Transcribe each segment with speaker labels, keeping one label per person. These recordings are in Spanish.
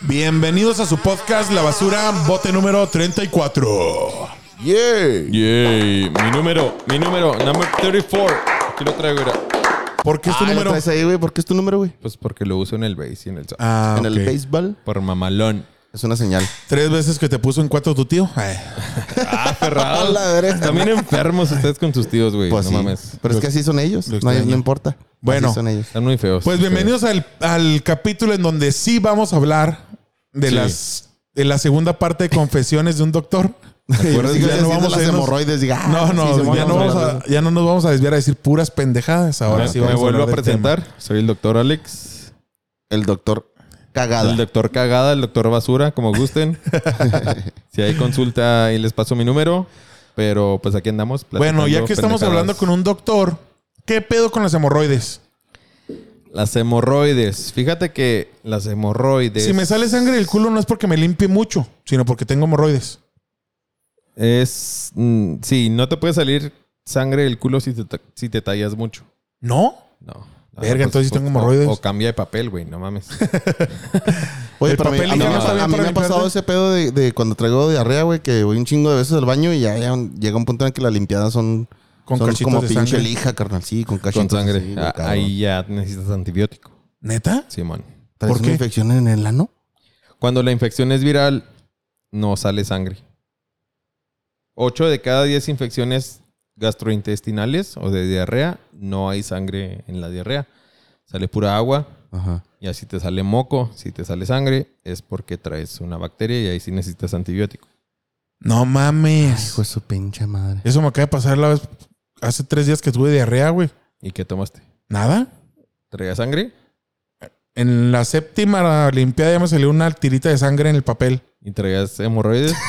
Speaker 1: Bienvenidos a su podcast La Basura, bote número 34.
Speaker 2: Yeah.
Speaker 3: Yay, mi número, mi número, number 34. Aquí lo traigo, mira.
Speaker 1: ¿Por qué es tu
Speaker 2: Ah, lo
Speaker 1: número?
Speaker 2: traes ahí, güey. ¿Por qué es tu número, güey?
Speaker 3: Pues porque lo uso en el base y en el so-
Speaker 1: Ah,
Speaker 2: en el
Speaker 1: ok.
Speaker 2: béisbol
Speaker 3: Por mamalón.
Speaker 2: es una señal.
Speaker 1: Tres veces que te puso en cuatro tu tío. Eh, Ay.
Speaker 3: Ah, ferrado.
Speaker 2: La verga.
Speaker 3: También enfermos ustedes con sus tíos, güey.
Speaker 2: Pues
Speaker 3: no
Speaker 2: sí.
Speaker 3: mames.
Speaker 2: Pero es que así son ellos.
Speaker 1: lo
Speaker 2: No, hay-
Speaker 1: extraño.
Speaker 2: no importa.
Speaker 1: Bueno.
Speaker 2: Así son ellos.
Speaker 3: Están muy feos.
Speaker 1: Pues bienvenidos al, al capítulo en donde sí vamos a hablar de
Speaker 3: Sí.
Speaker 1: las de la segunda parte de confesiones de un doctor.
Speaker 2: Acuérdense
Speaker 1: Ya
Speaker 2: que
Speaker 1: no
Speaker 2: haciendo
Speaker 1: vamos a
Speaker 2: las
Speaker 1: irnos-
Speaker 2: hemorroides. diga, ah,
Speaker 1: No,
Speaker 2: sí,
Speaker 1: no,
Speaker 2: se van
Speaker 1: ya,
Speaker 2: a
Speaker 1: no
Speaker 2: morir.
Speaker 1: vamos a- ya no nos vamos a desviar a decir puras pendejadas. Ahora
Speaker 3: Ahora
Speaker 1: sí
Speaker 3: me
Speaker 1: vamos
Speaker 3: vuelvo a
Speaker 1: hablar del tema.
Speaker 3: presentar. Soy el doctor Alex.
Speaker 2: El doctor cagada.
Speaker 3: El doctor cagada, el doctor basura, como gusten. si hay consulta, ahí les paso mi número. Pero pues aquí andamos.
Speaker 1: Bueno, ya que estamos hablando con un doctor, ¿qué pedo con las hemorroides?
Speaker 3: Las hemorroides. Fíjate que las hemorroides.
Speaker 1: Si me sale sangre del culo no es porque me limpie mucho, sino porque tengo hemorroides.
Speaker 3: Es. mm, sí, no te puede salir sangre del culo si te, ta- si te tallas mucho.
Speaker 1: ¿No?
Speaker 3: No. pues,
Speaker 1: Verga, entonces sí tengo hemorroides.
Speaker 3: O, o cambia de papel, güey, no mames.
Speaker 2: Oye,
Speaker 1: el
Speaker 2: pero a mí,
Speaker 1: papel
Speaker 2: a mí me
Speaker 1: higiénico está
Speaker 2: pa-
Speaker 1: bien
Speaker 2: a
Speaker 1: para
Speaker 2: mí me ha
Speaker 1: limpiarte.
Speaker 2: pasado ese pedo de, de cuando traigo diarrea, güey, que voy un chingo de veces al baño y ya, ya llega un punto en que las limpiadas son,
Speaker 1: Con
Speaker 2: son
Speaker 1: cachitos
Speaker 2: como
Speaker 1: de
Speaker 2: pinche
Speaker 1: sangre.
Speaker 2: lija, carnal. Sí, con cachitos.
Speaker 3: Con sangre.
Speaker 2: así, güey,
Speaker 3: Ah,
Speaker 2: cabrón.
Speaker 3: ahí ya necesitas antibiótico,
Speaker 1: ¿Neta?
Speaker 3: Simón.
Speaker 2: ¿Traes
Speaker 1: ¿por
Speaker 2: una
Speaker 1: qué?
Speaker 2: infección en el ano?
Speaker 3: Cuando la infección es viral, no sale sangre. 8 de cada 10 infecciones gastrointestinales o de diarrea, no hay sangre en la diarrea. Sale pura agua
Speaker 2: Ajá.
Speaker 3: y así te sale moco. Si te sale sangre, es porque traes una bacteria y ahí sí necesitas antibiótico.
Speaker 1: No mames.
Speaker 2: Hijo de su pinche madre.
Speaker 1: Eso me acaba de pasar la vez hace tres días que tuve diarrea, güey.
Speaker 3: ¿Y qué tomaste?
Speaker 1: Nada.
Speaker 3: ¿Traía sangre?
Speaker 1: En la séptima limpiada ya me salió una tirita de sangre en el papel.
Speaker 3: ¿Y traías hemorroides?
Speaker 1: ¿No?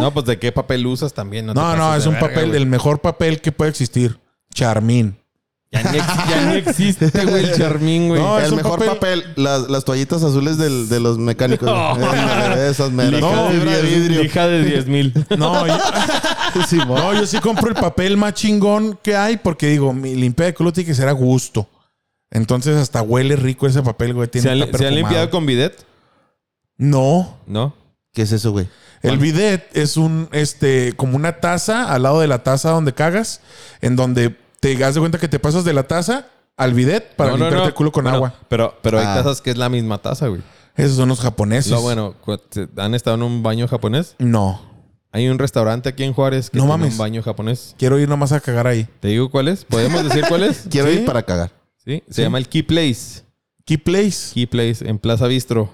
Speaker 3: No, pues de qué papel usas también. No, te
Speaker 1: No, no,
Speaker 3: pases
Speaker 1: es
Speaker 3: de
Speaker 1: un
Speaker 3: verga,
Speaker 1: papel,
Speaker 3: güey.
Speaker 1: el mejor papel que puede existir. Charmín.
Speaker 3: Ya ni, ex- ya ni existe, güey, el charmín, güey.
Speaker 1: No, es
Speaker 2: el
Speaker 1: un
Speaker 2: mejor papel, las, las toallitas azules del- de los mecánicos. Ándale, Esas meras.
Speaker 3: Lija
Speaker 2: No,
Speaker 3: de
Speaker 2: fibra de
Speaker 3: 10
Speaker 2: vidrio.
Speaker 3: lija de 10 mil.
Speaker 1: No, yo, no, yo sí compro el papel más chingón que hay porque digo, mi limpia de culo tiene que ser a gusto. Entonces hasta huele rico ese papel, güey. Tiene
Speaker 3: ¿Se han,
Speaker 1: está
Speaker 3: se han
Speaker 1: perfumado.
Speaker 3: limpiado con bidet?
Speaker 1: No.
Speaker 3: No.
Speaker 2: ¿Qué es eso, güey?
Speaker 1: El bidet es un, este, como una taza al lado de la taza donde cagas, en donde te das de cuenta que te pasas de la taza al bidet para
Speaker 3: No, no,
Speaker 1: limpiarte
Speaker 3: no.
Speaker 1: el culo con
Speaker 3: Bueno,
Speaker 1: agua.
Speaker 3: Pero, pero hay
Speaker 2: Ah.
Speaker 3: tazas que es la misma taza, güey.
Speaker 1: Esos son los japoneses.
Speaker 3: No, bueno, cu- te- ¿han estado en un baño japonés?
Speaker 1: No.
Speaker 3: Hay un restaurante aquí en Juárez que
Speaker 1: No
Speaker 3: tiene
Speaker 1: mames.
Speaker 3: un baño japonés.
Speaker 1: Quiero ir nomás a cagar ahí.
Speaker 3: ¿Te digo cuál es? ¿Podemos decir cuál es?
Speaker 2: Quiero
Speaker 1: ¿Sí?
Speaker 2: ir para cagar.
Speaker 3: Sí, se llama el Key Place.
Speaker 1: Key Place.
Speaker 3: Key Place en Plaza Bistro.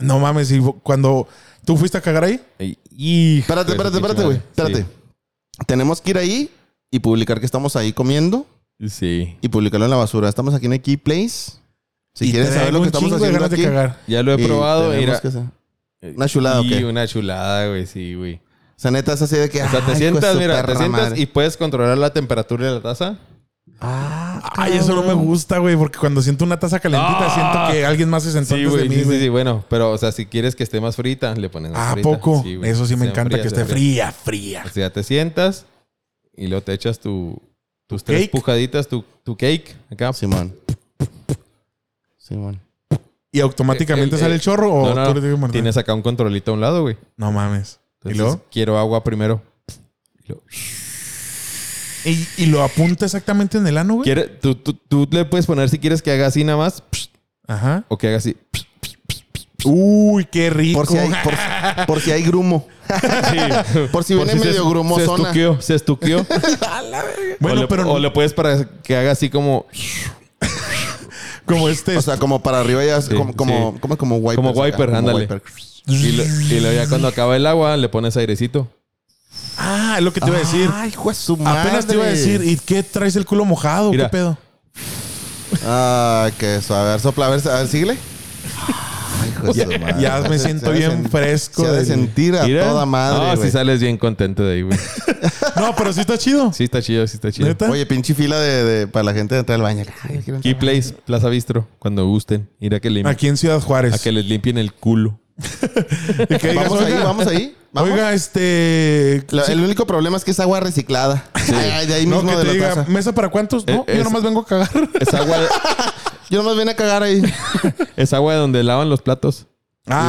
Speaker 1: No mames, y vo- cuando tú fuiste a cagar ahí,
Speaker 3: Ey, hijo
Speaker 2: Espérate,
Speaker 3: de su
Speaker 2: espérate,
Speaker 3: pinche
Speaker 2: espérate, güey.
Speaker 3: madre. Sí.
Speaker 2: Espérate. Tenemos que ir ahí y publicar que estamos ahí comiendo
Speaker 3: Sí.
Speaker 2: y publicarlo en la basura. Estamos aquí en el Key Place. Si
Speaker 1: y
Speaker 2: quieren
Speaker 1: traigo
Speaker 2: saber lo
Speaker 1: un
Speaker 2: que estamos
Speaker 1: chingo de
Speaker 2: haciendo
Speaker 1: ganas de
Speaker 2: aquí.
Speaker 1: cagar.
Speaker 3: Ya lo he
Speaker 2: y
Speaker 3: probado.
Speaker 2: tenemos
Speaker 3: Mira, Eh,
Speaker 2: que hacer- O ¿Una chulada o
Speaker 3: Sí,
Speaker 2: qué?
Speaker 3: una chulada, güey. Sí, güey.
Speaker 2: sea, neta, es así de que.
Speaker 3: O sea, te
Speaker 2: ay,
Speaker 3: sientas,
Speaker 2: pues,
Speaker 3: mira, te
Speaker 2: perra
Speaker 3: sientas
Speaker 2: madre.
Speaker 3: y puedes controlar la temperatura de la taza.
Speaker 2: Ah,
Speaker 1: Ay, eso no me gusta, güey, porque cuando siento una taza calentita,
Speaker 3: Ah.
Speaker 1: siento que alguien más se sentó
Speaker 3: Sí,
Speaker 1: antes de
Speaker 3: güey.
Speaker 1: mí,
Speaker 3: Sí, sí,
Speaker 1: güey.
Speaker 3: sí, bueno. Pero, o sea, si quieres que esté más frita, le pones más
Speaker 1: ¿A
Speaker 3: frita.
Speaker 1: poco?
Speaker 3: güey.
Speaker 1: eso sí me
Speaker 3: Se
Speaker 1: encanta
Speaker 3: enfría,
Speaker 1: que
Speaker 3: se
Speaker 1: esté fría,
Speaker 3: enfría.
Speaker 1: fría.
Speaker 3: O sea, te sientas y luego te echas tu, tus tres
Speaker 1: cake?
Speaker 3: pujaditas, tu, tu cake. Acá.
Speaker 2: Simón. Simón.
Speaker 1: ¿Y automáticamente
Speaker 3: El- el-
Speaker 1: sale el chorro o
Speaker 3: Eh, no, no,
Speaker 1: oh, tú le tienes que
Speaker 3: no.
Speaker 1: morder?
Speaker 3: Tienes acá un controlito a un lado, güey.
Speaker 1: No mames. ¿Y
Speaker 3: Entonces,
Speaker 1: luego?
Speaker 3: quiero agua primero. Y luego-
Speaker 1: ¿Y, y lo apunta exactamente en el ano, güey?
Speaker 3: Quiere- tú, tú- tú le puedes poner si quieres que haga así nada más
Speaker 1: Ajá.
Speaker 3: o que haga así.
Speaker 1: Uy, qué rico.
Speaker 2: Por si hay, por, por si hay grumo. Por si viene
Speaker 3: se
Speaker 2: medio
Speaker 3: es- Se
Speaker 2: grumosona.
Speaker 3: estuqueó, se estuqueó.
Speaker 1: bueno,
Speaker 3: o, le,
Speaker 1: pero
Speaker 3: o le puedes para que haga así como,
Speaker 1: como este.
Speaker 2: O sea, como para arriba ya,
Speaker 3: Sí,
Speaker 2: como, como,
Speaker 3: sí.
Speaker 2: como, como wiper.
Speaker 3: Como wiper, ándale. y, lo- y luego ya cuando acaba el agua le pones airecito.
Speaker 1: ah, es lo que te iba a decir.
Speaker 2: Ay, hijo de su madre.
Speaker 1: Apenas te iba a decir, ¿y qué traes el culo mojado?
Speaker 3: Mira.
Speaker 1: ¿Qué pedo?
Speaker 2: Ah, que eso. A ver, sopla, a ver, a ver, síguele. Ay, hijo de su madre.
Speaker 1: Ya me
Speaker 2: Se-
Speaker 1: siento
Speaker 2: se ha de
Speaker 1: bien
Speaker 2: sen-
Speaker 1: fresco
Speaker 2: Se ha de
Speaker 1: del- Ah,
Speaker 2: sentir a
Speaker 3: Mira.
Speaker 2: toda madre,
Speaker 3: No,
Speaker 2: güey.
Speaker 3: si sales bien contento de ahí, güey.
Speaker 1: No, pero sí está chido.
Speaker 3: Sí está chido, sí está chido.
Speaker 1: ¿Neta?
Speaker 2: Oye, pinche fila de, de- para la gente de entrar al baño. Ay, quiero
Speaker 3: Key
Speaker 2: entrar.
Speaker 3: Place, Plaza Bistro, cuando gusten. Ir a que, lim-
Speaker 1: Aquí en Ciudad Juárez.
Speaker 3: a que les limpien el culo.
Speaker 1: Y que digas,
Speaker 2: Vamos ahí,
Speaker 1: oiga,
Speaker 2: vamos ahí. Vamos.
Speaker 1: Oiga, este.
Speaker 2: La- El único problema es que es agua reciclada. Ay, ay, de ahí
Speaker 1: no,
Speaker 2: mismo
Speaker 1: que
Speaker 2: de
Speaker 1: te
Speaker 2: la
Speaker 1: diga,
Speaker 2: taza.
Speaker 1: ¿mesa para cuántos? No, yo
Speaker 3: Eh, es-
Speaker 1: nomás vengo a cagar.
Speaker 3: Es agua,
Speaker 2: Yo nomás vine a cagar ahí.
Speaker 3: es agua donde lavan los platos.
Speaker 2: iba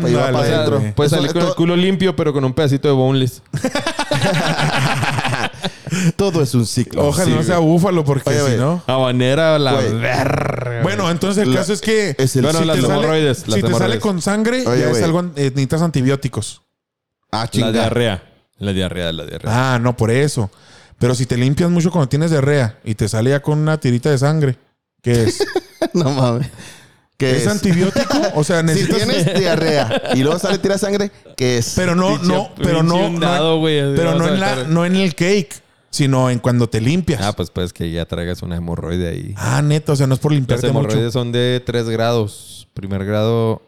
Speaker 2: pa- iba pa'
Speaker 1: ándale,
Speaker 2: adentro.
Speaker 1: güey.
Speaker 3: Puedes
Speaker 2: Eso-
Speaker 3: salir con el
Speaker 2: to-
Speaker 3: culo limpio, pero con un pedacito de boneless.
Speaker 2: Todo es un ciclo.
Speaker 1: Ojalá no sea búfalo porque
Speaker 2: Oye,
Speaker 1: si
Speaker 2: güey.
Speaker 1: no.
Speaker 3: Habanera, la
Speaker 2: Güey.
Speaker 3: verga.
Speaker 1: Bueno, entonces el
Speaker 2: La-
Speaker 1: caso es que
Speaker 2: es el
Speaker 1: si
Speaker 3: Bueno,
Speaker 1: te
Speaker 3: las
Speaker 1: sale-
Speaker 3: hemorroides,
Speaker 1: si te
Speaker 3: las
Speaker 1: sale
Speaker 3: hemorroides.
Speaker 1: con sangre,
Speaker 2: Oye,
Speaker 1: ya es
Speaker 2: güey.
Speaker 1: algo, eh, necesitas antibióticos.
Speaker 2: Ah,
Speaker 3: la
Speaker 2: chinga.
Speaker 3: diarrea. La diarrea, la diarrea.
Speaker 1: Ah, no, por eso. Pero si te limpias mucho cuando tienes diarrea y te sale ya con una tirita de sangre, ¿qué es?
Speaker 2: No mames. ¿Qué
Speaker 1: ¿Es
Speaker 2: es?
Speaker 1: antibiótico? O sea,
Speaker 2: Si
Speaker 1: necesitas.
Speaker 2: tienes diarrea y luego sale tira sangre, ¿qué es?
Speaker 1: Pero no, no,
Speaker 3: Pinche-
Speaker 1: pero
Speaker 3: pinche
Speaker 1: no. no-
Speaker 3: hundado, güey, así
Speaker 1: pero
Speaker 3: vas
Speaker 1: no
Speaker 3: a
Speaker 1: en, la,
Speaker 3: estar-
Speaker 1: no en el cake, sino en cuando te limpias.
Speaker 3: Ah,
Speaker 1: Ah,
Speaker 3: pues pues que ya traigas una hemorroide ahí.
Speaker 1: neta, o sea, no es por
Speaker 3: Las
Speaker 1: limpiarte Ah, mucho.
Speaker 3: hemorroides son de 3 grados. Primer grado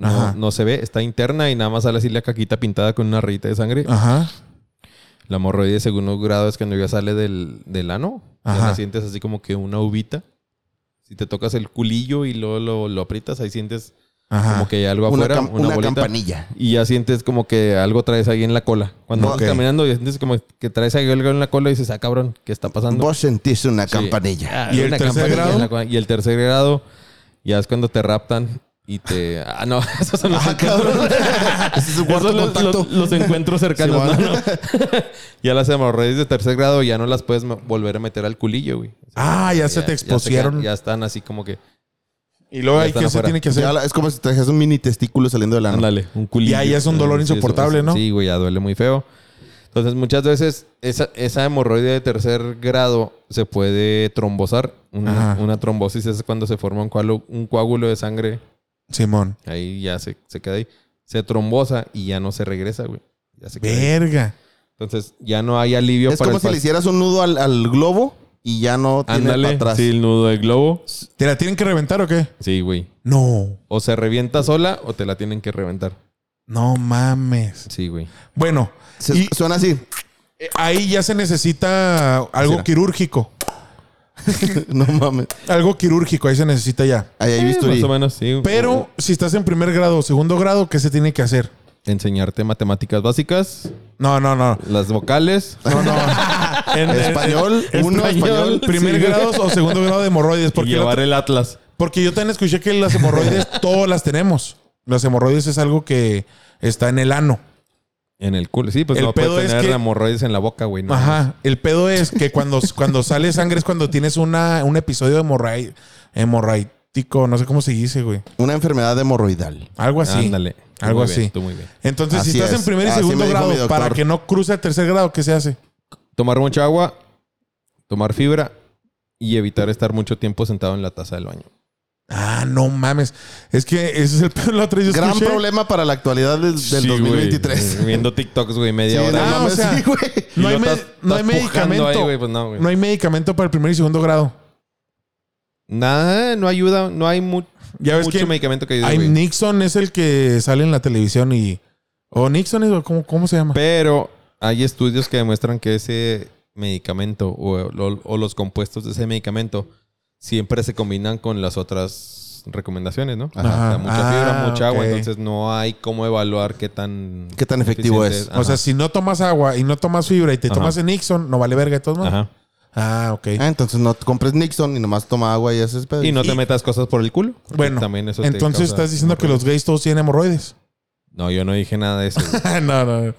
Speaker 1: Ajá.
Speaker 3: no, no se ve, está interna y nada más sale así la caquita pintada con una rayita de sangre.
Speaker 1: Ajá.
Speaker 3: La hemorroide de segundo grado es cuando ya sale del, del ano. Ya
Speaker 1: Ajá.
Speaker 3: la sientes así como que una uvita. Si te tocas el culillo y luego lo, lo aprietas, ahí sientes
Speaker 1: Ajá.
Speaker 3: como que hay algo
Speaker 2: una,
Speaker 3: afuera,
Speaker 2: cam-
Speaker 3: una,
Speaker 2: una
Speaker 3: bolita.
Speaker 2: campanilla.
Speaker 3: Y ya sientes como que algo traes ahí en la cola. Cuando
Speaker 1: Ok.
Speaker 3: vas caminando y sientes como que traes ahí algo en la cola y dices, ah, cabrón, ¿qué está pasando?
Speaker 2: Vos sentís una
Speaker 3: Sí.
Speaker 2: campanilla.
Speaker 3: Ah,
Speaker 1: ¿Y el
Speaker 3: una
Speaker 1: tercer
Speaker 3: campanilla
Speaker 1: grado?
Speaker 3: en la cola. Y el tercer grado ya es cuando te raptan y te... Ah, no, esos son los encuentros.
Speaker 2: Ese es su cuarto
Speaker 3: Esos los,
Speaker 2: contacto.
Speaker 3: los- los encuentros cercanos.
Speaker 2: Sí,
Speaker 3: no, no. ya las hemorroides de tercer grado ya no las puedes mo- volver a meter al culillo, güey. O sea,
Speaker 1: Ah, ya, se te expusieron.
Speaker 3: Ya, están así como que...
Speaker 1: y luego
Speaker 3: ya
Speaker 1: hay
Speaker 3: están
Speaker 1: que se
Speaker 3: afuera.
Speaker 1: tiene que hacer.
Speaker 2: Ya la- es como si trajeras un mini testículo saliendo del ano.
Speaker 3: Ándale, un culillo.
Speaker 1: Y ahí es un dolor
Speaker 3: Sí, eso-
Speaker 1: insoportable,
Speaker 3: eso-
Speaker 1: ¿no?
Speaker 3: Sí, güey, ya duele muy feo. Entonces, muchas veces esa, esa hemorroide de tercer grado se puede trombosar. Una,
Speaker 1: Ajá.
Speaker 3: una trombosis es cuando se forma un, coágulo- un coágulo de sangre.
Speaker 1: Simón.
Speaker 3: Ahí ya se, se queda ahí. Se trombosa y ya no se regresa, güey. Ya se queda ahí.
Speaker 1: Verga.
Speaker 3: Entonces, ya no hay alivio
Speaker 2: Es como si
Speaker 3: el
Speaker 2: le hicieras un nudo al, al globo y ya no tiene para
Speaker 3: Ándale,
Speaker 2: atrás.
Speaker 3: sí, el nudo del globo.
Speaker 1: ¿Te la tienen que reventar o qué?
Speaker 3: Sí, güey.
Speaker 1: No.
Speaker 3: O se revienta sola o te la tienen que reventar.
Speaker 1: No mames.
Speaker 3: Sí, güey.
Speaker 1: Bueno,
Speaker 2: Se-
Speaker 1: y eh,
Speaker 2: Suena así.
Speaker 1: ahí ya se necesita algo
Speaker 3: Será.
Speaker 1: quirúrgico.
Speaker 2: no mames.
Speaker 1: Algo quirúrgico, ahí se necesita ya.
Speaker 2: Ahí hay
Speaker 3: Eh,
Speaker 2: bisturí.
Speaker 3: más o menos, sí.
Speaker 1: Pero
Speaker 3: Oh.
Speaker 1: si estás en primer grado o segundo grado, ¿qué se tiene que hacer?
Speaker 3: Enseñarte matemáticas básicas,
Speaker 1: No, no, no.
Speaker 3: las vocales.
Speaker 1: No, no. En- en-
Speaker 2: Español,
Speaker 1: en-
Speaker 2: uno español.
Speaker 1: Primer
Speaker 3: sí.
Speaker 1: grado o segundo grado de hemorroides.
Speaker 3: Por
Speaker 1: Porque,
Speaker 3: llevar
Speaker 1: yo,
Speaker 3: el Atlas.
Speaker 1: porque yo también escuché que las hemorroides todas las tenemos. Las hemorroides es algo que está en el ano.
Speaker 3: En el culo. Sí, pues
Speaker 1: El
Speaker 3: no puedes
Speaker 1: pedo es
Speaker 3: tener
Speaker 1: que-
Speaker 3: hemorroides en la boca, güey. no.
Speaker 1: Ajá. El pedo es que cuando, cuando sale sangre es cuando tienes una, un episodio hemorrai- hemorraítico, no sé cómo se dice, güey.
Speaker 2: Una enfermedad hemorroidal.
Speaker 1: Algo así.
Speaker 3: Ándale. Tú
Speaker 1: Algo
Speaker 3: muy bien,
Speaker 1: así.
Speaker 3: tú muy bien.
Speaker 1: Entonces, si
Speaker 2: Así
Speaker 1: estás
Speaker 2: es.
Speaker 1: en primer y
Speaker 2: Así
Speaker 1: segundo
Speaker 2: me dijo mi
Speaker 1: grado,
Speaker 2: doctor.
Speaker 1: para que no cruce el tercer grado, ¿qué se hace?
Speaker 3: Tomar mucha agua, tomar fibra y evitar estar mucho tiempo sentado en la taza del baño.
Speaker 1: Ah, no mames. Es que ese es el pedo. La otra vez yo
Speaker 2: Gran
Speaker 1: escuché-
Speaker 2: problema para la actualidad del, del
Speaker 3: Sí, güey.
Speaker 2: 2023.
Speaker 3: Viendo TikToks, güey,
Speaker 2: Sí,
Speaker 3: media
Speaker 2: no
Speaker 3: hora.
Speaker 1: Ah,
Speaker 2: mames,
Speaker 1: o sea,
Speaker 2: sí, güey.
Speaker 3: Y
Speaker 1: No hay,
Speaker 3: lo
Speaker 1: me-
Speaker 3: estás-
Speaker 1: no hay
Speaker 3: estás pujando
Speaker 1: medicamento.
Speaker 3: ahí, güey, pues no, güey.
Speaker 1: no hay medicamento para el primer y segundo grado.
Speaker 3: Nada, no ayuda, no hay mu-
Speaker 1: Ya ves
Speaker 3: mucho
Speaker 1: que
Speaker 3: medicamento que ayude,
Speaker 1: hay-
Speaker 3: güey.
Speaker 1: Nixon es el que sale en la televisión y. O Nixon es, o ¿cómo, cómo se llama?
Speaker 3: Pero hay estudios que demuestran que ese medicamento o, lo- o los compuestos de ese medicamento siempre se combinan con las otras recomendaciones, ¿no?
Speaker 2: Ajá.
Speaker 3: O sea, mucha
Speaker 1: Ah,
Speaker 3: fibra, mucha agua,
Speaker 1: ok.
Speaker 3: entonces no hay cómo evaluar qué tan
Speaker 2: Qué tan efectivo
Speaker 3: eficiente
Speaker 2: es.
Speaker 1: O sea, si no tomas agua y no tomas fibra y te
Speaker 3: Ajá.
Speaker 1: tomas el Nixon, no vale verga de todos modos.
Speaker 3: Ajá.
Speaker 1: Ah, ok.
Speaker 2: Ah, entonces no te compres Nixon y nomás toma agua y haces pues. pedo.
Speaker 3: Y no te metas cosas por el culo. porque
Speaker 1: Bueno,
Speaker 3: también eso te
Speaker 1: Entonces
Speaker 3: causa
Speaker 1: estás diciendo que los gays todos tienen hemorroides. Ah,
Speaker 3: No, yo no dije nada de eso. güey.
Speaker 1: no, no. no,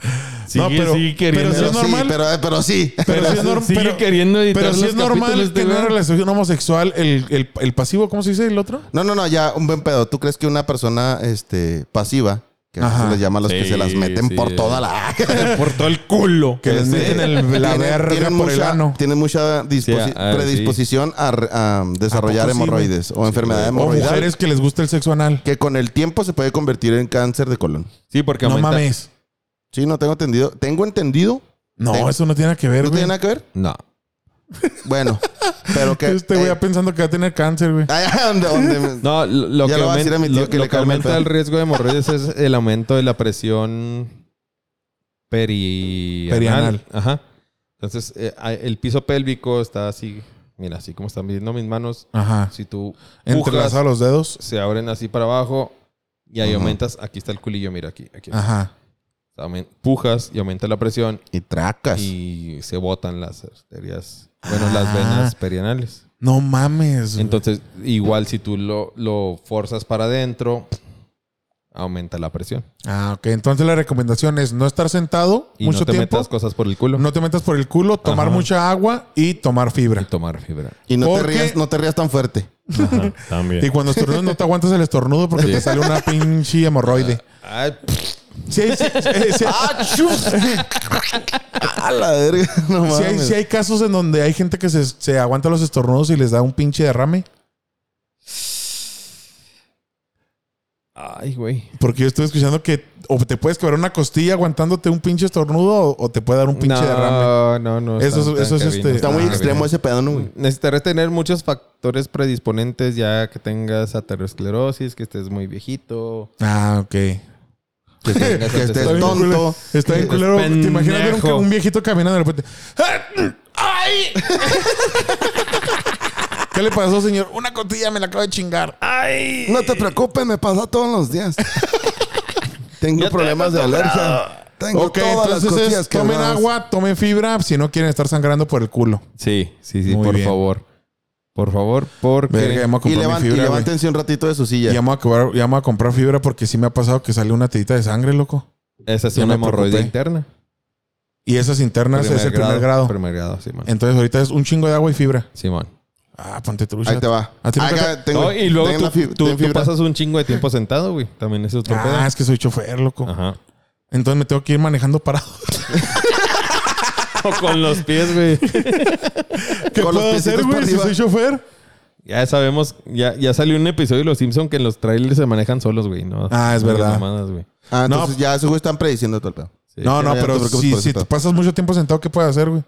Speaker 3: Sigue-
Speaker 1: pero,
Speaker 3: sigue
Speaker 1: pero
Speaker 3: queriendo-
Speaker 1: si es
Speaker 2: pero sí,
Speaker 1: normal.
Speaker 2: pero, eh, pero sí.
Speaker 1: pero si es norm-
Speaker 3: Sigue
Speaker 1: pero-
Speaker 3: queriendo editar
Speaker 1: Pero si
Speaker 3: los
Speaker 1: es normal
Speaker 3: capítulos de
Speaker 1: tener una
Speaker 3: güey.
Speaker 1: relación homosexual, el, el, el pasivo, ¿cómo se dice el otro?
Speaker 2: No, no, no, ya un buen pedo. ¿Tú crees que una persona este, pasiva, que a
Speaker 1: Ajá.
Speaker 2: veces les llama a los que
Speaker 3: Sí,
Speaker 2: se las meten
Speaker 3: sí. eh.
Speaker 2: por toda la...
Speaker 3: por todo el culo.
Speaker 1: Que les
Speaker 2: Este,
Speaker 1: meten el, la
Speaker 2: tienen-
Speaker 1: verga
Speaker 2: tienen
Speaker 1: por el
Speaker 2: mucha-
Speaker 1: ano.
Speaker 2: Tienen mucha disposi-
Speaker 3: Sí, ah,
Speaker 2: predisposición a, re- a desarrollar
Speaker 1: ¿A poco sí,
Speaker 2: hemorroides o enfermedad
Speaker 1: O
Speaker 2: hemorroidal
Speaker 1: mujeres que les gusta el sexo anal.
Speaker 2: que con el tiempo se puede convertir en cáncer de colon.
Speaker 3: Sí, porque
Speaker 1: No
Speaker 3: aumenta.
Speaker 1: mames.
Speaker 2: Sí, no tengo entendido. Tengo entendido.
Speaker 1: No,
Speaker 2: Tengo-
Speaker 1: eso no tiene nada que ver,
Speaker 2: ¿No
Speaker 1: güey.
Speaker 2: tiene nada que ver?
Speaker 3: No.
Speaker 2: Bueno, pero que...
Speaker 1: Este güey
Speaker 2: eh,
Speaker 1: ya pensando que va a tener cáncer, güey.
Speaker 2: ay, donde- donde-
Speaker 3: No, lo, lo
Speaker 2: Ya
Speaker 3: que,
Speaker 2: le voy a
Speaker 3: aumen-
Speaker 2: decir a mi tío
Speaker 3: lo-
Speaker 2: que
Speaker 3: lo
Speaker 2: le
Speaker 3: que
Speaker 2: calme el
Speaker 3: aumenta
Speaker 2: pedo.
Speaker 3: el riesgo de hemorroides es el aumento de la presión perianal.
Speaker 1: Perianal.
Speaker 3: Ajá. Entonces, eh, a- el piso pélvico está así, mira, así como están viendo mis manos.
Speaker 1: Ajá.
Speaker 3: Si tú pujas,
Speaker 1: Entrelazado los dedos.
Speaker 3: se abren así para abajo y ahí
Speaker 2: Ajá.
Speaker 3: aumentas. Aquí está el culillo, mira, aquí. aquí.
Speaker 1: Ajá.
Speaker 3: Aumen- pujas y aumenta la presión
Speaker 2: Y tracas.
Speaker 3: y se botan las arterias Bueno, las
Speaker 1: Ah.
Speaker 3: venas perianales.
Speaker 1: No mames. güey.
Speaker 3: Entonces, igual si tú lo, lo forzas para adentro, aumenta la presión.
Speaker 1: Ah, ok. Entonces la recomendación es no estar sentado
Speaker 3: Y
Speaker 1: mucho
Speaker 3: no te
Speaker 1: tiempo.
Speaker 3: metas cosas por el culo.
Speaker 1: No te metas por el culo, tomar
Speaker 3: Ajá.
Speaker 1: mucha agua y tomar
Speaker 3: Y
Speaker 1: fibra.
Speaker 3: tomar fibra.
Speaker 2: Y no te,
Speaker 1: Porque-
Speaker 2: rías, no te rías tan fuerte.
Speaker 4: Ajá, también.
Speaker 1: Y cuando estornudas no te aguantas el estornudo porque te sale una pinche hemorroide.
Speaker 3: Ay,
Speaker 1: Sí, hay- sí, sí, sí.
Speaker 2: A la verga, no
Speaker 1: Sí hay,
Speaker 2: mames.
Speaker 1: sí hay casos en donde hay gente que se, se aguanta los estornudos y les da un pinche derrame.
Speaker 3: Ay, güey.
Speaker 1: Porque yo estoy escuchando que o te puedes quebrar una costilla aguantándote un pinche estornudo o, o te puede dar un pinche
Speaker 3: no,
Speaker 1: derrame.
Speaker 3: No, no,
Speaker 1: Eso es-
Speaker 3: están tan
Speaker 1: eso es,
Speaker 3: heavy,
Speaker 1: este,
Speaker 3: no
Speaker 2: Está
Speaker 3: están
Speaker 2: muy
Speaker 3: tan
Speaker 2: extremo
Speaker 3: heavy.
Speaker 2: ese pedo, ¿no, güey?
Speaker 3: Necesitarás tener muchos factores predisponentes ya que tengas aterosclerosis, que estés muy viejito,
Speaker 1: Ah, ok.
Speaker 3: que tengas
Speaker 2: Que estés
Speaker 1: Está bien
Speaker 3: antecedentes-
Speaker 2: tonto.
Speaker 1: culero. Está bien
Speaker 3: Estás
Speaker 1: culero. ¿Te imaginas ver un,
Speaker 3: pendejo.
Speaker 1: un viejito caminando de repente? ¡Ay! ¿Qué le pasó, señor? Una cotilla me la acabo de chingar.
Speaker 4: ¡Ay!
Speaker 2: No te preocupes, me pasa todos los días. Tengo problemas de alergia. Tengo
Speaker 1: Ok,
Speaker 2: todas las
Speaker 1: entonces
Speaker 2: costillas
Speaker 1: es, tomen
Speaker 2: quebradas.
Speaker 1: agua, tomen fibra si no quieren estar sangrando por el culo.
Speaker 3: Sí, sí, sí,
Speaker 1: Muy
Speaker 3: por
Speaker 1: bien.
Speaker 3: favor. Por favor, porque
Speaker 1: Verga, ya me voy a
Speaker 2: Y,
Speaker 1: comprar mi
Speaker 2: levan- y
Speaker 1: fibra, güey.
Speaker 2: levántense un ratito de su silla.
Speaker 1: Ya me voy a cobrar- ya me voy a comprar fibra porque sí me ha pasado que sale una tirita de sangre, loco.
Speaker 3: esa es
Speaker 1: ya me
Speaker 3: una hemorroide
Speaker 1: preocupé.
Speaker 3: interna.
Speaker 1: Y esas internas es el primer grado.
Speaker 3: Primer grado, Simón.
Speaker 1: Entonces ahorita es un chingo de agua y fibra.
Speaker 3: Simón.
Speaker 1: Ah, ponte trucha.
Speaker 2: Ahí te va. Ah,
Speaker 1: ¿A ti nunca
Speaker 2: Acá tengo-
Speaker 3: No, y luego
Speaker 2: tengo
Speaker 3: tú,
Speaker 2: la fib-
Speaker 3: tú-
Speaker 2: tengo
Speaker 3: tú
Speaker 2: fibra.
Speaker 3: pasas un chingo de tiempo sentado, güey. También es otro
Speaker 1: Ah, es que soy chofer, loco.
Speaker 3: pedo.
Speaker 2: Ah.
Speaker 3: Ajá.
Speaker 1: Entonces me tengo que ir manejando parado.
Speaker 3: O con los pies, güey.
Speaker 1: ¿Qué
Speaker 2: Con los
Speaker 1: puedo
Speaker 2: piecitos
Speaker 1: hacer,
Speaker 2: para
Speaker 1: güey, si
Speaker 2: arriba.
Speaker 1: soy chofer?
Speaker 3: Ya sabemos, ya, ya salió un episodio de Los Simpson que en los trailers se manejan solos, güey. ¿no?
Speaker 1: Ah, es
Speaker 3: No digas
Speaker 1: verdad.
Speaker 3: mamadas, güey.
Speaker 2: Ah,
Speaker 1: No.
Speaker 2: entonces ya esos güeyes están prediciendo todo el pedo.
Speaker 3: Sí.
Speaker 1: No, no,
Speaker 2: ya no
Speaker 1: pero
Speaker 2: te preocupes
Speaker 1: si,
Speaker 2: por ese
Speaker 1: si te
Speaker 2: pedo.
Speaker 1: pasas mucho tiempo sentado, ¿qué puedes hacer, güey?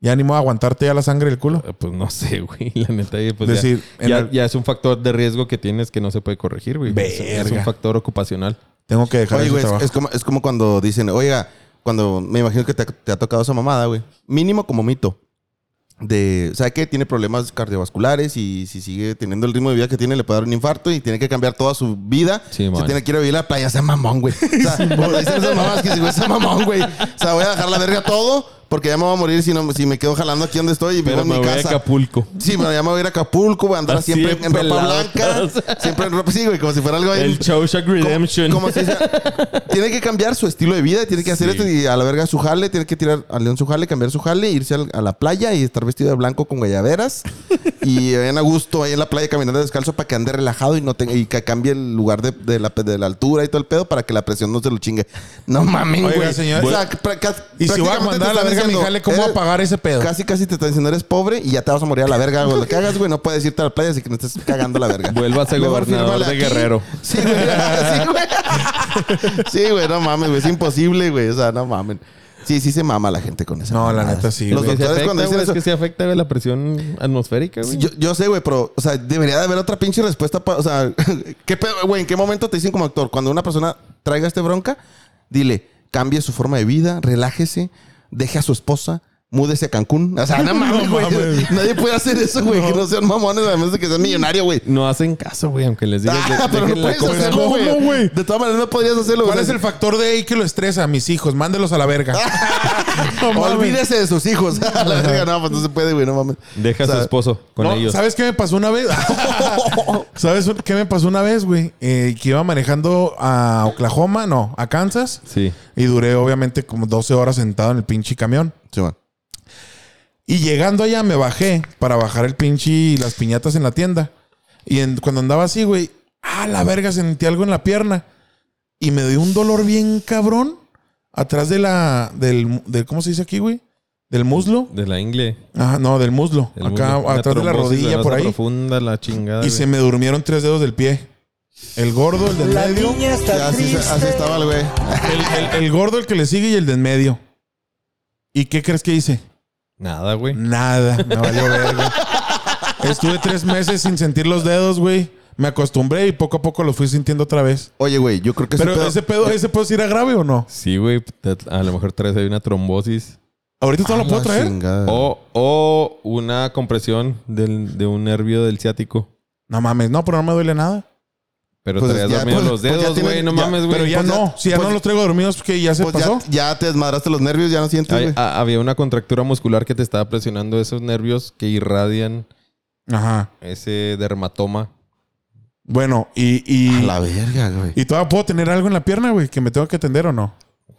Speaker 1: Ya animo a aguantarte ya la sangre del culo.
Speaker 3: Eh, Pues no sé, güey. La neta, y pues
Speaker 1: Decir,
Speaker 3: ya,
Speaker 1: en
Speaker 3: ya-
Speaker 1: el-
Speaker 3: ya es un factor de riesgo que tienes que no se puede corregir, güey. Es- Es
Speaker 1: Verga.
Speaker 3: un factor ocupacional.
Speaker 1: Tengo que dejar
Speaker 2: Oye,
Speaker 1: ese
Speaker 2: güey, es,
Speaker 1: trabajo.
Speaker 2: es como, es como cuando dicen, oiga, cuando me imagino que te, ha- te ha tocado esa mamada, güey. Mínimo como mito. De, ¿sabe qué? Tiene problemas cardiovasculares y si sigue teniendo el ritmo de vida que tiene, le puede dar un infarto y tiene que cambiar toda su vida.
Speaker 3: Sí,
Speaker 2: si
Speaker 3: man.
Speaker 2: tiene que ir a vivir a la playa, sea mamón, güey. O sea, cuando dicen esas mamadas que si güey, sea mamón, güey. O sea, voy a dejar la verga todo porque ya me voy a morir si, no, si me quedo jalando aquí donde estoy y vivo
Speaker 3: Pero
Speaker 2: en
Speaker 3: me
Speaker 2: mi
Speaker 3: voy a
Speaker 2: casa.
Speaker 3: Acapulco.
Speaker 2: Sí, pero ya me voy a ir a Acapulco, voy a andar
Speaker 3: Así
Speaker 2: siempre
Speaker 3: de
Speaker 2: en ropa
Speaker 3: pelado.
Speaker 2: blanca. siempre en ropa, sí, güey, como si fuera algo ahí
Speaker 3: El Shawshank Redemption.
Speaker 2: como si sea- tiene que cambiar su estilo de vida, tiene que hacer
Speaker 3: Sí.
Speaker 2: esto y a la verga su jale, tiene que tirar al león su jale, cambiar su jale, irse al- a la playa y estar vestido de blanco con guayaberas y en a gusto ahí en la playa caminando descalzo para que ande relajado y no tenga y que cambie el lugar de, de la, de la altura y todo el pedo para que la presión no se lo chingue. No mames,
Speaker 1: Oiga,
Speaker 2: güey.
Speaker 1: señor.
Speaker 2: O sea, práctica-
Speaker 1: Y si voy a
Speaker 2: prácticamente
Speaker 1: mandar a
Speaker 2: te
Speaker 1: la
Speaker 2: están
Speaker 1: verga, mi
Speaker 2: diciendo,
Speaker 1: jale, ¿cómo voy a
Speaker 2: eres-
Speaker 1: pagar ese pedo?
Speaker 2: Casi, casi te están diciendo eres pobre y ya te vas a morir a la verga, güey. Lo que hagas, güey, no puedes irte a la playa, así que no estés cagando la verga.
Speaker 3: Vuelva a ser
Speaker 2: Mejor
Speaker 3: gobernador
Speaker 2: fírmale
Speaker 3: de Guerrero.
Speaker 2: Sí, güey. Sí, güey. Sí, güey, no mames, güey. Es imposible, güey. O sea, no mames. Sí, sí se mama la gente con eso.
Speaker 1: No, la neta sí,
Speaker 2: Los
Speaker 1: güey.
Speaker 3: Que se
Speaker 2: doctores
Speaker 3: afecta,
Speaker 2: cuando dicen
Speaker 3: güey, es
Speaker 2: eso.
Speaker 3: que se afecta güey, la presión atmosférica, güey.
Speaker 2: Yo, yo sé, güey, pero, o sea, debería de haber otra pinche respuesta. pa- o sea, ¿qué pedo, güey? ¿En qué momento te dicen como actor? Cuando una persona traiga este bronca, dile, cambie su forma de vida, relájese, deje a su esposa, múdese a Cancún. O sea, no mames,
Speaker 1: No
Speaker 2: güey.
Speaker 1: mames.
Speaker 2: Nadie puede hacer eso, güey. Que no sean mamones, además de que sean millonarios, güey.
Speaker 3: No hacen caso, güey, aunque les digas.
Speaker 2: Ah,
Speaker 3: de-
Speaker 2: pero no
Speaker 3: dejen la
Speaker 1: pues,
Speaker 2: puedes
Speaker 3: cosa.
Speaker 2: hacerlo,
Speaker 1: ¿Cómo, güey?
Speaker 2: güey. De todas maneras, no podrías hacerlo. güey.
Speaker 1: ¿Cuál
Speaker 2: O
Speaker 1: es
Speaker 2: sea,
Speaker 1: el factor de ahí que lo estresa? Mis hijos, mándelos a la verga. No mames.
Speaker 2: Olvídese de sus hijos. A la verga, no, pues no se puede, güey, no mames.
Speaker 3: Deja
Speaker 2: O
Speaker 3: a
Speaker 2: sea,
Speaker 3: su esposo con
Speaker 1: No,
Speaker 3: ellos.
Speaker 1: ¿Sabes qué me pasó una vez? ¿Sabes qué me pasó una vez, güey? Eh, que iba manejando a Oklahoma, no, a Kansas.
Speaker 3: Sí.
Speaker 1: Y duré obviamente como 12 horas sentado en el pinche camión.
Speaker 2: Sí, man.
Speaker 1: Y llegando allá me bajé para bajar el pinche y las piñatas en la tienda. Y en- cuando andaba así, güey, ah, la verga, sentí algo en la pierna. Y me dio un dolor bien cabrón atrás de la, del, del- ¿cómo se dice aquí, güey? Del muslo.
Speaker 3: De la ingle.
Speaker 1: Ajá, no, del muslo.
Speaker 3: del
Speaker 1: Acá,
Speaker 3: muslo. Una
Speaker 1: atrás de la
Speaker 3: trombosis
Speaker 1: rodilla, por
Speaker 3: venosa
Speaker 1: ahí.
Speaker 3: profunda, la chingada.
Speaker 1: Y
Speaker 3: güey.
Speaker 1: se me durmieron tres dedos del pie. El gordo, el del medio.
Speaker 2: Ya, así, se- así estaba el güey.
Speaker 1: El, el gordo, el que le sigue y el del medio. ¿Y qué crees que hice?
Speaker 3: Nada, güey.
Speaker 1: Nada, me valió verga. Estuve tres meses sin sentir los dedos, güey. Me acostumbré y poco a poco los fui sintiendo otra vez.
Speaker 2: Oye, güey, yo creo que
Speaker 1: Pero
Speaker 2: ese pedo-
Speaker 1: ese pedo, ese pedo sí era grave o no?
Speaker 3: Sí, güey. te- A lo mejor traes ahí una trombosis.
Speaker 1: Ahorita todo lo puedo
Speaker 2: La
Speaker 1: traer.
Speaker 2: Ah, chingada.
Speaker 1: Oh,
Speaker 3: O, o una compresión del- de un nervio del ciático.
Speaker 1: No mames, no, pero no me duele nada.
Speaker 3: Pero
Speaker 2: Pues
Speaker 3: te habías
Speaker 2: ya,
Speaker 3: dormido
Speaker 2: pues-
Speaker 3: los
Speaker 2: pues ya
Speaker 3: dedos,
Speaker 2: tienen-
Speaker 3: güey. No
Speaker 2: ya,
Speaker 3: mames, güey.
Speaker 1: Pero ya
Speaker 2: pues ya-
Speaker 1: no. si ya
Speaker 2: pues-
Speaker 1: no los traigo dormidos, que ya se
Speaker 2: Pues ya,
Speaker 1: pasó.
Speaker 2: ya te desmadraste los nervios, ya no sientes,
Speaker 3: Hay-
Speaker 2: güey.
Speaker 3: a- había una contractura muscular que te estaba presionando esos nervios que irradian
Speaker 1: Ajá.
Speaker 3: ese dermatoma.
Speaker 1: Bueno, y, y,
Speaker 2: A la verga, güey. Pues
Speaker 1: y todavía puedo tener algo en la pierna, güey, que me tengo que atender o no.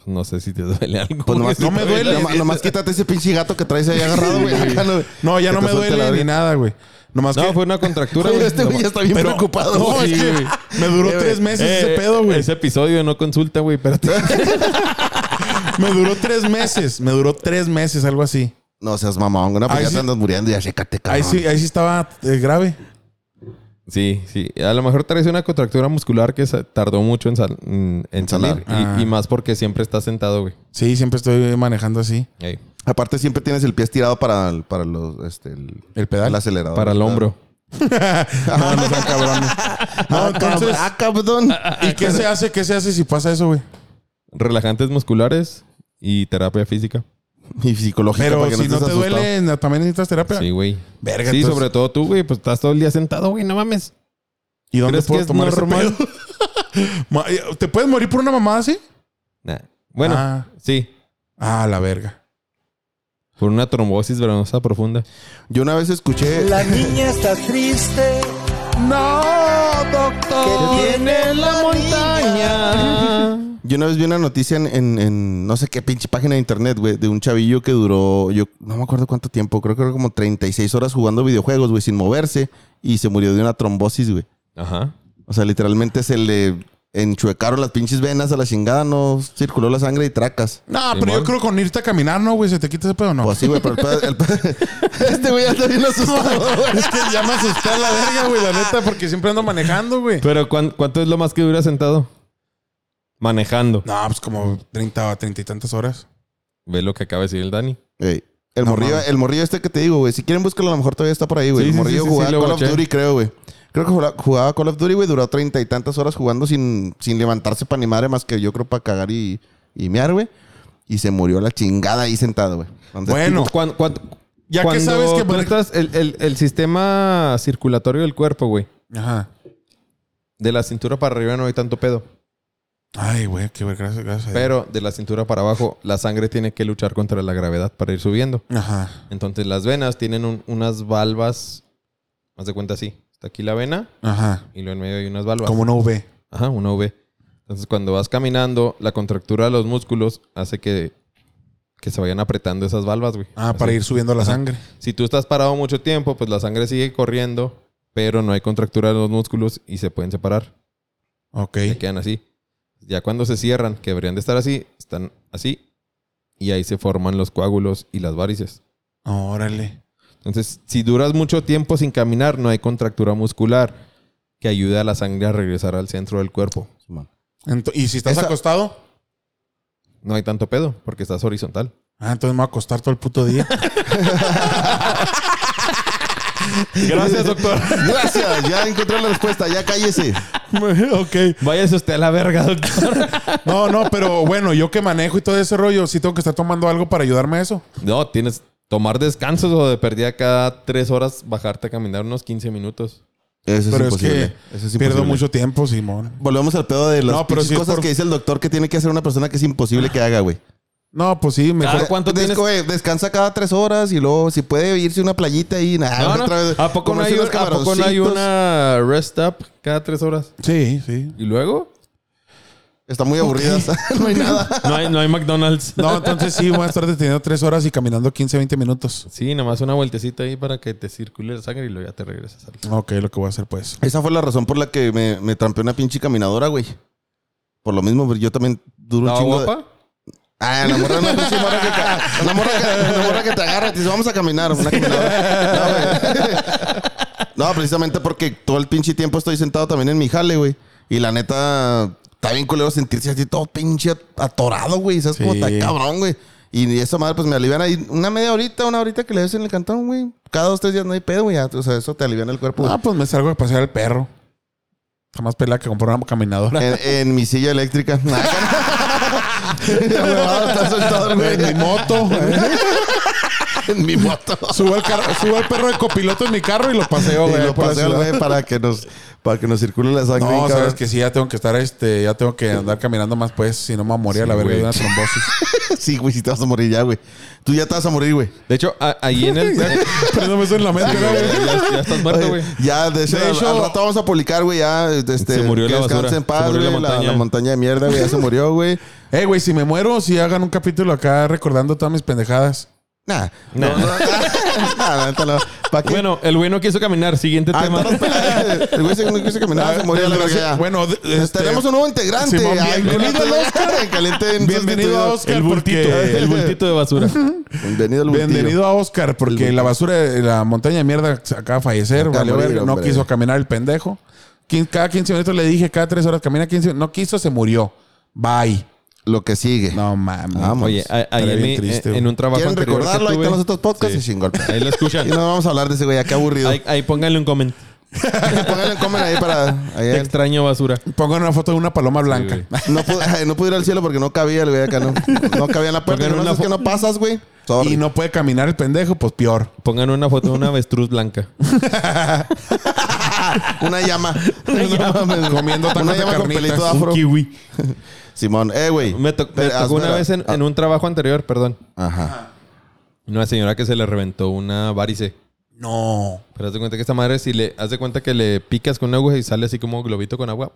Speaker 3: No sé si te duele algo.
Speaker 2: Pues
Speaker 3: güey.
Speaker 2: nomás,
Speaker 1: no me duele.
Speaker 2: Nomás, nomás quítate ese pinche gato que traes ahí agarrado, güey. Acá, no,
Speaker 1: No, ya
Speaker 2: Que
Speaker 1: no
Speaker 2: te
Speaker 1: me
Speaker 2: suelte la
Speaker 1: duele
Speaker 2: verga.
Speaker 1: ni nada, güey. Nomás
Speaker 3: No,
Speaker 1: que.
Speaker 3: fue una contractura,
Speaker 2: Güey,
Speaker 3: güey.
Speaker 2: este güey ya está bien
Speaker 1: Pero-
Speaker 2: preocupado.
Speaker 1: No,
Speaker 2: güey.
Speaker 1: es que me duró
Speaker 2: Eh, güey.
Speaker 1: tres meses
Speaker 3: Eh,
Speaker 1: ese pedo, güey.
Speaker 3: Ese episodio no consulta, güey. Espérate.
Speaker 1: Me duró tres meses. Me duró tres meses, algo así.
Speaker 2: No seas mamón, güey. No, pues
Speaker 1: Ahí
Speaker 2: ya
Speaker 1: sí-
Speaker 2: te andas muriendo, ya sécate, cabrón.
Speaker 1: Ahí sí, ahí sí estaba eh, grave.
Speaker 3: Sí, sí. A lo mejor traes una contractura muscular que sa- tardó mucho en, sal- en en salir.
Speaker 2: Sanar.
Speaker 3: Y-
Speaker 1: Ah.
Speaker 3: Y, más porque siempre estás sentado, güey.
Speaker 1: Sí, siempre estoy manejando así.
Speaker 3: Ey,
Speaker 2: Aparte, siempre tienes el pie estirado para, el- para los, este, el,
Speaker 1: El pedal.
Speaker 2: el acelerador.
Speaker 3: Para el hombro.
Speaker 1: No, no sean cabrones. No,
Speaker 2: Ah,
Speaker 1: entonces,
Speaker 2: entonces... Ah, cabrón.
Speaker 1: ¿y qué se hace? ¿Qué se hace si pasa eso, güey?
Speaker 3: Relajantes musculares y terapia física.
Speaker 2: Y psicológico.
Speaker 1: Pero si no te duele, no- también necesitas terapia.
Speaker 3: Sí, güey.
Speaker 1: Verga,
Speaker 3: sí,
Speaker 1: entonces-
Speaker 3: sobre todo tú, güey. Pues estás todo el día sentado, güey. No mames.
Speaker 1: ¿Y dónde
Speaker 3: ¿Crees que
Speaker 1: puedo
Speaker 3: es
Speaker 1: tomar ese
Speaker 3: normal?
Speaker 1: pedo? Ma- eh, ¿Te puedes morir por una mamada así?
Speaker 3: Nah. Bueno,
Speaker 1: Ah.
Speaker 3: sí.
Speaker 1: Ah, la verga.
Speaker 3: Por una trombosis venosa profunda.
Speaker 2: Yo una vez escuché.
Speaker 4: La niña está triste.
Speaker 1: ¡No,
Speaker 4: Que
Speaker 1: doctor!
Speaker 4: tiene la montaña.
Speaker 2: Yo una vez vi una noticia en, en- en no sé qué pinche página de internet, güey, de un chavillo que duró, yo no me acuerdo cuánto tiempo, creo que era como 36 horas jugando videojuegos, güey, sin moverse y se murió de una trombosis, güey.
Speaker 3: Ajá.
Speaker 2: O sea, literalmente se le enchuecaron las pinches venas a la chingada, no circuló la sangre y tracas.
Speaker 1: No, pero yo
Speaker 3: Simón.
Speaker 1: creo con irte a caminar, ¿no, güey? ¿Se te quita ese pedo o no?
Speaker 2: Pues sí, güey, pero el pedo- el pedo- este güey anda bien asustado, güey.
Speaker 1: es que ya me asusté a la verga, güey, la neta, porque siempre ando manejando, güey.
Speaker 3: Pero ¿cuán- ¿cuánto es lo más que dura sentado? Manejando.
Speaker 1: No, pues como 30 o 30 y tantas horas.
Speaker 3: Ve lo que acaba de decir el Dani.
Speaker 2: Ey, El,
Speaker 1: No
Speaker 2: morrillo,
Speaker 1: mames.
Speaker 2: el morrillo este que te digo, güey. Si quieren búscalo, a lo mejor todavía está por ahí, güey.
Speaker 3: Sí,
Speaker 2: el
Speaker 3: sí,
Speaker 2: morrillo
Speaker 3: sí, sí,
Speaker 2: jugaba
Speaker 3: sí, lo
Speaker 2: Call of
Speaker 3: guaché.
Speaker 2: Duty, creo, güey. Creo que jugaba, jugaba Call of Duty, güey. Duró treinta y tantas horas jugando sin, sin levantarse para ni madre más que yo creo para cagar y, y mear, güey. Y se murió la chingada ahí sentado, güey. Donde-
Speaker 1: Bueno,
Speaker 3: Cuan- cuan-
Speaker 1: Ya que
Speaker 3: cuando
Speaker 1: sabes que-
Speaker 3: conectas el, el- el sistema circulatorio del cuerpo, güey.
Speaker 1: ajá.
Speaker 3: De la cintura para arriba no hay tanto pedo.
Speaker 1: Ay, güey, qué verga, gracias, gracias. a Dios.
Speaker 3: Pero de la cintura para abajo, la sangre tiene que luchar contra la gravedad para ir subiendo.
Speaker 1: Ajá,
Speaker 3: Entonces las venas tienen un- unas valvas. Haz de cuenta así. Está aquí la vena
Speaker 1: ajá.
Speaker 3: y luego en medio hay unas valvas.
Speaker 1: Como una V.
Speaker 3: Ajá, una V. Entonces, cuando vas caminando, la contractura de los músculos hace que, que se vayan apretando esas valvas, güey.
Speaker 1: Ah,
Speaker 3: Así.
Speaker 1: para ir subiendo la
Speaker 3: Ajá.
Speaker 1: sangre.
Speaker 3: Si tú estás parado mucho tiempo, pues la sangre sigue corriendo, pero no hay contractura de los músculos y se pueden separar.
Speaker 1: Ok.
Speaker 3: Se quedan así. Ya cuando se cierran, que deberían de estar así, están así. Y ahí se forman los coágulos y las varices.
Speaker 1: Órale.
Speaker 3: Entonces, si duras mucho tiempo sin caminar, no hay contractura muscular que ayude a la sangre a regresar al centro del cuerpo.
Speaker 2: Simón.
Speaker 1: Ento- ¿Y si estás
Speaker 2: Esa-
Speaker 1: acostado?
Speaker 3: No hay tanto pedo porque estás horizontal.
Speaker 1: Ah, entonces me voy a acostar todo el puto día.
Speaker 3: Gracias, doctor.
Speaker 2: Gracias, ya encontré la respuesta, ya cállese.
Speaker 1: ok.
Speaker 3: Váyase usted a la verga, doctor.
Speaker 1: No, no, pero bueno, yo que manejo y todo ese rollo, sí tengo que estar tomando algo para ayudarme a eso.
Speaker 3: No, tienes tomar descansos o de perdida cada tres horas bajarte a caminar unos 15 minutos.
Speaker 2: Eso es
Speaker 1: pero es,
Speaker 2: imposible.
Speaker 1: que
Speaker 2: Eso es
Speaker 1: pierdo
Speaker 2: imposible.
Speaker 1: mucho tiempo, Simón.
Speaker 2: Volvemos al pedo de las
Speaker 1: No, pero
Speaker 2: pinches
Speaker 1: sí es
Speaker 2: cosas
Speaker 1: por-
Speaker 2: que dice el doctor que tiene que hacer una persona que es imposible que haga, güey.
Speaker 1: No, pues sí, mejor.
Speaker 3: Claro. ¿Cuánto tienes?
Speaker 2: güey, Eh, descansa cada tres horas y luego si puede irse a una playita y nada.
Speaker 3: No, no.
Speaker 2: Ah, otra vez.
Speaker 3: ¿A poco no,
Speaker 2: Comerse
Speaker 3: hay,
Speaker 2: unos
Speaker 3: un- ¿A poco no hay
Speaker 2: camaroncitos.
Speaker 3: una rest up cada tres horas?
Speaker 1: Sí, sí.
Speaker 3: ¿Y luego?
Speaker 2: Está muy aburrida. no hay nada.
Speaker 3: No hay, no hay McDonald's.
Speaker 1: No, entonces sí, voy a estar detenido tres horas y caminando 15, 20 minutos.
Speaker 3: Sí, nada más una vueltecita ahí para que te circule la sangre y luego ya te regresas. al-
Speaker 1: Ok, lo que voy a hacer pues.
Speaker 2: Esa fue la razón por la que me, me trampé una pinche caminadora, güey. Por lo mismo, güey, yo también duro un
Speaker 3: ¿Estaba
Speaker 2: chingo. de-
Speaker 3: guapa?
Speaker 2: Ah, la morra, una pinche morra que, ca- una morra que, una morra que te agarra y te dice, vamos a caminar. Una caminadora. No, güey. No, precisamente porque todo el pinche tiempo estoy sentado también en mi jale, güey. Y la neta, está bien culero sentirse así todo pinche atorado, güey. ¿Sabes cómo
Speaker 1: Sí.
Speaker 2: está cabrón, güey? Y esa madre, pues me alivian ahí una media horita, una horita que le des en el cantón, güey. Cada dos, tres días no hay pedo, güey. Ya, O sea, eso te alivian el cuerpo. güey.
Speaker 1: Ah, pues me salgo a pasear al perro. Está más pelada que comprar una caminadora.
Speaker 2: En, en mi silla eléctrica. Nah, cara. Ya, huevado, está sentado el güey.
Speaker 1: En mi moto.
Speaker 2: en mi moto.
Speaker 1: eh. Subo al, carro- subo al perro de copiloto en mi carro y lo paseo,
Speaker 2: y
Speaker 1: güey.
Speaker 2: lo
Speaker 1: por la
Speaker 2: paseo,
Speaker 1: ciudad.
Speaker 2: güey, para que nos, para que nos circule la sangre.
Speaker 1: No,
Speaker 2: cabrón.
Speaker 1: sabes que sí, ya tengo que estar, este, ya tengo que andar caminando más, pues, si no me voy a morir a la
Speaker 3: Sí,
Speaker 1: verga de
Speaker 3: güey.
Speaker 1: una trombosis.
Speaker 2: Sí, güey, si te vas a morir ya, güey. Tú ya te vas a morir, güey.
Speaker 3: De hecho, a- ahí en el. ya,
Speaker 1: Pero no me suena en la mente, ¿no, güey?
Speaker 3: ya estás muerto, güey.
Speaker 2: Ya, de hecho,
Speaker 1: De
Speaker 2: al-
Speaker 1: hecho-
Speaker 2: al, rato vamos a publicar, güey, ya. Este,
Speaker 3: Se murió
Speaker 2: que
Speaker 3: la
Speaker 2: descanse
Speaker 3: basura.
Speaker 2: en paz,
Speaker 3: Se murió la
Speaker 2: güey, la,
Speaker 3: montaña.
Speaker 2: la montaña de mierda, güey, ya se murió, güey.
Speaker 1: Eh, güey, si me muero, si hagan un capítulo acá recordando todas mis pendejadas.
Speaker 2: Nah. No, no, nah, la neta no. ¿Para qué?
Speaker 3: Bueno, el güey no quiso caminar. Siguiente
Speaker 2: Ah,
Speaker 3: tema.
Speaker 2: no, no, espera, el güey se, no quiso
Speaker 1: Ah,
Speaker 2: caminar, se murió. la
Speaker 1: Desgracia-
Speaker 2: verga, ya.
Speaker 1: Bueno, de- este,
Speaker 2: tenemos un nuevo integrante.
Speaker 1: Simón,
Speaker 2: Ay,
Speaker 1: bienvenido al
Speaker 2: Oscar. Caliente,
Speaker 1: Bienvenido a Oscar,
Speaker 3: el bultito.
Speaker 1: porque-
Speaker 3: El bultito de basura.
Speaker 2: Bienvenido al bultillo.
Speaker 1: Bienvenido a Oscar, porque la basura de la montaña de mierda se acaba de fallecer.
Speaker 2: Acaba de
Speaker 1: valió
Speaker 2: morir,
Speaker 1: verga, no
Speaker 2: hombre.
Speaker 1: quiso caminar el pendejo. Quin- Cada 15 minutos le dije, cada 3 horas camina 15 minutos. No quiso, se murió. Bye.
Speaker 2: Lo que sigue.
Speaker 1: No mames.
Speaker 2: Vamos.
Speaker 3: Oye, a- ahí
Speaker 1: Estaría
Speaker 3: en,
Speaker 1: bien
Speaker 3: mi-
Speaker 1: triste,
Speaker 3: en- en un trabajo
Speaker 2: ¿Quieren
Speaker 3: anterior que
Speaker 2: recordarlo? Ahí
Speaker 3: tuve-
Speaker 2: están los otros podcasts
Speaker 3: Sí.
Speaker 2: y chingón.
Speaker 3: Ahí lo escuchan.
Speaker 2: Y no vamos a hablar de ese güey, ya, qué aburrido.
Speaker 3: Ahí, ahí pónganle un comment.
Speaker 2: Pónganle un comment ahí para. ahí
Speaker 3: Te
Speaker 2: al-
Speaker 3: extraño basura.
Speaker 1: Pongan una foto de una paloma blanca.
Speaker 3: Sí,
Speaker 2: no, pude, ay, no pude ir al cielo porque no cabía el güey acá, no. No cabía en la
Speaker 3: Porque
Speaker 2: puerta. Y
Speaker 3: en
Speaker 2: no
Speaker 3: una
Speaker 2: es que no pasas, güey. Sorry.
Speaker 1: y no puede caminar el pendejo, pues peor.
Speaker 3: Pongan una foto de una avestruz blanca.
Speaker 2: Una llama. Una llama,
Speaker 1: Comiendo tacos
Speaker 2: Una
Speaker 1: de
Speaker 2: llama con
Speaker 1: carnitas.
Speaker 2: pelito
Speaker 1: Un
Speaker 2: afro.
Speaker 3: kiwi.
Speaker 2: Simón, eh, güey.
Speaker 3: Me, to- me
Speaker 2: Espera,
Speaker 3: tocó una
Speaker 2: espera.
Speaker 3: vez en, en un trabajo anterior, perdón.
Speaker 2: Ajá.
Speaker 3: Una señora que se le reventó una varice.
Speaker 1: No.
Speaker 3: Pero haz de cuenta que esta madre, si le haz de cuenta que le picas con una aguja y sale así como globito con agua.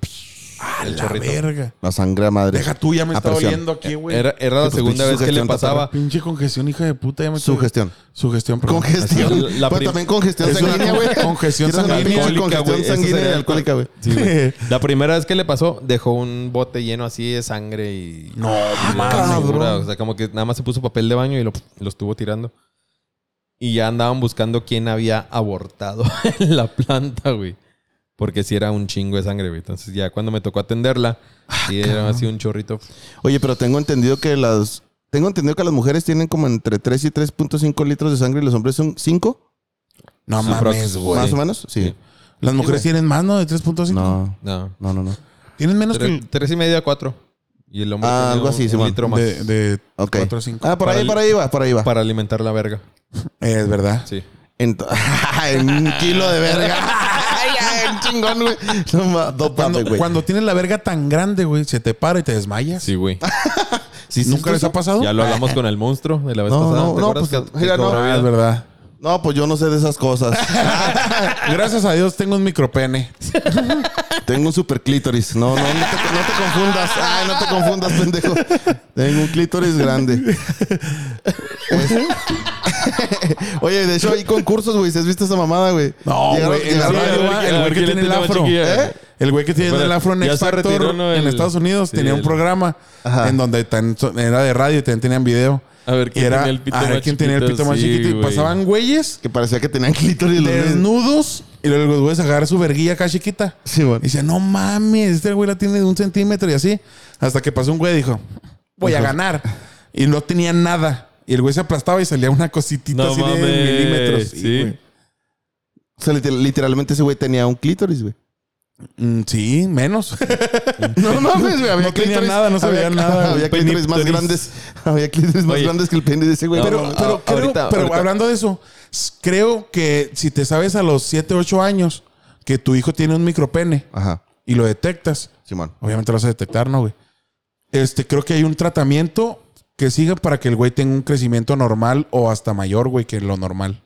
Speaker 2: Ah,
Speaker 1: A la
Speaker 3: chorrito.
Speaker 1: verga.
Speaker 2: La sangre a madre.
Speaker 1: Deja tú, ya me
Speaker 2: A
Speaker 1: está
Speaker 2: presión.
Speaker 1: doliendo aquí, güey.
Speaker 3: Era, era la
Speaker 2: pues,
Speaker 3: segunda
Speaker 2: pinche
Speaker 3: vez que le
Speaker 2: sugestión,
Speaker 3: pasaba.
Speaker 1: Pinche congestión, hija de puta. Ya me estoy-
Speaker 2: Sugestión.
Speaker 1: Sugestión, perdón.
Speaker 2: Congestión.
Speaker 3: La
Speaker 2: Pero
Speaker 3: prim-
Speaker 2: también congestión
Speaker 1: Es una
Speaker 2: sanguínea,
Speaker 1: con-
Speaker 2: güey.
Speaker 1: congestión
Speaker 2: Es una
Speaker 1: sanguínea.
Speaker 2: pinche
Speaker 3: Alcohólica,
Speaker 2: Congestión
Speaker 3: güey. Eso
Speaker 2: sanguínea y
Speaker 3: sería
Speaker 2: alcohólica, güey.
Speaker 3: Sí, güey. la primera vez que le pasó, dejó un bote lleno así de sangre y.
Speaker 1: No,
Speaker 2: Ah,
Speaker 3: y la
Speaker 1: mames.
Speaker 3: basura, O sea, como que nada más se puso papel de baño y lo, lo estuvo tirando. Y ya andaban buscando quién había abortado en la planta, güey. Porque si era un chingo de sangre, güey. Entonces ya cuando me tocó atenderla,
Speaker 1: Ah,
Speaker 3: sí era así un chorrito.
Speaker 2: Oye, pero tengo entendido que las. Tengo entendido que las mujeres tienen como entre 3 y 3.5 litros de sangre y los hombres son 5,
Speaker 1: No mames,
Speaker 3: Suprox,
Speaker 1: güey.
Speaker 2: más o menos. Sí.
Speaker 1: Las mujeres tienen más, ¿no? De 3.5.
Speaker 2: No,
Speaker 3: No.
Speaker 2: no, no, no.
Speaker 1: Tienen menos que
Speaker 3: Tres,
Speaker 1: el-
Speaker 3: tres y medio a cuatro. Y el hombre
Speaker 2: Ah,
Speaker 3: tenía
Speaker 2: algo
Speaker 3: un-
Speaker 2: así,
Speaker 3: un
Speaker 2: Simón.
Speaker 3: litro más
Speaker 1: de, de
Speaker 2: Ok.
Speaker 1: 4 o 5.
Speaker 2: Ah, por
Speaker 3: Para
Speaker 2: ahí,
Speaker 3: el-
Speaker 2: por ahí va, por ahí va.
Speaker 3: para alimentar la verga.
Speaker 1: Es verdad.
Speaker 3: Sí.
Speaker 2: Ento- En un kilo de verga. Ay, ay, un chingón, güey. No ma- dópate,
Speaker 1: Cuando,
Speaker 2: güey.
Speaker 1: cuando tienes la verga tan grande, güey, se te para y te desmayas.
Speaker 3: Sí, güey.
Speaker 1: Sí, sí, ¿Nunca les ha pasado?
Speaker 3: Ya lo hablamos con el monstruo de la vez
Speaker 2: No,
Speaker 3: pasada.
Speaker 2: no,
Speaker 3: ¿Te
Speaker 2: no,
Speaker 3: acuerdas
Speaker 2: pues,
Speaker 3: que-
Speaker 2: mira,
Speaker 3: que
Speaker 2: no.
Speaker 3: cobraba?
Speaker 1: Ah, es verdad.
Speaker 2: No, pues yo no sé de esas cosas.
Speaker 1: Gracias a Dios tengo un micropene.
Speaker 2: Tengo un super clítoris. No, no, no te, no te confundas. Ay, no te confundas, pendejo. Tengo un clítoris grande. Es- Oye, de hecho hay concursos, güey. Si has visto esa mamada, güey.
Speaker 1: No,
Speaker 2: Llegaron-
Speaker 1: güey. En la
Speaker 2: llegaron-
Speaker 3: a
Speaker 1: radio
Speaker 3: ver,
Speaker 1: va
Speaker 3: a
Speaker 1: el
Speaker 3: ver
Speaker 1: güey que
Speaker 3: quién
Speaker 1: tiene
Speaker 3: le
Speaker 1: el
Speaker 3: tiene más
Speaker 1: afro.
Speaker 3: chiquilla.
Speaker 1: ¿Eh? El güey que tiene
Speaker 3: Espera,
Speaker 1: el afro en
Speaker 3: ya
Speaker 1: X
Speaker 3: se
Speaker 1: Factor
Speaker 3: retiró, ¿no?
Speaker 1: en
Speaker 3: El-
Speaker 1: Estados Unidos
Speaker 3: sí,
Speaker 1: tenía un
Speaker 3: el-
Speaker 1: programa
Speaker 2: Ajá.
Speaker 1: en donde tan- era de radio y también tenían video.
Speaker 3: A ver
Speaker 1: Y
Speaker 3: quién
Speaker 1: era-
Speaker 3: tenía el pito
Speaker 1: a ver
Speaker 3: más
Speaker 1: quién tenía el
Speaker 3: chiquito,
Speaker 1: pito más
Speaker 3: sí,
Speaker 1: chiquito. Y
Speaker 3: güey.
Speaker 1: pasaban güeyes
Speaker 2: Que parecía que tenían clítoris. los güeyes.
Speaker 1: desnudos y luego los güeyes agarrar su verguilla acá chiquita.
Speaker 2: Sí, bueno.
Speaker 1: Y dice, no mames, este güey la tiene de un centímetro y así. Hasta que pasó un güey y dijo, voy a ganar. Y no tenía nada. Y el güey se aplastaba y salía una cositita
Speaker 3: No
Speaker 1: así de
Speaker 3: mames.
Speaker 1: milímetros. Sí,
Speaker 3: Sí.
Speaker 1: güey.
Speaker 2: O sea, liter- literalmente ese güey tenía un clítoris, güey.
Speaker 1: Mm, sí, menos.
Speaker 2: No mames, güey.
Speaker 1: había clítoris- había- ajá,
Speaker 2: Había
Speaker 1: había
Speaker 2: clítoris más
Speaker 3: peniptoris.
Speaker 2: grandes. Había clítoris más
Speaker 3: Oye.
Speaker 2: grandes que el pene de ese güey.
Speaker 3: No,
Speaker 2: Pero,
Speaker 3: no,
Speaker 1: pero
Speaker 3: Ah,
Speaker 1: creo-
Speaker 3: ahorita-
Speaker 1: pero
Speaker 3: ahorita.
Speaker 1: hablando de eso, s- creo que si te sabes a los 7, 8 años que tu hijo tiene un micropene
Speaker 2: Ajá,
Speaker 1: y lo detectas,
Speaker 2: Simón.
Speaker 1: Obviamente lo vas a detectar, ¿no, güey? Este, creo que hay un tratamiento que siga para que el güey tenga un crecimiento normal o hasta mayor, güey, que lo normal.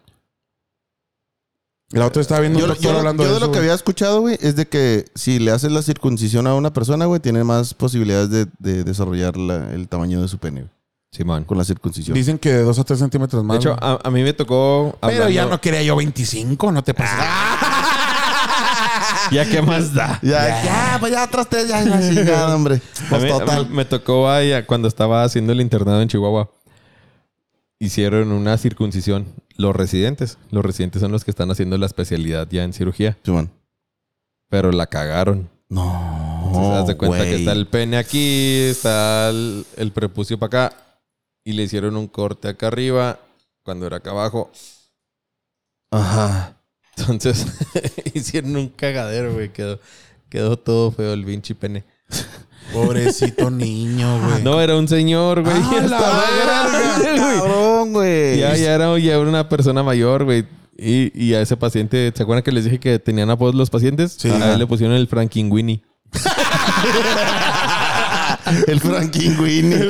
Speaker 1: La otra estaba viendo
Speaker 2: Yo,
Speaker 1: un
Speaker 2: lo-
Speaker 1: doctor
Speaker 2: yo lo-
Speaker 1: hablando
Speaker 2: yo
Speaker 1: de
Speaker 2: de
Speaker 1: eso,
Speaker 2: lo que
Speaker 1: güey.
Speaker 2: había escuchado, güey, es de que si le haces la circuncisión a una persona, güey, tiene más posibilidades de, de desarrollar la- el tamaño de su pene, güey,
Speaker 3: Simón.
Speaker 2: con la circuncisión.
Speaker 1: Dicen que de 2 a 3 centímetros más.
Speaker 3: De hecho,
Speaker 1: güey.
Speaker 3: a, a mí me tocó.
Speaker 1: pero
Speaker 3: hablando-
Speaker 1: ya no quería yo 25, no te pases.
Speaker 3: Ya qué más da.
Speaker 2: Ya, ya, pues ya traste, ya, ya, chingada, hombre.
Speaker 3: A mí-
Speaker 2: Pues
Speaker 3: a
Speaker 2: total.
Speaker 3: mí me tocó ahí, a- cuando estaba haciendo el internado en Chihuahua. Hicieron una circuncisión. Los residentes. Los residentes son los que están haciendo la especialidad ya en cirugía.
Speaker 2: Simón.
Speaker 3: Pero la cagaron.
Speaker 2: No.
Speaker 3: Entonces, haz de cuenta que
Speaker 2: güey.
Speaker 3: está el pene aquí, está el, el prepucio para acá. Y le hicieron un corte acá arriba, cuando era acá abajo.
Speaker 2: Ajá.
Speaker 3: Entonces, hicieron un cagadero, güey. Quedó, quedó todo feo el pinche pene.
Speaker 1: Pobrecito niño, güey.
Speaker 3: No, era un señor, güey.
Speaker 1: Ah, la
Speaker 3: Estaba grande, güey.
Speaker 2: Cabrón, güey.
Speaker 3: Ya, ya era, ya era una persona mayor, güey. Y, y a ese paciente, ¿se acuerdan que les dije que tenían apodos los pacientes?
Speaker 1: Sí.
Speaker 3: A él le pusieron el Frankinguini.
Speaker 2: El Frankie Winnie.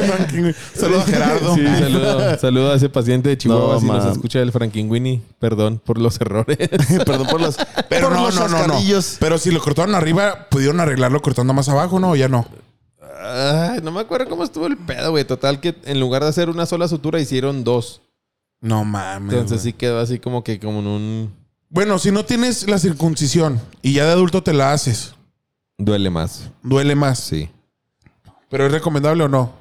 Speaker 1: Saludos a Gerardo.
Speaker 3: Sí, saludo, saludo a ese paciente de Chihuahua.
Speaker 2: No,
Speaker 3: si nos
Speaker 2: man.
Speaker 3: escucha el Frankinguini, perdón por los errores.
Speaker 2: Perdón por los.
Speaker 1: Pero
Speaker 2: por
Speaker 1: no,
Speaker 2: los
Speaker 1: no, no, no.
Speaker 2: chascarrillos.
Speaker 1: Pero si lo cortaron arriba, pudieron arreglarlo cortando más abajo, ¿no? ¿O ya no?
Speaker 3: Ay, no me acuerdo cómo estuvo el pedo, güey. Total que en lugar de hacer una sola sutura, hicieron dos.
Speaker 1: No mames.
Speaker 3: Entonces
Speaker 1: güey.
Speaker 3: sí quedó así como que como en un...
Speaker 1: Bueno, si no tienes la circuncisión y ya de adulto te la haces,
Speaker 3: Duele más,
Speaker 1: duele más.
Speaker 3: sí.
Speaker 1: Pero es recomendable o no?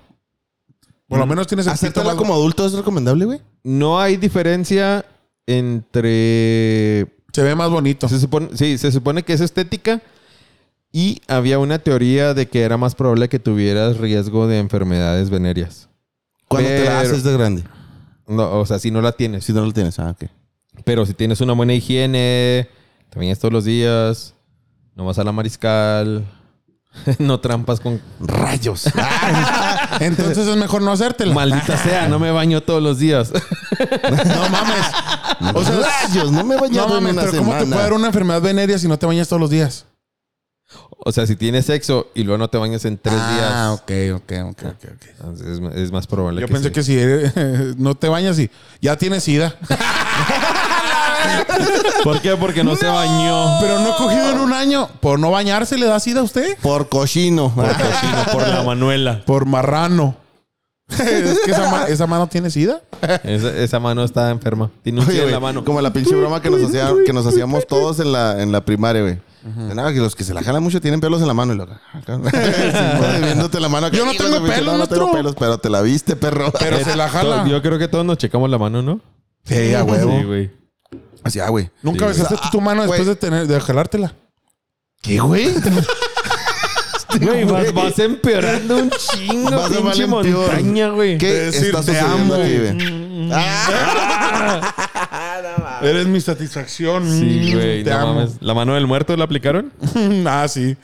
Speaker 1: Por
Speaker 3: Mm.
Speaker 1: lo menos tienes el pito
Speaker 2: Hacértela
Speaker 1: más-
Speaker 2: como adulto es recomendable, güey.
Speaker 3: No hay diferencia entre
Speaker 1: se ve más bonito.
Speaker 3: Se supone, sí, se supone que es estética. Y había una teoría de que era más probable que tuvieras riesgo de enfermedades venéreas.
Speaker 2: Cuando te la
Speaker 3: Pero-
Speaker 2: haces de grande.
Speaker 3: No, o sea, si no la tienes.
Speaker 2: Si no lo tienes, ah, ok.
Speaker 3: Pero si tienes una buena higiene, te bañas todos los días, no vas a la mariscal, no trampas con...
Speaker 2: Rayos.
Speaker 1: Entonces es mejor no hacértela.
Speaker 3: Maldita sea, no me baño todos los días.
Speaker 1: No mames. O sea,
Speaker 2: Rayos, no me he
Speaker 1: no
Speaker 2: bañado en
Speaker 1: mames,
Speaker 2: una
Speaker 1: pero ¿cómo te
Speaker 2: semana.
Speaker 1: puede dar una enfermedad venérea si no te bañas todos los días?
Speaker 3: O sea, si tienes sexo y luego no te bañas en tres días,
Speaker 1: Ah, ok, ok, ok, ok, ok.
Speaker 3: entonces es, es más probable
Speaker 1: Yo pensé
Speaker 3: sí.
Speaker 1: que si eres- no te bañas y ya tienes sida.
Speaker 3: ¿Por qué? Porque no se bañó.
Speaker 1: Pero no he cogido en un año. ¿Por no bañarse le da sida a usted?
Speaker 2: Por cochino. Ah,
Speaker 3: Sino por la Manuela.
Speaker 1: Por marrano. es que esa, ma- esa mano tiene sida.
Speaker 3: Esa, esa mano está enferma. Tiene un
Speaker 2: Oye,
Speaker 3: pie en
Speaker 2: güey,
Speaker 3: la mano.
Speaker 2: Como la pinche broma que nos, hacía- que nos hacíamos todos en la, en la primaria, güey. De Nada, que los que se la jalan mucho tienen pelos en la mano. Y lo, acá, viéndote la mano. acá,
Speaker 1: Yo no
Speaker 2: hijo de
Speaker 1: tengo
Speaker 2: pinche,
Speaker 1: pelo,
Speaker 2: no, no tengo
Speaker 1: maestro.
Speaker 2: pelos, pero te la viste, perro.
Speaker 1: Pero se la
Speaker 3: To-
Speaker 1: jala.
Speaker 3: Yo creo que todos nos checamos la mano, ¿no?
Speaker 1: Sí, a huevo.
Speaker 3: Sí, güey.
Speaker 2: Así, ah, güey.
Speaker 1: Nunca
Speaker 3: Sí,
Speaker 1: besaste tu mano
Speaker 2: güey.
Speaker 1: después de tener de jalártela.
Speaker 2: ¿Qué, güey?
Speaker 3: Güey, vas, vas empeorando un chingo,
Speaker 2: Vas a
Speaker 3: pinche
Speaker 2: valer peor.
Speaker 3: montaña, güey.
Speaker 2: ¿Qué
Speaker 1: Decir,
Speaker 2: está
Speaker 1: te
Speaker 2: sucediendo
Speaker 1: amo.
Speaker 2: aquí, güey?
Speaker 1: Eres mi satisfacción.
Speaker 3: Sí,
Speaker 1: Mm,
Speaker 3: güey.
Speaker 1: Te
Speaker 3: no
Speaker 1: amo.
Speaker 3: mames. ¿La mano del muerto la aplicaron?
Speaker 1: ah, sí.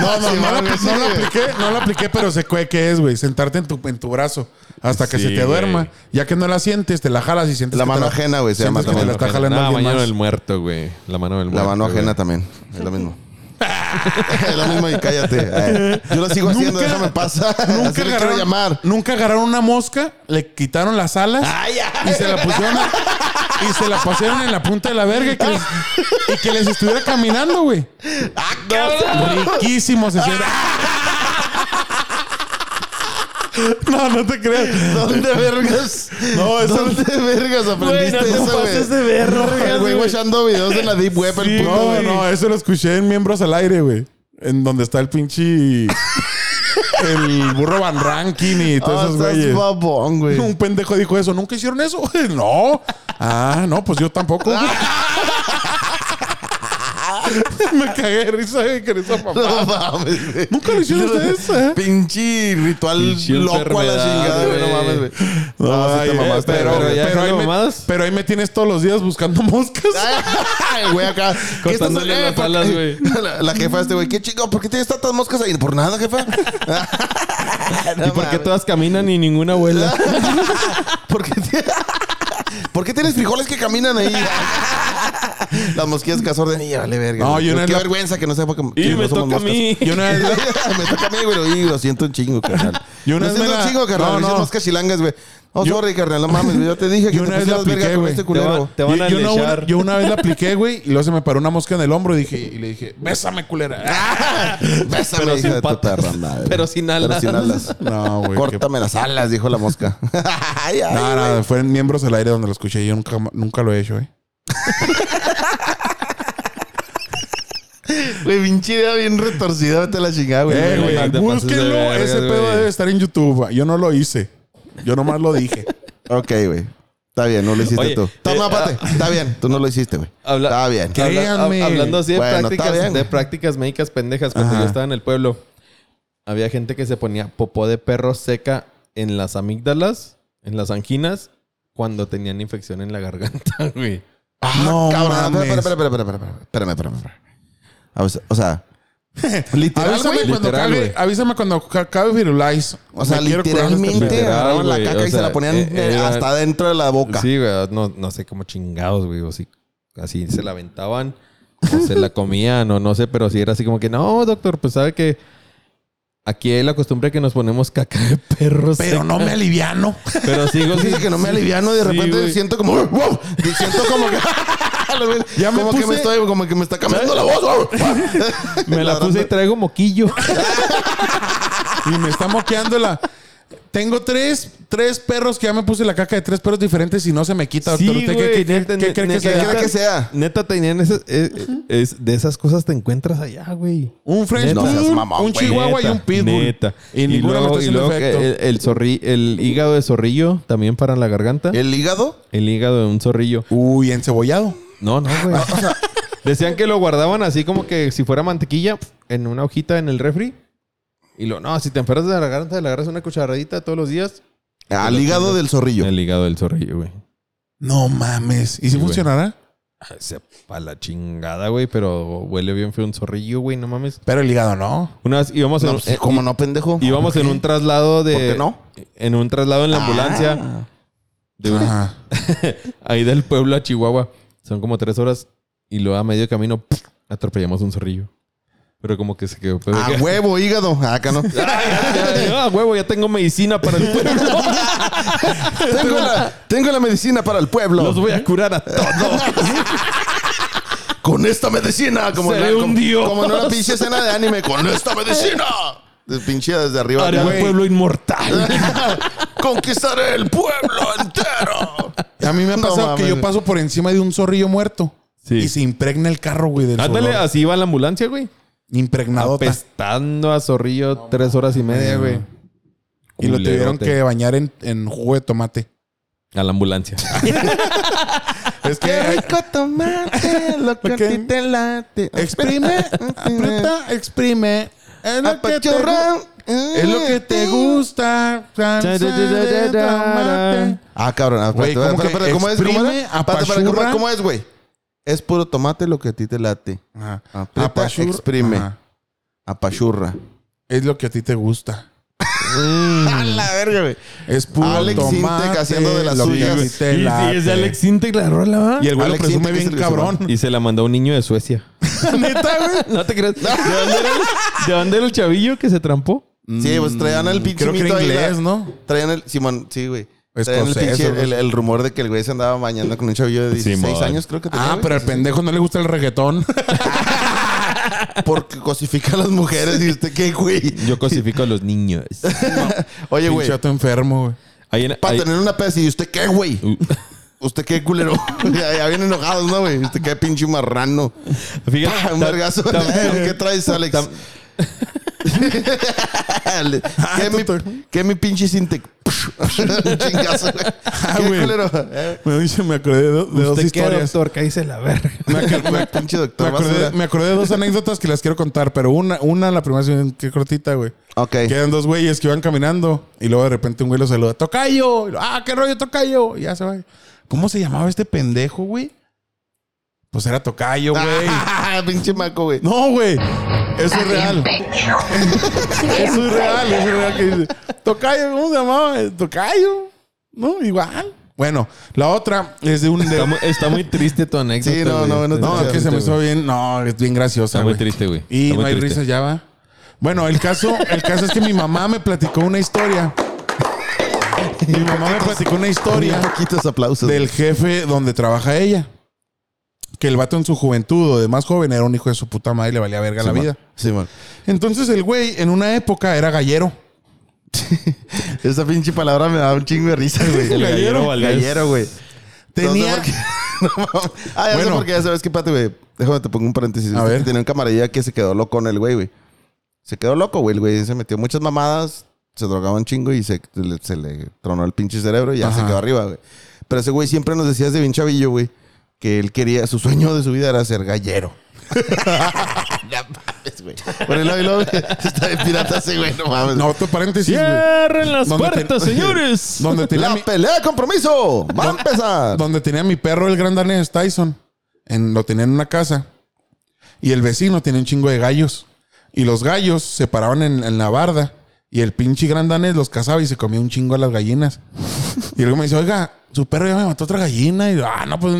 Speaker 1: No, no,
Speaker 2: Sí,
Speaker 1: no, la,
Speaker 2: Ah, mames,
Speaker 1: no la
Speaker 2: sí.
Speaker 1: apliqué, no la apliqué, pero sé cué- qué es, güey. Sentarte en tu, en tu brazo hasta que
Speaker 3: Sí,
Speaker 1: se te
Speaker 3: güey.
Speaker 1: duerma. Ya que no la sientes, te la jalas y sientes
Speaker 2: La
Speaker 1: que te
Speaker 2: mano ajena, güey, se
Speaker 1: sientes
Speaker 2: llama
Speaker 1: que te la
Speaker 2: la
Speaker 1: está jalando
Speaker 3: la
Speaker 1: alguien
Speaker 3: mano
Speaker 1: más.
Speaker 3: del muerto, güey. La mano del muerto.
Speaker 2: La mano ajena también. Es lo mismo. es lo mismo y cállate. Eh, Yo lo sigo haciendo,
Speaker 1: Nunca-
Speaker 2: déjame pasar. Así
Speaker 1: Nunca
Speaker 2: le quiero
Speaker 1: agarraron,
Speaker 2: llamar.
Speaker 1: nunca agarraron una mosca, le quitaron las alas y se la pusieron a- y se la pasaron en la punta de la verga y que les, y que les estuviera caminando, güey.
Speaker 2: Ah,
Speaker 1: Riquísimo se siente. No, no te creas.
Speaker 2: ¿Dónde vergas?
Speaker 1: No, eso-
Speaker 2: ¿Dónde vergas aprendiste
Speaker 3: Güey, no te
Speaker 2: eso, güey?
Speaker 3: pases de verga,
Speaker 2: El güey
Speaker 3: güey.
Speaker 2: guachando videos de la Deep Web, el puto,
Speaker 1: No,
Speaker 2: güey.
Speaker 1: no, eso lo escuché en Miembros al Aire, güey. En donde está el pinche. El burro Van Ranking y
Speaker 2: Ah,
Speaker 1: todos esos
Speaker 2: estás
Speaker 1: güeyes.
Speaker 2: babón, güey.
Speaker 1: Un pendejo dijo eso. ¿Nunca hicieron eso? No. Ah, no, pues yo tampoco. Me cagué de risa güey, con esa mamá.
Speaker 2: No mames, güey.
Speaker 1: Nunca lo hicieron ustedes, ¿eh?
Speaker 2: Pinche ritual
Speaker 3: Pinche
Speaker 2: loco a la
Speaker 3: enfermedad,
Speaker 2: chingada, güey. No
Speaker 3: güey.
Speaker 2: mames, güey.
Speaker 1: No,
Speaker 2: No, sí te
Speaker 1: ay, eh,
Speaker 2: mamaste,
Speaker 1: pero,
Speaker 2: güey.
Speaker 3: pero ya
Speaker 1: pero ahí
Speaker 3: dejando
Speaker 1: me,
Speaker 3: mamadas.
Speaker 1: pero ahí me tienes todos los días buscando moscas.
Speaker 2: Ay, güey, acá. ¿Qué estás
Speaker 3: Cortándole las
Speaker 2: ¿por
Speaker 3: alas,
Speaker 2: qué?
Speaker 3: güey.
Speaker 2: La, la jefa de este güey, qué chingo, ¿por qué tienes tantas moscas ahí? Por nada, jefa.
Speaker 3: ¿Y por qué todas caminan y ninguna vuela?
Speaker 2: ¿Por qué, ti- ¿Por qué tienes frijoles que caminan ahí? Las mosquillas que de niña, vale verga.
Speaker 1: No,
Speaker 2: güey.
Speaker 1: yo no
Speaker 2: qué
Speaker 1: es la-
Speaker 2: vergüenza que no sepa que,
Speaker 3: y
Speaker 2: que
Speaker 3: me
Speaker 2: no somos
Speaker 3: toca a
Speaker 2: moscas.
Speaker 3: mí.
Speaker 1: Yo una vez,
Speaker 2: me toca a mí, güey. Y lo siento un chingo, carnal.
Speaker 1: Yo una
Speaker 2: lo
Speaker 1: vez me
Speaker 2: siento un
Speaker 1: la-
Speaker 2: chingo, carnal.
Speaker 1: No,
Speaker 2: No,
Speaker 1: no.
Speaker 2: no. cachilangas, güey. Oh, sorry, carnal. No mames, güey. Yo te dije que
Speaker 1: Yo
Speaker 2: te
Speaker 1: una vez la
Speaker 2: pusieras
Speaker 1: apliqué,
Speaker 2: verga con
Speaker 1: güey.
Speaker 2: este
Speaker 1: Te
Speaker 3: va-
Speaker 2: culero.
Speaker 3: te van
Speaker 1: yo,
Speaker 3: a
Speaker 1: yo no una,
Speaker 3: linchar.
Speaker 1: yo una vez la apliqué, güey, y luego se me paró una mosca en el hombro y dije, y le dije, bésame, culera.
Speaker 2: Bésame,
Speaker 3: Pero
Speaker 2: hija
Speaker 3: sin
Speaker 2: de tu
Speaker 3: patas.
Speaker 2: perra madre.
Speaker 3: Pero sin alas.
Speaker 2: Pero sin alas.
Speaker 1: No, güey. qué-
Speaker 2: Córtame las alas, dijo la mosca. Ay, ay,
Speaker 1: No,
Speaker 2: güey.
Speaker 1: no, fue en Miembros al Aire donde lo escuché. Yo nunca, nunca lo he hecho, eh.
Speaker 2: Güey, pinche idea bien retorcida. Vete a la chingada, güey.
Speaker 1: Eh, güey,
Speaker 3: no te pases de
Speaker 1: búsquenlo.
Speaker 3: vergas,
Speaker 1: Ese
Speaker 3: güey.
Speaker 1: pedo debe estar en YouTube. Yo no lo hice. Yo nomás lo dije.
Speaker 2: Ok, güey. Está bien, no lo hiciste
Speaker 3: Oye,
Speaker 2: tú. Toma,
Speaker 3: eh,
Speaker 2: aparte. Está bien, tú no lo hiciste, güey.
Speaker 3: Habla-
Speaker 2: Está bien.
Speaker 1: ¿Qué? Créanme.
Speaker 3: Habla- hab- hablando así de,
Speaker 2: Bueno, está
Speaker 3: prácticas,
Speaker 2: bien.
Speaker 3: de prácticas médicas pendejas, cuando
Speaker 1: Ajá.
Speaker 3: yo estaba en el pueblo, había gente que se ponía popó de perro seca en las amígdalas, en las anginas, cuando tenían infección en la garganta, güey.
Speaker 1: Ah, no,
Speaker 2: Ah, Cabrón,
Speaker 1: mames.
Speaker 2: espera, espera, espera, espera, espera, espera, espérame, espérame, espérame. A ver, O sea, Literal,
Speaker 1: avísame,
Speaker 2: güey.
Speaker 1: cuando
Speaker 3: Literal,
Speaker 1: cabe,
Speaker 3: güey.
Speaker 1: avísame cuando ca- cabe Firulais.
Speaker 2: O sea,
Speaker 1: Me quiero curar de este
Speaker 2: literalmente
Speaker 1: pedo.
Speaker 3: Literal,
Speaker 2: agarraban la
Speaker 3: güey,
Speaker 2: caca
Speaker 3: o
Speaker 2: y se
Speaker 3: sea,
Speaker 2: la ponían
Speaker 3: eh,
Speaker 2: eh,
Speaker 3: era-
Speaker 2: hasta dentro de la boca.
Speaker 3: Sí, güey. No, no sé cómo chingados, güey. O si así se la aventaban o se la comían o no sé, pero si era así como que, no, doctor, pues sabe que aquí hay la costumbre que nos ponemos caca de perros.
Speaker 1: Pero no me aliviano.
Speaker 3: Pero sigo
Speaker 2: Pues Dice que no me aliviano y de
Speaker 3: Sí,
Speaker 2: repente
Speaker 3: güey.
Speaker 2: siento como... ¡Wow! Y Siento como que...
Speaker 1: Ya me
Speaker 2: como que me
Speaker 1: puse-
Speaker 2: estoy... Como que me está cambiando la voz. wow.
Speaker 3: Me la puse y traigo moquillo.
Speaker 1: Y me está moqueando la. Tengo tres, tres perros que ya me puse la caca de tres perros diferentes y no se me quita,
Speaker 3: Sí,
Speaker 1: doctor. ¿Usted qué-
Speaker 3: güey,
Speaker 1: qué,
Speaker 3: neta,
Speaker 1: qué cree que
Speaker 3: neta,
Speaker 1: sea?
Speaker 2: quiera que sea.
Speaker 3: Neta, tenían esas. eh, es- de esas cosas te encuentras allá, güey.
Speaker 1: Un French
Speaker 3: Neta.
Speaker 1: Poodle,
Speaker 2: No seas mamón,
Speaker 1: un
Speaker 2: güey.
Speaker 1: Chihuahua y un Pitbull.
Speaker 3: Neta.
Speaker 1: Y,
Speaker 3: Y,
Speaker 1: ninguno me está
Speaker 3: luego, y
Speaker 1: haciendo
Speaker 3: luego que eh,
Speaker 1: efecto.
Speaker 3: el, el zorri- el hígado de zorrillo también para la garganta. El,
Speaker 2: ¿El hígado?
Speaker 3: hígado de un zorrillo.
Speaker 1: Uy, encebollado.
Speaker 3: No, no, güey. Decían que lo guardaban así como que si fuera mantequilla en una hojita en el refri. Y lo, no, si te enfermas de la garganta, le agarras una cucharadita todos los días.
Speaker 2: Al hígado del zorrillo.
Speaker 3: El hígado del zorrillo, güey.
Speaker 1: No mames. ¿Y si
Speaker 3: Sí, güey.
Speaker 1: funcionará?
Speaker 3: Ay, Sepa la chingada, güey, pero huele bien feo un zorrillo, güey, no mames.
Speaker 1: Pero el hígado no.
Speaker 3: Una vez íbamos en,
Speaker 2: No, pues,
Speaker 3: eh,
Speaker 2: ¿Cómo no, pendejo?
Speaker 3: íbamos en un traslado de.
Speaker 2: ¿Por qué no?
Speaker 3: En un traslado en la ambulancia
Speaker 2: Ah.
Speaker 3: de un-
Speaker 1: Ajá.
Speaker 3: ahí del pueblo a Chihuahua. Son como tres horas y luego a medio camino ¡pum! atropellamos un zorrillo. Pero como que se quedó. pedo.
Speaker 2: A huevo, hígado. Ah, Acá no.
Speaker 3: Ah, huevo, ya tengo medicina para el pueblo.
Speaker 2: tengo, la, tengo la medicina para el pueblo.
Speaker 3: Los voy a curar a todos.
Speaker 2: Con esta medicina. Como,
Speaker 3: Se
Speaker 2: en la-
Speaker 3: ve un
Speaker 2: como,
Speaker 3: dios.
Speaker 2: como en una pinche escena de anime. Con esta medicina. De pinche desde arriba.
Speaker 3: Haré
Speaker 2: acá.
Speaker 3: al pueblo inmortal.
Speaker 2: Conquistaré el pueblo entero.
Speaker 1: A mí me ha
Speaker 2: No
Speaker 1: pasado que
Speaker 2: mames.
Speaker 1: yo paso por encima de un zorrillo muerto.
Speaker 3: Sí.
Speaker 1: Y se impregna el carro, güey, del
Speaker 3: Ándale,
Speaker 1: olor.
Speaker 3: así iba la ambulancia, güey.
Speaker 1: Impregnadota.
Speaker 3: Apestando a zorrillo tres horas y media, güey.
Speaker 1: Y lo tuvieron
Speaker 3: Culerote.
Speaker 1: que bañar en, en jugo de tomate.
Speaker 3: A la ambulancia.
Speaker 1: Es que
Speaker 2: tomate, lo que
Speaker 1: a ti
Speaker 2: te late.
Speaker 1: exprime, aprieta, exprime. Es lo
Speaker 2: Ah,
Speaker 1: que te gu- es lo que te gusta. salsa de tomate.
Speaker 2: Ah, cabrón. ah,
Speaker 1: Güey,
Speaker 2: Espérate,
Speaker 1: ¿cómo
Speaker 2: espérate,
Speaker 1: que
Speaker 2: espérate, ¿cómo es? ¿Cómo
Speaker 1: exprime,
Speaker 2: era? Espérate, espérate, ¿cómo-
Speaker 1: apachurra?
Speaker 2: ¿Cómo es, güey? Es puro tomate lo que a ti te late.
Speaker 1: Ajá.
Speaker 2: Aprieta,
Speaker 1: Apachur-
Speaker 2: exprime.
Speaker 1: Ajá.
Speaker 2: Apachurra.
Speaker 1: Es lo que a ti te gusta.
Speaker 2: A la verga, güey.
Speaker 1: Es puro
Speaker 2: Alex
Speaker 1: tomate.
Speaker 2: Sintek haciendo de las
Speaker 1: lo que
Speaker 2: suyas.
Speaker 1: a ti te late.
Speaker 3: Sintek la rola, ¿va?
Speaker 1: Y el güey lo
Speaker 2: Alex
Speaker 1: presume
Speaker 2: Sintek es
Speaker 1: bien
Speaker 2: el que se
Speaker 1: cabrón.
Speaker 3: Y se la mandó a un niño de Suecia.
Speaker 1: Neta, güey.
Speaker 3: No te creas. ¿De dónde era el, de dónde era el chavillo que se trampó?
Speaker 2: Sí, pues traían el pinche
Speaker 1: Mm, Creo que
Speaker 2: mito
Speaker 1: era
Speaker 2: ahí, la-
Speaker 1: inglés, ¿no?
Speaker 2: Traían el... Simón, sí, güey. Traían el,
Speaker 1: Escocés,
Speaker 2: pinche-
Speaker 1: algo
Speaker 2: el,
Speaker 1: así.
Speaker 2: el rumor de que el güey se andaba bañando con un chavillo de 16
Speaker 3: Simón.
Speaker 2: años, creo que tenía.
Speaker 1: Ah,
Speaker 2: güey.
Speaker 1: pero al pendejo no le gusta el reggaetón.
Speaker 2: Porque cosifica a las mujeres. ¿Y usted qué, güey?
Speaker 3: Yo cosifico a los niños.
Speaker 1: Pinche
Speaker 2: Oye, güey.
Speaker 1: vato enfermo, güey.
Speaker 3: Ahí en-
Speaker 2: Para
Speaker 3: ahí-
Speaker 2: tener una pez. ¿Y usted qué, güey?
Speaker 3: Uh,
Speaker 2: ¿Usted qué, culero? ya, ya vienen enojados, ¿no, güey? ¿Usted qué, pinche marrano?
Speaker 3: Fíjate.
Speaker 2: Ah, Un
Speaker 3: tam-
Speaker 2: vergazo.
Speaker 3: tam-
Speaker 2: ¿Qué traes, Alex?
Speaker 3: tam-
Speaker 1: Ah,
Speaker 2: ¿Qué, mi, ¿Qué mi pinche Sintec? Un chingazo, güey. ¿Qué
Speaker 1: Ah, güey.
Speaker 2: culero? Eh,
Speaker 1: Me dice, me acordé de, do- de dos
Speaker 3: ¿Usted qué,
Speaker 1: historias.
Speaker 3: doctor? Cállese la verga.
Speaker 1: Me, ac- me-
Speaker 2: pinche
Speaker 1: me
Speaker 2: doctor
Speaker 1: acordé,
Speaker 2: basura.
Speaker 1: me acordé de dos anécdotas que las quiero contar, pero una, una la primera se que cortita, güey.
Speaker 2: Ok.
Speaker 1: Quedan dos güeyes que iban caminando y luego de repente un güey lo saluda, "Tocayo." Y lo, "Ah, qué rollo, Tocayo." Y ya se va. ¿Cómo se llamaba este pendejo, güey? Pues era Tocayo, güey.
Speaker 2: Ah, pinche maco, güey.
Speaker 1: No, güey. Eso es real. Eso es real, eso es real que dice. Tocayo, ¿cómo se llamaba? Tocayo. No, igual. Bueno, la otra es de un de-
Speaker 3: Está muy, está muy triste tu anécdota.
Speaker 2: Sí, no,
Speaker 3: güey.
Speaker 2: no, bueno,
Speaker 3: Está-
Speaker 1: No, es que se me hizo bien. No, es bien graciosa.
Speaker 3: Está muy
Speaker 1: güey.
Speaker 3: triste, güey.
Speaker 1: Y
Speaker 3: Está muy
Speaker 1: no hay
Speaker 3: triste.
Speaker 1: risa ya va. Bueno, el caso, el caso es que mi mamá me platicó una historia. Mi mamá me platicó una
Speaker 2: Un
Speaker 1: historia
Speaker 2: poquitos aplausos.
Speaker 1: del jefe donde trabaja ella. Que el vato en su juventud o de más joven era un hijo de su puta madre y le valía verga la
Speaker 2: Simón.
Speaker 1: vida.
Speaker 2: Simón.
Speaker 1: Entonces el güey en una época era gallero.
Speaker 2: Esa pinche palabra me da un chingo de risa, güey.
Speaker 3: El gallero Valdés.
Speaker 2: Gallero, güey.
Speaker 1: Tenía...
Speaker 2: No sé por qué. No, mames. ah, ya sé
Speaker 1: Bueno.
Speaker 2: por qué. Ya sabes qué, pate, güey. Déjame te pongo un paréntesis.
Speaker 1: A
Speaker 2: Viste
Speaker 1: ver.
Speaker 2: que Tenía un camarilla que se quedó loco en el güey, güey. Se quedó loco, güey. El güey se metió muchas mamadas, se drogaba un chingo y se, le- se le tronó el pinche cerebro y ya se
Speaker 1: Ajá.
Speaker 2: quedó arriba, güey. Pero ese güey siempre nos decía desde bien chavillo, güey, que él quería, su sueño de su vida era ser gallero. No mames, güey. Por el lado y luego, está de pirata ese güey, no mames.
Speaker 1: No, otro paréntesis, güey.
Speaker 3: Cierren las
Speaker 1: ¿Dónde te-
Speaker 3: puertas, señores.
Speaker 1: Donde tenía
Speaker 2: La
Speaker 1: mi-
Speaker 2: pelea de compromiso. Va a empezar.
Speaker 1: donde tenía mi perro, el gran danés Tyson. En, lo tenía en una casa. Y el vecino tenía un chingo de gallos. Y los gallos se paraban en, en la barda. Y el pinche gran danés los cazaba y se comía un chingo a las gallinas. Y luego me dice, oiga, su perro ya me mató otra gallina. Y yo, ah, no, pues,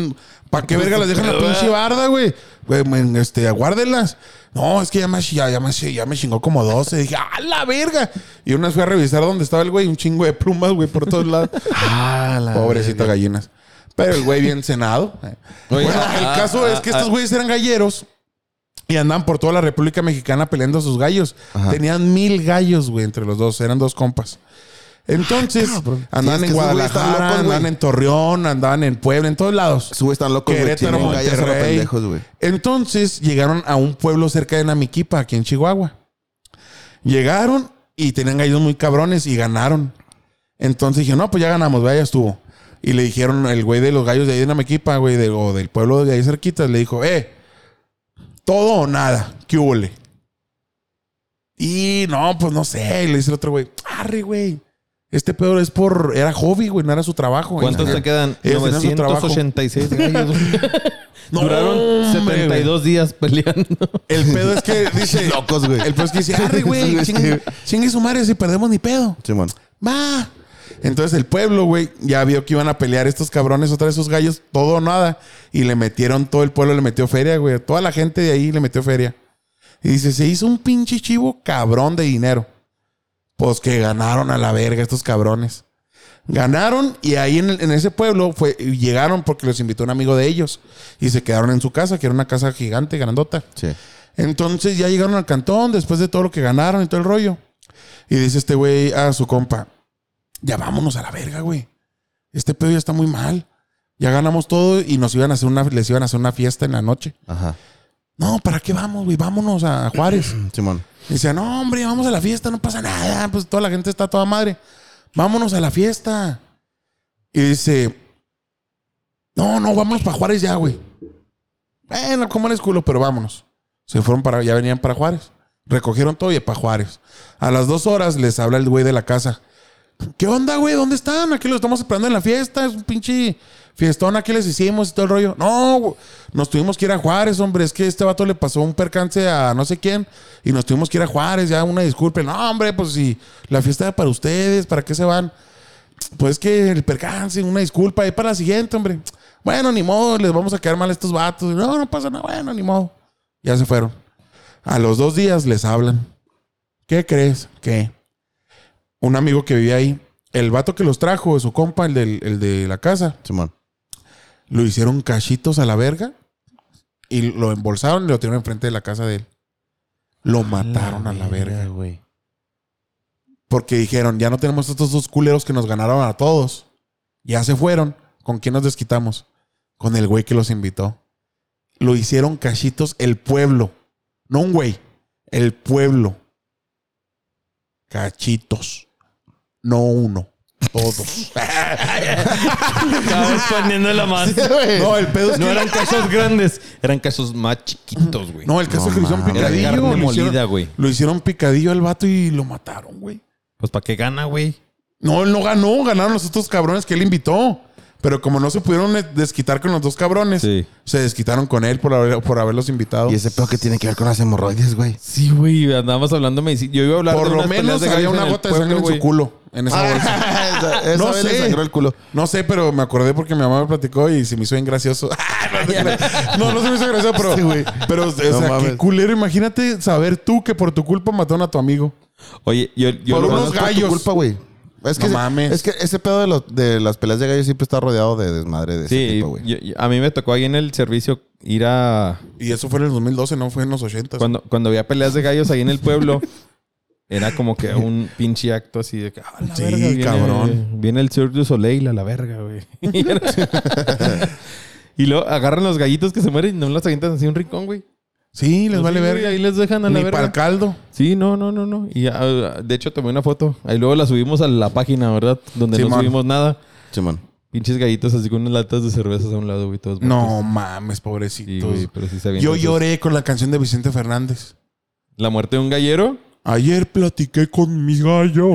Speaker 1: ¿para qué verga las dejan en la pinche barda, güey? Güey, men, este, aguárdenlas. No, es que ya me, ya, ya me, ya me chingó como 12. dije, ah, la verga. Y una vez fui a revisar dónde estaba el güey, un chingo de plumas, güey, por todos lados.
Speaker 2: Ah, la
Speaker 1: Pobrecito gallinas. Pero el güey bien cenado.
Speaker 3: Oye,
Speaker 1: bueno,
Speaker 3: ah,
Speaker 1: el
Speaker 3: ah,
Speaker 1: caso es
Speaker 3: ah,
Speaker 1: que
Speaker 3: ah.
Speaker 1: estos güeyes eran galleros y andaban por toda la República Mexicana peleando a sus gallos. Tenían mil gallos, güey, entre los dos. Eran dos compas. Entonces, andaban
Speaker 2: Sí, es
Speaker 1: en
Speaker 2: que esos güeyes están
Speaker 1: Guadalajara,
Speaker 2: locos, güey.
Speaker 1: andaban en Torreón, andaban en Puebla, en todos lados.
Speaker 2: Sube están locos, güey.
Speaker 1: Querétaro,
Speaker 2: Chingón, gallos a los
Speaker 1: Monterrey.
Speaker 2: pendejos, güey.
Speaker 1: Entonces llegaron a un pueblo cerca de Namiquipa, aquí en Chihuahua. Llegaron y tenían gallos muy cabrones y ganaron. Entonces dije, no, pues ya ganamos, vaya, estuvo. Y le dijeron el güey de los gallos de ahí de Namiquipa, güey, de- o del pueblo de ahí cerquita, le dijo, eh, todo o nada, ¿qué hubole? Y no, pues no sé. Y le dice el otro güey, arre, güey. Este pedo es por, era hobby, güey, no era su trabajo.
Speaker 3: ¿Cuántos
Speaker 1: Ajá.
Speaker 3: te quedan?
Speaker 1: Ellos tenían su trabajo.
Speaker 3: 986 gallos.
Speaker 1: No,
Speaker 3: Duraron
Speaker 1: hombre,
Speaker 3: 72 días peleando.
Speaker 1: El pedo es que dice.
Speaker 2: Locos, güey.
Speaker 1: El pedo es que dice, arre, güey,
Speaker 2: Sí,
Speaker 1: chingue,
Speaker 2: güey.
Speaker 1: chingue su madre si perdemos ni pedo.
Speaker 2: Simón.
Speaker 1: Va. Entonces el pueblo, güey, ya vio que iban a pelear estos cabrones otra vez esos gallos, todo o nada. Y le metieron, todo el pueblo le metió feria, güey. Toda la gente de ahí le metió feria. Y dice, se hizo un pinche chivo cabrón de dinero. Pues que ganaron a la verga estos cabrones. Ganaron y ahí en, el- en ese pueblo fue, llegaron porque los invitó un amigo de ellos. Y se quedaron en su casa, que era una casa gigante, grandota.
Speaker 2: Sí.
Speaker 1: Entonces ya llegaron al cantón después de todo lo que ganaron y todo el rollo. Y dice este güey a su compa, ya vámonos a la verga, güey. Este pedo ya está muy mal. Ya ganamos todo y nos iban a hacer una, les iban a hacer una fiesta en la noche.
Speaker 2: Ajá.
Speaker 1: No, ¿para qué vamos, güey? Vámonos a Juárez.
Speaker 2: Simón.
Speaker 1: Dice, no, hombre, vamos a la fiesta, no pasa nada. Pues toda la gente está toda madre. Vámonos a la fiesta. Y dice, no, no, vamos para Juárez ya, güey. Bueno, como les culo, pero vámonos. Se fueron para, ya venían para Juárez. Recogieron todo y para Juárez. A las dos horas les habla el güey de la casa. ¿Qué onda, güey? ¿Dónde están? Aquí los estamos esperando en la fiesta. Es un pinche fiestón. Aquí les hicimos y todo el rollo. No, güey, nos tuvimos que ir a Juárez, hombre. Es que este vato le pasó un percance a no sé quién y nos tuvimos que ir a Juárez. Ya una disculpa. No, hombre, pues si la fiesta era para ustedes, ¿para qué se van? Pues que el percance, una disculpa. Ahí para la siguiente, hombre. Bueno, ni modo, les vamos a quedar mal a estos vatos. No, no pasa nada. Bueno, ni modo. Ya se fueron. A los dos días les hablan. ¿Qué crees? ¿Qué? un amigo que vivía ahí, el vato que los trajo, su compa, el, del- el de la casa,
Speaker 2: Simón.
Speaker 1: lo hicieron cachitos a la verga y lo embolsaron y lo tiraron enfrente de la casa de él. Lo mataron a la verga.
Speaker 2: güey.
Speaker 1: Porque dijeron, ya no tenemos estos dos culeros que nos ganaron a todos. Ya se fueron. ¿Con quién nos desquitamos? Con el güey que los invitó. Lo hicieron cachitos el pueblo. No un güey. El pueblo. Cachitos. No uno. Todos.
Speaker 3: Estábamos poniéndola más.
Speaker 1: No, el pedo es
Speaker 3: No
Speaker 1: que-
Speaker 3: eran casos grandes, eran casos más chiquitos, güey.
Speaker 1: No, el caso
Speaker 2: No
Speaker 1: es que lo hicieron
Speaker 2: mames.
Speaker 3: Era
Speaker 1: picadillo.
Speaker 3: carne
Speaker 1: lo,
Speaker 3: molida,
Speaker 1: hicieron,
Speaker 3: güey.
Speaker 1: lo hicieron picadillo al vato y lo mataron, güey.
Speaker 3: Pues para qué gana, güey.
Speaker 1: No, él no ganó. Ganaron los otros cabrones que él invitó. Pero como no se pudieron eh, desquitar con los dos cabrones,
Speaker 3: Sí.
Speaker 1: se desquitaron con él por, haber- por haberlos invitado.
Speaker 2: ¿Y ese pedo que tiene que ver con las hemorroides, güey?
Speaker 3: Sí, güey, andábamos hablando de medicina. Yo iba a hablar
Speaker 1: por
Speaker 3: de
Speaker 1: lo
Speaker 3: unas peleas
Speaker 1: menos
Speaker 3: de
Speaker 1: había
Speaker 3: gallos
Speaker 1: una
Speaker 3: el
Speaker 1: gota de
Speaker 3: pueblo,
Speaker 1: sangre en
Speaker 3: güey. Ah.
Speaker 1: su culo. En esa bolsa.
Speaker 2: esa esa
Speaker 1: Ah. No
Speaker 2: vez le
Speaker 1: sé.
Speaker 2: sangró el culo.
Speaker 1: No sé, pero me acordé porque mi mamá me platicó y se me hizo bien gracioso. Ah, no, no se me hizo gracioso, pero. pero, o sea,
Speaker 2: No
Speaker 1: qué
Speaker 2: mames.
Speaker 1: culero. Imagínate saber tú que por tu culpa mataron a tu amigo.
Speaker 3: Oye, yo, yo
Speaker 1: Por
Speaker 3: lo
Speaker 1: unos
Speaker 3: más-
Speaker 2: Es por tu
Speaker 1: gallos.
Speaker 2: culpa, güey. Es que,
Speaker 1: No
Speaker 2: ese-
Speaker 1: mames.
Speaker 2: es que ese pedo de, los- de las peleas de gallos siempre está rodeado de desmadre de ese
Speaker 3: Sí,
Speaker 2: tipo, güey.
Speaker 3: yo- yo- a mí me tocó ahí en el servicio ir a
Speaker 1: Y eso fue en el 2012, no fue en los 80.
Speaker 3: Cuando, cuando había peleas de gallos ahí en el pueblo, era como que un pinche acto así de que, "Ah, la
Speaker 1: Sí,
Speaker 3: verga, viene-
Speaker 1: cabrón.
Speaker 3: Viene el Cirque du Soleil a la verga, güey. Y era- y luego agarran los gallitos que se mueren y no los avientan así a un rincón, güey.
Speaker 1: Sí, les
Speaker 3: Sí,
Speaker 1: vale
Speaker 3: güey,
Speaker 1: verga.
Speaker 3: Ahí les dejan a la
Speaker 1: Ni para el
Speaker 3: verga.
Speaker 1: caldo.
Speaker 3: Sí, no, no, no, no. Y ah, de hecho tomé una foto. Ahí luego la subimos a la página, ¿verdad? Donde no
Speaker 1: Simón.
Speaker 3: subimos nada.
Speaker 2: Simón.
Speaker 3: Pinches gallitos así con unas latas de cervezas a un lado, güey. Todos
Speaker 1: No
Speaker 3: muertos.
Speaker 1: mames,
Speaker 3: Pues, Sí,
Speaker 1: pobrecitos.
Speaker 3: güey, pues, pero sí se avientan
Speaker 1: Yo
Speaker 3: sus-
Speaker 1: lloré con la canción de Vicente Fernández.
Speaker 3: La muerte de un gallero.
Speaker 1: Ayer platiqué con mi gallo.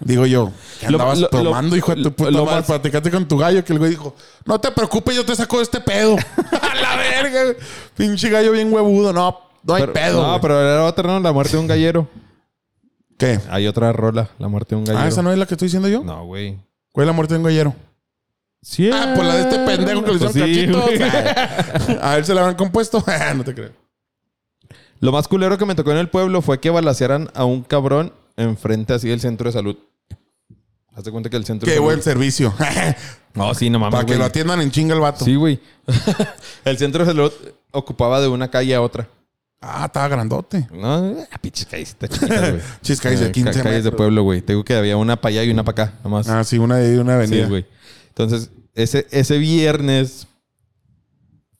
Speaker 1: Digo yo, ¿qué
Speaker 3: Lo-
Speaker 1: andabas
Speaker 3: lo-
Speaker 1: tomando,
Speaker 3: lo-
Speaker 1: hijo de tu puta
Speaker 3: lo
Speaker 1: madre?
Speaker 3: más-
Speaker 1: Platicaste con tu gallo, que el güey dijo, no te preocupes, yo te saco de este pedo. A la verga. güey. Pinche gallo bien huevudo. No, No hay
Speaker 3: Pero-
Speaker 1: pedo.
Speaker 3: No,
Speaker 1: güey.
Speaker 3: pero era otra, ¿no? La muerte de un gallero.
Speaker 1: ¿Qué?
Speaker 3: Hay otra rola, la muerte de un gallero.
Speaker 1: Ah, esa no es la que estoy diciendo yo.
Speaker 3: No, güey.
Speaker 1: ¿Cuál es la muerte de un gallero?
Speaker 3: Sí.
Speaker 1: Ah, pues la de este pendejo que le hicieron
Speaker 3: Pues sí,
Speaker 1: cachitos. Ah.
Speaker 3: güey.
Speaker 1: A él se la habrán compuesto. Ah, no te creo.
Speaker 3: Lo más culero que me tocó en el pueblo fue que balacearan a un cabrón enfrente así del centro de salud. Hazte cuenta que el centro de
Speaker 1: Qué
Speaker 3: salud.
Speaker 1: buen servicio.
Speaker 3: No, sí, no mames.
Speaker 1: Para que
Speaker 3: güey.
Speaker 1: lo atiendan en chinga el vato.
Speaker 3: Sí, güey. el centro de salud ocupaba de una calle a otra.
Speaker 1: Ah, estaba grandote.
Speaker 3: No, ah, pinches calles está chiquitas, güey.
Speaker 1: Chis, calles de
Speaker 3: Eh,
Speaker 1: 15
Speaker 3: ca- calles de
Speaker 1: metros.
Speaker 3: pueblo, güey. Te digo que había una para allá y una para acá, nomás.
Speaker 1: Ah, sí, una de una
Speaker 3: sí,
Speaker 1: avenida.
Speaker 3: güey. Entonces, ese, ese viernes,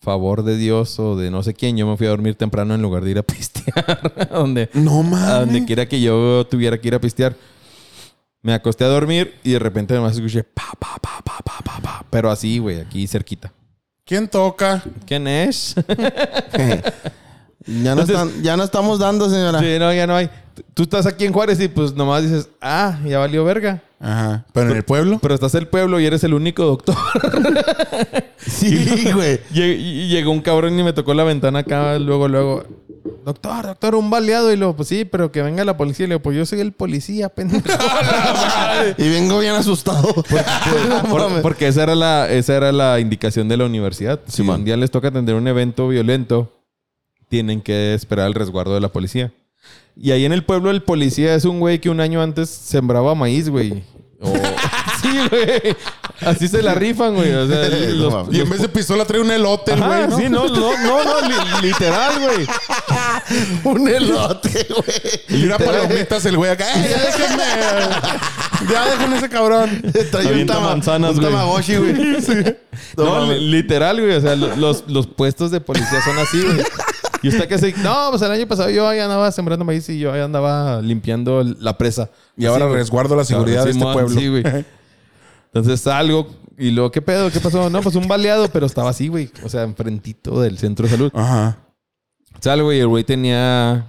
Speaker 3: favor de Dios o de no sé quién, yo me fui a dormir temprano en lugar de ir a pistear. a donde,
Speaker 1: no
Speaker 3: a donde
Speaker 1: mames.
Speaker 3: quiera que yo tuviera que ir a pistear. Me acosté a dormir y de repente nomás escuché pa, pa, pa, pa, pa, pa, pa. Pero así, güey, aquí cerquita.
Speaker 1: ¿Quién toca?
Speaker 3: ¿Quién es?
Speaker 2: Ya no,
Speaker 3: Entonces-
Speaker 2: están- ya no estamos dando, señora.
Speaker 3: Sí, no, ya no hay. Tú- Tú estás aquí en Juárez y pues nomás dices, ah, ya valió verga.
Speaker 1: Ajá. Pero en el pueblo.
Speaker 3: Pero estás en el pueblo y eres el único doctor.
Speaker 2: Sí, güey.
Speaker 3: Lle- Y llegó un cabrón y me tocó la ventana acá, luego, luego. Doctor, doctor, un baleado. Y luego, pues sí, pero que venga la policía. Y le digo, pues yo soy el policía, pendejo.
Speaker 2: Y vengo bien asustado. No
Speaker 3: Por-
Speaker 2: mames.
Speaker 3: porque esa era, la, esa era la indicación de la universidad. Si
Speaker 2: Simón.
Speaker 3: un día les toca atender un evento violento, tienen que esperar el resguardo de la policía. Y ahí en el pueblo, el policía es un güey que un año antes sembraba maíz, güey. O- sí, güey. Así se la rifan, güey. O sea,
Speaker 2: No
Speaker 3: los-
Speaker 2: mames.
Speaker 1: Y en vez de pistola trae un elote, el
Speaker 3: Ajá,
Speaker 1: güey. ¿no?
Speaker 3: sí, no, no, no, no, li- literal, güey.
Speaker 2: Un elote, güey.
Speaker 1: Y una palomitas el güey acá. "Ey, ya déjenme! ya déjenme ese cabrón.
Speaker 2: Trae un,
Speaker 3: Avienta
Speaker 2: tama-
Speaker 3: manzanas,
Speaker 2: un
Speaker 3: güey.
Speaker 2: tamagotchi, güey. No
Speaker 3: No,
Speaker 2: mames.
Speaker 3: li- literal, güey. O sea, lo- los, los puestos de policía son así, güey. Y usted que se... No, pues el año pasado yo ahí andaba sembrando maíz y yo ahí andaba limpiando la presa.
Speaker 1: Y ahora
Speaker 3: güey.
Speaker 1: resguardo la seguridad
Speaker 3: Ahora
Speaker 1: de este
Speaker 3: Simón,
Speaker 1: pueblo.
Speaker 3: Sí, güey. Entonces salgo y luego, ¿qué pedo? ¿Qué pasó? No, pues un baleado, pero estaba así, güey. O sea, enfrentito del centro de salud.
Speaker 1: Ajá.
Speaker 3: Salgo y el güey tenía...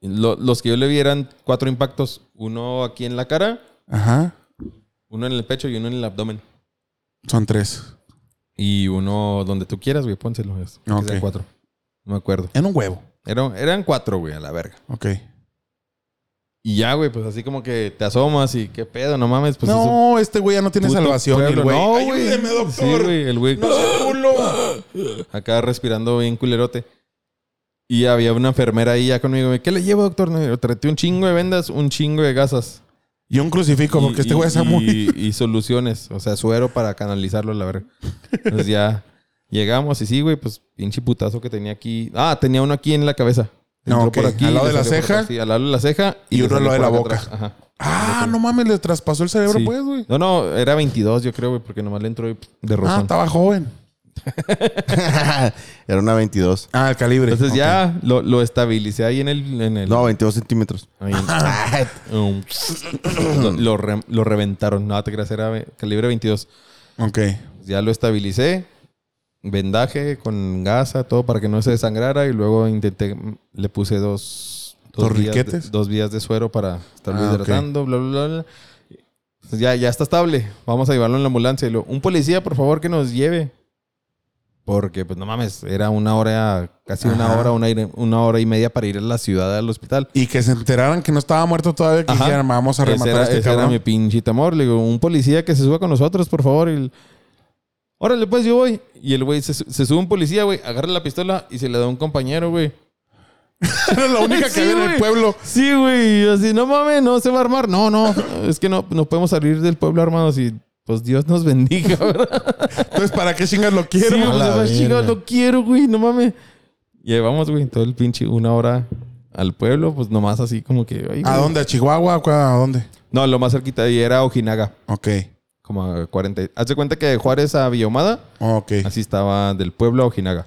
Speaker 3: lo- los que yo le vi eran cuatro impactos. Uno aquí en la cara,
Speaker 1: Ajá.
Speaker 3: uno en el pecho y uno en el abdomen.
Speaker 1: Son tres.
Speaker 3: Y uno donde tú quieras, güey, pónselo. es- que
Speaker 1: Ok.
Speaker 3: sean cuatro. No me acuerdo.
Speaker 1: En un huevo.
Speaker 3: Eran, eran cuatro, güey, a la verga.
Speaker 1: Ok.
Speaker 3: Y ya, güey, pues así como que te asomas y qué pedo, no mames. Pues es un
Speaker 1: no, este güey ya no tiene
Speaker 3: puto
Speaker 1: salvación.
Speaker 3: pueblo.
Speaker 1: el güey.
Speaker 3: No, güey.
Speaker 1: Ayúdeme,
Speaker 3: Sí,
Speaker 1: doctor.
Speaker 3: güey, el güey
Speaker 1: no se culo.
Speaker 3: acá respirando bien culerote. Y había una enfermera ahí ya conmigo. güey, ¿Qué le llevo, doctor? No, yo traté un chingo de vendas, un chingo de gasas.
Speaker 1: Y un crucifijo, porque
Speaker 3: Y-
Speaker 1: este güey
Speaker 3: y-
Speaker 1: está
Speaker 3: y-
Speaker 1: muy.
Speaker 3: Y soluciones, o sea, suero para canalizarlo, la verga. Entonces ya llegamos y sí, güey, pues pinche putazo que tenía aquí. Ah, tenía uno aquí en la cabeza.
Speaker 1: No,
Speaker 3: Entró
Speaker 1: ok. ¿Al lado
Speaker 3: le
Speaker 1: de la
Speaker 3: salió por
Speaker 1: ceja?
Speaker 3: acá, sí, al lado de la ceja.
Speaker 1: Y
Speaker 3: le
Speaker 1: uno al
Speaker 3: salió
Speaker 1: lado de
Speaker 3: por
Speaker 1: la
Speaker 3: acá
Speaker 1: boca.
Speaker 3: atrás. Ajá.
Speaker 1: Ah, no mames, le traspasó el cerebro,
Speaker 3: Sí.
Speaker 1: pues, güey.
Speaker 3: No, no, era 22, yo creo, güey, porque nomás le entró de
Speaker 1: Ah,
Speaker 3: rozón.
Speaker 1: estaba joven.
Speaker 2: Era una 22.
Speaker 1: Ah, el calibre.
Speaker 3: Entonces
Speaker 1: Ok.
Speaker 3: ya lo, lo estabilicé ahí en el... En el
Speaker 2: No, 22 centímetros.
Speaker 3: ahí en- um, lo, lo re- lo reventaron. No, te creas, era ve- calibre 22.
Speaker 1: Ok.
Speaker 3: Ya lo estabilicé. Vendaje con gasa, todo para que no se desangrara. Y luego intenté... Le puse dos... Dos
Speaker 1: ¿Dos
Speaker 3: vías, de,
Speaker 1: riquetes?
Speaker 3: dos vías de suero para estarlo
Speaker 1: Ah, ok.
Speaker 3: hidratando, bla, bla, bla. bla. Entonces ya, ya está estable. Vamos a llevarlo en la ambulancia. Y luego, un policía, por favor, que nos lleve. Porque, pues no mames, era una hora, casi una
Speaker 1: Ajá.
Speaker 3: hora, una, ir- una hora y media para ir a la ciudad al hospital.
Speaker 1: Y que se enteraran que no estaba muerto todavía, que
Speaker 3: Ajá.
Speaker 1: dijeran, vamos a
Speaker 3: Ese
Speaker 1: rematar
Speaker 3: era,
Speaker 1: a este
Speaker 3: ese era
Speaker 1: cabrón.
Speaker 3: mi pinchita amor. Le digo, un policía que se suba con nosotros, por favor. Y el- Órale, pues yo voy. Y el güey se, su- se sube un policía, güey, agarra la pistola y se le da a un compañero, güey.
Speaker 1: Era la única que
Speaker 3: Sí,
Speaker 1: había en el
Speaker 3: güey.
Speaker 1: pueblo.
Speaker 3: Sí, güey. Y yo así, no mames, no se va a armar. No, no, es que no, no podemos salir del pueblo armados y pues Dios nos bendiga, ¿verdad?
Speaker 1: Entonces, ¿para qué chingas lo
Speaker 3: Sí,
Speaker 1: quiero?
Speaker 3: güey,
Speaker 1: A la
Speaker 3: pues,
Speaker 1: verga.
Speaker 3: chingado, lo quiero, güey, no mames. Llevamos, güey, todo el pinche una hora al pueblo, pues nomás así como que. ay,
Speaker 1: ¿A
Speaker 3: güey.
Speaker 1: dónde? ¿A Chihuahua? ¿A dónde?
Speaker 3: No, lo más cerquita de ahí era Ojinaga,
Speaker 1: Ok.
Speaker 3: como a 40. y- Haz de cuenta que de Juárez a Villomada,
Speaker 1: Ok.
Speaker 3: así estaba del pueblo a Ojinaga.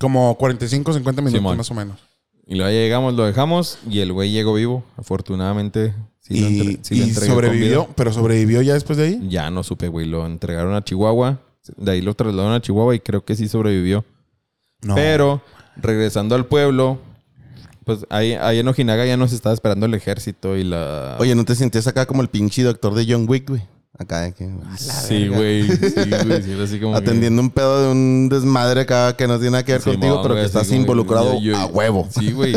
Speaker 1: Como 45, 50 minutos
Speaker 3: Simón.
Speaker 1: más o menos.
Speaker 3: Y luego ya llegamos, lo dejamos y el güey llegó vivo, afortunadamente. sí lo
Speaker 1: y
Speaker 3: entre- sí lo
Speaker 1: y
Speaker 3: entregué con Mm.
Speaker 1: sobrevivió, pero sobrevivió ya después de ahí.
Speaker 3: vida. Ya no supe, güey, lo entregaron a Chihuahua. De ahí lo trasladaron a Chihuahua y creo que sí sobrevivió.
Speaker 1: No.
Speaker 3: Pero regresando al pueblo, pues ahí, ahí en Ojinaga ya nos estaba esperando el ejército y la.
Speaker 2: Oye, ¿no te sentías acá como el pinche doctor de John Wick, güey? Acá de que.
Speaker 3: Sí, güey. Sí, güey. sí, era así como que-
Speaker 2: Atendiendo un pedo de un desmadre acá que no tiene nada que ver
Speaker 3: Simón,
Speaker 2: contigo, pero
Speaker 3: güey,
Speaker 2: que
Speaker 3: así
Speaker 2: estás
Speaker 3: como que
Speaker 2: involucrado
Speaker 3: yo- yo-
Speaker 2: a huevo.
Speaker 3: Sí, güey.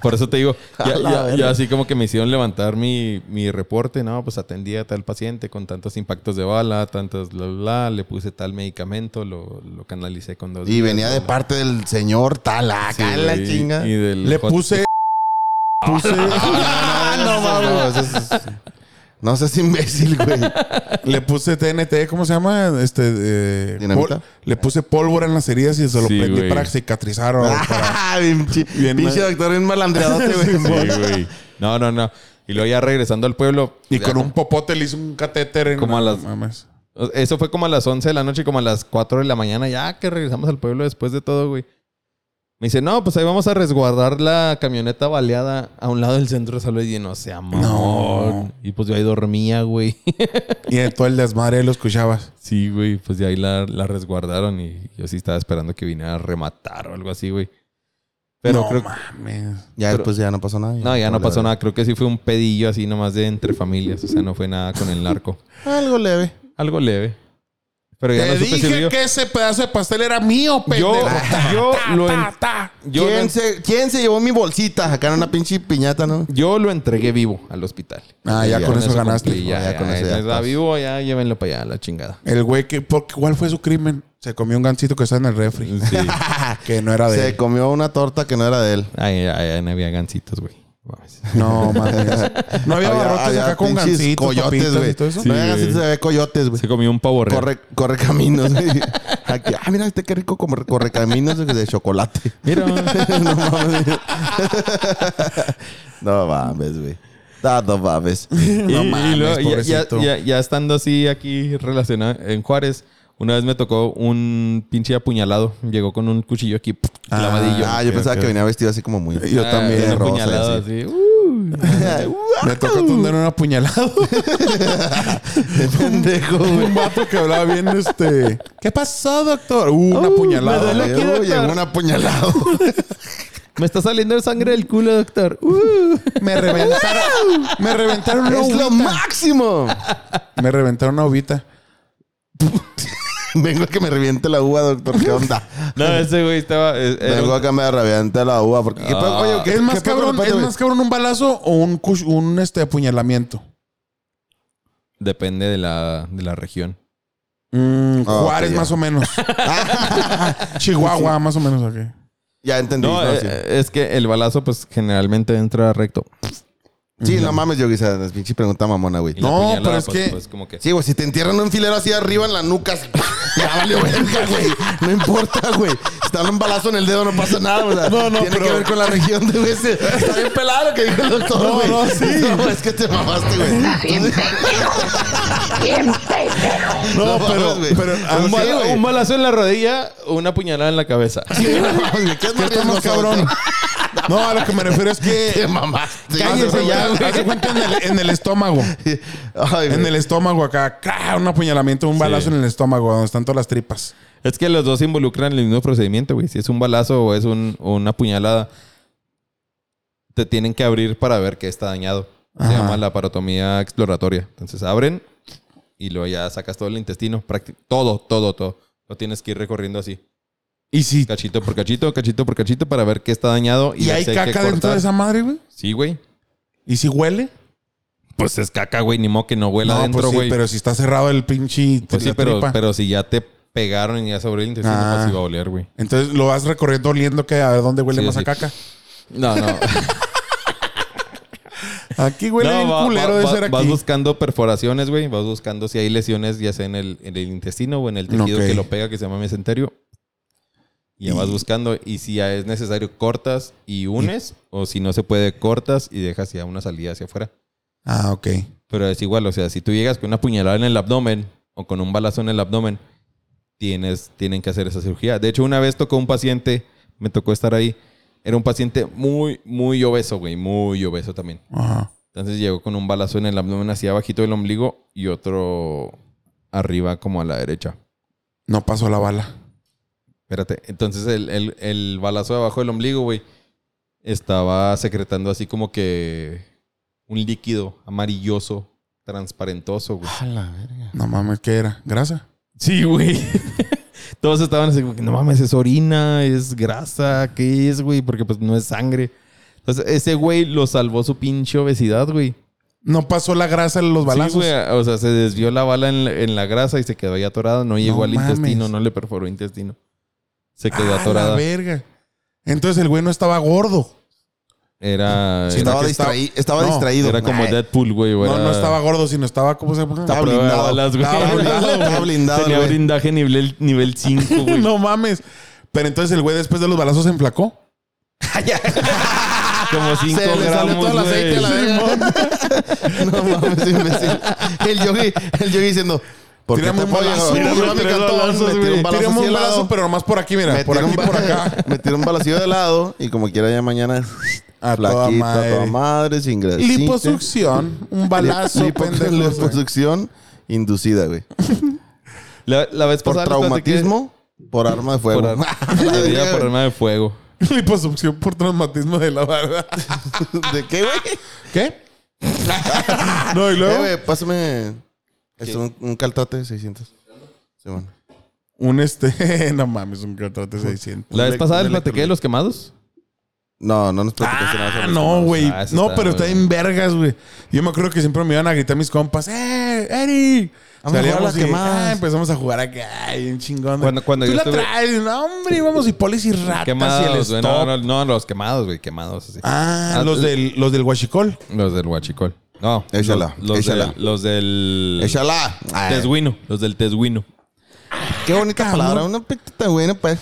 Speaker 3: Por eso te digo, ya,
Speaker 2: A la
Speaker 3: ya-
Speaker 2: verga.
Speaker 3: ya así como que me hicieron levantar mi, mi reporte, ¿no? Pues atendí a tal paciente con tantos impactos de bala, tantos bla, bla, bla, le puse tal medicamento, lo, lo canalicé con dos.
Speaker 2: Y
Speaker 3: días,
Speaker 2: venía
Speaker 3: bla,
Speaker 2: de
Speaker 3: bla.
Speaker 2: parte del señor tal, acá
Speaker 3: Sí,
Speaker 2: en la
Speaker 3: güey,
Speaker 2: chinga.
Speaker 3: y del
Speaker 1: Le
Speaker 3: J-
Speaker 1: puse. Puse.
Speaker 2: Ah, no mames. No, eso es- No seas imbécil, güey.
Speaker 1: le puse TNT, ¿cómo se llama? Este. eh,
Speaker 2: ¿Dinamita?
Speaker 1: pol- le puse pólvora en las heridas y se lo
Speaker 3: Sí,
Speaker 1: prendí
Speaker 3: güey.
Speaker 1: para cicatrizar. o para-
Speaker 2: Ah, pinche
Speaker 1: Bien
Speaker 2: pinche
Speaker 1: mal.
Speaker 2: doctor bien malandreadote,
Speaker 3: Sí,
Speaker 2: güey.
Speaker 3: güey. No, no, no. Y luego ya regresando al pueblo.
Speaker 1: y
Speaker 3: ya
Speaker 1: con
Speaker 3: no-
Speaker 1: un popote le hice un catéter. En
Speaker 3: Como a las-
Speaker 1: Mames.
Speaker 3: Eso fue como a las 11 de la noche, como a las 4 de la mañana, ya que regresamos al pueblo después de todo, güey. Me dice, no, pues ahí vamos a resguardar la camioneta baleada a un lado del centro de salud. Y no sea mamón.
Speaker 1: No.
Speaker 3: Y pues yo ahí dormía, güey.
Speaker 1: Y de todo el desmadre lo escuchabas.
Speaker 3: sí, güey, pues de ahí la, la resguardaron y yo sí estaba esperando que viniera a rematar o algo así, güey. Pero
Speaker 1: no
Speaker 3: creo que...
Speaker 1: mames.
Speaker 2: Ya después ya no pasó nada.
Speaker 3: No, ya no
Speaker 2: Vale,
Speaker 3: pasó
Speaker 2: vale.
Speaker 3: nada. Creo que sí fue un pedillo así nomás de entre familias. O sea, no fue nada con el narco.
Speaker 2: Algo leve.
Speaker 3: Algo leve. Pero ya
Speaker 1: Te
Speaker 3: no supe si
Speaker 1: dije
Speaker 3: vivió.
Speaker 1: que ese pedazo de pastel era mío,
Speaker 3: Yo,
Speaker 1: pendejo.
Speaker 3: yo lo en- yo lo
Speaker 2: ¿Quién,
Speaker 3: en-
Speaker 2: se, ¿Quién se llevó mi bolsita? Acá en una pinche piñata, ¿no?
Speaker 3: Yo lo entregué vivo al hospital.
Speaker 1: Ah, ya,
Speaker 2: Ya,
Speaker 1: con
Speaker 2: con
Speaker 1: eso ganaste.
Speaker 3: cumplí, ya,
Speaker 2: Ya
Speaker 3: ya,
Speaker 2: con eso
Speaker 3: ya,
Speaker 2: ya
Speaker 3: ya está
Speaker 2: estás.
Speaker 3: vivo, ya llévenlo para allá, la chingada.
Speaker 1: El güey que... por- ¿Cuál fue su crimen? Se comió un gancito que está en el refri. Que no era de
Speaker 2: Se
Speaker 1: él.
Speaker 2: comió una torta que no era de él.
Speaker 3: Ay, ay, ay, no había gancitos, güey. Mames.
Speaker 1: No, mames. No había barrotes
Speaker 2: había
Speaker 1: acá con
Speaker 2: pinches
Speaker 1: gancitos,
Speaker 2: coyotes,
Speaker 1: papitas y
Speaker 2: güey.
Speaker 1: todo eso.
Speaker 2: no había
Speaker 3: Sí,
Speaker 2: gancitos,
Speaker 3: güey.
Speaker 2: había coyotes, güey.
Speaker 3: Se comió un pavo real.
Speaker 2: Corre, corre caminos, güey. Aquí, ah, mira, este qué rico como corre caminos de chocolate.
Speaker 3: Mira,
Speaker 2: no mames. no mames, güey. No, no mames.
Speaker 3: y,
Speaker 1: No
Speaker 3: y
Speaker 1: mames,
Speaker 3: luego, ya- ya,
Speaker 1: pobrecito.
Speaker 3: ya- ya estando así aquí relacionado en Juárez, una vez me tocó un pinche apuñalado. Llegó con un cuchillo aquí, clavadillo.
Speaker 2: Ah, yo
Speaker 1: ok,
Speaker 2: pensaba
Speaker 1: ok.
Speaker 2: que venía vestido así como muy.
Speaker 1: Yo también,
Speaker 3: Un
Speaker 2: Ah, rosa,
Speaker 3: apuñalado
Speaker 2: así.
Speaker 3: así. Uh.
Speaker 1: Me tocó tener un apuñalado.
Speaker 2: Pendejo, güey.
Speaker 1: un vato que hablaba bien este... ¿Qué pasó, doctor? Uh, un apuñalado.
Speaker 3: me duele
Speaker 1: güey.
Speaker 3: aquí,
Speaker 2: Llegó-
Speaker 3: doctor.
Speaker 2: Llegó un apuñalado.
Speaker 3: Me está saliendo sangre del culo, doctor. Uh.
Speaker 1: Me reventaron... me reventaron una
Speaker 2: ¡Es lo
Speaker 1: uvita.
Speaker 2: máximo!
Speaker 1: Me reventaron una uvita.
Speaker 2: Vengo a que me reviente la uva, doctor. ¿Qué onda?
Speaker 3: No, ese güey estaba. eh, era
Speaker 2: Vengo
Speaker 3: un-
Speaker 2: a que me reviente la uva. Porque, ¿qué pedo,
Speaker 3: Ah.
Speaker 2: oye, ¿qué-
Speaker 1: ¿Es más,
Speaker 2: qué pedo
Speaker 1: cabrón,
Speaker 2: con el
Speaker 1: ¿Es
Speaker 2: pato,
Speaker 1: más cabrón un balazo o un, cuch- un este, apuñalamiento?
Speaker 3: Depende de la, de la región.
Speaker 1: Mm,
Speaker 2: Ah,
Speaker 1: Juárez,
Speaker 2: ok, ya.
Speaker 1: más o menos. Chihuahua, más o menos. aquí.
Speaker 2: güey? Ya entendí.
Speaker 3: No,
Speaker 2: no,
Speaker 3: eh,
Speaker 2: sí.
Speaker 3: es que el balazo, pues generalmente entra recto.
Speaker 2: Sí, no mames, yo quizás. Es pinche pregunta mamona, güey.
Speaker 3: Y la
Speaker 1: No,
Speaker 3: puñalada,
Speaker 1: pero es
Speaker 3: pues,
Speaker 1: que-
Speaker 3: pues, como que.
Speaker 2: Sí, güey, si te entierran un filero así arriba en la nuca, así, ya valió verga, güey. No importa, güey. Si te dan un balazo en el dedo, no pasa nada, o sea,
Speaker 1: No, no,
Speaker 2: Tiene que
Speaker 1: pero-
Speaker 2: ver con la región de güey. ese- Está bien pelado lo que dijo el doctor,
Speaker 1: No,
Speaker 2: güey.
Speaker 1: no, sí.
Speaker 2: No, es que te mamaste, güey.
Speaker 1: No, pero,
Speaker 2: mames, güey.
Speaker 1: pero a
Speaker 3: Un,
Speaker 1: un
Speaker 2: Sí,
Speaker 3: bala-
Speaker 2: güey.
Speaker 3: un balazo en la rodilla, una puñalada en la cabeza.
Speaker 2: Sí, no mames, güey, ¿Qué es más
Speaker 1: Esto es más
Speaker 2: riesgoso, güey?
Speaker 1: cabrón. No, a lo que me refiero es
Speaker 2: Te
Speaker 1: que.
Speaker 2: mamaste.
Speaker 1: Cállense
Speaker 2: güey.
Speaker 1: ya, Hace cuenta en el, en el estómago.
Speaker 2: Ay,
Speaker 1: En
Speaker 2: güey.
Speaker 1: el
Speaker 3: Eh,
Speaker 1: estómago acá. ¡cra! Un apuñalamiento, un balazo en el estómago, donde están todas las tripas.
Speaker 3: Es que los dos involucran el mismo procedimiento, güey. Si es un balazo o es un- o una puñalada, te tienen que abrir para ver que está dañado. Se
Speaker 1: Ajá.
Speaker 3: llama la parotomía exploratoria. Entonces abren y luego ya sacas todo el intestino. prácti- Todo, todo, todo. Lo tienes que ir recorriendo así.
Speaker 1: Y si.
Speaker 3: Cachito por cachito, cachito por cachito para ver qué está dañado. Y,
Speaker 1: Y
Speaker 3: ver
Speaker 1: hay
Speaker 3: si que
Speaker 1: caca dentro
Speaker 3: cortar.
Speaker 1: de esa madre, güey.
Speaker 3: Sí, güey.
Speaker 1: ¿Y si huele?
Speaker 3: Pues es caca, güey. Ni modo que no huela
Speaker 1: No,
Speaker 3: adentro,
Speaker 1: pues sí,
Speaker 3: güey.
Speaker 1: pero si está cerrado el pinche.
Speaker 3: Pues sí,
Speaker 1: la
Speaker 3: pero,
Speaker 1: tripa.
Speaker 3: pero si ya te pegaron y ya sobre el intestino,
Speaker 1: Ah.
Speaker 3: pues iba a oler, güey.
Speaker 1: Entonces lo vas recorriendo oliendo que a ver dónde huele
Speaker 3: Sí,
Speaker 1: más
Speaker 3: sí.
Speaker 1: a caca.
Speaker 3: No, no.
Speaker 1: Aquí huele
Speaker 3: No,
Speaker 1: bien
Speaker 3: va-
Speaker 1: culero
Speaker 3: va-
Speaker 1: de
Speaker 3: va-
Speaker 1: ser
Speaker 3: Vas
Speaker 1: aquí.
Speaker 3: buscando perforaciones, güey. Vas buscando si hay lesiones, ya sea en el, en el intestino o en el tejido
Speaker 1: Ok.
Speaker 3: que lo pega, que se llama mesenterio. Y ya vas buscando. Y si ya es necesario, cortas y unes. O si no se puede, cortas y dejas ya una salida hacia afuera.
Speaker 1: Ah, ok.
Speaker 3: Pero es igual, o sea, si tú llegas con una puñalada en el abdomen o con un balazo en el abdomen, tienes, tienen que hacer esa cirugía. De hecho, una vez tocó un paciente, me tocó estar ahí. Era un paciente muy, muy obeso, güey. Muy obeso también.
Speaker 1: Ajá.
Speaker 3: Entonces llegó con un balazo en el abdomen hacia abajito del ombligo y otro arriba como a la derecha.
Speaker 1: No pasó la bala.
Speaker 3: Espérate. Entonces el, el- el balazo de abajo del ombligo, güey, estaba secretando así como que un líquido amarilloso transparentoso, güey.
Speaker 2: A la verga.
Speaker 1: No mames, ¿qué era? ¿Grasa?
Speaker 3: Sí, güey. Todos estaban así, como que no mames, es orina, es grasa, ¿qué es, güey? Porque pues no es sangre. Entonces, ese güey lo salvó su pinche obesidad, güey.
Speaker 1: No pasó la grasa en los
Speaker 3: Sí,
Speaker 1: balazos.
Speaker 3: güey, o sea, se desvió la bala en la, en la grasa y se quedó ahí atorada. No llegó
Speaker 1: No
Speaker 3: al
Speaker 1: mames.
Speaker 3: intestino, no le perforó intestino. Se quedó
Speaker 1: Ah, la
Speaker 3: atorada.
Speaker 1: verga. Entonces el güey no estaba gordo.
Speaker 3: Era,
Speaker 1: Sí,
Speaker 3: era,
Speaker 2: estaba
Speaker 1: que
Speaker 2: distraí-
Speaker 1: estaba-
Speaker 2: estaba
Speaker 1: no,
Speaker 2: distraído.
Speaker 3: era como
Speaker 2: Nah,
Speaker 3: Deadpool, güey. o
Speaker 1: No,
Speaker 3: era-
Speaker 1: no estaba gordo, sino estaba, ¿cómo se llama?
Speaker 2: Estaba
Speaker 3: prueba de
Speaker 2: blindado.
Speaker 3: balas, güey.
Speaker 2: Estaba blindado, estaba blindado,
Speaker 3: Tenía
Speaker 2: güey.
Speaker 3: blindaje nivel, nivel 5, güey.
Speaker 1: no mames. Pero entonces el güey después de los balazos se enflacó.
Speaker 3: Como 5
Speaker 2: Se le salió
Speaker 3: gramos,
Speaker 2: todo el aceite a la
Speaker 3: güey.
Speaker 2: verga. No mames, imbécil. El yogi, el yogi diciendo. ¿Por qué
Speaker 1: Tírame
Speaker 2: te
Speaker 1: un
Speaker 2: apoyas?
Speaker 1: balazo,
Speaker 2: Mira,
Speaker 3: güey,
Speaker 2: me
Speaker 3: tres
Speaker 2: cantó,
Speaker 3: balazos,
Speaker 2: me tiró
Speaker 3: güey.
Speaker 2: un balazo
Speaker 1: Tírame
Speaker 2: así
Speaker 1: un
Speaker 2: al lado.
Speaker 1: balazo, pero nomás por aquí,
Speaker 2: Me
Speaker 1: mira. Por
Speaker 2: tiró
Speaker 1: aquí,
Speaker 2: un
Speaker 1: por
Speaker 2: ba-
Speaker 1: acá.
Speaker 2: Me tiró un balacillo de lado y como quiera ya mañana
Speaker 1: A toda
Speaker 2: flaquito, a toda
Speaker 1: madre.
Speaker 2: madre, sin grasa.
Speaker 1: Liposucción. Un balazo,
Speaker 2: Lipo-
Speaker 1: pendejos, güey.
Speaker 2: Liposucción inducida, güey.
Speaker 3: La, la vez
Speaker 2: Por
Speaker 3: pasada les platiqué-
Speaker 2: traumatismo, por arma de fuego.
Speaker 3: Por, ar- la herida por arma de fuego.
Speaker 1: Liposucción por traumatismo de la barba.
Speaker 2: ¿De qué, güey?
Speaker 1: ¿Qué? no, y
Speaker 2: Eh,
Speaker 1: luego
Speaker 2: güey, pásame esto, un, un caltrate de 600. Sí, bueno.
Speaker 1: un este, no mames, un cartote 600.
Speaker 3: La vez
Speaker 2: elec-
Speaker 3: pasada
Speaker 2: un
Speaker 3: les platiqué de los quemados.
Speaker 2: No, no nos platicaste nada
Speaker 1: Ah,
Speaker 2: sobre
Speaker 1: no, güey.
Speaker 3: Ah, eso
Speaker 1: No,
Speaker 3: está
Speaker 1: pero está
Speaker 3: muy
Speaker 1: en vergas, güey. Yo me acuerdo que siempre me iban a gritar mis compas, ¡eh, Eric!
Speaker 2: Vamos a jugar a las
Speaker 1: y,
Speaker 2: quemadas.
Speaker 1: ah, empezamos a jugar acá, bien chingón.
Speaker 3: Cuando- cuando
Speaker 1: Tú
Speaker 3: yo
Speaker 1: la
Speaker 3: estuve-
Speaker 1: traes, no, hombre, íbamos y polis y ratas y el
Speaker 3: Quemados, güey.
Speaker 1: stop.
Speaker 3: No, no, no, los quemados, güey. Quemados, así.
Speaker 1: Ah,
Speaker 3: Ah,
Speaker 1: los,
Speaker 3: l-
Speaker 1: del, los del huachicol.
Speaker 3: Los del huachicol. No.
Speaker 2: Échala,
Speaker 3: los, los
Speaker 2: échala.
Speaker 3: del- los del...
Speaker 2: Échala. Ah. Ay,
Speaker 3: Tesguino. Los del tesguino.
Speaker 2: qué bonita palabra. Una pitita buena, pues.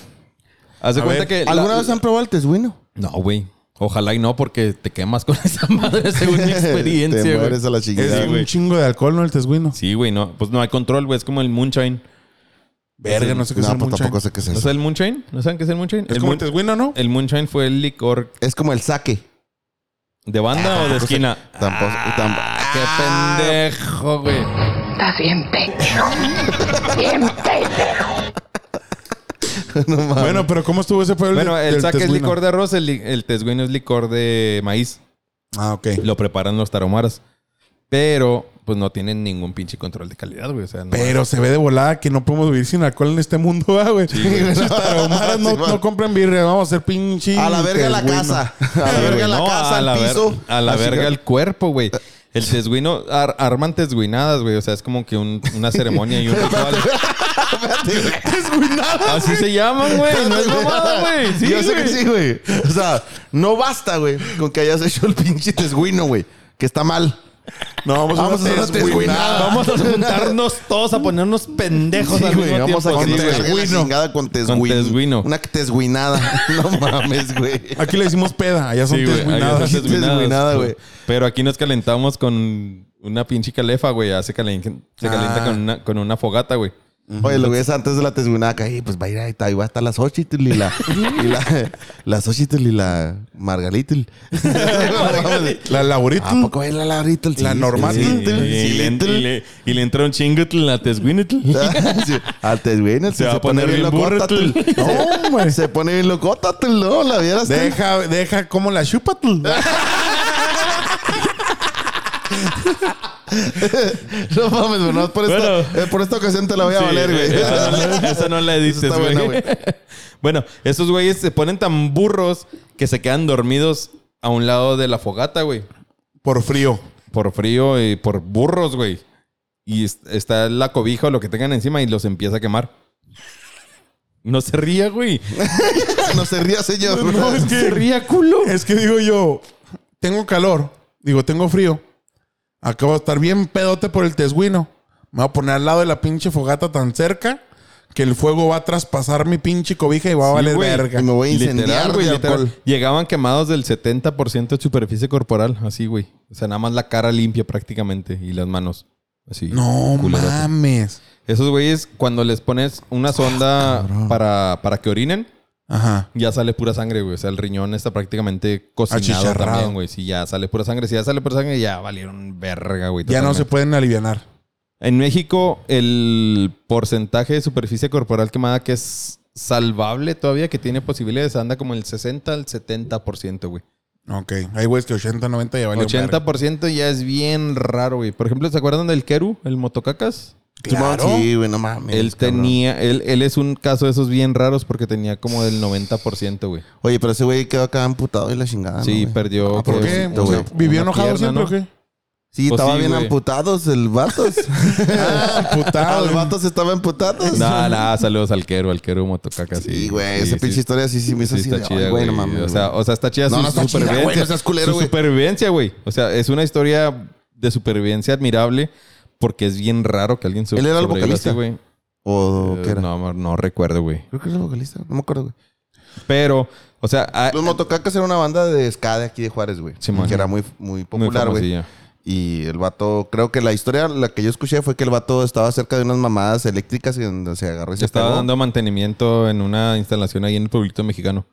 Speaker 3: Haz de
Speaker 1: A
Speaker 3: cuenta
Speaker 1: ver,
Speaker 3: que... la-
Speaker 2: ¿Alguna vez han probado el tesguino?
Speaker 3: No, güey. Ojalá y no, porque te quemas con esa madre según mi
Speaker 2: Te
Speaker 3: experiencia, güey.
Speaker 2: mueres a la
Speaker 1: Es
Speaker 2: chingada.
Speaker 1: un
Speaker 3: güey.
Speaker 1: chingo de alcohol, ¿no? El tesguino.
Speaker 3: Sí, güey, no. Pues no hay control, güey. Es como el moonshine.
Speaker 1: Verga, no sé qué es
Speaker 2: no,
Speaker 1: el
Speaker 2: pues
Speaker 1: moonshine.
Speaker 2: tampoco sé qué es
Speaker 3: ¿No
Speaker 2: eso.
Speaker 3: saben el moonshine? ¿No saben qué es el moonshine?
Speaker 1: Es
Speaker 3: el,
Speaker 1: como el
Speaker 3: moon-
Speaker 1: tesguino, ¿no?
Speaker 3: el moonshine fue el licor
Speaker 2: Es como el saque.
Speaker 3: de
Speaker 2: Ah,
Speaker 3: banda
Speaker 2: pues
Speaker 3: o de esquina.
Speaker 2: Tampoco. tam-
Speaker 3: Ah, qué pendejo, güey.
Speaker 5: Estás bien pendejo. Bien pendejo.
Speaker 2: no mames.
Speaker 1: Bueno, pero ¿cómo estuvo ese pueblo?
Speaker 3: Ah, Bueno, el saque es
Speaker 1: tesguino?
Speaker 3: licor de arroz, el, li- el tesguino es licor de maíz.
Speaker 1: Ah, ok.
Speaker 3: Lo preparan los tarahumaras. Pero, pues no tienen ningún pinche control de calidad, güey. O sea, no.
Speaker 1: Pero se ve de volada que no podemos vivir sin alcohol en este mundo, ah, güey. Pinches tarahumaras no,
Speaker 2: Sí, man.
Speaker 1: no compran birria, vamos a ser pinche.
Speaker 2: a la verga la
Speaker 1: tesguino.
Speaker 2: casa. A la
Speaker 3: Sí,
Speaker 2: verga
Speaker 3: güey,
Speaker 2: la
Speaker 3: no,
Speaker 2: casa,
Speaker 3: a la
Speaker 2: al
Speaker 3: ver-
Speaker 2: piso.
Speaker 3: A la
Speaker 2: Así
Speaker 3: verga
Speaker 2: que-
Speaker 3: el cuerpo, Ah, güey. El tesguino, ar- arman tesguinadas, güey. O sea, es como que un- una ceremonia y un ritual. Así se llaman, güey. No es mamada, güey. Sí,
Speaker 2: Yo sé
Speaker 3: güey.
Speaker 2: que sí, güey. O sea, no basta, güey, con que hayas hecho el pinche tesguino, güey. Que está mal.
Speaker 1: No, vamos,
Speaker 2: Vamos a
Speaker 1: a
Speaker 2: hacer una
Speaker 1: hacer
Speaker 2: tesguinada.
Speaker 3: Vamos a juntarnos todos a ponernos pendejos
Speaker 2: Sí,
Speaker 3: al
Speaker 2: güey.
Speaker 3: mismo
Speaker 2: Vamos a
Speaker 3: tiempo.
Speaker 2: con
Speaker 3: Sí, güey.
Speaker 2: tesguino. chingada con tesguino.
Speaker 3: tesguino.
Speaker 2: Una tesguinada. No mames, güey.
Speaker 1: Aquí le decimos peda, allá son
Speaker 3: Sí, güey, ahí
Speaker 1: tesguinadas.
Speaker 3: son tesguinadas,
Speaker 2: Tesguinada, güey.
Speaker 3: Pero aquí nos calentamos con una pinche calefa, güey. Ya se calienta, se calienta
Speaker 1: Ah.
Speaker 3: con, una, con una fogata, güey.
Speaker 2: Oye, lo ves antes de la tesguinaca. Y pues va a ir ahí, ahí va a estar la Xochitl y la... y la, la Xochitl y la Margalitl.
Speaker 1: La laborita.
Speaker 2: ¿A poco es la Laritl?
Speaker 1: La normal.
Speaker 2: Sí,
Speaker 1: Sí,
Speaker 3: y, le,
Speaker 2: sí,
Speaker 3: y le- y le entra un chingutl a tesguinutl.
Speaker 2: Ah, Sí, Al tesguino.
Speaker 3: Se va a poner bien
Speaker 2: locota,
Speaker 3: burro,
Speaker 2: tú.
Speaker 1: no, güey.
Speaker 2: Se pone bien locota, tú, ¿no? La vieras. tú.
Speaker 1: Deja, deja como la chupa tú.
Speaker 2: No mames, güey, no, por, esta,
Speaker 3: Bueno.
Speaker 2: eh, por esta ocasión te la voy a
Speaker 3: Sí,
Speaker 2: valer, güey.
Speaker 3: Esa no la, esa no la edites,
Speaker 2: Esa está
Speaker 3: güey.
Speaker 2: buena, güey.
Speaker 3: bueno, estos güeyes se ponen tan burros que se quedan dormidos a un lado de la fogata, güey.
Speaker 1: Por frío.
Speaker 3: Por frío y por burros, güey. Y es- está la cobija o lo que tengan encima y los empieza a quemar. No se ría, güey.
Speaker 2: No se ría, señor.
Speaker 1: No, es
Speaker 3: Se
Speaker 1: que,
Speaker 3: ría, culo.
Speaker 1: es que digo yo, tengo calor. Digo, tengo frío. Acabo de estar bien pedote por el tesguino. Me voy a poner al lado de la pinche fogata tan cerca que el fuego va a traspasar mi pinche cobija y va a
Speaker 3: Sí,
Speaker 1: valer
Speaker 3: güey.
Speaker 1: verga.
Speaker 2: Y me voy a incendiar
Speaker 3: Literal, güey.
Speaker 2: de
Speaker 3: literal.
Speaker 2: alcohol.
Speaker 3: Llegaban quemados del 70% de superficie corporal, así, güey. O sea, nada más la cara limpia prácticamente y las manos. Así.
Speaker 1: No
Speaker 3: culerote.
Speaker 1: mames.
Speaker 3: Esos güeyes, cuando les pones una sonda para, para que orinen,
Speaker 1: Ajá.
Speaker 3: ya sale pura sangre, güey. O sea, el riñón está prácticamente cocinado
Speaker 1: Achicharrado.
Speaker 3: también, güey. Si ya sale pura sangre, si ya sale pura sangre, ya valieron verga, güey.
Speaker 1: Ya no se
Speaker 3: totalmente.
Speaker 1: pueden alivianar.
Speaker 3: En México, el porcentaje de superficie corporal quemada que es salvable todavía, que tiene posibilidades, anda como el 60 al 70%, güey.
Speaker 1: Ok. Hay güeyes que 80, 90 ya valió.
Speaker 3: 80% ya es bien raro, güey. Por ejemplo, ¿se acuerdan del Keru, el motocacas?
Speaker 1: Claro.
Speaker 2: Sí, güey, no mames.
Speaker 3: él
Speaker 2: cabrón.
Speaker 3: tenía, él, él es un caso de esos bien raros porque tenía como del 90%, güey.
Speaker 2: Oye, pero ese güey quedó acá amputado y la chingada. ¿no,
Speaker 3: sí,
Speaker 2: güey?
Speaker 3: perdió.
Speaker 1: Ah, ¿Por
Speaker 3: pues,
Speaker 1: qué?
Speaker 2: Pobrecito,
Speaker 1: O sea,
Speaker 2: güey.
Speaker 1: ¿Vivió
Speaker 3: Una
Speaker 1: enojado
Speaker 3: pierna,
Speaker 1: siempre o
Speaker 3: ¿no?
Speaker 1: qué?
Speaker 2: Sí,
Speaker 3: Pues
Speaker 2: estaba
Speaker 3: sí,
Speaker 2: bien
Speaker 3: güey.
Speaker 2: amputados el Ah, vatos.
Speaker 1: Amputado.
Speaker 2: Los vatos estaban amputados.
Speaker 3: Nah, nah, saludos al Keru, al Keru motocacas.
Speaker 2: Sí, güey, esa pinche
Speaker 3: sí,
Speaker 2: historia sí, sí me hizo
Speaker 3: sí
Speaker 2: así.
Speaker 3: está
Speaker 2: de,
Speaker 3: chida,
Speaker 2: "Ay, güey,
Speaker 3: güey.
Speaker 2: no mames,
Speaker 3: o, sea,
Speaker 2: güey".
Speaker 3: o sea, está chida
Speaker 2: No,
Speaker 3: su
Speaker 2: no está chida,
Speaker 3: supervivencia.
Speaker 2: güey, no seas culero,
Speaker 3: su
Speaker 2: güey.
Speaker 3: supervivencia, güey. O sea, es una historia de supervivencia admirable porque es bien raro que alguien se
Speaker 2: Él era el vocalista.
Speaker 3: güey.
Speaker 2: ¿O qué
Speaker 3: Eh,
Speaker 2: era?
Speaker 3: No, no recuerdo, güey.
Speaker 2: Creo que era el vocalista, no me acuerdo, güey.
Speaker 3: Pero, o sea, ah, a-
Speaker 2: Los Motocacas era una banda de ska de aquí de Juárez, güey.
Speaker 3: Simón.
Speaker 2: que era muy, muy
Speaker 3: muy
Speaker 2: popular, güey.
Speaker 3: famosilla.
Speaker 2: Y el vato, creo que la historia, la que yo escuché fue que el vato estaba cerca de unas mamadas eléctricas y donde se agarró y se
Speaker 3: Estaba
Speaker 2: pegó.
Speaker 3: dando mantenimiento en una instalación ahí en el pueblito mexicano.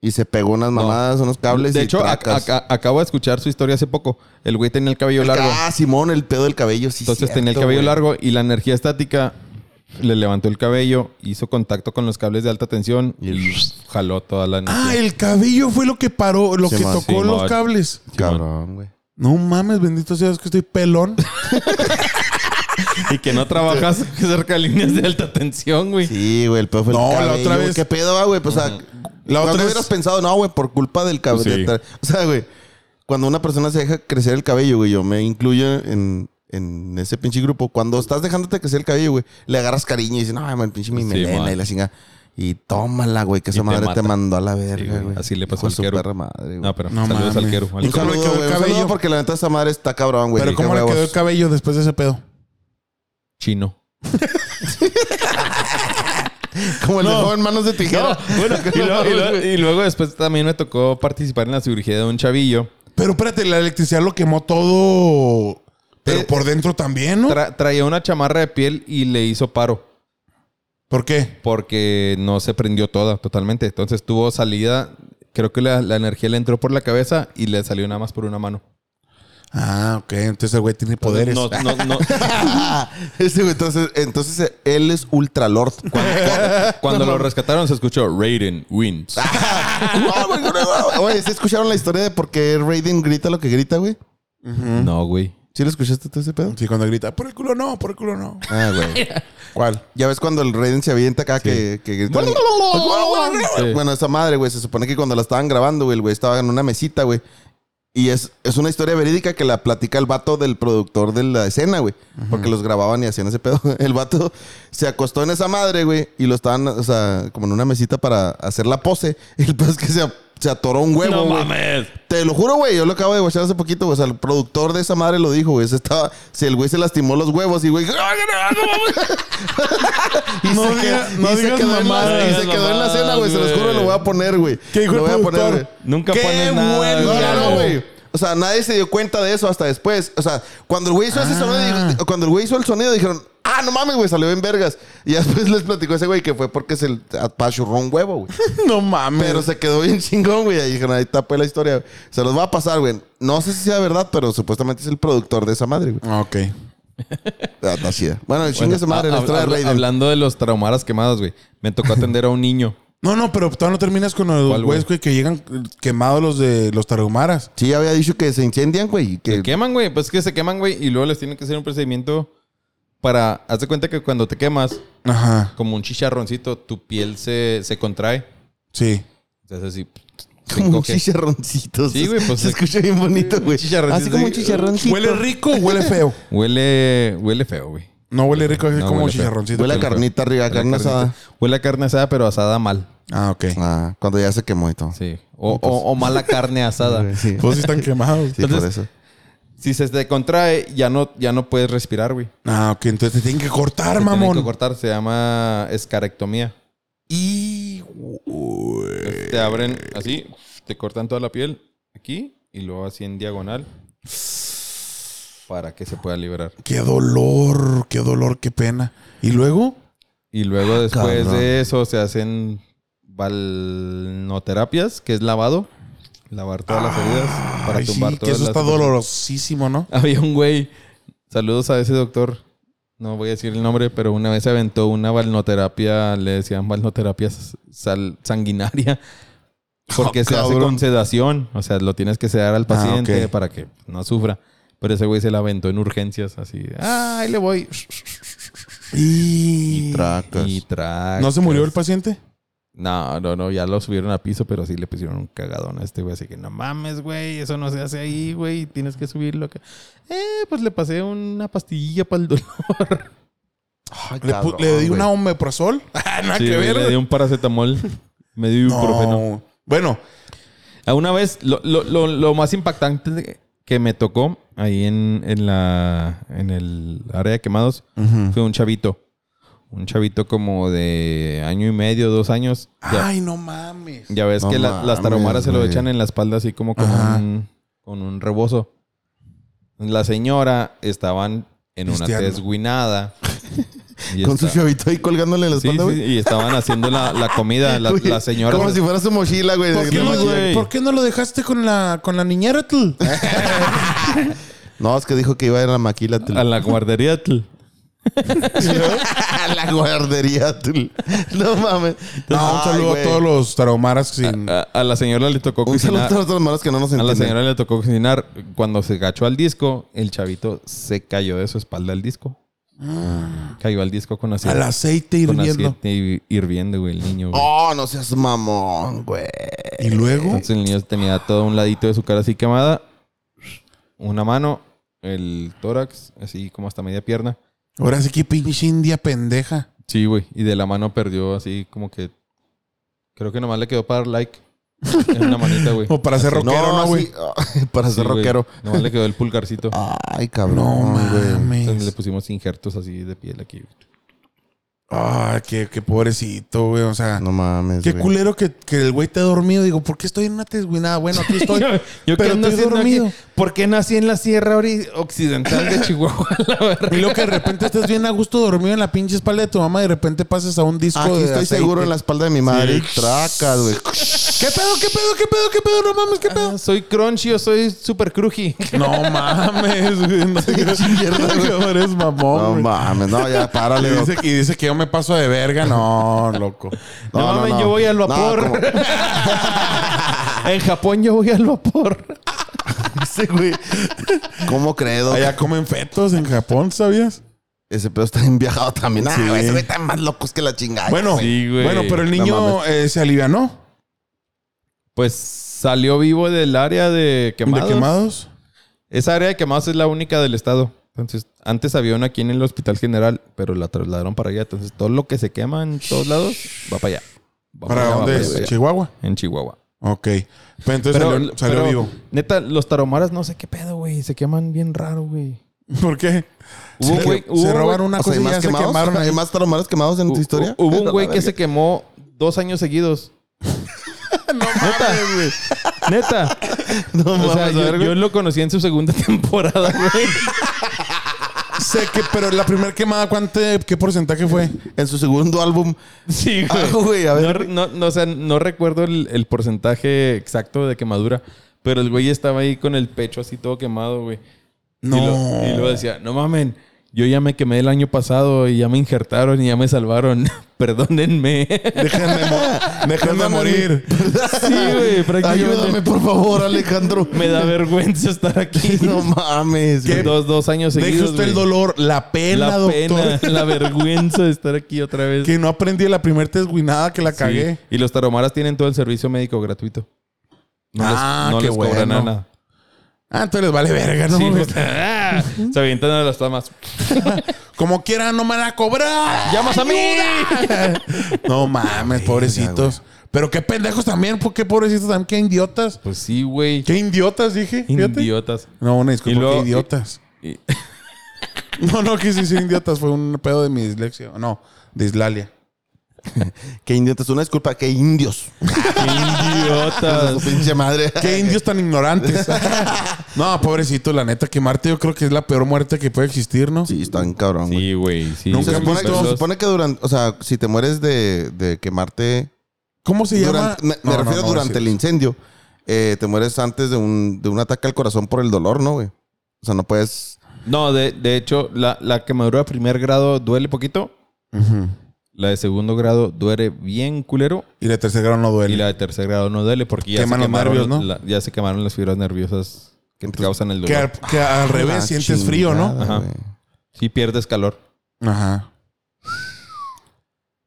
Speaker 2: Y se pegó unas mamadas, unos cables
Speaker 3: de
Speaker 2: y
Speaker 3: hecho, a-
Speaker 2: tracas.
Speaker 3: a- a- acabo de escuchar su historia hace poco. El güey tenía el cabello
Speaker 2: El
Speaker 3: largo.
Speaker 2: ca- Ah, Simón, el pedo del cabello, sí.
Speaker 3: Entonces
Speaker 2: cierto,
Speaker 3: tenía el cabello
Speaker 2: güey.
Speaker 3: largo y la energía estática le levantó el cabello, hizo contacto con los cables de alta tensión y jaló toda la energía.
Speaker 1: Ah, el cabello fue lo que paró, lo
Speaker 2: Sí,
Speaker 1: que
Speaker 2: ma,
Speaker 1: tocó
Speaker 3: sí,
Speaker 1: los
Speaker 3: ma.
Speaker 1: cables.
Speaker 2: Cabrón, güey.
Speaker 1: No mames, bendito sea, es que estoy pelón.
Speaker 3: Y que no trabajas cerca de líneas de alta tensión, güey.
Speaker 2: Sí, güey, el pedo fue el
Speaker 1: No, la
Speaker 2: cabello,
Speaker 1: otra
Speaker 2: güey.
Speaker 1: vez-
Speaker 2: ¿Qué pedo, va, güey? Pues, o sea,
Speaker 1: La otra
Speaker 2: cuando
Speaker 1: vez- Pues
Speaker 2: hubieras pensado, no, güey, por culpa del cabello.
Speaker 3: Sí.
Speaker 2: O sea, güey, cuando una persona se deja crecer el cabello, güey, yo me incluyo en, en ese pinche grupo. Cuando estás dejándote crecer el cabello, güey, le agarras cariño y dices, no, man, pinche mi
Speaker 3: Sí,
Speaker 2: melena
Speaker 3: man.
Speaker 2: y la chinga. Y tómala, güey,
Speaker 3: Y
Speaker 2: que esa
Speaker 3: te
Speaker 2: madre
Speaker 3: mata.
Speaker 2: te mandó a la
Speaker 3: Sí,
Speaker 2: verga,
Speaker 3: güey.
Speaker 2: güey.
Speaker 3: Así le pasó
Speaker 2: Hijo de
Speaker 3: al
Speaker 2: su
Speaker 3: Quero.
Speaker 2: perra madre, güey.
Speaker 3: No, pero
Speaker 1: No
Speaker 3: saludos
Speaker 1: mames.
Speaker 3: al Quero. al
Speaker 1: Un
Speaker 3: Quero.
Speaker 2: Un
Speaker 1: ¿Cómo le
Speaker 2: saludo,
Speaker 1: quedó el
Speaker 2: güey. Un
Speaker 1: cabello?
Speaker 2: saludo porque la neta esa madre está cabrón, güey.
Speaker 1: Pero
Speaker 2: Qué
Speaker 1: ¿cómo le
Speaker 2: huevos.
Speaker 1: quedó el cabello después de ese pedo?
Speaker 3: Chino.
Speaker 2: Como el de joven manos de tijera.
Speaker 3: y, luego, y luego- y luego después también me tocó participar en la cirugía de un chavillo.
Speaker 1: Pero espérate, la electricidad lo quemó todo. Pero
Speaker 3: Eh,
Speaker 1: por dentro también, ¿no?
Speaker 3: Tra- traía una chamarra de piel y le hizo paro.
Speaker 1: ¿Por qué?
Speaker 3: porque no se prendió toda totalmente. Entonces tuvo salida, creo que la, la energía le entró por la cabeza y le salió nada más por una mano.
Speaker 1: Ah, ok. Entonces el güey tiene poderes.
Speaker 3: No, no, no.
Speaker 2: Ese güey, entonces, entonces él es ultralord.
Speaker 3: Cuando lo rescataron se escuchó Raiden wins.
Speaker 2: Ah. No, güey, no, no. Oye, ¿sí escucharon la historia de por qué Raiden grita lo que grita, güey?
Speaker 3: No, güey.
Speaker 2: ¿Sí lo escuchaste todo ese pedo?
Speaker 1: Sí, cuando grita, por el culo no, por el culo no.
Speaker 2: Ah, güey.
Speaker 1: ¿Cuál?
Speaker 2: Ya ves cuando el Raiden se avienta acá que, que grita.
Speaker 3: Sí.
Speaker 2: Bueno, esa madre, güey, se supone que cuando la estaban grabando, güey, el güey estaba en una mesita, güey. Y es, es una historia verídica que la platica el vato del productor de la escena, güey. Porque los grababan y hacían ese pedo. El vato se acostó en esa madre, güey. Y lo estaban, o sea, como en una mesita para hacer la pose. El pedo es que se, a- se atoró un huevo, güey.
Speaker 3: mames.
Speaker 2: Te lo juro, güey. Yo lo acabo de guachar hace poquito, güey. O sea, el productor de esa madre lo dijo, güey. Se estaba... Si el güey se lastimó los huevos y, güey... y
Speaker 1: No
Speaker 2: se,
Speaker 1: diga-
Speaker 2: quedó,
Speaker 1: no
Speaker 2: y se
Speaker 1: digas
Speaker 2: quedó en la,
Speaker 1: mamadas,
Speaker 2: y se quedó en la cena, güey. Se los juro, lo voy a poner, güey.
Speaker 1: ¿Qué dijo
Speaker 2: Lo
Speaker 1: el
Speaker 2: voy a poner,
Speaker 1: productor?
Speaker 2: güey.
Speaker 3: Nunca
Speaker 1: Qué
Speaker 3: ponen nada.
Speaker 1: buen
Speaker 2: No, no, no,
Speaker 1: diálogo.
Speaker 2: güey. O sea, nadie se dio cuenta de eso hasta después. O sea, cuando el güey hizo ese sonido,
Speaker 1: Ah.
Speaker 2: dijo- cuando el güey hizo el sonido, dijeron, ah, no mames, güey, salió en vergas. Y ya después les platicó ese güey que fue porque se apachurró un huevo, güey.
Speaker 1: No mames.
Speaker 2: Pero se quedó bien chingón, güey. Ahí dijeron, ahí está pues la historia. Se los va a pasar, güey. No sé si sea verdad, pero supuestamente es el productor de esa madre, güey.
Speaker 1: Ok.
Speaker 2: Ah, Está chida. Bueno, chinga esa madre, la
Speaker 3: Hab-
Speaker 2: historia de
Speaker 3: hab-
Speaker 2: Raiden.
Speaker 3: Hablando de los traumaras quemados, güey. Me tocó atender a un niño.
Speaker 1: No, no, pero todavía no terminas con los
Speaker 3: ¿Cuál,
Speaker 1: güeyes, güey, que llegan quemados los de los tarahumaras.
Speaker 2: Sí, había dicho que se incendian, güey. y
Speaker 3: Se
Speaker 2: Que...
Speaker 3: queman, güey. Pues es que se queman, güey. Y luego les tienen que hacer un procedimiento para... Haz de cuenta que cuando te quemas,
Speaker 1: Ajá.
Speaker 3: como un chicharroncito, tu piel se, se contrae.
Speaker 1: Sí.
Speaker 3: Entonces así... se
Speaker 2: Como un
Speaker 3: encoge.
Speaker 2: chicharroncito.
Speaker 3: Sí, güey, pues,
Speaker 2: Se escucha bien bonito, güey.
Speaker 3: chicharroncito,
Speaker 2: Así como un
Speaker 3: sí.
Speaker 2: chicharroncito.
Speaker 1: ¿Huele rico o huele feo?
Speaker 3: Huele, huele feo, güey.
Speaker 1: No huele rico, es
Speaker 3: No,
Speaker 1: como un
Speaker 3: huele feo.
Speaker 1: chicharroncito.
Speaker 2: Huele a
Speaker 3: feo.
Speaker 2: carnita arriba, carne
Speaker 3: Huele a
Speaker 2: asada.
Speaker 3: carnita. Huele a carne asada, pero asada mal.
Speaker 1: Ah, ok.
Speaker 2: Ah, cuando ya se quemó y todo.
Speaker 3: Sí.
Speaker 2: Sí,
Speaker 3: O, o- o mala carne asada.
Speaker 2: Sí.
Speaker 1: Pues sí están quemados.
Speaker 2: por
Speaker 3: Entonces-
Speaker 2: eso.
Speaker 3: Si se te contrae, ya no, ya no puedes respirar, güey.
Speaker 1: Ah, ok. Entonces te tienen que cortar,
Speaker 3: Te tienen que
Speaker 1: mamón.
Speaker 3: cortar. Se llama escarectomía.
Speaker 1: Y... güey.
Speaker 3: Te abren así, te cortan toda la piel aquí y luego así en diagonal para que se pueda liberar.
Speaker 1: Qué dolor, qué dolor, qué pena. ¿Y luego?
Speaker 3: Y luego después
Speaker 2: Ah, cabrón.
Speaker 3: de eso se hacen balnoterapias, que es lavado. Lavar todas las heridas para
Speaker 1: Ay, sí,
Speaker 3: tumbar
Speaker 1: que
Speaker 3: todas
Speaker 1: eso
Speaker 3: las
Speaker 1: está
Speaker 3: enfermedades.
Speaker 1: dolorosísimo, ¿no?
Speaker 3: Había un güey, saludos a ese doctor, no voy a decir el nombre, pero una vez se aventó una balnoterapia, le decían balnoterapia sal- sanguinaria, Porque
Speaker 2: Ah,
Speaker 3: se hace
Speaker 2: cabrón.
Speaker 3: con sedación. O sea, lo tienes que sedar al paciente
Speaker 1: Ah, ok.
Speaker 3: para que no sufra. Pero ese güey se la aventó en urgencias, así. Ah, ahí le voy.
Speaker 1: Y...
Speaker 2: Tracas.
Speaker 3: Y tra-
Speaker 1: ¿No se murió el paciente?
Speaker 3: No, no, no, ya lo subieron a piso, pero sí le pusieron un cagadón a este güey. Así que no mames, güey, eso no se hace ahí, güey, tienes que subirlo acá. Eh, pues le pasé una pastillilla para el dolor.
Speaker 2: Ay,
Speaker 1: Le, pu-
Speaker 2: cabrón,
Speaker 1: le di
Speaker 2: güey.
Speaker 1: una omeprazol. Ah, Nada
Speaker 3: Sí,
Speaker 1: que
Speaker 3: güey,
Speaker 1: ver.
Speaker 3: le di un paracetamol, me dio
Speaker 1: No.
Speaker 3: ibuprofeno.
Speaker 1: Bueno,
Speaker 3: A Una vez, lo, lo- lo- lo más impactante de- que me tocó ahí en, en la en el área de quemados fue un chavito. Un chavito como de año y medio, dos años. Ya-
Speaker 1: ay, no mames.
Speaker 3: Ya ves
Speaker 2: No
Speaker 3: que la- las
Speaker 2: mames,
Speaker 3: taromaras se lo
Speaker 2: güey.
Speaker 3: echan en la espalda así como con
Speaker 1: Ajá.
Speaker 3: un, con un rebozo. La señora estaban en una
Speaker 1: Pisteando.
Speaker 3: desguinada. Y
Speaker 2: Con su
Speaker 3: esta-
Speaker 2: chavito ahí colgándole en la
Speaker 3: Sí,
Speaker 2: espalda,
Speaker 3: sí,
Speaker 2: güey.
Speaker 3: y estaban haciendo la, la comida. La,
Speaker 2: Güey,
Speaker 3: la señora.
Speaker 2: Como si fuera su mochila, güey.
Speaker 1: ¿Por qué,
Speaker 3: no,
Speaker 1: no, lo-
Speaker 3: güey.
Speaker 1: por qué no lo dejaste con la, con la niñera, tú?
Speaker 2: No, es que dijo que iba a ir a la maquila. tú.
Speaker 3: A la guardería. tl.
Speaker 2: A la guardería. tú. No mames.
Speaker 1: No, un
Speaker 2: Ay,
Speaker 1: saludo
Speaker 2: güey.
Speaker 1: a todos los tarahumaras sin...
Speaker 3: A, a la señora le tocó
Speaker 2: Un saludo a
Speaker 3: cocinar.
Speaker 2: todos los malos que no nos
Speaker 3: A la
Speaker 2: entienden.
Speaker 3: señora le tocó cocinar. Cuando se gachó al disco, el chavito se cayó de su espalda al disco.
Speaker 2: Ah.
Speaker 3: Cayó al disco con así.
Speaker 1: Al aceite
Speaker 3: ah, con
Speaker 1: hirviendo.
Speaker 3: aceite hi- hirviendo, güey, el niño. güey.
Speaker 2: Oh, no seas mamón, güey.
Speaker 1: Y luego...
Speaker 3: Entonces el niño tenía todo un ladito de su cara así quemada, una mano, el tórax, así como hasta media pierna.
Speaker 1: Ahora sí que pinche india pendeja.
Speaker 3: Sí, güey. Y de la mano perdió así como que. Creo que nomás le quedó para dar like. En una manita, güey.
Speaker 1: O para ser rockero, ¿no, güey?
Speaker 2: sí. Para
Speaker 3: Sí,
Speaker 2: ser
Speaker 3: güey.
Speaker 2: rockero.
Speaker 3: Nomás le quedó el pulgarcito.
Speaker 2: Ay,
Speaker 1: No
Speaker 2: cabrón, güey.
Speaker 3: Entonces le
Speaker 1: mames.
Speaker 3: pusimos injertos así de piel aquí.
Speaker 1: Ah, qué, qué pobrecito, güey. O sea,
Speaker 2: No mames,
Speaker 1: qué
Speaker 2: güey.
Speaker 1: culero que, que el güey te ha dormido. Digo, ¿por qué estoy en una tesguinada? Bueno, aquí estoy. pero estoy dormido.
Speaker 3: ¿Por qué nací en la sierra ori- occidental de Chihuahua? la verga?
Speaker 1: Y lo que de repente estás bien a gusto dormido en la pinche espalda de tu mamá y de repente pasas a un disco
Speaker 2: Aquí
Speaker 1: de
Speaker 2: estoy
Speaker 1: aceite.
Speaker 2: seguro en la espalda de mi madre. Tracas, güey.
Speaker 1: ¿Qué pedo, qué pedo, qué pedo, qué pedo? No mames, qué pedo.
Speaker 3: Ah, soy crunchy o soy super cruji.
Speaker 1: No mames, güey. No sé
Speaker 2: mierda, güey.
Speaker 1: qué eres mamón,
Speaker 2: No
Speaker 1: güey.
Speaker 2: mames, no, ya párale.
Speaker 1: Y
Speaker 2: güey.
Speaker 1: dice, y dice que yo me paso de verga. No, loco.
Speaker 3: No, mames, yo voy al
Speaker 2: No,
Speaker 3: vapor.
Speaker 2: como-
Speaker 3: en Japón yo voy al vapor.
Speaker 2: Ese güey. ¿Cómo credo?
Speaker 1: Allá comen fetos en Japón, ¿sabías?
Speaker 2: Ese pedo está bien viajado también. Ah,
Speaker 1: Sí.
Speaker 2: güey, ese güey está más locos que la chingada.
Speaker 1: Bueno,
Speaker 3: Sí, güey.
Speaker 1: bueno, pero el
Speaker 2: No
Speaker 1: niño
Speaker 2: mames.
Speaker 1: eh, se alivianó
Speaker 3: Pues salió vivo del área de quemados.
Speaker 1: de quemados.
Speaker 3: Esa área de quemados es la única del estado. Entonces, antes había una aquí en el Hospital General, pero la trasladaron para allá. Entonces, todo lo que se quema en todos lados va para allá. Va
Speaker 1: ¿Para
Speaker 3: allá, va
Speaker 1: dónde
Speaker 3: para
Speaker 1: es?
Speaker 3: allá.
Speaker 1: Chihuahua.
Speaker 3: En Chihuahua.
Speaker 1: Ok. Pero entonces salió, salió
Speaker 3: pero,
Speaker 1: vivo.
Speaker 3: Neta, los taromaras no sé qué pedo, güey. Se queman bien raro, güey.
Speaker 1: ¿Por qué?
Speaker 3: Hubo un
Speaker 1: se,
Speaker 3: güey-
Speaker 1: se
Speaker 3: hubo un
Speaker 1: robaron
Speaker 3: güey-
Speaker 1: una
Speaker 2: O sea,
Speaker 1: cosa
Speaker 2: ¿hay
Speaker 1: y ya
Speaker 2: más
Speaker 1: se
Speaker 2: quemados?
Speaker 1: quemaron.
Speaker 2: ¿Hay
Speaker 1: ahí.
Speaker 2: más taromaras quemados en tu
Speaker 3: Hu-
Speaker 2: historia?
Speaker 3: hu- Hubo un
Speaker 2: La
Speaker 3: güey que
Speaker 2: verga.
Speaker 3: se quemó dos años seguidos. neta, neta.
Speaker 2: No
Speaker 3: O sea,
Speaker 2: mames, a
Speaker 3: yo,
Speaker 2: ver,
Speaker 3: yo lo conocí en su segunda temporada, güey.
Speaker 1: Sé que, pero la primera quemada, ¿cuánto, ¿qué porcentaje fue?
Speaker 2: En su segundo álbum.
Speaker 3: Sí, güey.
Speaker 2: Ah, güey, a
Speaker 3: No
Speaker 2: ver.
Speaker 3: re- No, no, o sea, no recuerdo el, el porcentaje exacto de quemadura, pero el güey estaba ahí con el pecho así todo quemado, güey.
Speaker 1: No.
Speaker 3: Y lo- Y luego decía, no mamen, yo ya me quemé el año pasado y ya me injertaron y ya me salvaron. Perdónenme.
Speaker 1: Déjenme, mo- déjenme
Speaker 2: Perdóname.
Speaker 1: morir.
Speaker 3: sí, güey, prácticamente.
Speaker 2: Ayúdame, por favor, Alejandro.
Speaker 3: Me da vergüenza estar aquí.
Speaker 2: No mames, güey.
Speaker 3: Dos, dos años
Speaker 1: Deje
Speaker 3: seguidos,
Speaker 1: usted el
Speaker 3: güey.
Speaker 1: dolor, la pena,
Speaker 3: La
Speaker 1: doctor.
Speaker 3: pena, la vergüenza de estar aquí otra vez.
Speaker 1: Que no aprendí de la primera tesguinada que la
Speaker 3: Sí.
Speaker 1: cagué.
Speaker 3: Y los taromaras tienen todo el servicio médico gratuito. No les-
Speaker 1: Ah,
Speaker 3: no
Speaker 1: qué
Speaker 3: les cobran
Speaker 1: bueno.
Speaker 3: nada.
Speaker 1: Ah, entonces les vale verga, ¿no?
Speaker 3: Sí, pues, ah, se avientan a las tomas.
Speaker 1: Como quiera, no me van a cobrar.
Speaker 3: ¡Llamas a mí!
Speaker 1: No mames, pobrecitos. Pero qué pendejos también, ¿por qué pobrecitos también? Qué idiotas.
Speaker 3: Pues sí, güey.
Speaker 1: Qué idiotas, dije. Fíjate.
Speaker 3: Idiotas.
Speaker 1: No, una disculpa,
Speaker 3: Y luego-
Speaker 1: qué idiotas.
Speaker 3: y-
Speaker 1: No, no quise decir idiotas, fue un pedo de mi dislexia. No, dislalia.
Speaker 2: Qué indios. Una disculpa, qué indios. Su
Speaker 3: Idiotas.
Speaker 2: pinche madre.
Speaker 1: Qué indios tan ignorantes. no, pobrecito, la neta, quemarte yo creo que es la peor muerte que puede existir, ¿no?
Speaker 2: Sí, están cabrón, güey.
Speaker 3: Sí, güey. Sí,
Speaker 1: Nunca
Speaker 2: Se
Speaker 1: han
Speaker 2: supone,
Speaker 1: visto-
Speaker 2: se supone que durante, o sea, si te mueres de, de quemarte,
Speaker 1: ¿Cómo se llama?
Speaker 2: durante- me, me
Speaker 1: No, no,
Speaker 2: refiero
Speaker 1: no,
Speaker 2: durante
Speaker 1: sí.
Speaker 2: el incendio, eh, te mueres antes de un, de un ataque al corazón por el dolor, ¿no, güey? O sea, no puedes...
Speaker 3: No, de, de hecho, la, la quemadura de primer grado duele poquito. La de segundo grado duele bien culero.
Speaker 1: Y la tercer grado no duele.
Speaker 3: Y la de tercer grado no duele porque ya,
Speaker 1: Queman los
Speaker 3: se, quemaron
Speaker 1: nervios, ¿no?
Speaker 3: la- ya se quemaron las fibras nerviosas que te causan el
Speaker 1: que,
Speaker 3: dolor.
Speaker 1: al, que al revés
Speaker 2: Ah, La
Speaker 1: sientes frío, ¿no?
Speaker 2: chingada,
Speaker 3: Ajá.
Speaker 2: güey.
Speaker 3: Si pierdes calor.
Speaker 1: Ajá.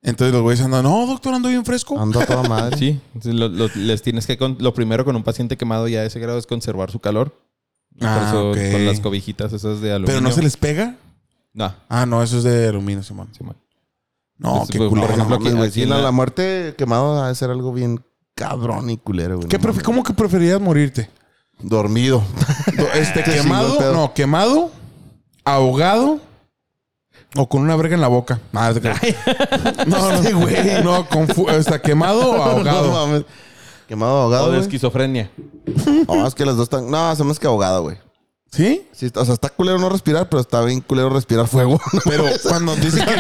Speaker 1: Entonces los güeyes andan, no, doctor, ando bien fresco.
Speaker 2: Ando a toda madre.
Speaker 3: Sí, entonces lo, lo- les tienes que con- lo primero con un paciente quemado ya de ese grado es conservar su calor. Por
Speaker 1: Ah,
Speaker 3: eso
Speaker 1: ok.
Speaker 3: con las cobijitas esas de aluminio.
Speaker 1: Pero no se les pega.
Speaker 3: No,
Speaker 1: Ah, no, eso es de aluminio, Simón.
Speaker 3: sí, man.
Speaker 1: No,
Speaker 3: Pues,
Speaker 1: qué
Speaker 3: pues,
Speaker 1: culero.
Speaker 3: por ejemplo,
Speaker 1: no.
Speaker 2: Mames, güey,
Speaker 3: aquí
Speaker 2: sí,
Speaker 3: en
Speaker 2: la,
Speaker 3: la-
Speaker 2: la muerte quemado debe ser algo bien cabrón y culero, güey.
Speaker 1: ¿Qué
Speaker 2: No
Speaker 1: prefi-
Speaker 2: mames.
Speaker 1: ¿Cómo que preferirías morirte?
Speaker 2: Dormido.
Speaker 1: Do- Este,
Speaker 2: Qué chingón
Speaker 1: quemado,
Speaker 2: pedo.
Speaker 1: no, quemado, ahogado o con una verga en la boca. Ah, es de que- no, no, güey. No, con fu- está quemado o
Speaker 2: No
Speaker 1: ahogado.
Speaker 2: mames. Quemado
Speaker 3: O
Speaker 2: ahogado.
Speaker 3: de
Speaker 2: Ah, güey.
Speaker 3: esquizofrenia.
Speaker 2: No, es que las dos están. No, hacemos que ahogado, güey.
Speaker 1: ¿Sí?
Speaker 2: Sí, o sea, está culero no respirar, pero está bien culero respirar fuego.
Speaker 1: Pero cuando dicen que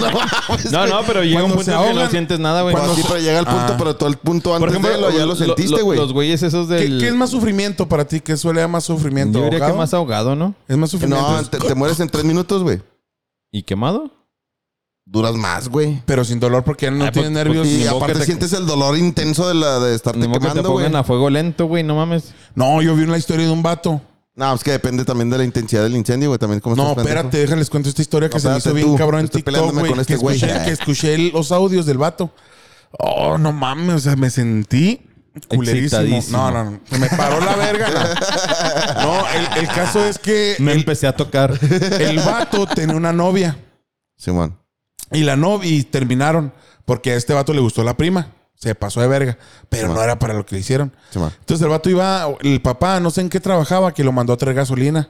Speaker 3: No, no, pero llega un
Speaker 1: Cuando
Speaker 3: punto
Speaker 1: se
Speaker 3: en que no
Speaker 1: ahogan-
Speaker 3: sientes nada, güey.
Speaker 2: Cuando
Speaker 1: Cuando
Speaker 2: sí,
Speaker 1: se-
Speaker 2: pero llega el punto,
Speaker 1: Ah.
Speaker 2: pero todo el punto antes
Speaker 3: Por ejemplo,
Speaker 2: de lo, ya lo sentiste, güey.
Speaker 3: Los güeyes esos
Speaker 1: ¿Qué,
Speaker 3: del...
Speaker 1: qué es más sufrimiento para ti? ¿Qué suele dar más sufrimiento?
Speaker 3: Yo diría que
Speaker 1: ¿Ahogado?
Speaker 3: más ahogado, ¿no?
Speaker 1: Es más sufrimiento.
Speaker 2: No, te, te mueres en tres minutos, güey.
Speaker 3: ¿Y quemado?
Speaker 2: Duras más, güey.
Speaker 1: Pero sin dolor porque ya no
Speaker 3: Ah,
Speaker 1: tienes
Speaker 3: pues-
Speaker 1: nervios.
Speaker 3: pues
Speaker 2: Y
Speaker 3: ni modo
Speaker 2: aparte
Speaker 3: que te-
Speaker 2: sientes el dolor intenso de la de estarte
Speaker 3: Ni modo que te
Speaker 2: quemando, güey.
Speaker 3: pongan a fuego lento, güey. No mames.
Speaker 1: No, yo vi una historia de un vato.
Speaker 2: No, es que depende también de la intensidad del incendio, güey. También cómo
Speaker 1: No,
Speaker 2: estás, pendejo.
Speaker 1: espérate, déjales cuento esta historia que
Speaker 2: No,
Speaker 1: se me hizo
Speaker 2: espérate
Speaker 1: bien
Speaker 2: tú.
Speaker 1: cabrón en
Speaker 2: Estoy
Speaker 1: TikTok,
Speaker 2: peleándome
Speaker 1: güey.
Speaker 2: con este
Speaker 1: que,
Speaker 2: güey.
Speaker 1: escuché- que escuché los audios del vato. Oh, no mames, o sea, me sentí culerísimo.
Speaker 3: Excitadísimo.
Speaker 1: No, no, no. Me paró la verga. No, No, el, el caso es que
Speaker 3: Me
Speaker 1: el,
Speaker 3: empecé a tocar.
Speaker 1: el vato tenía una novia
Speaker 2: Simón.
Speaker 1: y la novia y terminaron porque a este vato le gustó la prima. Se pasó de verga, pero no era para lo que le hicieron.
Speaker 2: Simón.
Speaker 1: Entonces el vato iba, el papá, no sé en qué trabajaba, que lo mandó a traer gasolina.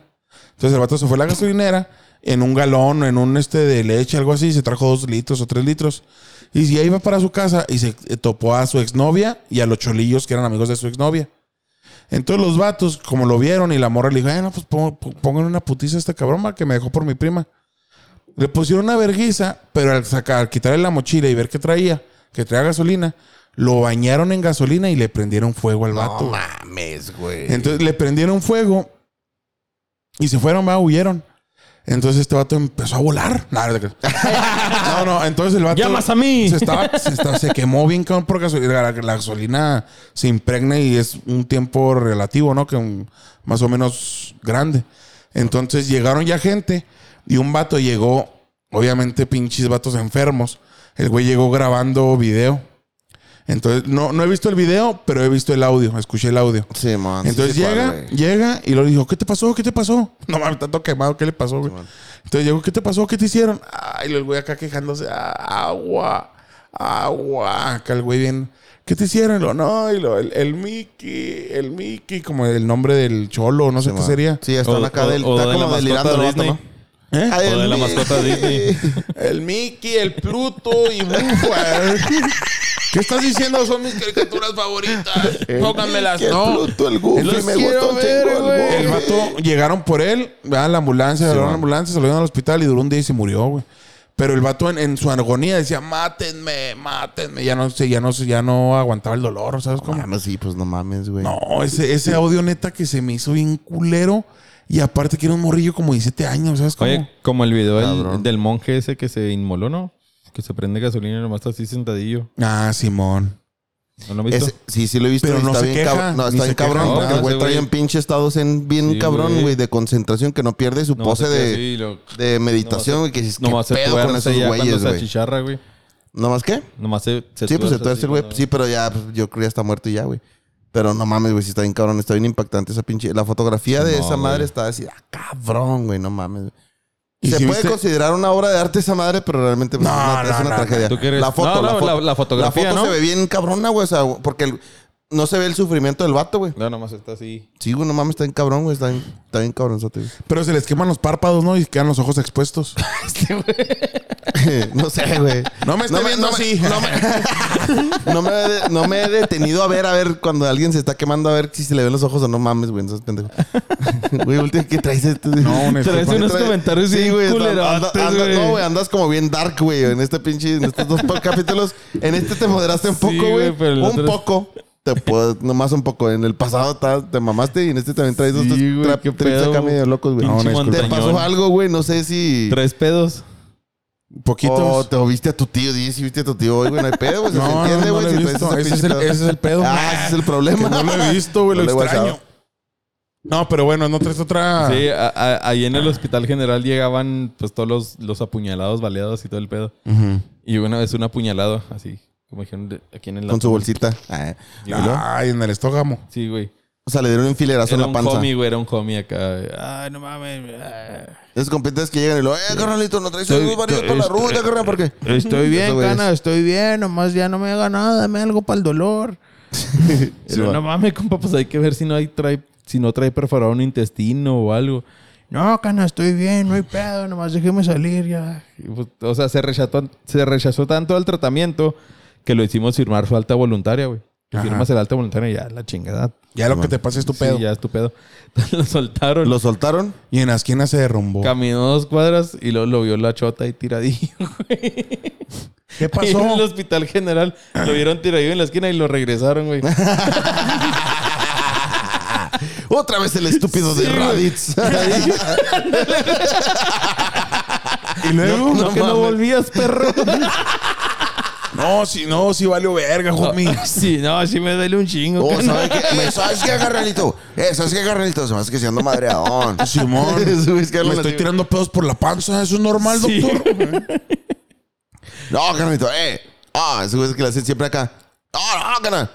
Speaker 1: Entonces el vato se fue a la gasolinera en un galón o en un este de leche, algo así, y se trajo dos litros o tres litros. Y ya iba para su casa y se eh, topó a su exnovia y a los cholillos que eran amigos de su exnovia. Entonces los vatos, como lo vieron y la morra le dijo, ay, no, pues pon- pon- pongan una putiza a esta cabrón ma, que me dejó por mi prima. Le pusieron una verguiza, pero al sacar, quitarle la mochila y ver qué traía, que traía gasolina, lo bañaron en gasolina y le prendieron fuego al vato. güey.
Speaker 2: mames, güey.
Speaker 1: Entonces le prendieron fuego y se fueron, va, huyeron. Entonces este vato empezó a volar. Nah, no, te creas. no, no, entonces el vato.
Speaker 3: ¡Llamas a mí!
Speaker 1: Se, estaba, se, estaba- se quemó bien cabrón por gasolina. La, la gasolina se impregna y es un tiempo relativo, ¿no? Que un- más o menos grande. Entonces llegaron ya gente y un vato llegó, obviamente pinches vatos enfermos. El güey llegó grabando video. Entonces, no, no he visto el video, pero he visto el audio, escuché el audio.
Speaker 2: Simón.
Speaker 1: Entonces
Speaker 2: Sí, sí,
Speaker 1: llega,
Speaker 2: cuál, güey.
Speaker 1: llega y lo dijo, ¿qué te pasó? ¿Qué te pasó? No mames, tanto quemado, ¿qué le pasó, güey? Entonces llegó, ¿qué te pasó? ¿Qué te hicieron? Ay, el güey acá quejándose, "Ah, agua, agua. Acá el güey bien, ¿qué te hicieron? Y lo, no, y lo, el, el Mickey, el Mickey, como el nombre del cholo, no sé qué
Speaker 2: Simón.
Speaker 1: sería.
Speaker 2: Sí, están
Speaker 3: O-
Speaker 2: acá del.
Speaker 3: o- o
Speaker 2: Está
Speaker 3: de la
Speaker 2: como
Speaker 3: mascota
Speaker 2: delirando el vato,
Speaker 3: Disney.
Speaker 2: ¿no?
Speaker 1: ¿Eh?
Speaker 2: Ay,
Speaker 3: O de la
Speaker 2: mi-
Speaker 3: mascota Disney.
Speaker 1: El Mickey, el Pluto y Bufo. ¿Qué estás diciendo? Son mis caricaturas favoritas. Pónganmelas,
Speaker 2: Que el
Speaker 1: no.
Speaker 2: Pluto, el Goofy,
Speaker 1: Los
Speaker 2: me
Speaker 1: quiero
Speaker 2: gusta un
Speaker 1: ver,
Speaker 2: chingo el
Speaker 1: güey.
Speaker 2: Goofy.
Speaker 1: El vato llegaron por él, ¿verdad? la ambulancia, llevaron
Speaker 2: man.
Speaker 1: la ambulancia, se lo llevaron al hospital y duró un día y se murió, güey. Pero el vato en, en su agonía decía, mátenme, mátenme. Ya no, se- ya no, se- ya no aguantaba el dolor, ¿sabes cómo?
Speaker 2: Mames, sí, pues no mames, güey.
Speaker 1: No, ese, ese audio neta que se me hizo bien culero. Y aparte que era un morrillo como 17 años, ¿sabes cómo?
Speaker 3: Oye, como el video del-
Speaker 2: Cabrón.
Speaker 3: del monje ese que se inmoló, ¿no? Que se prende gasolina y nomás está así sentadillo.
Speaker 1: Ah, Simón.
Speaker 3: ¿No lo has visto?
Speaker 2: Ese- sí, sí lo he visto.
Speaker 1: Pero
Speaker 2: y
Speaker 1: no
Speaker 2: está
Speaker 1: se
Speaker 2: bien
Speaker 1: queja,
Speaker 2: cabrón. No,
Speaker 1: ni
Speaker 2: está
Speaker 1: se
Speaker 2: bien
Speaker 1: queja,
Speaker 2: cabrón.
Speaker 1: no,
Speaker 2: porque el
Speaker 3: ese
Speaker 2: güey trae
Speaker 3: güey-
Speaker 2: en pinche estado zen bien
Speaker 3: Sí,
Speaker 2: cabrón,
Speaker 3: güey.
Speaker 2: güey, de concentración que no pierde su
Speaker 3: No,
Speaker 2: pose
Speaker 3: es que
Speaker 2: de,
Speaker 3: sí, lo-
Speaker 2: de meditación,
Speaker 3: no,
Speaker 2: güey. Que dices,
Speaker 3: No más
Speaker 2: ¿qué
Speaker 3: se
Speaker 2: pedo con
Speaker 3: tuerce
Speaker 2: esos
Speaker 3: ya cuando
Speaker 2: güeyes,
Speaker 3: se
Speaker 2: güey?
Speaker 3: achicharra, güey.
Speaker 2: ¿No más qué?
Speaker 3: Nomás se, se
Speaker 2: Sí, pues se
Speaker 3: así
Speaker 2: tuerce el güey.
Speaker 3: cuando-
Speaker 2: Sí, pero ya, pues, yo creo que ya está muerto y ya, güey. Pero no mames, güey, sí está bien cabrón. Está bien impactante esa pinche... La fotografía de
Speaker 3: No,
Speaker 2: esa madre
Speaker 3: güey.
Speaker 2: está así, ah, cabrón, güey, no mames. güey.
Speaker 1: ¿Y
Speaker 2: Se
Speaker 1: si
Speaker 2: puede
Speaker 1: viste-
Speaker 2: considerar una obra de arte esa madre, pero realmente pues,
Speaker 1: No,
Speaker 2: es una,
Speaker 1: no,
Speaker 2: es una
Speaker 1: no,
Speaker 2: tragedia.
Speaker 3: ¿Tú qué eres?
Speaker 2: La foto,
Speaker 3: No,
Speaker 2: la,
Speaker 3: no,
Speaker 2: foto
Speaker 3: la- la fotografía,
Speaker 2: La foto
Speaker 3: ¿no?
Speaker 2: se ve bien cabrona, güey. O sea, porque el- no se ve el sufrimiento del vato, güey.
Speaker 3: No, nomás está así.
Speaker 2: Sí, güey, no mames, está bien cabrón, güey. Está bien, está bien cabronzote, güey.
Speaker 1: Pero se les queman los párpados, ¿no? Y quedan los ojos expuestos.
Speaker 2: no sé, güey.
Speaker 1: No me esté viendo
Speaker 2: no me-
Speaker 1: así.
Speaker 2: no, me, no, me, he de- no me he detenido a ver, a ver, cuando alguien se está quemando, a ver si se le ven los ojos o no mames, güey. Entonces, pendejo. Güey, último, ¿qué traes esto?
Speaker 1: No, un
Speaker 3: Traes
Speaker 1: escopa.
Speaker 3: unos
Speaker 2: Trae-
Speaker 3: comentarios
Speaker 2: Sí,
Speaker 3: bien
Speaker 2: güey. anda-
Speaker 3: culerotes,
Speaker 2: anda- anda-
Speaker 3: güey.
Speaker 2: No, güey, andas como bien dark, güey, en este pinche, en estos dos capítulos. En este te moderaste un
Speaker 3: Sí,
Speaker 2: poco,
Speaker 3: güey,
Speaker 2: güey.
Speaker 3: pero el
Speaker 2: un
Speaker 3: otro-
Speaker 2: poco. Te puedo, nomás un poco. En el pasado ta- te mamaste y en este también traes dos
Speaker 3: Sí, güey,
Speaker 2: tra-
Speaker 3: qué
Speaker 2: trips
Speaker 3: pedo.
Speaker 2: acá medio locos, güey.
Speaker 3: Pinche
Speaker 2: No, no, disculpa. te
Speaker 3: montañón.
Speaker 2: pasó algo, güey, no sé si...
Speaker 3: Tres pedos.
Speaker 2: O
Speaker 1: Poquitos.
Speaker 2: Oh, te o viste a tu tío, dices, si viste a tu tío hoy, güey, no hay pedo, güey. se
Speaker 1: no, no,
Speaker 2: entiende,
Speaker 1: no
Speaker 2: güey.
Speaker 1: lo he
Speaker 2: si traes
Speaker 1: visto.
Speaker 2: ese
Speaker 1: Ese es, el,
Speaker 2: pinche pedo.
Speaker 1: ese es el pedo.
Speaker 2: Ah, ese es el
Speaker 1: Que
Speaker 2: problema.
Speaker 1: no lo he visto, güey.
Speaker 2: No
Speaker 1: lo
Speaker 2: lo he
Speaker 1: extraño.
Speaker 2: WhatsApp.
Speaker 1: No, pero bueno, no traes otra.
Speaker 2: Ah.
Speaker 3: Sí, a- a- ahí en el hospital general llegaban pues todos los, los apuñalados, baleados y todo el pedo. Y una vez un apuñalado, así, como dijeron de- aquí en el...
Speaker 2: Con su bolsita. Ah,
Speaker 3: Y luego-
Speaker 1: Ay, en el estógamo.
Speaker 3: Sí, güey.
Speaker 2: O sea, le dieron un filerazo en
Speaker 3: Era
Speaker 2: la
Speaker 3: un
Speaker 2: panza.
Speaker 3: homie, güey, era un homie acá. Ay, no mames. ah.
Speaker 2: Esos compitas que llegan y lo, eh, carnalito, no traes
Speaker 3: Estoy-
Speaker 2: un varios para la
Speaker 3: estoy-
Speaker 2: ruta, carnal, ¿por qué?
Speaker 3: Estoy
Speaker 2: Eso,
Speaker 3: bien,
Speaker 2: güey,
Speaker 3: cana, estoy bien. Nomás ya no me haga nada, dame algo para el dolor. Pero,
Speaker 2: va.
Speaker 3: no mames, compa, pues hay que ver si no hay trae, si no trae perforado un intestino o algo. No, cana, estoy bien, no hay pedo, nomás déjeme salir ya. Y, pues, o sea, se rechazó, se rechazó tanto el tratamiento que lo hicimos firmar su alta voluntaria, güey. Que
Speaker 1: Ajá.
Speaker 3: Firmas el alta voluntaria y ya, la chingada.
Speaker 1: Ya lo que te pasa es tu pedo.
Speaker 3: Sí, ya es tu pedo. lo soltaron.
Speaker 2: Lo soltaron.
Speaker 1: Y en la esquina se derrumbó.
Speaker 3: Caminó dos cuadras y luego lo vio la chota ahí tiradillo, güey.
Speaker 1: ¿Qué
Speaker 3: Ahí en el
Speaker 1: pasó?
Speaker 3: hospital general lo vieron tiradillo en la esquina y lo regresaron, güey.
Speaker 2: Otra vez el estúpido de
Speaker 3: Sí, güey.
Speaker 2: Raditz.
Speaker 1: Y luego.
Speaker 3: No,
Speaker 1: No,
Speaker 3: que no volvías, perro.
Speaker 1: si no, si valió verga, homie.
Speaker 3: sí, no, sí me duele un chingo.
Speaker 2: Oh,
Speaker 3: que no.
Speaker 2: ¿sabes qué? Me- ¿Sabes qué, carnalito? Eh, ¿sabes qué, carnalito? Se me hace que se ando madreadón.
Speaker 1: Simón.
Speaker 2: Eso, güey, es que
Speaker 1: Me
Speaker 2: hablan
Speaker 1: estoy
Speaker 2: así,
Speaker 1: tirando pedos por la panza. Eso es normal,
Speaker 3: Sí.
Speaker 1: doctor.
Speaker 2: No, carnalito, eh. Ah, ese güey es que le hacen siempre acá. Ah, no, carnal.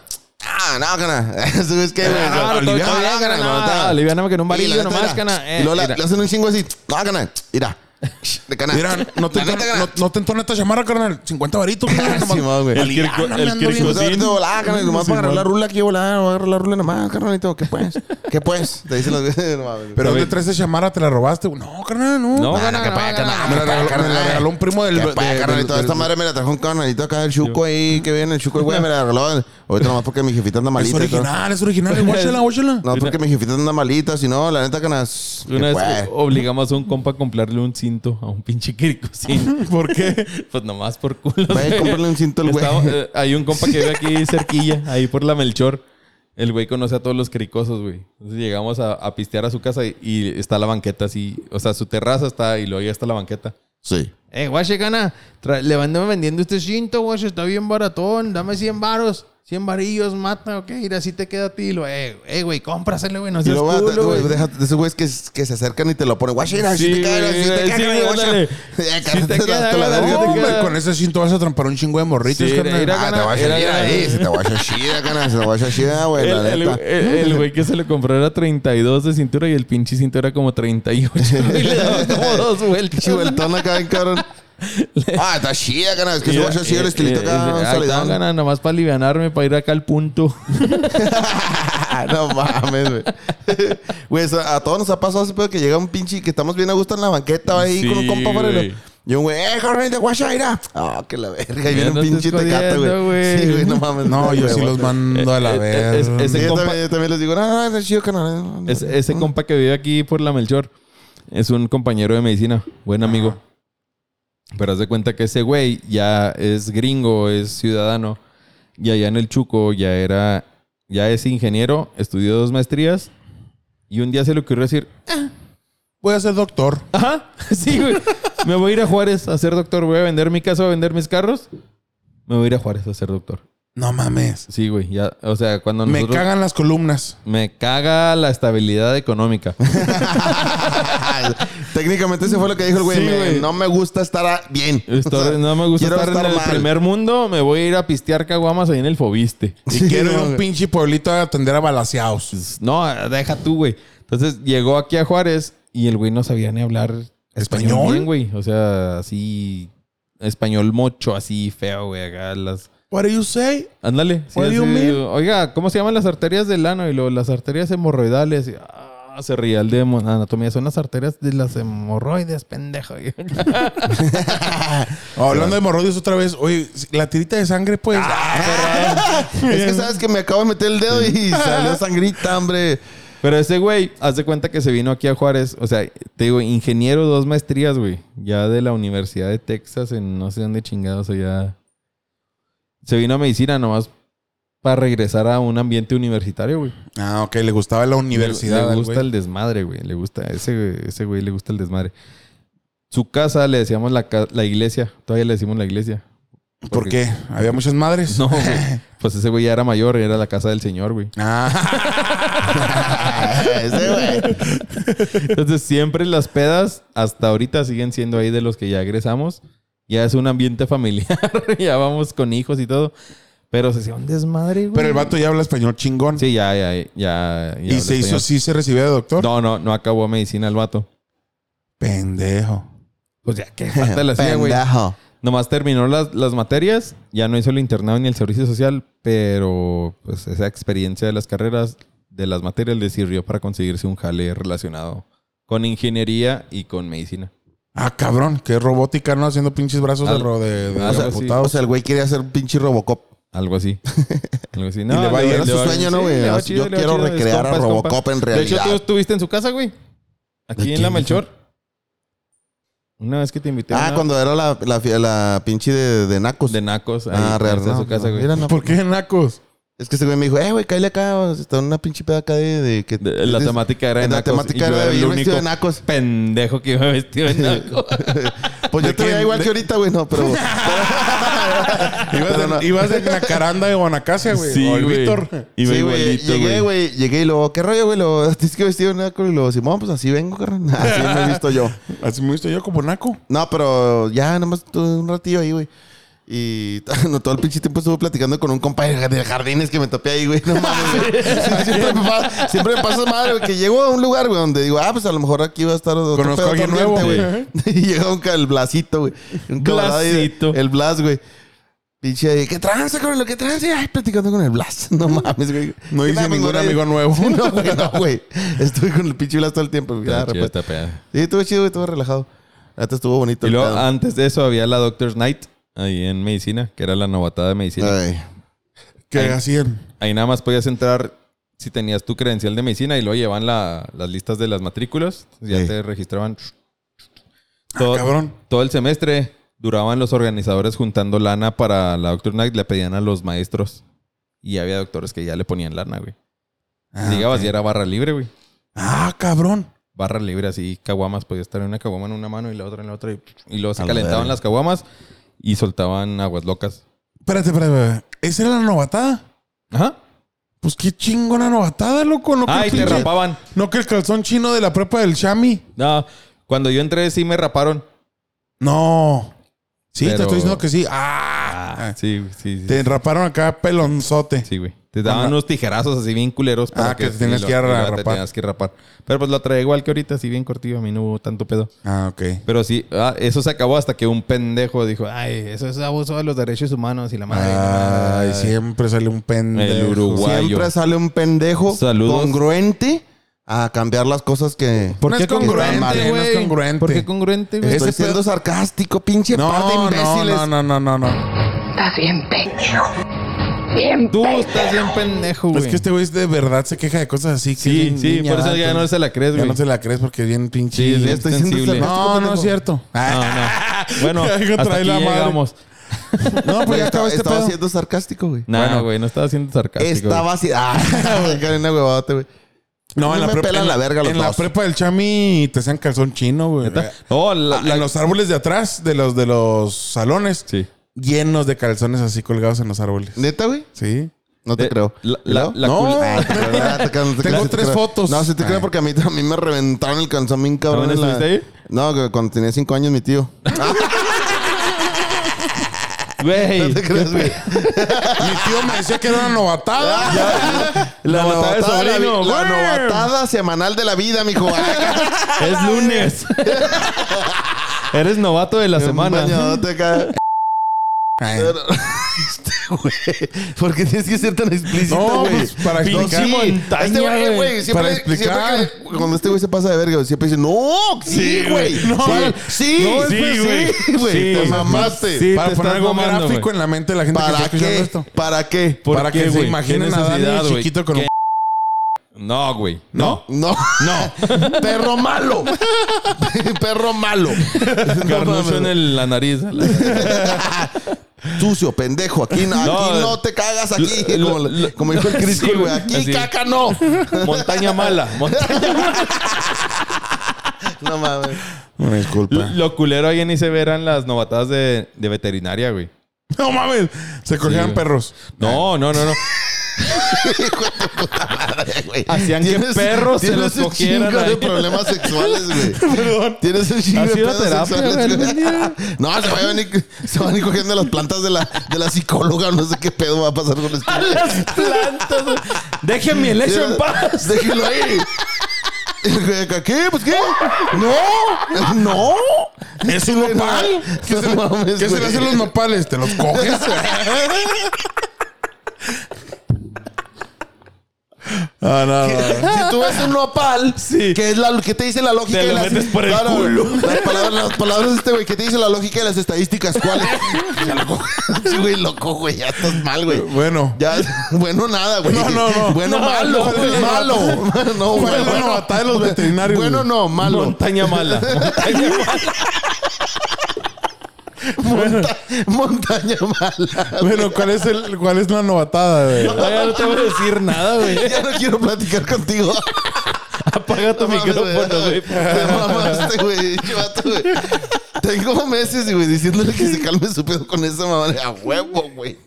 Speaker 2: Ah, no, carnal. Ese güey es que. güey,
Speaker 3: Ah,
Speaker 2: lo-
Speaker 3: no,
Speaker 2: aliviana,
Speaker 3: todo bien,
Speaker 2: carnal,
Speaker 3: carnal,
Speaker 2: cuando
Speaker 3: no,
Speaker 2: está-
Speaker 3: aliviáname que en un
Speaker 2: Y
Speaker 3: varillo
Speaker 2: la neta,
Speaker 3: nomás,
Speaker 2: mira,
Speaker 3: carnal, eh,
Speaker 2: y luego la-
Speaker 3: mira.
Speaker 2: le hacen un chingo así. No, carnal. Mira. De cana.
Speaker 1: Mira, no te,
Speaker 2: La neta,
Speaker 1: entona-
Speaker 2: carnal.
Speaker 1: no, no te entona esta chamarra, carnal. 50 varitos, carnal. nomás.
Speaker 2: Simón, güey.
Speaker 1: Aliviáname,
Speaker 3: El Kirko-
Speaker 1: ando bien.
Speaker 3: el Kirko-
Speaker 2: Pues ahorita
Speaker 3: Cosín.
Speaker 2: volá, carnal, nomás para agarrar la rula aquí, volá, voy a agarrar la rula nomás, carnalito, ¿qué pues? ¿Qué pues? Te dicen los no mames.
Speaker 1: Pero ¿dónde traes esa chamarra? ¿Te la robaste? No, carnal, no.
Speaker 3: No,
Speaker 2: Ah,
Speaker 3: gana,
Speaker 2: que
Speaker 3: no,
Speaker 2: pa'
Speaker 3: gana.
Speaker 2: acá,
Speaker 1: Me la
Speaker 2: que
Speaker 1: regaló,
Speaker 2: pa' acá,
Speaker 1: me la
Speaker 2: pues, carnal.
Speaker 1: regaló un primo del...
Speaker 2: Que pa' acá,
Speaker 1: de-
Speaker 2: carnalito,
Speaker 1: del-
Speaker 2: esta
Speaker 1: del-
Speaker 2: madre me la trajo un carnalito acá del Chuco ahí, que viene el Chuco, güey, me la regaló. Ahorita nomás porque mi jefita anda
Speaker 1: Es
Speaker 2: malita. y todo.
Speaker 1: original, es original. Guáchala, guáchala.
Speaker 2: No, porque mi jefita anda malita, si no, la neta que nas.
Speaker 3: Una
Speaker 2: que
Speaker 3: vez
Speaker 2: pues.
Speaker 3: obligamos a un compa a comprarle un cinto a un pinche kiricocín. ¿Por qué? Pues nomás por culo.
Speaker 2: Vaya,
Speaker 3: güey.
Speaker 2: cómprale un cinto al güey.
Speaker 3: Estaba- eh, hay un compa que vive aquí cerquilla, ahí por la Melchor. El güey conoce a todos los cricosos, güey. Entonces llegamos a, a pistear a su casa y, y está la banqueta así. O sea, su terraza está y luego ya está la banqueta.
Speaker 2: Sí.
Speaker 3: Eh, guache, gana. tra- Le andamos vendiendo este cinto, guache. Está bien baratón. Dame 100 varos. 100 varillos, mata, ok. Mira, así te queda a ti. Y lo, eh, eh, güey, cómpraselo, güey. No
Speaker 2: Y
Speaker 3: seas
Speaker 2: luego ah,
Speaker 3: culo, güey.
Speaker 2: güey, déjate de esos güeyes que, que se acercan y te lo ponen. Guacha, mira, si
Speaker 3: Sí,
Speaker 2: te queda,
Speaker 3: güey,
Speaker 2: si te
Speaker 3: sí,
Speaker 2: queda,
Speaker 3: güey,
Speaker 2: carnal, guacha.
Speaker 3: ándale.
Speaker 2: Eh,
Speaker 3: Si te
Speaker 2: carnal, te la-
Speaker 3: queda,
Speaker 2: te la
Speaker 3: güey,
Speaker 2: verga, te
Speaker 3: no,
Speaker 2: queda.
Speaker 1: Hombre,
Speaker 3: Era-
Speaker 1: con ese cinto vas a trampar un chingo de morritos,
Speaker 3: Sí,
Speaker 1: carnal.
Speaker 3: era-
Speaker 2: Ah, te guacha,
Speaker 3: Era-
Speaker 2: mira, eh, se te guacha chida, carnal, se te guacha chida, güey, la
Speaker 3: El, el-
Speaker 2: neta.
Speaker 3: el- el güey que se lo compró era 32 de cintura y el pinche cinto era como 38. Y le daba como dos vueltas.
Speaker 2: Pinche vueltón acá, bien cabrón. Ah, está chida, carnal. Es que se va a este, chida
Speaker 3: eh,
Speaker 2: el estilito acá, un
Speaker 3: Salidón.
Speaker 2: salidón.
Speaker 3: nomás para alivianarme, para ir acá al punto.
Speaker 2: Ah, no mames, güey. Güey, eso a todos nos ha pasado ese pedo que llega un pinche que estamos bien a gusto en la banqueta ahí
Speaker 3: Sí,
Speaker 2: con un compa para
Speaker 3: güey.
Speaker 2: el... Y un güey, eh, carnal, de guachaira. Ah, que la verga. Y viene
Speaker 3: no
Speaker 2: un pinche
Speaker 3: estés
Speaker 2: tecate,
Speaker 3: jodiendo, güey.
Speaker 2: güey. Sí, güey, no mames.
Speaker 1: No, yo sí los mando a la
Speaker 3: Eh, eh,
Speaker 1: verga.
Speaker 3: es- ese
Speaker 2: Sí, yo,
Speaker 3: compa-
Speaker 2: también, yo también les digo, no, no, no, es chido, carnal.
Speaker 3: Es- ese compa que vive aquí por la Melchor es un compañero de medicina, buen amigo. Pero haz de cuenta que ese güey ya es gringo, es ciudadano. Y allá en el Chuco ya era, ya es ingeniero, estudió dos maestrías. Y un día se le ocurrió decir,
Speaker 1: Voy a ser doctor.
Speaker 3: Ajá, sí, güey. Me voy a ir a Juárez a ser doctor. Voy a vender mi casa, voy a vender mis carros. Me voy a ir a Juárez a ser doctor.
Speaker 1: No mames.
Speaker 3: Sí, güey. Ya, o sea, cuando
Speaker 1: Me
Speaker 3: nosotros...
Speaker 1: cagan las columnas.
Speaker 3: Me caga la estabilidad económica.
Speaker 2: Ah, Técnicamente eso fue lo que dijo el güey.
Speaker 3: Sí,
Speaker 2: me-
Speaker 3: güey.
Speaker 2: No me gusta estar a- bien.
Speaker 3: Estoy-
Speaker 2: O sea,
Speaker 3: no me gusta
Speaker 2: quiero
Speaker 3: estar, en el
Speaker 2: mal.
Speaker 3: primer mundo. Me voy a ir a pistear caguamas ahí en el Fobiste.
Speaker 1: Y
Speaker 2: Sí,
Speaker 1: quiero ir
Speaker 2: no,
Speaker 1: a un
Speaker 2: güey.
Speaker 1: pinche pueblito a atender a balaseados.
Speaker 3: Pues, No, deja tú, güey. Entonces llegó aquí a Juárez y el güey no sabía ni hablar español,
Speaker 1: ¿Español?
Speaker 3: bien, güey. O sea, así... Español mocho, así feo, güey. Acá las...
Speaker 1: What do you say?
Speaker 3: Ándale. sí,
Speaker 1: What do you
Speaker 3: así,
Speaker 1: mean?
Speaker 3: Oiga, ¿cómo se llaman las arterias del ano? Y luego las arterias hemorroidales. Y, ah, se ría el de hemo- anatomía. Son las arterias de las hemorroides, pendejo. Ah.
Speaker 1: Oh, hablando de morroides otra vez. Oye, la tirita de sangre, pues.
Speaker 3: Ah.
Speaker 2: Es que sabes que me acabo de meter el dedo y salió sangrita, hombre.
Speaker 3: Pero ese güey, haz de cuenta que se vino aquí a Juárez. O sea, te digo, ingeniero, dos maestrías, güey. Ya de la Universidad de Texas, en no sé dónde chingados allá. Se vino a medicina nomás para regresar a un ambiente universitario, güey.
Speaker 1: Ah, ok. Le gustaba la
Speaker 3: Le-
Speaker 1: universidad.
Speaker 3: Le
Speaker 1: al
Speaker 3: gusta
Speaker 1: güey.
Speaker 3: el desmadre, güey. Le gusta, ese, ese güey le gusta el desmadre. Su casa le decíamos la, ca- la iglesia. Todavía le decimos la iglesia.
Speaker 1: ¿Por qué? ¿Había muchas madres?
Speaker 3: No, güey. Pues ese güey ya era mayor, era la casa del señor, güey.
Speaker 1: Ah. Ese güey.
Speaker 3: Entonces siempre las pedas hasta ahorita siguen siendo ahí de los que ya egresamos. Ya es un ambiente familiar, ya vamos con hijos y todo. Pero se hacía un desmadre, güey.
Speaker 1: Pero el vato ya habla español chingón.
Speaker 3: Sí, ya, ya, ya. ya
Speaker 1: y
Speaker 3: habla
Speaker 1: se hizo,
Speaker 3: español.
Speaker 1: sí se recibió de doctor.
Speaker 3: No, no, no acabó medicina el vato.
Speaker 1: Pendejo.
Speaker 3: Pues ya, qué falta le hacía, güey.
Speaker 2: Pendejo.
Speaker 3: Nomás terminó las, las materias, ya no hizo el internado ni el servicio social, pero pues esa experiencia de las carreras, de las materias, le sirvió para conseguirse un jale relacionado con ingeniería y con medicina.
Speaker 1: Ah, cabrón, qué robótica, ¿no? Haciendo pinches brazos de,
Speaker 3: Al-
Speaker 1: ro- de, de
Speaker 3: algo así.
Speaker 1: computador.
Speaker 2: O sea, el güey quería hacer un pinche Robocop.
Speaker 3: Algo así. Algo así.
Speaker 1: le va- era
Speaker 2: su sueño, ¿no,
Speaker 3: sí,
Speaker 2: güey?
Speaker 3: le va
Speaker 2: Yo
Speaker 3: chido, le va
Speaker 2: quiero
Speaker 3: chido, es
Speaker 2: recrear a
Speaker 3: es
Speaker 2: Robocop en
Speaker 3: De hecho,
Speaker 2: realidad.
Speaker 3: tú estuviste en su casa, güey. Aquí en la Melchor. Una vez que te invité. a
Speaker 2: Ah,
Speaker 3: una-
Speaker 2: cuando era la, la, fie- la pinche de, de Nacos.
Speaker 3: De Nacos. Ahí,
Speaker 2: ah, real.
Speaker 3: en
Speaker 2: No,
Speaker 3: su casa,
Speaker 2: no,
Speaker 3: güey.
Speaker 2: mira, no.
Speaker 1: ¿Por qué nacos?
Speaker 2: Es que ese güey me dijo, eh, güey, cállate acá. o sea, Está en una pinche peda acá de... de que,
Speaker 3: De- la
Speaker 2: de-
Speaker 3: temática era de
Speaker 2: la
Speaker 3: Nacos.
Speaker 2: temática
Speaker 3: y yo
Speaker 2: era de
Speaker 3: el
Speaker 2: ir vestido
Speaker 3: único
Speaker 2: de Nacos.
Speaker 3: pendejo que iba vestido de Nacos.
Speaker 2: Pues yo te veía igual que ahorita, güey. No, pero...
Speaker 1: Ibas,
Speaker 2: Pero
Speaker 1: en,
Speaker 2: no.
Speaker 1: ibas en la caranda de Guanacasia, güey.
Speaker 3: Ah, Sí,
Speaker 1: o el
Speaker 3: güey.
Speaker 1: Víctor.
Speaker 3: Iba
Speaker 2: sí, güey.
Speaker 3: igualito,
Speaker 2: Llegué, güey. Llegué y luego, ¿qué rollo, güey? Lo tienes que vestir de Nacos. Y luego, Simón, pues así vengo, carnal. Así me he visto yo.
Speaker 1: Así me he visto yo como naco.
Speaker 2: No, pero ya nomás tuve un ratillo ahí, güey. Y no, todo el pinche tiempo estuve platicando con un compa de de jardines que me topé ahí, güey. No mames, güey. Sí, siempre, me pasa, siempre me pasa madre, güey, que llego a un lugar, güey, donde digo, ah, pues a lo mejor aquí va a estar otro
Speaker 1: Conozco a alguien
Speaker 2: ambiente,
Speaker 1: nuevo.
Speaker 2: güey. Y llega un ca- el Blasito, güey. Un camarada ahí,
Speaker 3: Blasito.
Speaker 2: El Blas, güey. Pinche ahí, ¿qué tranza, con lo que tranza? Y, Ay, platicando con el Blas. No mames, güey.
Speaker 1: No
Speaker 2: ¿Qué
Speaker 1: hice
Speaker 2: tal,
Speaker 1: ningún
Speaker 2: güey?
Speaker 1: amigo nuevo.
Speaker 2: No, güey, no, güey. Estuve con el pinche Blas todo el tiempo. güey. Ya,
Speaker 3: Está chido
Speaker 2: repuesto.
Speaker 3: esta peda.
Speaker 2: Sí, estuvo chido, güey, estuvo relajado. Antes estuvo bonito.
Speaker 3: Y
Speaker 2: el
Speaker 3: luego, ah,
Speaker 2: pedo.
Speaker 3: antes de eso, había la Doctor's Night ahí en medicina, que era la novatada de medicina.
Speaker 2: Ay.
Speaker 1: Que
Speaker 3: Ay.
Speaker 1: hacían.
Speaker 3: Ahí nada más podías entrar si tenías tu credencial de medicina y luego llevan la- las listas de las matrículas. Ya
Speaker 2: Sí.
Speaker 3: te registraban.
Speaker 1: Ah,
Speaker 3: Todo,
Speaker 1: cabrón.
Speaker 3: todo el semestre duraban los organizadores juntando lana para la Doctor Night. Le pedían a los maestros. Y había doctores que ya le ponían lana, güey.
Speaker 1: Ah,
Speaker 3: Llegabas
Speaker 1: ok.
Speaker 3: y era barra libre, güey.
Speaker 1: Ah, cabrón.
Speaker 3: Barra libre, así, caguamas. Podía estar en una caguama en una mano y la otra en la otra. Y, y luego
Speaker 2: A
Speaker 3: se
Speaker 2: la
Speaker 3: calentaban
Speaker 2: verga.
Speaker 3: las caguamas y soltaban aguas locas.
Speaker 1: Espérate, espérate, espérate. ¿Esa era la novatada?
Speaker 3: Ajá.
Speaker 1: Pues qué chingona novatada, loco. No que el
Speaker 3: Ay, Ah, te
Speaker 1: pinche-
Speaker 3: rapaban.
Speaker 1: No que el calzón chino de la prepa del Chami.
Speaker 3: No, cuando yo entré sí me raparon.
Speaker 1: No. Sí, te
Speaker 3: Pero-
Speaker 1: estoy diciendo que sí. Ah.
Speaker 3: Ah, sí, güey, sí, sí.
Speaker 1: Te raparon acá pelonzote.
Speaker 3: Sí, güey. Te daban
Speaker 1: Ajá.
Speaker 3: unos tijerazos así bien culeros.
Speaker 1: Ah, que te tenías
Speaker 3: y
Speaker 1: que
Speaker 3: y luego
Speaker 1: rapar.
Speaker 3: Te tenías que rapar. Pero pues lo traía igual que ahorita, así bien cortito. A mí no hubo tanto pedo.
Speaker 1: Ah, ok.
Speaker 3: Pero sí, ah, eso se acabó hasta que un pendejo dijo, ay, eso es abuso de los derechos humanos y la madre.
Speaker 1: Ay,
Speaker 3: Ay,
Speaker 1: siempre sale un pendejo.
Speaker 3: El Uruguay.
Speaker 2: Siempre
Speaker 3: Guayo.
Speaker 2: sale un pendejo
Speaker 3: Saludos.
Speaker 2: congruente a cambiar las cosas que.
Speaker 1: ¿Por
Speaker 3: No
Speaker 1: qué
Speaker 3: es congruente,
Speaker 1: congruente,
Speaker 3: güey?
Speaker 1: No es congruente.
Speaker 3: ¿Por qué congruente, güey?
Speaker 1: Es-
Speaker 2: Estoy
Speaker 1: ese
Speaker 2: siendo
Speaker 1: pedo-
Speaker 2: sarcástico, pinche par de
Speaker 1: No, no,
Speaker 2: imbéciles.
Speaker 1: no, no, no, no, no.
Speaker 5: Estás bien pendejo. Bien
Speaker 3: Tú
Speaker 5: pendejo.
Speaker 3: estás bien pendejo, güey.
Speaker 1: Es que este güey de verdad se queja de cosas así. que es
Speaker 3: Sí,
Speaker 1: bien
Speaker 3: sí,
Speaker 1: niña,
Speaker 3: por eso ya
Speaker 1: entonces-
Speaker 3: no se la crees,
Speaker 1: Ya
Speaker 3: güey.
Speaker 1: no se la crees porque es bien pinche.
Speaker 3: Sí, es bien
Speaker 2: estoy siendo
Speaker 3: sensible.
Speaker 2: sarcástico.
Speaker 1: No, no es cierto.
Speaker 3: No,
Speaker 1: Ah,
Speaker 3: no. Bueno,
Speaker 1: Algo
Speaker 3: hasta
Speaker 1: trae
Speaker 3: aquí
Speaker 1: la madre.
Speaker 3: llegamos.
Speaker 1: No, pues ya acabó
Speaker 2: Estaba,
Speaker 1: este
Speaker 2: estaba
Speaker 1: pedo.
Speaker 2: siendo sarcástico, güey.
Speaker 3: Nah, güey, no estaba siendo sarcástico. güey.
Speaker 2: Estaba así. Ah, güey, Karina, huevadote, güey.
Speaker 1: No, en la
Speaker 2: No me
Speaker 1: prepa.
Speaker 2: pelan
Speaker 1: en
Speaker 2: la verga los
Speaker 1: En la
Speaker 2: dos.
Speaker 1: prepa del Chami te hacían calzón chino, güey.
Speaker 3: ¿Neta? No, la-
Speaker 1: Ah, en los árboles de atrás, de los de los salones,
Speaker 3: Sí.
Speaker 1: llenos de calzones así colgados en los árboles.
Speaker 2: Neta, güey.
Speaker 1: Sí.
Speaker 2: No te
Speaker 3: De-
Speaker 2: creo.
Speaker 3: Eh, la-
Speaker 2: ¿Y
Speaker 3: la-
Speaker 2: luego?
Speaker 3: la
Speaker 2: no.
Speaker 3: cul-
Speaker 2: Ah, te creo, ah, te creo, no te
Speaker 1: Tengo
Speaker 2: creo, sí te
Speaker 1: tres
Speaker 2: creo.
Speaker 1: fotos.
Speaker 2: No, sí te creo
Speaker 1: Ah.
Speaker 2: porque a mí, a mí me reventaron el calzón bien cabrón.
Speaker 3: ¿También
Speaker 2: en la-
Speaker 3: estuviste ahí?
Speaker 2: No, que cuando tenía cinco años mi tío.
Speaker 3: Güey.
Speaker 2: No te creas, güey.
Speaker 1: Mi tío me decía que era una novatada.
Speaker 3: novatada de
Speaker 2: La novatada, de la,
Speaker 3: sobrino,
Speaker 2: vi- la
Speaker 3: güey.
Speaker 2: novatada semanal de la vida, mijo.
Speaker 3: Es lunes. Eres novato de la semana.
Speaker 2: Bañadote acá.
Speaker 1: Ay.
Speaker 2: Este güey. ¿Por qué tienes que ser tan explícito,
Speaker 1: No,
Speaker 2: güey?
Speaker 1: pues, para
Speaker 2: Pinche
Speaker 1: explicar.
Speaker 2: montaña, Este güey, güey, siempre,
Speaker 1: Para explicar.
Speaker 2: siempre que- cuando este güey se pasa de verga, güey, siempre dice, no, sí, güey.
Speaker 1: No,
Speaker 2: sí, sí,
Speaker 1: no, es
Speaker 2: sí,
Speaker 1: que
Speaker 2: güey.
Speaker 1: sí,
Speaker 2: güey.
Speaker 1: sí.
Speaker 2: Te mamaste.
Speaker 3: Sí,
Speaker 1: Para
Speaker 3: te
Speaker 1: poner
Speaker 3: estás
Speaker 1: algo
Speaker 3: mamando,
Speaker 1: gráfico
Speaker 3: güey.
Speaker 1: en la mente de la gente que
Speaker 2: ¿Para
Speaker 1: está escuchando
Speaker 2: qué?
Speaker 1: esto.
Speaker 2: ¿Para qué?
Speaker 3: ¿Por
Speaker 1: Para
Speaker 3: qué,
Speaker 1: que se
Speaker 3: güey?
Speaker 1: imaginen
Speaker 3: ¿Qué
Speaker 1: a
Speaker 3: necesidad,
Speaker 1: Dani
Speaker 3: güey?
Speaker 1: chiquito con un...
Speaker 3: ¿Qué? No, güey. ¿No?
Speaker 2: No. No. Perro malo. Perro malo.
Speaker 3: Carnucho en el- la nariz.
Speaker 2: Sucio, pendejo. Aquí no, aquí
Speaker 3: No.
Speaker 2: no te cagas aquí.
Speaker 3: Lo-
Speaker 2: como,
Speaker 3: lo-
Speaker 2: como dijo el Crisco,
Speaker 3: Sí,
Speaker 2: güey.
Speaker 3: güey.
Speaker 2: Aquí
Speaker 3: Así.
Speaker 2: caca no.
Speaker 3: Montaña mala. montaña-
Speaker 2: No mames.
Speaker 1: Una disculpa.
Speaker 3: Lo culero ahí en ICB eran las novatadas de, de veterinaria, güey. Eh.
Speaker 1: No mames. Se cogían
Speaker 3: güey.
Speaker 1: perros.
Speaker 3: No, no, no, no. Hacían que
Speaker 2: Tienes-
Speaker 3: perros se
Speaker 2: tienes
Speaker 3: los
Speaker 2: un
Speaker 3: cogieran.
Speaker 2: chingo de
Speaker 3: ahí.
Speaker 2: problemas sexuales, güey.
Speaker 3: Perdón.
Speaker 2: Tienes un chingo
Speaker 3: ¿Has
Speaker 2: de
Speaker 3: ido a
Speaker 2: pedos
Speaker 3: terapia,
Speaker 2: sexuales,
Speaker 3: güey?
Speaker 2: güey. No, se van, a ir, se van a ir cogiendo las plantas de la, de la psicóloga. No sé qué pedo va a pasar con este esto.
Speaker 3: Las plantas, güey. Déjenme el hecho en paz.
Speaker 2: Déjelo ahí. ¿Qué? ¿Pues qué? ¡No! ¡No!
Speaker 1: Es un nopal.
Speaker 2: ¿Qué se, mames,
Speaker 1: ¿Qué se le
Speaker 2: güey?
Speaker 1: hacen los nopales? ¿Te los coges? Ah, no, no, no.
Speaker 2: Si tú ves un nopal,
Speaker 3: Sí.
Speaker 2: que es la, que te dice la lógica
Speaker 3: Te
Speaker 2: y
Speaker 3: lo
Speaker 2: las,
Speaker 3: metes por el
Speaker 2: Claro,
Speaker 3: culo.
Speaker 2: Las palabras, las palabras de este güey, que te dice la lógica y las estadísticas, ¿cuál es? Ya lo cojo. Sí, güey, loco, güey, ya estás mal, güey.
Speaker 1: Bueno.
Speaker 2: Ya, bueno, nada, güey.
Speaker 1: No, no, no.
Speaker 2: Bueno,
Speaker 1: No,
Speaker 2: malo,
Speaker 1: no,
Speaker 2: güey,
Speaker 1: no.
Speaker 2: malo. No,
Speaker 1: Fue la
Speaker 2: bueno,
Speaker 1: novatada de los veterinarios,
Speaker 2: Bueno,
Speaker 1: güey.
Speaker 2: no, malo.
Speaker 3: Montaña mala. Montaña mala.
Speaker 2: Monta- montaña mala.
Speaker 1: Bueno, ¿cuál es, el, ¿cuál es la novatada? güey?
Speaker 3: Ay, ya no te voy a decir nada, güey.
Speaker 2: Ya no quiero platicar contigo.
Speaker 3: Apaga tu
Speaker 2: No mames,
Speaker 3: micrófono, güey.
Speaker 2: Te mamaste, güey. Yo, vato, güey. Tengo meses, güey, diciéndole que se calme su pedo con esa mamá. A huevo, güey.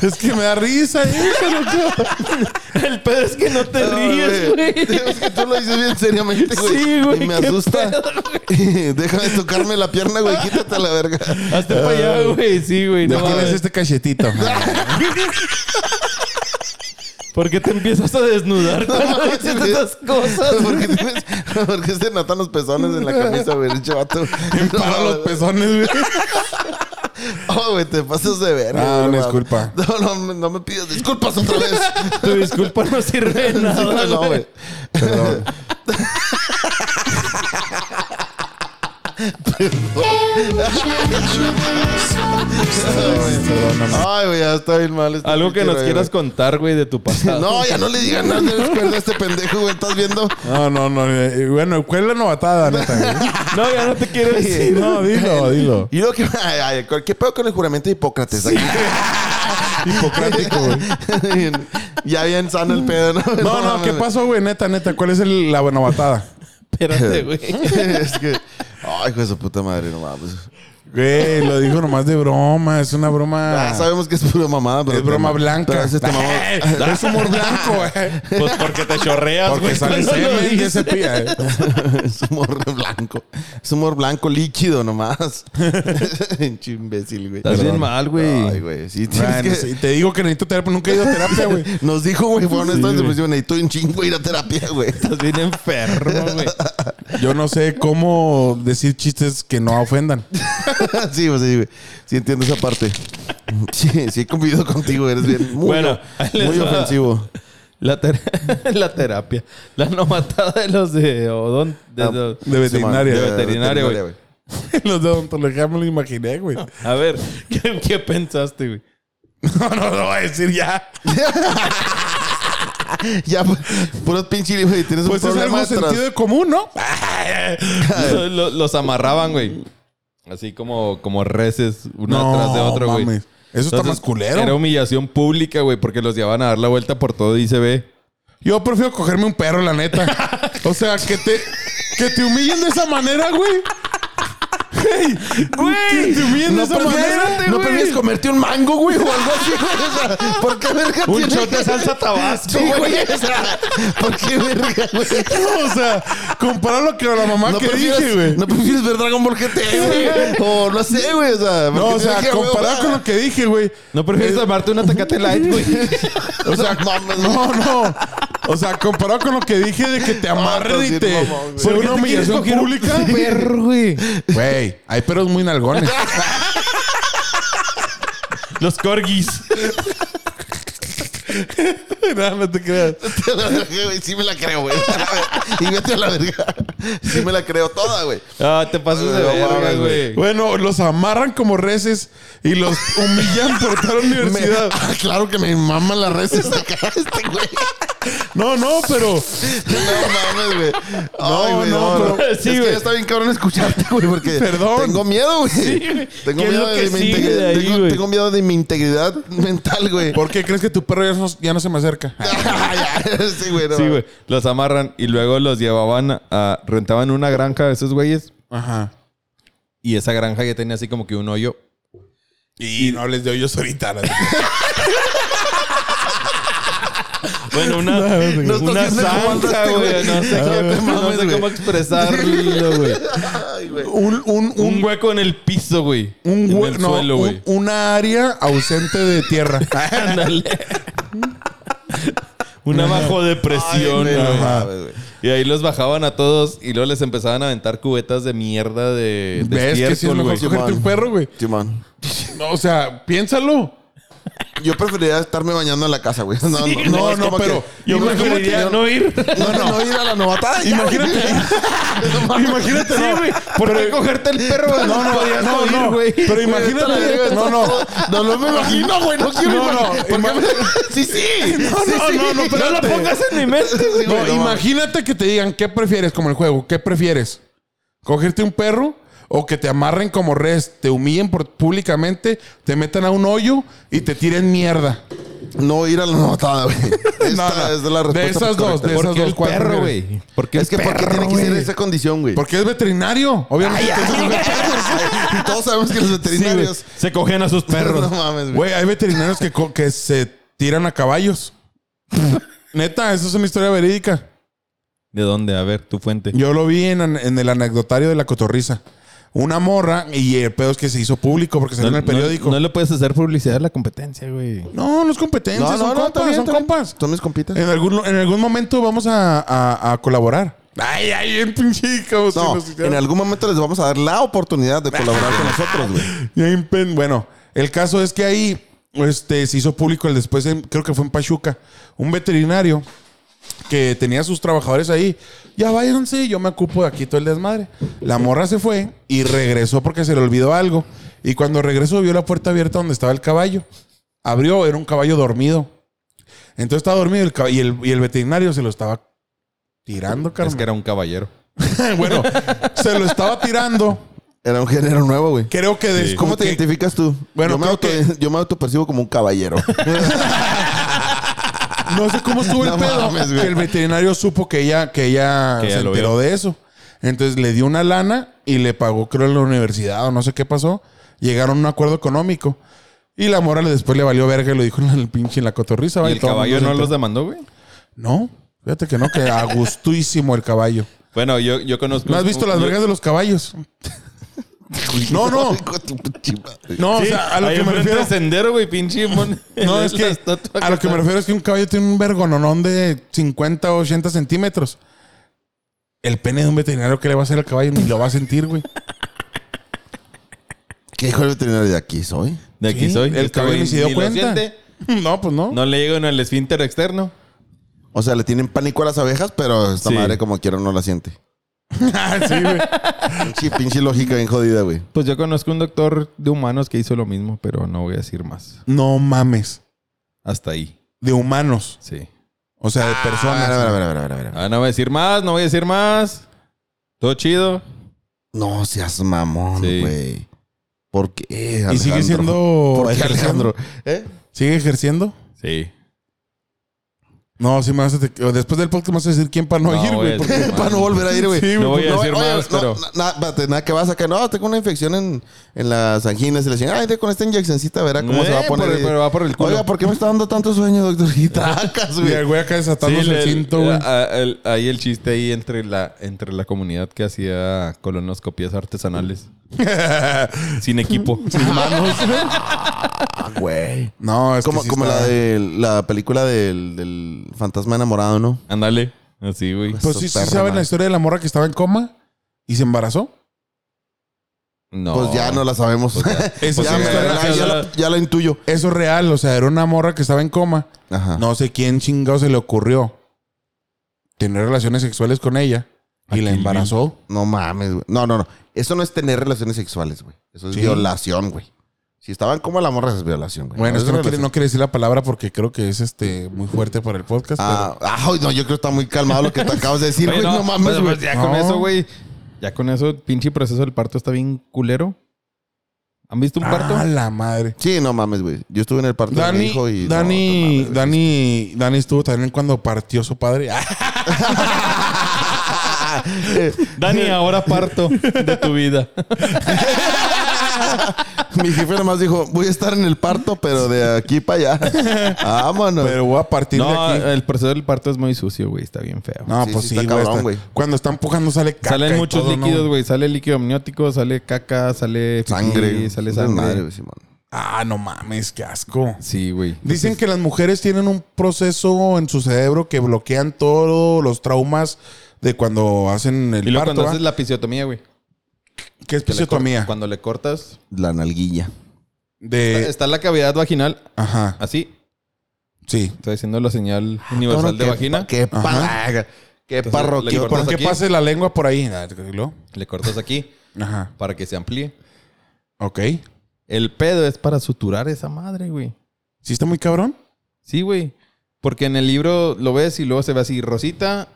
Speaker 1: Es que me da risa. ¿eh?
Speaker 3: El pedo es que no te
Speaker 2: No,
Speaker 3: ríes, güey.
Speaker 2: Es que tú lo dices bien seriamente, güey.
Speaker 3: Sí, güey,
Speaker 2: Y me
Speaker 3: qué
Speaker 2: asusta.
Speaker 3: pedo,
Speaker 2: Deja de tocarme la pierna, güey. Quítate a la verga. Ah.
Speaker 3: Hazte para allá, güey. Sí, güey.
Speaker 1: ¿De
Speaker 3: No,
Speaker 1: quién es
Speaker 3: mames.
Speaker 1: este cachetito?
Speaker 3: ¿Por qué te empiezas a desnudar cuando dices
Speaker 2: güey.
Speaker 3: esas cosas?
Speaker 2: Porque tienes... Porque este natan los pezones en la camisa, güey. Dicho vato.
Speaker 1: Para los pezones, güey.
Speaker 2: Oh, güey, te pasas de verga.
Speaker 1: Ah,
Speaker 2: güey,
Speaker 1: una
Speaker 2: no
Speaker 1: disculpa.
Speaker 2: mames. No, no, me- no me pidas disculpas otra vez.
Speaker 3: Tu disculpa no sirve de
Speaker 2: Sí,
Speaker 3: nada,
Speaker 2: güey, no,
Speaker 3: güey.
Speaker 2: güey.
Speaker 1: Perdón. Perdóname.
Speaker 2: Ay, güey, ya está bien mal. este
Speaker 3: Algo que
Speaker 2: pinche
Speaker 3: nos
Speaker 2: rollo,
Speaker 3: quieras contar, güey, de tu
Speaker 2: güey.
Speaker 3: pasado.
Speaker 2: No, ya no le digan nada. No recuerda a este pendejo, güey. Estás viendo.
Speaker 1: No, no, no. eh, Bueno, ¿cuál es la novatada, neta? güey?
Speaker 3: No, ya no te quiero decir.
Speaker 1: No, dilo, dilo.
Speaker 2: Y lo que. Ay, ay, ¿Qué pedo con el juramento de Hipócrates? Aquí.
Speaker 1: Hipocrático, güey.
Speaker 2: Bien, ya bien sano el pedo, ¿no?
Speaker 1: No, no, ¿qué
Speaker 2: mames.
Speaker 1: pasó, güey? Neta, neta, ¿cuál es el- la novatada?
Speaker 3: Espérate, güey.
Speaker 2: es que. Ay, hijo de su puta madre, no mames.
Speaker 1: Güey, lo dijo nomás de broma. Es una broma.
Speaker 2: Ah, sabemos que es pura mamada, pero.
Speaker 1: es broma blanca.
Speaker 2: Pero es este mamón.
Speaker 1: es humor blanco, eh.
Speaker 3: Eh, Pues porque te chorreas,
Speaker 1: Porque
Speaker 3: güey.
Speaker 1: sale
Speaker 3: cuando lo
Speaker 1: semen de
Speaker 3: dices.
Speaker 1: ese pía. eh.
Speaker 2: es humor blanco. Es humor blanco líquido nomás. Pinche imbécil, güey.
Speaker 3: Estás bien
Speaker 2: Perdón.
Speaker 3: mal, güey.
Speaker 2: Ay, güey. Sí, tienes
Speaker 1: Bueno,
Speaker 2: que-
Speaker 1: sí, te digo que necesito terapia. Nunca he ido a terapia, güey.
Speaker 2: Nos dijo, güey, fue honesto en depresión. Necesito un chingo ir a terapia, güey.
Speaker 3: Estás bien enfermo, güey.
Speaker 1: Yo no sé cómo decir chistes que no ofendan.
Speaker 2: sí, pues sí, güey. Sí entiendo esa parte. Sí, sí he convivido contigo. Eres bien muy,
Speaker 3: Bueno, ahí les
Speaker 2: muy
Speaker 3: va.
Speaker 2: ofensivo.
Speaker 3: La, ter- la terapia. La nomatada de los de Odón. De,
Speaker 2: Ah,
Speaker 3: los-
Speaker 1: De veterinaria.
Speaker 3: De veterinaria, güey.
Speaker 1: Los de odontología me lo imaginé, güey.
Speaker 3: A ver, ¿qué, qué pensaste, güey?
Speaker 1: No, no lo voy a decir ya.
Speaker 2: Ya, pu- puros pinches, güey. Tienes
Speaker 1: Pues
Speaker 2: un
Speaker 1: es
Speaker 2: problema
Speaker 1: algo
Speaker 2: de tras-
Speaker 1: sentido de común, ¿no?
Speaker 3: Lo- lo- Los, amarraban, güey. Así como, como reces, uno atrás de otro, güey.
Speaker 1: mames. Eso está
Speaker 3: Entonces,
Speaker 1: más culero.
Speaker 3: Era humillación pública, güey, porque los llevaban a dar la vuelta por todo ICB.
Speaker 1: Yo prefiero cogerme un perro, la neta. O sea, que te, que te humillen de esa manera, güey. Hey, que te humillen de esa manera.
Speaker 2: ¿No prefieres comerte un mango, güey, o algo así, güey? O sea, ¿por qué verga
Speaker 3: Un
Speaker 2: tiene
Speaker 3: shot de
Speaker 2: que-
Speaker 3: salsa tabasco,
Speaker 2: Sí,
Speaker 3: güey.
Speaker 2: güey. o sea, ¿Por qué verga, güey?
Speaker 1: O sea, comparar lo que la mamá
Speaker 2: No
Speaker 1: que
Speaker 2: prefieres,
Speaker 1: dije, güey.
Speaker 2: ¿No prefieres ver Dragon Ball GT, güey? O no sé, güey, o sea...
Speaker 1: No, o sea, comparado con lo que dije, güey.
Speaker 3: ¿No prefieres
Speaker 1: Eh.
Speaker 3: tomarte una Tecate Light, güey?
Speaker 2: O sea, mames, no.
Speaker 1: No, no. O O sea, comparado con lo que dije de que te
Speaker 2: pero
Speaker 1: amarren
Speaker 2: sí,
Speaker 1: y te...
Speaker 2: no, mamón, güey.
Speaker 1: Fue una humillación pública.
Speaker 3: perro, güey.
Speaker 1: Güey, hay perros muy nalgones.
Speaker 3: Los corgis.
Speaker 1: no, no te creas.
Speaker 2: Vete a la verga, güey. Sí me la creo, güey. Y vete a la verga. Sí me la creo toda, güey.
Speaker 3: Ah, te pasas de
Speaker 2: No
Speaker 3: verga,
Speaker 2: mames,
Speaker 3: güey.
Speaker 1: Bueno, los amarran como reces y los humillan por toda la
Speaker 2: Me-
Speaker 1: universidad.
Speaker 2: Ah, claro que me maman las redes esta cara, este güey.
Speaker 1: No, no, pero...
Speaker 2: No mames, güey.
Speaker 1: No,
Speaker 2: Ay, güey,
Speaker 1: no,
Speaker 2: no, no.
Speaker 3: pero-
Speaker 2: Es
Speaker 3: sí,
Speaker 2: que
Speaker 3: güey.
Speaker 2: ya está bien cabrón escucharte, güey, porque
Speaker 1: Perdón.
Speaker 2: tengo miedo, güey.
Speaker 3: güey.
Speaker 2: Tengo
Speaker 3: ¿Qué es
Speaker 2: miedo
Speaker 3: lo que
Speaker 2: de mi
Speaker 3: sigue de
Speaker 2: integridad.
Speaker 3: ahí,
Speaker 2: tengo,
Speaker 3: güey?
Speaker 2: tengo miedo de mi integridad mental, güey.
Speaker 1: ¿Por qué crees que tu perro ya no, ya no se me acerca? cerca.
Speaker 2: sí, güey. no.
Speaker 3: Sí, güey. Los amarran y luego los llevaban a. Rentaban una granja de esos güeyes.
Speaker 1: Ajá.
Speaker 3: Y esa granja ya tenía así como que un hoyo.
Speaker 1: Y no les de hoyos ahorita. la-
Speaker 3: Bueno, una,
Speaker 2: No estás
Speaker 3: una
Speaker 2: viendo cómo andaste,
Speaker 3: zanja, güey.
Speaker 2: güey.
Speaker 3: No sé,
Speaker 2: No te
Speaker 3: cómo- no
Speaker 2: mames,
Speaker 3: sé
Speaker 2: güey.
Speaker 3: cómo expresarlo, güey.
Speaker 2: Ay, güey.
Speaker 1: un, un, un,
Speaker 3: Un hueco en el piso, güey.
Speaker 1: un
Speaker 3: en
Speaker 1: hue-
Speaker 3: el
Speaker 1: no,
Speaker 3: suelo,
Speaker 1: un-
Speaker 3: güey.
Speaker 1: una área ausente de tierra.
Speaker 3: Ándale. Una bajo
Speaker 2: Ay,
Speaker 3: depresión,
Speaker 2: güey, no
Speaker 3: güey.
Speaker 2: mames, güey.
Speaker 3: Y ahí los bajaban a todos y luego les empezaban a aventar cubetas de mierda de, de
Speaker 1: ¿Ves que sí es
Speaker 3: estiércol,
Speaker 1: mejor
Speaker 3: güey.
Speaker 1: cogerte un perro, güey?
Speaker 2: Simón.
Speaker 1: No, o sea, piénsalo.
Speaker 2: Yo preferiría estarme bañando en la casa, güey. No, no,
Speaker 1: No,
Speaker 2: es
Speaker 1: no,
Speaker 2: como
Speaker 1: pero
Speaker 2: que-
Speaker 1: yo
Speaker 2: no es como
Speaker 1: preferiría
Speaker 2: que yo-
Speaker 3: no ir.
Speaker 2: No, no, no ir a la novatada. Imagínate.
Speaker 1: Imagínate, no.
Speaker 3: ¿Por qué cogerte el perro?
Speaker 1: No, no,
Speaker 3: podías
Speaker 1: no,
Speaker 3: ir,
Speaker 1: no.
Speaker 3: güey.
Speaker 1: Pero imagínate. No, no.
Speaker 2: No, no me imagino, güey. No quiero
Speaker 1: No, no,
Speaker 2: imaginar. ¿Por qué me- Sí, sí.
Speaker 1: No,
Speaker 2: Sí,
Speaker 1: no,
Speaker 2: sí.
Speaker 1: no, no,
Speaker 3: No lo
Speaker 1: espérate.
Speaker 3: pongas en mi mente, güey.
Speaker 1: No, imagínate que te digan, ¿qué prefieres? Como el juego, ¿qué prefieres? ¿Cogerte un perro? O que te amarren como res, te humillen por- públicamente, te metan a un hoyo y te tiren mierda.
Speaker 2: No ir a la novatada, güey.
Speaker 1: No, no.
Speaker 2: Esta es la respuesta.
Speaker 1: De esas dos,
Speaker 2: correcta.
Speaker 1: de
Speaker 3: ¿Por
Speaker 1: esas
Speaker 3: qué
Speaker 1: dos,
Speaker 3: el
Speaker 1: ¿cuál
Speaker 3: perro,
Speaker 1: prefieres?
Speaker 3: güey? ¿Por qué el
Speaker 2: Es que ¿por qué
Speaker 3: perro,
Speaker 2: tiene que ser
Speaker 3: güey?
Speaker 2: esa condición, güey?
Speaker 1: Porque es veterinario. Obviamente. entonces, güey,
Speaker 2: Y todos sabemos que los veterinarios...
Speaker 3: Se cogen a sus perros.
Speaker 2: No mames, güey.
Speaker 1: Güey, hay veterinarios que, co- que se tiran a caballos. Neta, eso es una historia verídica.
Speaker 3: ¿De dónde? A ver, tu fuente.
Speaker 1: Yo lo vi en, en el anecdotario de la cotorriza. Una morra y el pedo es que se hizo público porque salió en el periódico.
Speaker 3: No, le puedes hacer publicidad a la competencia, güey.
Speaker 1: No, no es competencia, son compas,
Speaker 2: está bien,
Speaker 1: son
Speaker 2: está bien.
Speaker 1: compas. Eh,
Speaker 2: Son mis compitas.
Speaker 1: En algún, en algún momento vamos a, a- a colaborar. Ay, ay, en pinche como si
Speaker 2: No,
Speaker 1: nos hicieran-
Speaker 2: en algún momento les vamos a dar la oportunidad de colaborar con nosotros, güey.
Speaker 1: Bien pen- Bueno, el caso es que ahí este, se hizo público el después, en- creo que fue en Pachuca, un veterinario que tenía a sus trabajadores ahí. Ya váyanse, yo me ocupo de aquí todo el desmadre. La morra se fue y regresó porque se le olvidó algo. Y cuando regresó vio la puerta abierta donde estaba el caballo. Abrió, era un caballo dormido. Entonces estaba dormido el cab- y, el, y el veterinario se lo estaba tirando,
Speaker 3: Es que
Speaker 1: carnal.
Speaker 3: era un caballero.
Speaker 1: bueno, se lo estaba tirando.
Speaker 2: Era un género nuevo, güey.
Speaker 1: Creo que... descu-
Speaker 2: ¿Cómo te
Speaker 1: que-
Speaker 2: identificas tú?
Speaker 1: Bueno,
Speaker 2: yo me,
Speaker 1: creo
Speaker 2: auto,
Speaker 1: que-
Speaker 2: yo me autopercibo como un caballero.
Speaker 1: No sé cómo estuvo el
Speaker 2: No
Speaker 1: pedo.
Speaker 2: mames, güey.
Speaker 1: que el veterinario supo que ella, que ella
Speaker 3: Que ella
Speaker 1: se
Speaker 3: lo
Speaker 1: enteró de eso. Entonces le dio una lana y le pagó, creo, en la universidad o no sé qué pasó. Llegaron a un acuerdo económico. Y la mora le- después le valió verga y lo dijo en el pinche en la cotorriza.
Speaker 3: ¿Y
Speaker 1: va,
Speaker 3: el
Speaker 1: todo
Speaker 3: caballo
Speaker 1: mundo
Speaker 3: no
Speaker 1: se
Speaker 3: los
Speaker 1: enteró.
Speaker 3: demandó, güey?
Speaker 1: No, fíjate que no, que a gustísimo el caballo.
Speaker 3: Bueno, yo, yo conozco...
Speaker 1: ¿No has visto las
Speaker 3: yo-
Speaker 1: vergas de los caballos? No, no.
Speaker 2: Hijo de tu pinche madre.
Speaker 1: No, o
Speaker 3: Sí,
Speaker 1: sea, a lo
Speaker 3: ahí
Speaker 1: que me
Speaker 3: enfrente
Speaker 1: refiero.
Speaker 3: del sendero, güey, pinche mon-
Speaker 1: No, es
Speaker 3: la
Speaker 1: que
Speaker 3: estatua
Speaker 1: a lo que me
Speaker 3: está-
Speaker 1: refiero es que un caballo tiene un vergononón de 50 o 80 centímetros. El pene de un veterinario que le va a hacer al caballo ni lo va a sentir, güey.
Speaker 2: ¿Qué dijo el veterinario de aquí soy?
Speaker 3: De aquí
Speaker 1: Sí,
Speaker 3: soy.
Speaker 1: El
Speaker 3: Este
Speaker 1: caballo
Speaker 3: güey
Speaker 1: ni se dio
Speaker 3: lo
Speaker 1: cuenta.
Speaker 3: siente.
Speaker 1: No, pues no.
Speaker 3: No le llegan al esfínter externo.
Speaker 2: O sea, le tienen pánico a las abejas, pero esta
Speaker 3: Sí.
Speaker 2: madre como quiera no la siente.
Speaker 1: Ah, sí, güey.
Speaker 2: Pinche, pinche lógica bien jodida, güey.
Speaker 3: Pues yo conozco un doctor de humanos que hizo lo mismo, pero no voy a decir más.
Speaker 1: No mames.
Speaker 3: Hasta ahí,
Speaker 1: De humanos.
Speaker 3: sí.
Speaker 1: O sea, de personas.
Speaker 2: Ah, a ver, a ver, a ver, a ver, a ver, a ver.
Speaker 3: Ah, no voy a decir más, no voy a decir más. Todo chido.
Speaker 2: No seas mamón,
Speaker 3: Sí.
Speaker 2: güey. ¿Por qué?
Speaker 1: y sigue
Speaker 2: Alejandro?
Speaker 1: siendo.
Speaker 2: ¿Por qué,
Speaker 1: ejerciendo?
Speaker 2: Alejandro? ¿Eh?
Speaker 1: ¿Sigue ejerciendo?
Speaker 3: Sí.
Speaker 1: No, sí me vas a. Después del podcast me vas a decir quién para no,
Speaker 3: No,
Speaker 1: ir, güey.
Speaker 3: güey,
Speaker 1: porque-
Speaker 3: sí,
Speaker 2: Para no volver a ir, güey.
Speaker 1: Sí,
Speaker 3: No
Speaker 1: güey.
Speaker 3: voy a
Speaker 2: No,
Speaker 3: decir
Speaker 2: oye,
Speaker 3: más,
Speaker 2: no,
Speaker 3: pero...
Speaker 2: na- na- espérate, nada que vas acá. No, tengo una infección en, en las anginas. Y le decían, ay, te- con esta inyeccióncita verá cómo se va a
Speaker 3: Eh,
Speaker 2: poner.
Speaker 3: por el- pero Ah, va por el culo.
Speaker 2: Oiga, ¿por qué me está dando tanto sueño, doctor? Y tracas,
Speaker 1: Y
Speaker 2: güey.
Speaker 1: el güey acá desatándose
Speaker 3: Sí,
Speaker 1: el
Speaker 3: le-
Speaker 1: cinto, güey.
Speaker 3: a- a- el- ahí el chiste ahí entre la, entre la comunidad que hacía colonoscopias artesanales. Sin equipo.
Speaker 2: Ah, güey.
Speaker 1: No, es que
Speaker 2: Como,
Speaker 1: sí
Speaker 2: como
Speaker 1: está-
Speaker 2: la de la película del, del fantasma enamorado, ¿no?
Speaker 3: Ándale. Así, güey.
Speaker 1: Pues
Speaker 2: Su
Speaker 1: sí, sí
Speaker 2: perra
Speaker 1: saben la
Speaker 2: madre.
Speaker 1: historia de la morra que estaba en coma y se embarazó.
Speaker 3: No.
Speaker 2: Pues ya no la sabemos.
Speaker 1: Eso
Speaker 2: ya,
Speaker 1: sí, güey.
Speaker 2: me- ya- ya la, ya la intuyo.
Speaker 1: Eso es real, o sea, era una morra que estaba en coma.
Speaker 2: Ajá.
Speaker 1: No sé quién chingado se le ocurrió tener relaciones sexuales con ella y la
Speaker 3: Aquí.
Speaker 1: embarazó.
Speaker 2: No mames, güey. No, no, no. Eso no es tener relaciones sexuales, güey. Eso es
Speaker 1: Sí.
Speaker 2: violación, güey. Si estaban como la morra, eso es violación, güey.
Speaker 1: Bueno, es
Speaker 2: es
Speaker 1: que no quiere,
Speaker 2: relación.
Speaker 1: no quiere decir la palabra porque creo que es este muy fuerte para el podcast.
Speaker 2: Ah, ay, no, yo creo que está muy calmado lo que te acabas de decir,
Speaker 3: Oye,
Speaker 2: güey. No, mames,
Speaker 3: pues,
Speaker 2: güey.
Speaker 3: pues ya con
Speaker 1: No.
Speaker 3: eso, güey. Ya con eso, pinche proceso del parto está bien culero. ¿Han visto un parto?
Speaker 1: Ah, la madre.
Speaker 2: Sí, no mames, güey. Yo estuve en el parto de mi
Speaker 1: Dani,
Speaker 2: hijo y. no, no
Speaker 1: Dani,
Speaker 2: mames, güey.
Speaker 1: Dani, Dani estuvo también cuando partió su padre. Ah,
Speaker 3: Dani, ahora parto de tu vida.
Speaker 2: Mi jefe nomás dijo: Voy a estar en el parto, pero de aquí para allá. Vámonos.
Speaker 1: pero voy a partir
Speaker 3: No,
Speaker 1: de aquí.
Speaker 3: el proceso del parto es muy sucio, güey. Está bien feo.
Speaker 1: No,
Speaker 2: eh, sí,
Speaker 1: pues
Speaker 2: sí
Speaker 1: sí,
Speaker 2: está
Speaker 1: güey.
Speaker 2: cabrón,
Speaker 1: está-
Speaker 2: güey.
Speaker 1: Cuando está empujando sale caca. y
Speaker 3: Salen muchos
Speaker 1: todo, ¿no,
Speaker 3: líquidos, güey. Sale líquido amniótico, sale caca, sale pipí,
Speaker 2: sangre.
Speaker 3: sale sangre.
Speaker 2: Madre, güey, Simón.
Speaker 1: Ah, no mames, qué asco.
Speaker 3: Sí, güey.
Speaker 1: Dicen que las mujeres tienen un proceso en su cerebro que bloquean todos los traumas de cuando hacen el
Speaker 3: Y luego
Speaker 1: parto.
Speaker 3: cuando
Speaker 1: ¿va?
Speaker 3: haces la episiotomía, güey.
Speaker 1: ¿Qué es
Speaker 3: que le cor-
Speaker 1: pisotomía?
Speaker 3: Cuando le cortas,
Speaker 2: La nalguilla.
Speaker 1: De...
Speaker 3: está la cavidad vaginal
Speaker 1: Ajá,
Speaker 3: así.
Speaker 1: sí.
Speaker 3: Estoy haciendo la señal universal
Speaker 2: Cabrón,
Speaker 3: de
Speaker 2: qué-
Speaker 3: vagina.
Speaker 2: Qué
Speaker 1: Ajá.
Speaker 2: palaga. Qué
Speaker 3: Entonces, le
Speaker 2: parroquio.
Speaker 3: cortas
Speaker 1: ¿Por qué
Speaker 3: aquí?
Speaker 1: pase la lengua por ahí? Ah, ¿y luego?
Speaker 3: Le cortas aquí
Speaker 1: Ajá,
Speaker 3: para que se amplíe.
Speaker 1: ok.
Speaker 3: El pedo es para suturar esa madre, güey.
Speaker 1: ¿Sí está muy cabrón?
Speaker 3: Sí, güey. Porque en el libro lo ves y luego se ve así, rosita,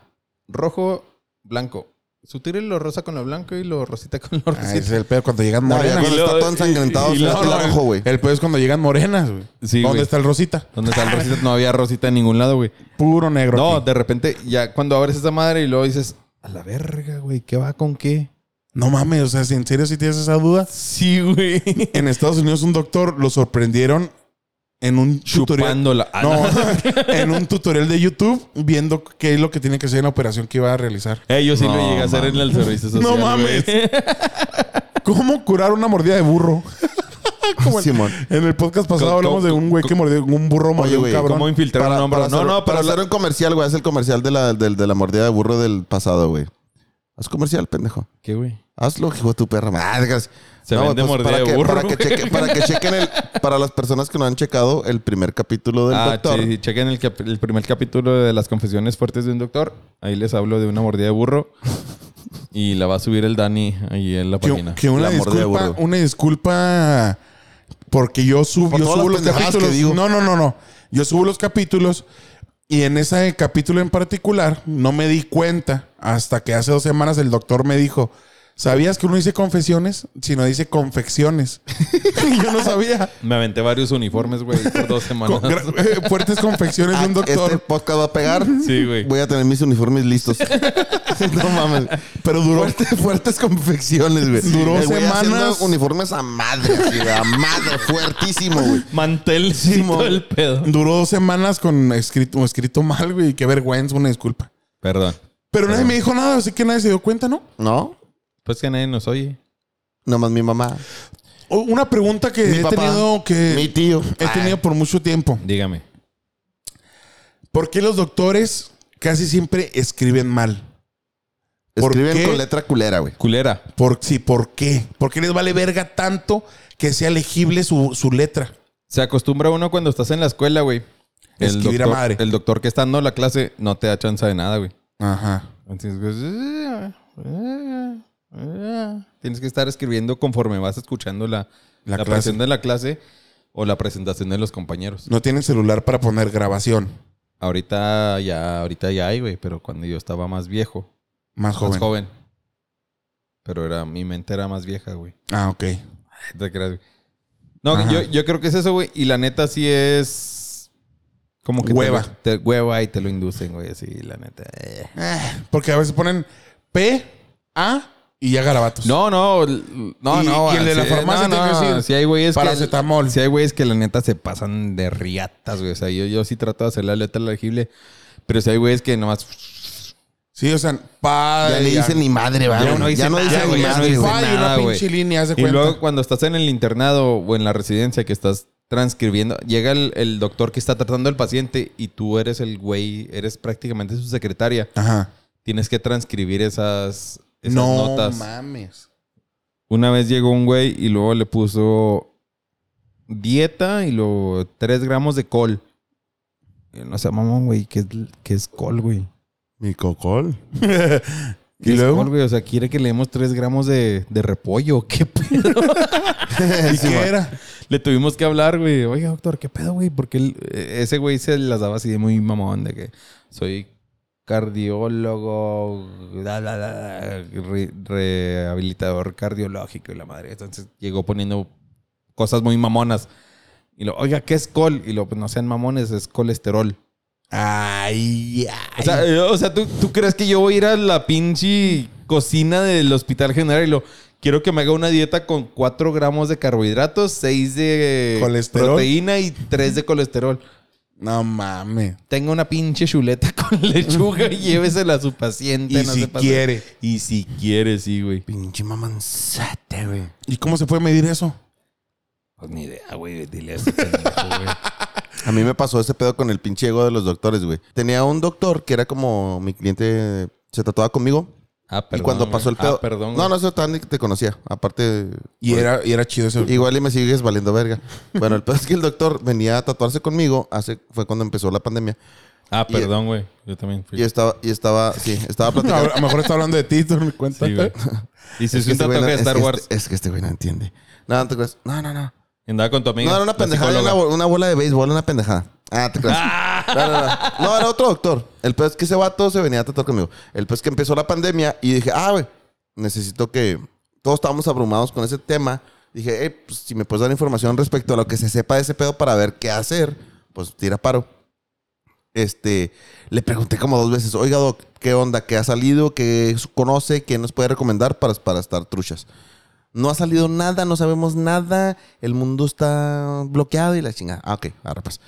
Speaker 3: rojo, blanco. Sutire lo rosa con lo blanco y lo rosita con lo
Speaker 1: Ah, ese es
Speaker 3: rosita.
Speaker 1: el pedo cuando llegan
Speaker 2: No, ya
Speaker 1: morenas.
Speaker 2: cuando está
Speaker 3: luego-
Speaker 2: todo ensangrentado,
Speaker 3: y- y
Speaker 2: se
Speaker 3: luego-
Speaker 2: hace rojo, güey.
Speaker 1: El pedo es cuando llegan morenas, güey.
Speaker 3: Sí,
Speaker 1: ¿Dónde
Speaker 3: güey.
Speaker 1: está el rosita?
Speaker 3: Donde está el rosita no había rosita en ningún lado, güey.
Speaker 1: Puro negro.
Speaker 3: No,
Speaker 1: aquí.
Speaker 3: de repente ya cuando abres esa madre y luego dices, a la verga, güey, ¿qué va con qué?
Speaker 1: No mames, o sea, si en serio si tienes esa duda.
Speaker 3: Sí, güey.
Speaker 1: En Estados Unidos un doctor lo sorprendieron en un tutorial.
Speaker 3: Chupándola. Ah,
Speaker 1: No,
Speaker 3: no.
Speaker 1: en un tutorial de YouTube viendo qué es lo que tiene que hacer en la operación que iba a realizar.
Speaker 3: Eh, yo sí lo
Speaker 2: No
Speaker 3: llegué a hacer en el servicio social.
Speaker 1: No
Speaker 3: güey.
Speaker 1: mames. ¿Cómo curar una mordida de burro? Como en-
Speaker 2: Simón.
Speaker 1: En el podcast pasado
Speaker 3: Co-
Speaker 1: hablamos
Speaker 3: co-
Speaker 1: de un güey
Speaker 3: co-
Speaker 1: que mordió un burro, mordió un
Speaker 2: güey,
Speaker 1: cabrón.
Speaker 3: ¿Cómo infiltrar
Speaker 2: Para-
Speaker 3: un hombre?
Speaker 2: para
Speaker 3: No,
Speaker 2: hacer-
Speaker 3: no,
Speaker 2: para
Speaker 3: pero
Speaker 2: hacer
Speaker 3: la-
Speaker 2: un comercial, güey. Haz el comercial de la, del- de la mordida de burro del pasado, güey. Haz comercial, pendejo.
Speaker 3: ¿Qué, güey?
Speaker 2: Hazlo, hijo de tu perra. madre.
Speaker 3: Se vende
Speaker 2: güey,
Speaker 3: mordida
Speaker 2: para
Speaker 3: de
Speaker 2: que,
Speaker 3: burro,
Speaker 2: Para que,
Speaker 3: güey.
Speaker 2: cheque- para que chequen el... Para las personas que no han checado el primer capítulo del
Speaker 3: ah,
Speaker 2: doctor.
Speaker 3: sí, sí, chequen el, cap- el primer capítulo de Las confesiones fuertes de un doctor. Ahí les hablo de una mordida de burro. Y la va a subir el Dani ahí en la
Speaker 1: Que,
Speaker 3: página.
Speaker 1: que una
Speaker 2: La mordida de
Speaker 1: disculpa,
Speaker 2: burro.
Speaker 1: una disculpa porque yo, sub-
Speaker 2: Por
Speaker 1: yo
Speaker 2: todas
Speaker 1: subo los
Speaker 2: las pendejadas que
Speaker 1: capítulos.
Speaker 2: digo.
Speaker 1: No, no, no, no. Yo subo los capítulos y en ese capítulo en particular no me di cuenta hasta que hace dos semanas el doctor me dijo, ¿sabías que uno dice confesiones? Si no dice confecciones. Y yo no sabía.
Speaker 3: Me aventé varios uniformes, güey, por dos
Speaker 1: Con-
Speaker 3: semanas.
Speaker 1: gra- eh, fuertes confecciones de un
Speaker 2: Ah,
Speaker 1: doctor.
Speaker 2: Este podcast va a pegar.
Speaker 3: Sí, güey.
Speaker 2: Voy a tener mis uniformes listos. no mames.
Speaker 1: Pero duró.
Speaker 2: Fuerte- fuertes confecciones, güey.
Speaker 1: Duró
Speaker 2: El güey haciendo
Speaker 1: semanas.
Speaker 2: uniformes a madre, así, a madre, fuertísimo, güey.
Speaker 3: Mantel
Speaker 1: Sí,
Speaker 3: sí,
Speaker 1: mo-
Speaker 3: todo el pedo.
Speaker 1: Duró dos semanas con escrito, escrito mal, güey. Qué vergüenza, una disculpa.
Speaker 3: Perdón.
Speaker 1: Pero nadie me dijo nada, así que nadie se dio cuenta, ¿no?
Speaker 2: ¿No?
Speaker 3: Pues que nadie nos oye.
Speaker 2: Nomás mi mamá.
Speaker 1: O- Una pregunta que
Speaker 2: Mi
Speaker 1: he
Speaker 2: papá.
Speaker 1: tenido que
Speaker 2: Mi Ah. tío.
Speaker 1: he tenido por mucho tiempo.
Speaker 3: Dígame.
Speaker 1: ¿Por qué los doctores casi siempre escriben mal? ¿por
Speaker 2: Escriben
Speaker 1: qué?
Speaker 2: con letra culera, güey.
Speaker 3: Culera.
Speaker 1: ¿Por, sí, ¿por qué? ¿Por qué les vale verga tanto que sea legible su, su letra?
Speaker 3: Se acostumbra uno cuando estás en la escuela, güey. El
Speaker 1: Escribir a
Speaker 3: doctor,
Speaker 1: madre.
Speaker 3: El doctor que está dando la clase no te da chance de nada, güey.
Speaker 1: Ajá.
Speaker 3: Entonces, pues, eh, eh, eh. tienes que estar escribiendo conforme vas escuchando la,
Speaker 1: La
Speaker 3: la,
Speaker 1: clase.
Speaker 3: presentación de la clase o la presentación de los compañeros.
Speaker 1: No tienen celular para poner grabación.
Speaker 3: Ahorita ya, ahorita ya hay, güey, pero cuando yo estaba más viejo,
Speaker 1: Más joven.
Speaker 3: más joven. Pero era, mi mente era más vieja, güey.
Speaker 1: Ah, ok.
Speaker 3: No te creas, güey. No,
Speaker 1: Ajá.
Speaker 3: yo, yo creo que es eso, güey. Y la neta sí es. Como que. te-
Speaker 1: Hueva.
Speaker 3: Te, hueva y te lo inducen, güey. Sí, la neta. Eh.
Speaker 1: Eh, porque a veces ponen P, A y ya garabatos.
Speaker 3: No, no, l- no,
Speaker 1: Y-
Speaker 3: no.
Speaker 1: y el de la
Speaker 3: sí,
Speaker 1: farmacia tiene que decir,
Speaker 3: sí hay güeyes que-
Speaker 1: paracetamol.
Speaker 3: sí hay güeyes que la neta se pasan de riatas, güey. O sea, yo, yo sí trato de hacer la letra legible, pero si hay güeyes que nomás
Speaker 1: Sí, o sea, pa.
Speaker 2: Ya le dicen ni madre, va.
Speaker 3: Ya
Speaker 2: güey.
Speaker 3: no dice
Speaker 2: Ya no
Speaker 3: nada,
Speaker 2: dicen
Speaker 3: güey,
Speaker 2: ni
Speaker 3: ya no
Speaker 2: madre,
Speaker 3: dice
Speaker 2: güey.
Speaker 1: Pa, y una
Speaker 3: nada, güey.
Speaker 1: pinche línea, haz de
Speaker 3: y
Speaker 1: cuenta.
Speaker 3: luego cuando estás en el internado o en la residencia que estás transcribiendo, llega el, el doctor que está tratando al paciente y tú eres el güey, eres prácticamente su secretaria.
Speaker 1: Ajá.
Speaker 3: Tienes que transcribir esas, esas
Speaker 1: no
Speaker 3: notas.
Speaker 1: mames.
Speaker 3: Una vez llegó un güey y luego le puso dieta y luego 3 gramos de col. Y No sé, mamón, güey, ¿qué es, qué es col, güey?
Speaker 2: Mi cocol.
Speaker 3: ¿Qué
Speaker 1: ¿Y
Speaker 3: es
Speaker 1: luego?
Speaker 3: col, güey? O sea, quiere que le demos 3 gramos de, de repollo. ¿Qué pedo?
Speaker 1: ¿Y qué era?
Speaker 3: Le tuvimos que hablar, güey. Oiga, doctor, ¿qué pedo, güey? Porque él- eh, ese güey se las daba así de muy mamón, de que soy cardiólogo, da, da, da, da, re- rehabilitador cardiológico y la madre. Entonces llegó poniendo cosas muy mamonas. Y lo, oiga, ¿qué es col? Y lo, pues no sean mamones, es colesterol.
Speaker 1: Ay, ay.
Speaker 3: O sea, eh, o sea, ¿tú, tú crees que yo voy a ir a la pinche cocina del Hospital General y lo quiero que me haga una dieta con 4 gramos de carbohidratos, 6 de
Speaker 1: Colesterol.
Speaker 3: proteína y 3 de colesterol?
Speaker 1: no mames.
Speaker 3: Tenga una pinche chuleta con lechuga y llévesela a su paciente.
Speaker 1: Y
Speaker 3: no
Speaker 1: si
Speaker 3: se pase.
Speaker 1: quiere.
Speaker 3: Y si quiere, sí, güey.
Speaker 2: Pinche mamanzate, güey.
Speaker 1: ¿Y cómo se puede medir eso?
Speaker 3: Pues ni idea, güey. Dile a ese pendejo, güey.
Speaker 2: A mí me pasó ese pedo con el pinche ego de los doctores, güey. Tenía un doctor que era como mi cliente, se tatuaba conmigo.
Speaker 3: Ah,
Speaker 2: y cuando
Speaker 3: güey.
Speaker 2: pasó el pedo.
Speaker 3: Ah, perdón.
Speaker 2: no,
Speaker 3: güey.
Speaker 2: no, eso tan te conocía. Aparte.
Speaker 1: Y era, y era chido ese.
Speaker 2: Igual y me sigues valiendo verga. Bueno, el pedo es que el doctor venía a tatuarse conmigo. Hace, fue cuando empezó la pandemia.
Speaker 3: Ah,
Speaker 2: y-
Speaker 3: perdón, güey. Yo también fui.
Speaker 2: Y estaba, y estaba, sí, estaba
Speaker 1: No,
Speaker 2: platicando.
Speaker 1: a lo mejor está hablando de ti, tú no me cuentas.
Speaker 3: Sí, güey. Y si
Speaker 2: Es
Speaker 3: es
Speaker 2: que
Speaker 3: un
Speaker 2: este güey
Speaker 3: tatuaje
Speaker 2: no-
Speaker 3: de
Speaker 2: es
Speaker 3: Star
Speaker 2: que
Speaker 3: Wars,
Speaker 2: este- Es que este güey no entiende. No, no te creas. No, no, no.
Speaker 3: andaba con tu amiga.
Speaker 2: No, era una
Speaker 3: la
Speaker 2: pendejada, era una,
Speaker 3: psicóloga.
Speaker 2: bo- una bola de béisbol, una pendejada. Ah, te creas. No, no, no. No, era otro doctor. El peor es que ese vato se venía a tratar conmigo. El peor es que empezó la pandemia y dije, ah, güey, necesito que. Todos estábamos abrumados con ese tema. Dije, eh, pues, si me puedes dar información respecto a lo que se sepa de ese pedo para ver qué hacer, pues tira paro. Este, le pregunté como dos veces, oiga, Doc, ¿qué onda? ¿Qué ha salido? ¿Qué conoce? ¿Qué nos puede recomendar para, para estar truchas? No ha salido nada, no sabemos nada, el mundo está bloqueado y la chingada. Ah, ok, ahora pues.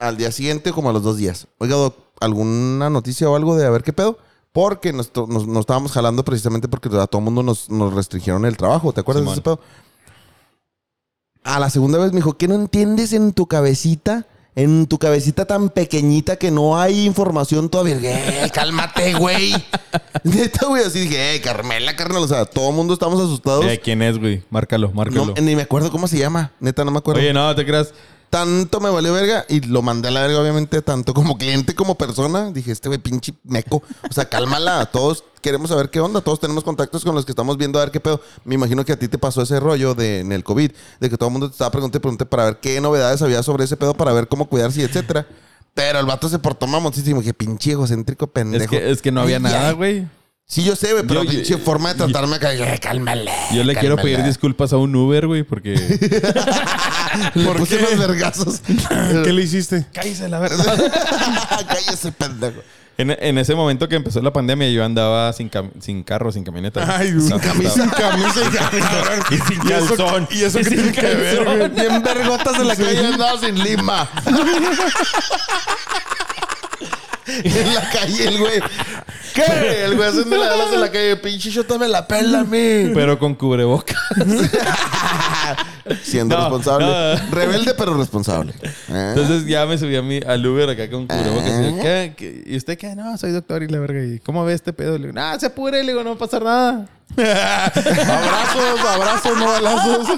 Speaker 2: Al día siguiente, como a los dos días. Oiga, Doc, ¿alguna noticia o algo de a ver qué pedo? Porque nos, to- nos- nos estábamos jalando precisamente porque a todo mundo nos, nos restringieron el trabajo, ¿te acuerdas de ese
Speaker 3: Simón.
Speaker 2: pedo? A la segunda vez me dijo, ¿qué no entiendes en tu cabecita? En tu cabecita tan pequeñita que no hay información todavía. Dije, "Eh, cálmate, güey. Neta, güey, así dije, "Eh, Carmela, carnal. O sea, todo el mundo estamos asustados.
Speaker 3: Eh, ¿Quién es, güey? Márcalo, márcalo.
Speaker 2: No, ni me acuerdo cómo se llama. Neta, no me acuerdo.
Speaker 3: Oye, no, te creas.
Speaker 2: Tanto me valió verga y lo mandé a la verga, obviamente, tanto como cliente como persona. Dije, este güey, pinche meco. O sea, cálmala. Todos queremos saber qué onda. Todos tenemos contactos con los que estamos viendo a ver qué pedo. Me imagino que a ti te pasó ese rollo de, en el COVID, de que todo el mundo te estaba preguntando y preguntando para ver qué novedades había sobre ese pedo, para ver cómo cuidarse y etcétera. Pero el vato se portó mamoncísimo. Dije, pinche egocéntrico pendejo.
Speaker 3: Es que, es que no había
Speaker 2: Ay,
Speaker 3: nada,
Speaker 2: ay.
Speaker 3: güey.
Speaker 2: Sí, yo sé, güey, pero
Speaker 3: Yo- yo-
Speaker 2: pinche forma de tratarme acá. "Eh, Cálmale.
Speaker 3: Yo le quiero
Speaker 2: cálmale".
Speaker 3: pedir disculpas a un Uber, güey, porque.
Speaker 2: Le puse unos vergazos.
Speaker 1: ¿Qué le hiciste?
Speaker 3: Cállese la verdad.
Speaker 2: Cállese, pendejo.
Speaker 3: En, en ese momento que empezó la pandemia, yo andaba sin, cam- sin carro, sin camioneta.
Speaker 1: Ay,
Speaker 3: güey.
Speaker 1: sin
Speaker 3: Estaba-
Speaker 1: camisa, sin
Speaker 3: estaba-
Speaker 1: camisa y cabrón.
Speaker 3: Y sin
Speaker 1: ¿Y eso-
Speaker 3: calzón.
Speaker 1: ¿Y eso
Speaker 3: Y
Speaker 1: qué
Speaker 3: sin
Speaker 1: tiene que ver,
Speaker 3: calzón.
Speaker 1: güey?
Speaker 2: Bien vergotas en la calle andaba sin lima. en la calle el güey. ¿Qué? El güey haciendo la en la calle. Pinche yo me la pela a mí.
Speaker 3: Pero con cubreboca.
Speaker 1: Ah.
Speaker 2: Siendo
Speaker 3: No,
Speaker 2: responsable.
Speaker 3: no.
Speaker 2: Rebelde pero responsable. ¿Eh?
Speaker 3: Entonces ya me subí a mi, al Uber acá con cubrebocas. Y,
Speaker 1: Ah.
Speaker 3: yo, ¿qué? ¿Qué? ¿Y usted qué? No, soy doctor y la verga. ¿Y cómo ve este pedo? Le digo, no, se apure. Le digo, no va a pasar nada.
Speaker 2: abrazos, abrazos, no balazos.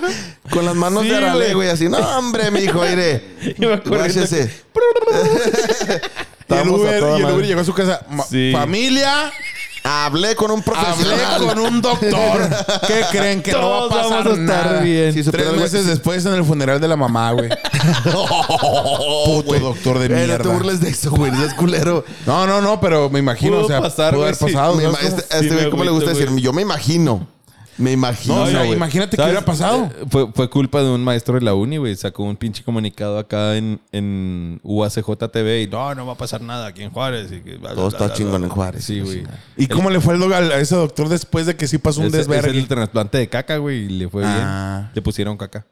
Speaker 2: Con las manos
Speaker 3: Sí,
Speaker 2: de Arale,
Speaker 3: güey.
Speaker 2: güey. Así, no, hombre, mijo, iré.
Speaker 3: Iba corriendo.
Speaker 2: Guáchese.
Speaker 1: Y el
Speaker 2: Estamos a
Speaker 1: Uber,
Speaker 2: toda
Speaker 1: y el
Speaker 2: madre.
Speaker 1: Uber llegó a su casa. Ma-
Speaker 3: Sí.
Speaker 1: Familia,
Speaker 2: Hablé con un
Speaker 1: hablé
Speaker 2: profesional.
Speaker 1: con un doctor. ¿Qué creen? Que no va a
Speaker 3: Todos
Speaker 1: pasar
Speaker 3: vamos a estar
Speaker 1: nada.
Speaker 3: bien.
Speaker 2: Sí,
Speaker 1: Tres
Speaker 2: supieron, güey.
Speaker 1: meses después en el funeral de la mamá, güey. Puto doctor de
Speaker 2: Eh, No te
Speaker 1: mierda.
Speaker 2: burles de eso, güey. No es culero.
Speaker 1: No, no, no, pero me imagino,
Speaker 3: Pudo
Speaker 1: o sea,
Speaker 3: pasar,
Speaker 1: pudo haber
Speaker 3: güey, sí.
Speaker 1: pasado.
Speaker 2: Me
Speaker 1: ¿sabes
Speaker 2: ima-
Speaker 1: cómo?
Speaker 2: este, a este
Speaker 3: Ah, Sí,
Speaker 2: güey,
Speaker 3: me
Speaker 2: ¿cómo le gusta
Speaker 3: agüito,
Speaker 2: decir? Yo me imagino. Me imagino.
Speaker 1: No, o sea,
Speaker 2: güey.
Speaker 1: imagínate qué
Speaker 3: ¿Sabes?
Speaker 1: hubiera pasado.
Speaker 3: Eh, Fue, fue culpa de un maestro de la uni, güey. Sacó un pinche comunicado acá en, en UACJ TV y no, no va a pasar nada aquí en Juárez. y que bla, bla,
Speaker 2: Todo
Speaker 3: bla,
Speaker 2: está
Speaker 3: bla,
Speaker 2: chingón
Speaker 3: bla.
Speaker 2: en Juárez.
Speaker 3: Sí, güey.
Speaker 1: ¿Y cómo le fue el doc- al- a ese doctor después de que sí pasó un
Speaker 3: Es, es
Speaker 1: desvergue?
Speaker 3: el trasplante de caca, güey, y le fue
Speaker 1: Ah.
Speaker 3: bien. Le pusieron caca.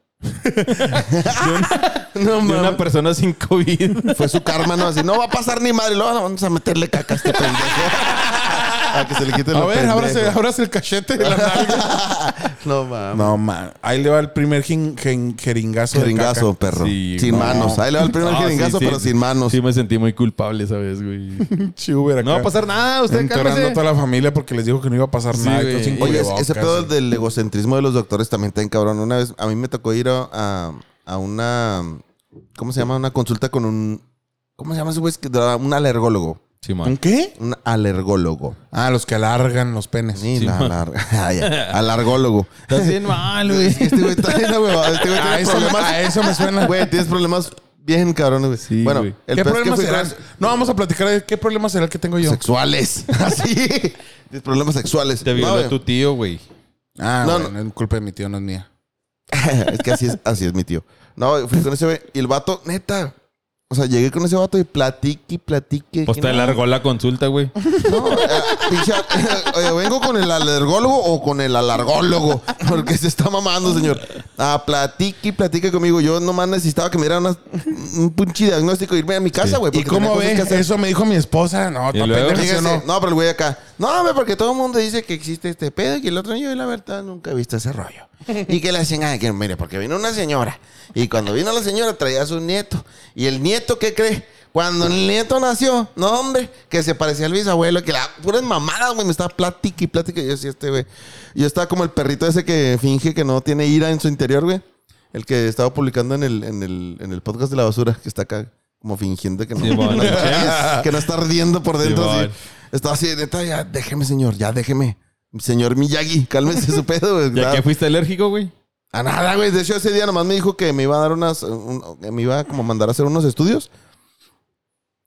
Speaker 2: No,
Speaker 3: De
Speaker 2: mames.
Speaker 3: una persona sin COVID.
Speaker 2: Fue su karma, ¿no? Así, no va a pasar ni madre. Luego vamos a meterle caca a este pendejo. a que se le quite
Speaker 1: A
Speaker 2: lo
Speaker 1: ver,
Speaker 2: pendejo.
Speaker 1: ábrase, ábrase el cachete de la nalga.
Speaker 2: No, mames.
Speaker 1: No, man. Ahí le va el primer jin- jin- jeringazo. de
Speaker 2: Jeringazo,
Speaker 1: caca.
Speaker 2: perro.
Speaker 3: Sí,
Speaker 2: sin
Speaker 3: no.
Speaker 2: manos. Ahí le va el primer
Speaker 3: No, Ah, sí,
Speaker 2: jeringazo,
Speaker 3: sí.
Speaker 2: pero sin manos.
Speaker 3: Sí, me sentí muy culpable esa vez, güey.
Speaker 1: Pinche Uber
Speaker 3: No va
Speaker 1: acá.
Speaker 3: a pasar nada, usted
Speaker 1: Enterrando
Speaker 3: cálmese.
Speaker 1: a toda la familia porque les dijo que no iba a pasar
Speaker 3: Sí,
Speaker 1: nada. y
Speaker 3: güey.
Speaker 1: todos sin
Speaker 2: Oye, es-
Speaker 1: cubrebocas,
Speaker 2: ese pedo
Speaker 1: sí.
Speaker 2: del egocentrismo de los doctores también está bien cabrón. Una vez a mí me tocó ir a, a- a una. ¿Cómo se llama? Una consulta con un. ¿Cómo se llama ese güey? Es que da- Un alergólogo.
Speaker 3: Sí,
Speaker 1: ¿Un
Speaker 3: man.
Speaker 1: qué?
Speaker 2: Un alergólogo.
Speaker 1: Ah, los que alargan los penes.
Speaker 2: Sí, la- alar- Ay, alargólogo.
Speaker 3: Estás bien mal, güey.
Speaker 2: Este güey está bien, la huevada. Este güey
Speaker 1: A
Speaker 2: tiene
Speaker 1: Ah, eso,
Speaker 2: problemas.
Speaker 1: a eso me suena.
Speaker 2: Güey, tienes problemas bien cabrones, güey.
Speaker 3: Sí,
Speaker 2: bueno,
Speaker 3: güey.
Speaker 2: el
Speaker 1: ¿Qué
Speaker 2: pedo es que
Speaker 1: problema
Speaker 2: fui
Speaker 1: será?
Speaker 2: con-
Speaker 1: No, vamos a platicar de qué problema será el que tengo yo.
Speaker 2: Sexuales. Así. Tienes problemas sexuales.
Speaker 3: Te
Speaker 2: No,
Speaker 3: violó
Speaker 2: güey.
Speaker 3: tu tío, güey.
Speaker 1: Ah,
Speaker 2: No,
Speaker 1: bueno, es culpa de mi tío, no es mía.
Speaker 2: es que así es, así es mi tío. No, fui con ese güey. Y el vato, neta. O sea, llegué con ese vato y platiqui, platiqui.
Speaker 3: Pues
Speaker 2: que
Speaker 3: te
Speaker 2: no.
Speaker 3: alargó la consulta, güey.
Speaker 2: No, eh, pinche- oye, vengo con el alergólogo o con el alargólogo. Porque se está mamando, señor. Ah, platique y platique conmigo. Yo nomás necesitaba que me dieran unas- un pinche diagnóstico e irme a mi casa, güey.
Speaker 1: ¿Y
Speaker 2: porque tenía
Speaker 1: cómo
Speaker 2: cosas
Speaker 1: ve?
Speaker 2: que hacer.
Speaker 1: Eso me dijo mi esposa. No,
Speaker 3: ¿Y
Speaker 1: está
Speaker 3: luego?
Speaker 1: pendeja, ¿sí o
Speaker 2: Fíjese,
Speaker 1: no.
Speaker 2: no? pero el güey acá. No, hombre, porque todo el mundo dice que existe este pedo y que el otro yo, la verdad, nunca he visto ese rollo. Y que la señora, que mire, porque vino una señora. Y cuando vino la señora traía a su nieto. ¿Y el nieto qué cree? Cuando el nieto nació, no, hombre, que se parecía al bisabuelo, que la puras mamadas, güey, me estaba plática y plática. Y yo decía, este, güey. Yo estaba como el perrito ese que finge que no tiene ira en su interior, güey. El que estaba publicando en el, en el, en el podcast de la basura, que está acá, como fingiendo que no.
Speaker 3: Sí, bueno,
Speaker 2: que no está ardiendo por dentro.
Speaker 3: Sí,
Speaker 2: así.
Speaker 3: bueno.
Speaker 2: Estaba así, neta, ya déjeme, señor, ya déjeme. Señor Miyagi, cálmese su pedo, güey.
Speaker 3: ¿Ya
Speaker 2: Nada-
Speaker 3: que fuiste alérgico, güey?
Speaker 2: A nada, güey. De hecho, ese día nomás me dijo que me iba a dar unas. un- que me iba a como mandar a hacer unos estudios.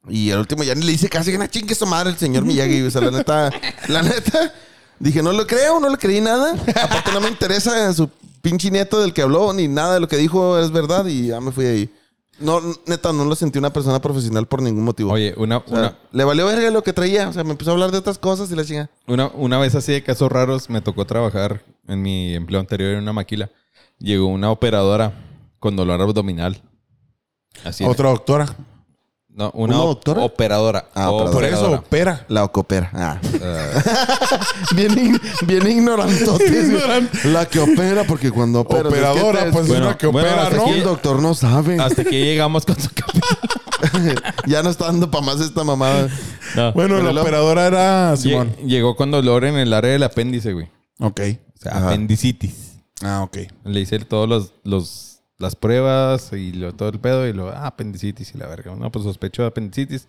Speaker 2: Y el último ya ni le hice casi que una chingue su madre el señor Miyagi. O sea, la neta, la neta. Dije, no lo creo, no le creí nada. Aparte, no me interesa su pinche nieto del que habló, ni nada de lo que dijo es verdad. Y ya me fui de ahí. No, neta, no lo sentí una persona profesional por ningún motivo.
Speaker 3: Oye, una,
Speaker 2: O sea,
Speaker 3: una,
Speaker 2: Ah, le valió verga lo que traía. O sea, me empezó a hablar de otras cosas y la chinga.
Speaker 3: Una, una vez así de casos raros, me tocó trabajar en mi empleo anterior en una maquila. Llegó una operadora con dolor abdominal. Así.
Speaker 1: Otra doctora.
Speaker 3: No, una,
Speaker 2: ¿Una
Speaker 3: op-
Speaker 2: doctora?
Speaker 3: operadora.
Speaker 2: Ah, operadora.
Speaker 1: Por eso
Speaker 3: Operadora.
Speaker 1: opera.
Speaker 2: La ocopera. Ah. bien, ig- bien ignorantotes. güey.
Speaker 1: Ah. Ignorante.
Speaker 2: La que opera, porque cuando opera.
Speaker 1: Operadora,
Speaker 2: es que te-
Speaker 1: pues
Speaker 3: Bueno,
Speaker 1: es la que
Speaker 3: bueno,
Speaker 1: opera,
Speaker 3: hasta
Speaker 1: ¿no?
Speaker 2: Aquí el doctor no sabe.
Speaker 3: Hasta que llegamos con su capitán.
Speaker 2: ya no está dando para más esta mamada.
Speaker 3: No.
Speaker 1: Bueno,
Speaker 2: Bueno,
Speaker 1: la
Speaker 2: la-
Speaker 1: operadora era
Speaker 3: Lle-
Speaker 1: Simón.
Speaker 3: Llegó con dolor en el área del apéndice, güey.
Speaker 1: Ok.
Speaker 3: O sea,
Speaker 2: Ajá.
Speaker 3: apendicitis.
Speaker 1: Ah, ok.
Speaker 3: Le hice todos los, los- las pruebas y lo- todo el pedo y lo, ah, apendicitis y la verga. No, pues sospecho de apendicitis.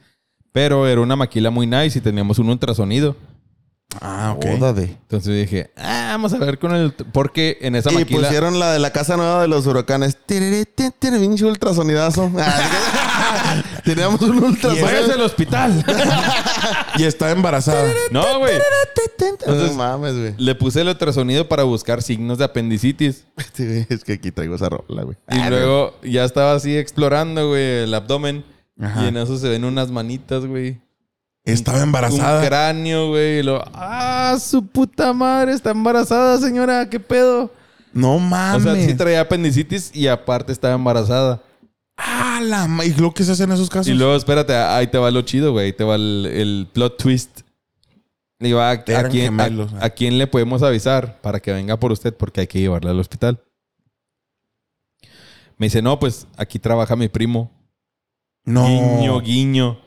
Speaker 3: Pero era una maquila muy nice y teníamos un ultrasonido.
Speaker 1: Ah, ok.
Speaker 2: Boda de-
Speaker 3: Entonces dije, ah, vamos a ver con el... Porque en esa
Speaker 2: Y
Speaker 3: maquila...
Speaker 2: pusieron la de la casa nueva de los huracanes. Tiriri, ti, tiri, Pinche ultrasonidazo. Ah, Teníamos un
Speaker 3: ¡Váyase
Speaker 2: ultrasonido.
Speaker 3: al hospital!
Speaker 1: Y está embarazada.
Speaker 3: no, güey.
Speaker 2: No mames, güey.
Speaker 3: Le puse el ultrasonido para buscar signos de apendicitis.
Speaker 2: Sí, güey, Es que aquí traigo esa rola, güey.
Speaker 3: Y
Speaker 2: Ah,
Speaker 3: luego ya estaba así explorando, güey, el abdomen.
Speaker 1: Ajá.
Speaker 3: Y en eso se ven unas manitas, güey.
Speaker 1: Estaba
Speaker 3: Un
Speaker 1: embarazada.
Speaker 3: cráneo, güey. y lo, ¡Ah, su puta madre! Está embarazada, señora. ¿Qué pedo?
Speaker 1: No
Speaker 3: O
Speaker 1: mames.
Speaker 3: sea, sí traía apendicitis y aparte estaba embarazada.
Speaker 1: ah, la ma- ¿Y lo que se hace en esos casos?
Speaker 3: Y luego, espérate, ahí te va lo chido, güey. Ahí te va el, el plot twist. Le digo, ¿a, a
Speaker 1: Eran
Speaker 3: quién, a-
Speaker 1: gemelos,
Speaker 3: a quién le podemos avisar para que venga por usted? Porque hay que llevarla al hospital. Me dice, no, pues aquí trabaja mi primo.
Speaker 1: no.
Speaker 3: Guiño, guiño.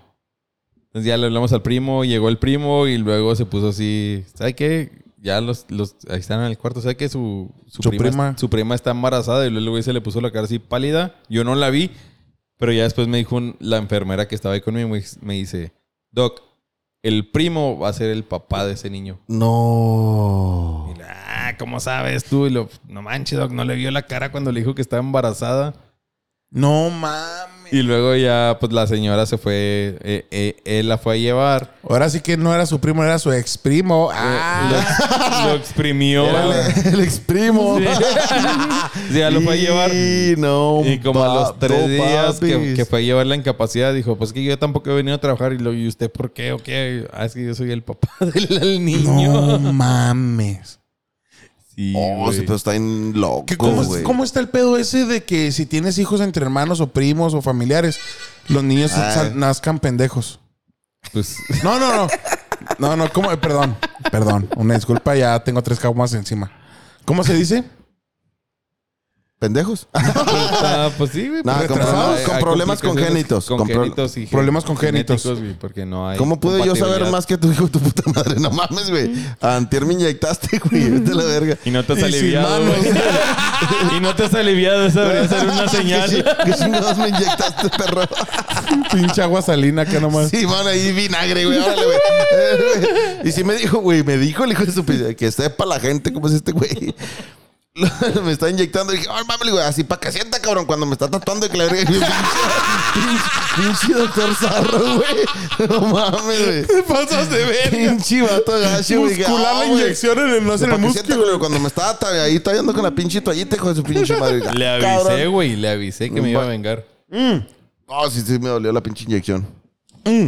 Speaker 3: Entonces ya le hablamos al primo, llegó el primo y luego se puso así, ¿sabe qué? Ya los, los ahí están en el cuarto, ¿sabe qué? Su,
Speaker 1: Su prima.
Speaker 3: su prima está embarazada y luego el güey se le puso la cara así pálida. Yo no la vi, pero ya después me dijo un- la enfermera que estaba ahí conmigo, me, me dice, Doc, el primo va a ser el papá de ese niño.
Speaker 2: No.
Speaker 3: Y le, ah, ¿cómo sabes tú? Y lo, no manches, Doc, no le vio la cara cuando le dijo que estaba embarazada.
Speaker 1: No mames.
Speaker 3: Y luego ya, pues la señora se fue, eh, eh, él la fue a llevar.
Speaker 1: Ahora sí que no era su primo, era su ex primo.
Speaker 2: Eh,
Speaker 1: Ah,
Speaker 3: Lo, lo exprimió.
Speaker 2: Era el- El ex primo.
Speaker 3: Sí. Sí, ya lo fue a llevar.
Speaker 2: Y no,
Speaker 3: Y como a los
Speaker 2: pa-
Speaker 3: tres
Speaker 2: no,
Speaker 3: días que,
Speaker 2: papis.
Speaker 3: que fue a llevar la incapacidad, dijo, pues que yo tampoco he venido a trabajar. Y lo, ¿y usted por qué o qué? Ah, es que yo soy el papá del, del niño.
Speaker 1: no mames.
Speaker 3: Sí,
Speaker 2: Oh,
Speaker 3: güey.
Speaker 2: sí, pero está en loco,
Speaker 1: ¿Qué- cómo, es-
Speaker 2: güey.
Speaker 1: cómo está el pedo ese de que si tienes hijos entre hermanos o primos o familiares, los niños
Speaker 2: Ah.
Speaker 1: sal- nazcan pendejos?
Speaker 3: Pues,
Speaker 1: No, no, no. No, no, ¿cómo? Eh, Perdón, perdón. Una disculpa, ya tengo tres caumas encima. ¿Cómo se dice?
Speaker 2: ¿Pendejos?
Speaker 3: ah, pues sí, güey.
Speaker 2: No,
Speaker 3: pues,
Speaker 2: con
Speaker 3: retrasados.
Speaker 2: problemas- con
Speaker 3: Hay
Speaker 2: problemas congénitos. Con pro-
Speaker 3: Congénitos y gen-
Speaker 1: problemas congénitos.
Speaker 3: genéticos, güey, porque no hay
Speaker 2: ¿Cómo pude yo saber
Speaker 3: compatibilidad.
Speaker 2: más que tu hijo, tu puta madre? No mames, güey. Antier me inyectaste, güey. Vete a la verga.
Speaker 3: Y no te has
Speaker 2: Y sin
Speaker 3: aliviado,
Speaker 2: manos.
Speaker 3: güey. y no te has aliviado, esa debería ser una
Speaker 2: ¿Qué,
Speaker 3: señal.
Speaker 2: chi- qué chingados me inyectaste, perro?
Speaker 1: Pinche agua salina que nomás.
Speaker 2: Sí, van ahí vinagre, güey. Órale, güey. Y sí me dijo, güey, me dijo el hijo de su... p- Que sepa la gente cómo es este güey. me está inyectando y dije, ay, mami, le digo, así para que sienta, cabrón, cuando me está tatuando y que le verga". Y yo, pinche, pinche, pinche doctor Zarro, güey. No mames, güey.
Speaker 1: Te pasas de ver.
Speaker 2: Pinche vato gacho, güey. Dije,
Speaker 1: Muscular
Speaker 2: "Ah,
Speaker 1: la
Speaker 2: güey".
Speaker 1: inyección en el, no en
Speaker 2: Para
Speaker 1: el
Speaker 2: que sienta,
Speaker 1: músculo.
Speaker 2: culero, cuando me estaba tab- ahí tallando con la pinche toallita, hijo de su pinche madre. Dije,
Speaker 3: Le
Speaker 2: "Ah,
Speaker 3: avisé,
Speaker 2: cabrón".
Speaker 3: güey. Le avisé que me iba a vengar.
Speaker 2: No, Ah, sí, sí, me dolió la pinche inyección. Mm.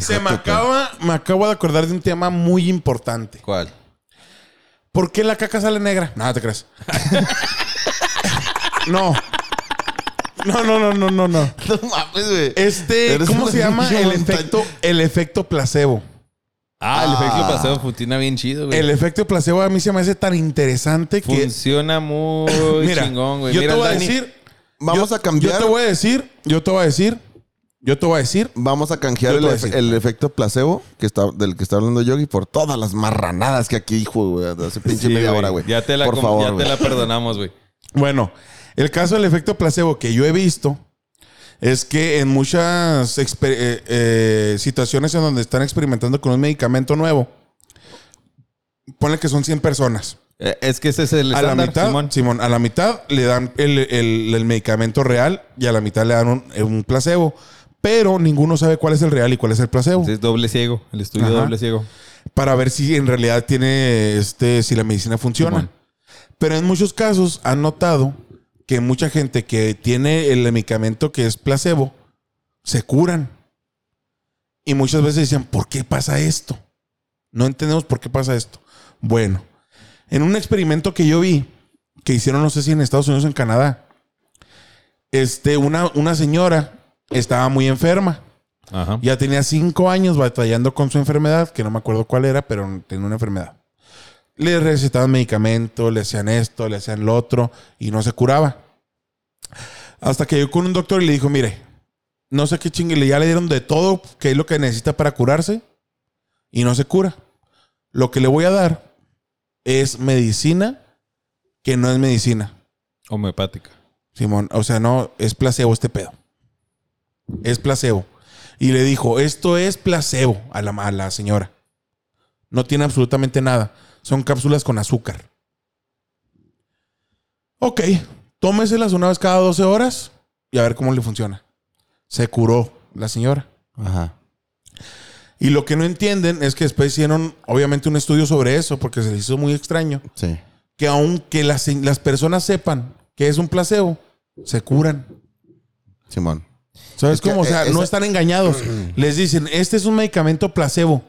Speaker 1: Se me acaba, me acabo de acordar de un tema muy importante.
Speaker 3: ¿Cuál?
Speaker 1: ¿Por qué la caca sale negra? Nada, te creas. no. No, no, no, no, no, no.
Speaker 2: No mames, güey.
Speaker 1: Este,
Speaker 2: Eres
Speaker 1: ¿cómo
Speaker 2: una
Speaker 1: se llama?
Speaker 2: pinche
Speaker 1: El
Speaker 2: montaña.
Speaker 1: efecto, el efecto placebo.
Speaker 3: Ah, el
Speaker 2: Ah.
Speaker 3: efecto pasado funciona bien chido, güey.
Speaker 1: El efecto placebo a mí se me hace tan interesante que.
Speaker 3: Funciona muy
Speaker 1: Mira,
Speaker 3: chingón, güey.
Speaker 1: yo
Speaker 3: Mira,
Speaker 1: te voy a
Speaker 3: el Dani-
Speaker 1: decir.
Speaker 2: Vamos
Speaker 1: yo-
Speaker 2: a cambiar.
Speaker 1: Yo te voy a decir, yo te voy a decir, yo te voy a decir.
Speaker 2: Vamos a canjear
Speaker 1: Yo te
Speaker 2: el,
Speaker 1: voy a
Speaker 2: efe-
Speaker 1: decir.
Speaker 2: el efecto placebo que está, del que está hablando Yogi por todas las marranadas que aquí dijo, güey. Hace pinche
Speaker 3: Sí,
Speaker 2: media
Speaker 3: güey.
Speaker 2: hora, güey.
Speaker 3: Ya te la,
Speaker 2: por
Speaker 3: com-
Speaker 2: favor,
Speaker 3: ya te
Speaker 2: güey.
Speaker 3: la perdonamos, güey.
Speaker 1: Bueno, el caso del efecto placebo que yo he visto es que en muchas exper- eh, eh, situaciones en donde están experimentando con un medicamento nuevo, ponle que son 100 personas.
Speaker 3: Eh, Es que ese es el
Speaker 1: A la
Speaker 3: estándar,
Speaker 1: mitad, Simón.
Speaker 3: Simón.
Speaker 1: a la mitad le dan el, el- el medicamento real y a la mitad le dan un, un placebo. Pero ninguno sabe cuál es el real y cuál es el placebo.
Speaker 3: Es doble ciego. El estudio
Speaker 1: Ajá.
Speaker 3: doble ciego.
Speaker 1: Para ver si en realidad tiene este, si la medicina funciona.
Speaker 3: Simón.
Speaker 1: Pero en muchos casos han notado que mucha gente que tiene el medicamento que es placebo se curan. Y muchas veces dicen, ¿por qué pasa esto? No entendemos por qué pasa esto. Bueno, en un experimento que yo vi, que hicieron, no sé si en Estados Unidos o en Canadá, este, una, una señora estaba muy enferma.
Speaker 3: Ajá.
Speaker 1: Ya tenía cinco años batallando con su enfermedad, que no me acuerdo cuál era, pero tenía una enfermedad. Le recetaban medicamentos, le hacían esto, le hacían lo otro, y no se curaba. Hasta que llegó con un doctor y le dijo, mire, no sé qué chingue, ya le dieron de todo, que es lo que necesita para curarse, y no se cura. Lo que le voy a dar es medicina que no es medicina.
Speaker 3: Homeopática.
Speaker 1: Simón, o sea, no, es placebo este pedo. Es placebo. Y le dijo, esto es placebo a la, a la señora. No tiene absolutamente nada. Son cápsulas con azúcar. Ok, tómeselas una vez cada 12 horas y a ver cómo le funciona. Se curó la señora.
Speaker 2: Ajá.
Speaker 1: Y lo que no entienden es que después hicieron, obviamente, un estudio sobre eso, porque se les hizo muy extraño,
Speaker 2: Sí.
Speaker 1: que aunque las, las personas sepan que es un placebo, se curan.
Speaker 2: Simón.
Speaker 1: ¿Sabes
Speaker 2: Es que,
Speaker 1: cómo? O sea,
Speaker 2: eh,
Speaker 1: no
Speaker 2: esa-
Speaker 1: están engañados. Les dicen, este es un medicamento placebo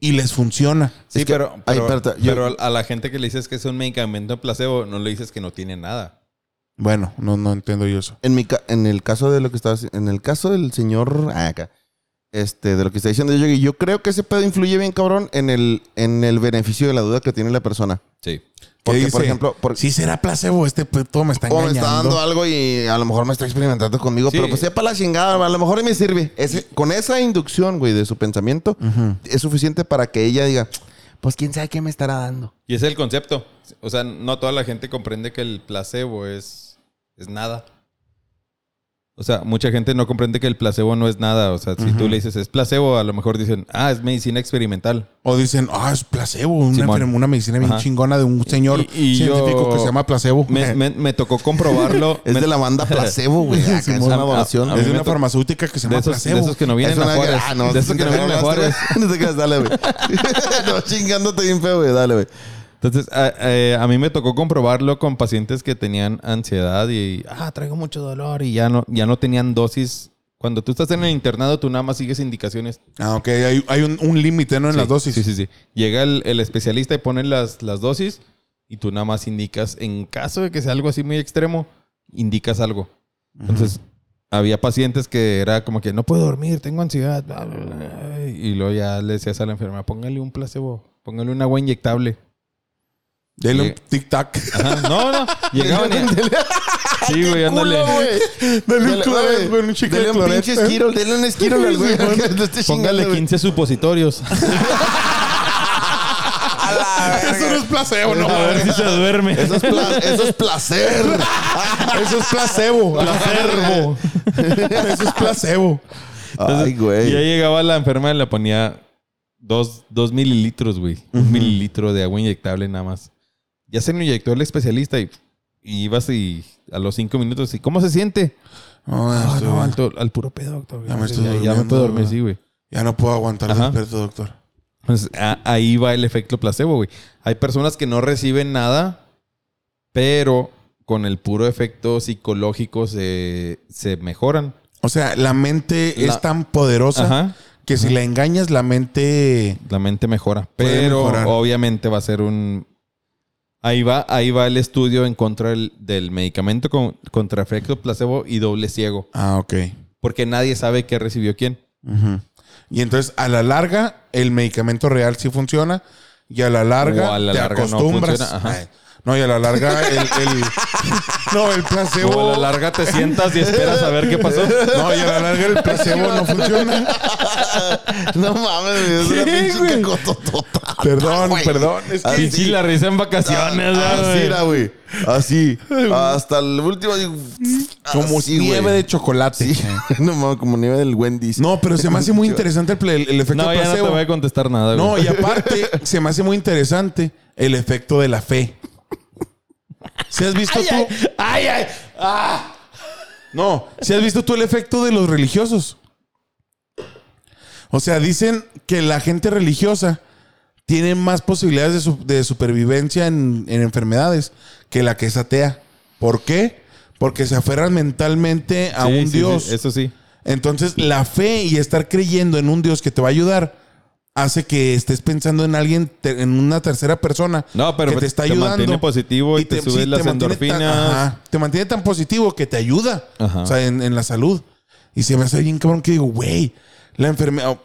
Speaker 1: y les funciona.
Speaker 3: Sí,
Speaker 2: Es que-
Speaker 3: pero,
Speaker 2: ay,
Speaker 3: pero,
Speaker 2: espérate, yo-
Speaker 3: pero a la gente que le dices que es un medicamento placebo, no le dices que no tiene nada.
Speaker 1: Bueno, no, no entiendo yo eso.
Speaker 2: En, mi ca- en el caso de lo que estaba en el caso del señor ah, acá, este, de lo que está diciendo Yogi, yo creo que ese pedo influye bien, cabrón, en el, en el beneficio de la duda que tiene la persona.
Speaker 3: Sí.
Speaker 2: Porque,
Speaker 1: dice?
Speaker 2: por ejemplo, por-
Speaker 1: Si será placebo, este p- todo me está
Speaker 2: o
Speaker 1: engañando.
Speaker 2: me está dando algo y a lo mejor me está experimentando conmigo,
Speaker 3: Sí.
Speaker 2: pero pues sepa la chingada, a lo mejor y me sirve. Ese- con esa inducción, güey, de su pensamiento, es suficiente para que ella diga, pues quién sabe qué me estará dando.
Speaker 3: Y ese es el concepto. O sea, no toda la gente comprende que el placebo es, es nada. O sea, mucha gente no comprende que el placebo no es nada. O sea, si tú le dices es placebo, a lo mejor dicen, ah, es medicina experimental.
Speaker 1: O dicen, ah, es placebo, una,
Speaker 3: Simón.
Speaker 1: enferma- una medicina bien
Speaker 3: Ajá.
Speaker 1: chingona de un señor
Speaker 3: y
Speaker 1: científico
Speaker 3: yo-
Speaker 1: que se llama placebo.
Speaker 3: Me, me- me tocó comprobarlo.
Speaker 2: Es
Speaker 3: Me-
Speaker 2: de la banda placebo, güey. acá, es
Speaker 3: A-
Speaker 2: una
Speaker 3: a-
Speaker 2: donación.
Speaker 3: a mí
Speaker 1: es de
Speaker 3: me
Speaker 1: una
Speaker 3: to-
Speaker 1: farmacéutica que se
Speaker 3: de
Speaker 1: llama
Speaker 3: esos, de
Speaker 1: placebo.
Speaker 3: esos que no vienen
Speaker 2: Es una-
Speaker 3: a Juárez.
Speaker 2: ah, no,
Speaker 3: de esos que no
Speaker 2: te
Speaker 3: vienen a
Speaker 2: hablaste,
Speaker 3: Juárez.
Speaker 2: güey. No te creas, dale, güey. no, chingándote bien feo, güey. Dale, güey.
Speaker 3: Entonces, a, eh, a mí me tocó comprobarlo con pacientes que tenían ansiedad y, ah, traigo mucho dolor y ya no, ya no tenían dosis. Cuando tú estás en el internado, tú nada más sigues indicaciones.
Speaker 1: Ah, ok, hay, hay un, un límite, ¿no? En
Speaker 3: Sí,
Speaker 1: las dosis.
Speaker 3: Sí, sí, sí. Llega el, el especialista y pone las, las dosis y tú nada más indicas, en caso de que sea algo así muy extremo, indicas algo. Entonces, había pacientes que era como que no puedo dormir, tengo ansiedad. bla, bla, bla", Y luego ya le decías a la enfermera, póngale un placebo, póngale un agua inyectable.
Speaker 1: Dele un
Speaker 3: Sí.
Speaker 1: tic-tac.
Speaker 3: Ajá, No, no. Llegaban y... Sí, güey, ándale.
Speaker 1: Dele un
Speaker 2: Dale,
Speaker 1: cloret,
Speaker 2: güey.
Speaker 1: güey, un chicle
Speaker 2: Dale
Speaker 1: de
Speaker 2: un
Speaker 1: cloret.
Speaker 2: pinche esquiro, dale un esquiro al güey. que lo esté chingando,
Speaker 3: Póngale
Speaker 2: güey.
Speaker 3: 15 supositorios.
Speaker 1: Eso no es placebo, no.
Speaker 3: A ver si se duerme.
Speaker 2: Eso es, pla- eso es placer.
Speaker 1: Eso es placebo.
Speaker 2: Placebo.
Speaker 1: Eso es placebo.
Speaker 2: Ay,
Speaker 3: Y ya
Speaker 2: güey.
Speaker 3: llegaba la enferma y le ponía Dos, dos mililitros, güey. Un mililitro de agua inyectable nada más. Ya se lo inyectó el especialista y, y ibas y a los cinco minutos y ¿cómo se siente?
Speaker 1: No, ya,
Speaker 3: Ah,
Speaker 1: estoy-
Speaker 3: no, al, to- al puro pedo, doctor.
Speaker 1: Ya me estoy
Speaker 3: ya, ya me
Speaker 1: durmiendo,
Speaker 3: puedo dormir,
Speaker 1: güey.
Speaker 3: sí, güey.
Speaker 1: ya no puedo aguantar
Speaker 3: Ajá.
Speaker 1: despierto, doctor.
Speaker 3: Entonces, a- ahí va el efecto placebo, güey. Hay personas que no reciben nada, pero con el puro efecto psicológico se, se mejoran.
Speaker 1: O sea, la mente
Speaker 3: La-
Speaker 1: es tan poderosa
Speaker 3: Ajá.
Speaker 1: que si la engañas, la mente.
Speaker 3: La mente mejora.
Speaker 1: Puede
Speaker 3: Pero
Speaker 1: mejorar.
Speaker 3: obviamente va a ser un. Ahí va, ahí va el estudio en contra del, del medicamento con, contra efecto placebo y doble ciego.
Speaker 1: Ah, ok.
Speaker 3: Porque nadie sabe qué recibió quién.
Speaker 1: Ujú. Y entonces, a la larga, el medicamento real sí funciona. Y a la larga,
Speaker 3: O a la
Speaker 1: te
Speaker 3: larga no
Speaker 1: acostumbras.
Speaker 3: funciona, ajá.
Speaker 1: Ay, no, y a la larga, el. el- no, el placebo.
Speaker 3: O a la larga te sientas y esperas a ver qué pasó.
Speaker 1: No, y a la larga, el placebo no funciona.
Speaker 2: No mames, güey, es una
Speaker 3: ¿Qué,
Speaker 2: pinche
Speaker 3: güey?
Speaker 2: cacototota,
Speaker 1: Perdón,
Speaker 2: güey.
Speaker 1: perdón. Es
Speaker 3: Ah,
Speaker 1: que.
Speaker 2: Así.
Speaker 3: Pinche la risa en vacaciones,
Speaker 2: Ah,
Speaker 1: ah,
Speaker 2: Así
Speaker 3: güey.
Speaker 2: era, güey. Así. Hasta el último. digo,
Speaker 1: Mm. Como
Speaker 2: así,
Speaker 1: nieve
Speaker 2: güey.
Speaker 1: de chocolate.
Speaker 2: Sí. No mames, como nieve del Wendy's.
Speaker 1: No, pero se me hace muy interesante el, pla- el- el efecto
Speaker 3: No, ya no te
Speaker 1: placebo.
Speaker 3: voy a contestar nada, güey.
Speaker 1: No, y aparte, se me hace muy interesante el efecto de la fe. ¿Se has visto tú? ¡Ay, ay! ¡Ah! No, ¿se has visto tú el efecto de los religiosos? O sea, dicen que la gente religiosa tiene más posibilidades de, su- de supervivencia en, en enfermedades que la que es atea. ¿Por qué? Porque se aferran mentalmente a
Speaker 3: Sí,
Speaker 1: un
Speaker 3: sí, sí,
Speaker 1: Dios.
Speaker 3: eso sí.
Speaker 1: Entonces, la fe y estar creyendo en un Dios que te va a ayudar hace que estés pensando en alguien, te- en una tercera persona
Speaker 3: No, pero pues,
Speaker 1: que te está
Speaker 3: te
Speaker 1: ayudando.
Speaker 3: mantiene positivo y te sube las
Speaker 1: mantiene tan-
Speaker 3: endorfinas.
Speaker 1: ajá, te mantiene tan positivo que te ayuda.
Speaker 3: Ajá.
Speaker 1: O sea, en, en la salud. Y se me hace bien cabrón que digo, güey, la enfermedad. oh,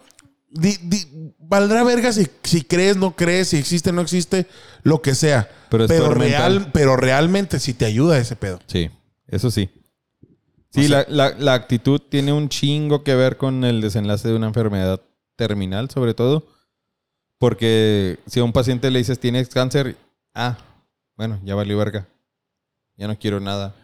Speaker 1: di- di- valdrá verga si, si crees, no crees, si existe, no existe, lo que sea.
Speaker 3: Pero
Speaker 1: Pero,
Speaker 3: es todo
Speaker 1: real,
Speaker 3: mental.
Speaker 1: pero realmente si te ayuda ese pedo.
Speaker 3: Sí, eso sí. Sí, la, la- la actitud tiene un chingo que ver con el desenlace de una enfermedad terminal, sobre todo. Porque si a un paciente le dices tienes cáncer, ah, bueno, ya valió verga. Ya no quiero nada.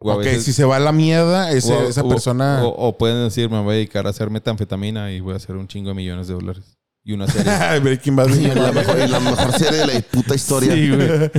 Speaker 3: O a
Speaker 1: Porque
Speaker 3: veces-
Speaker 1: si se va a la mierda, ese-
Speaker 3: o-
Speaker 1: esa
Speaker 3: o-
Speaker 1: persona.
Speaker 3: O, o pueden decir, me voy a dedicar a hacer metanfetamina y voy a hacer un chingo de millones de dólares. Y una serie.
Speaker 1: Breaking Bad.
Speaker 2: La mejor, la mejor serie de la puta historia.
Speaker 3: Sí, güey.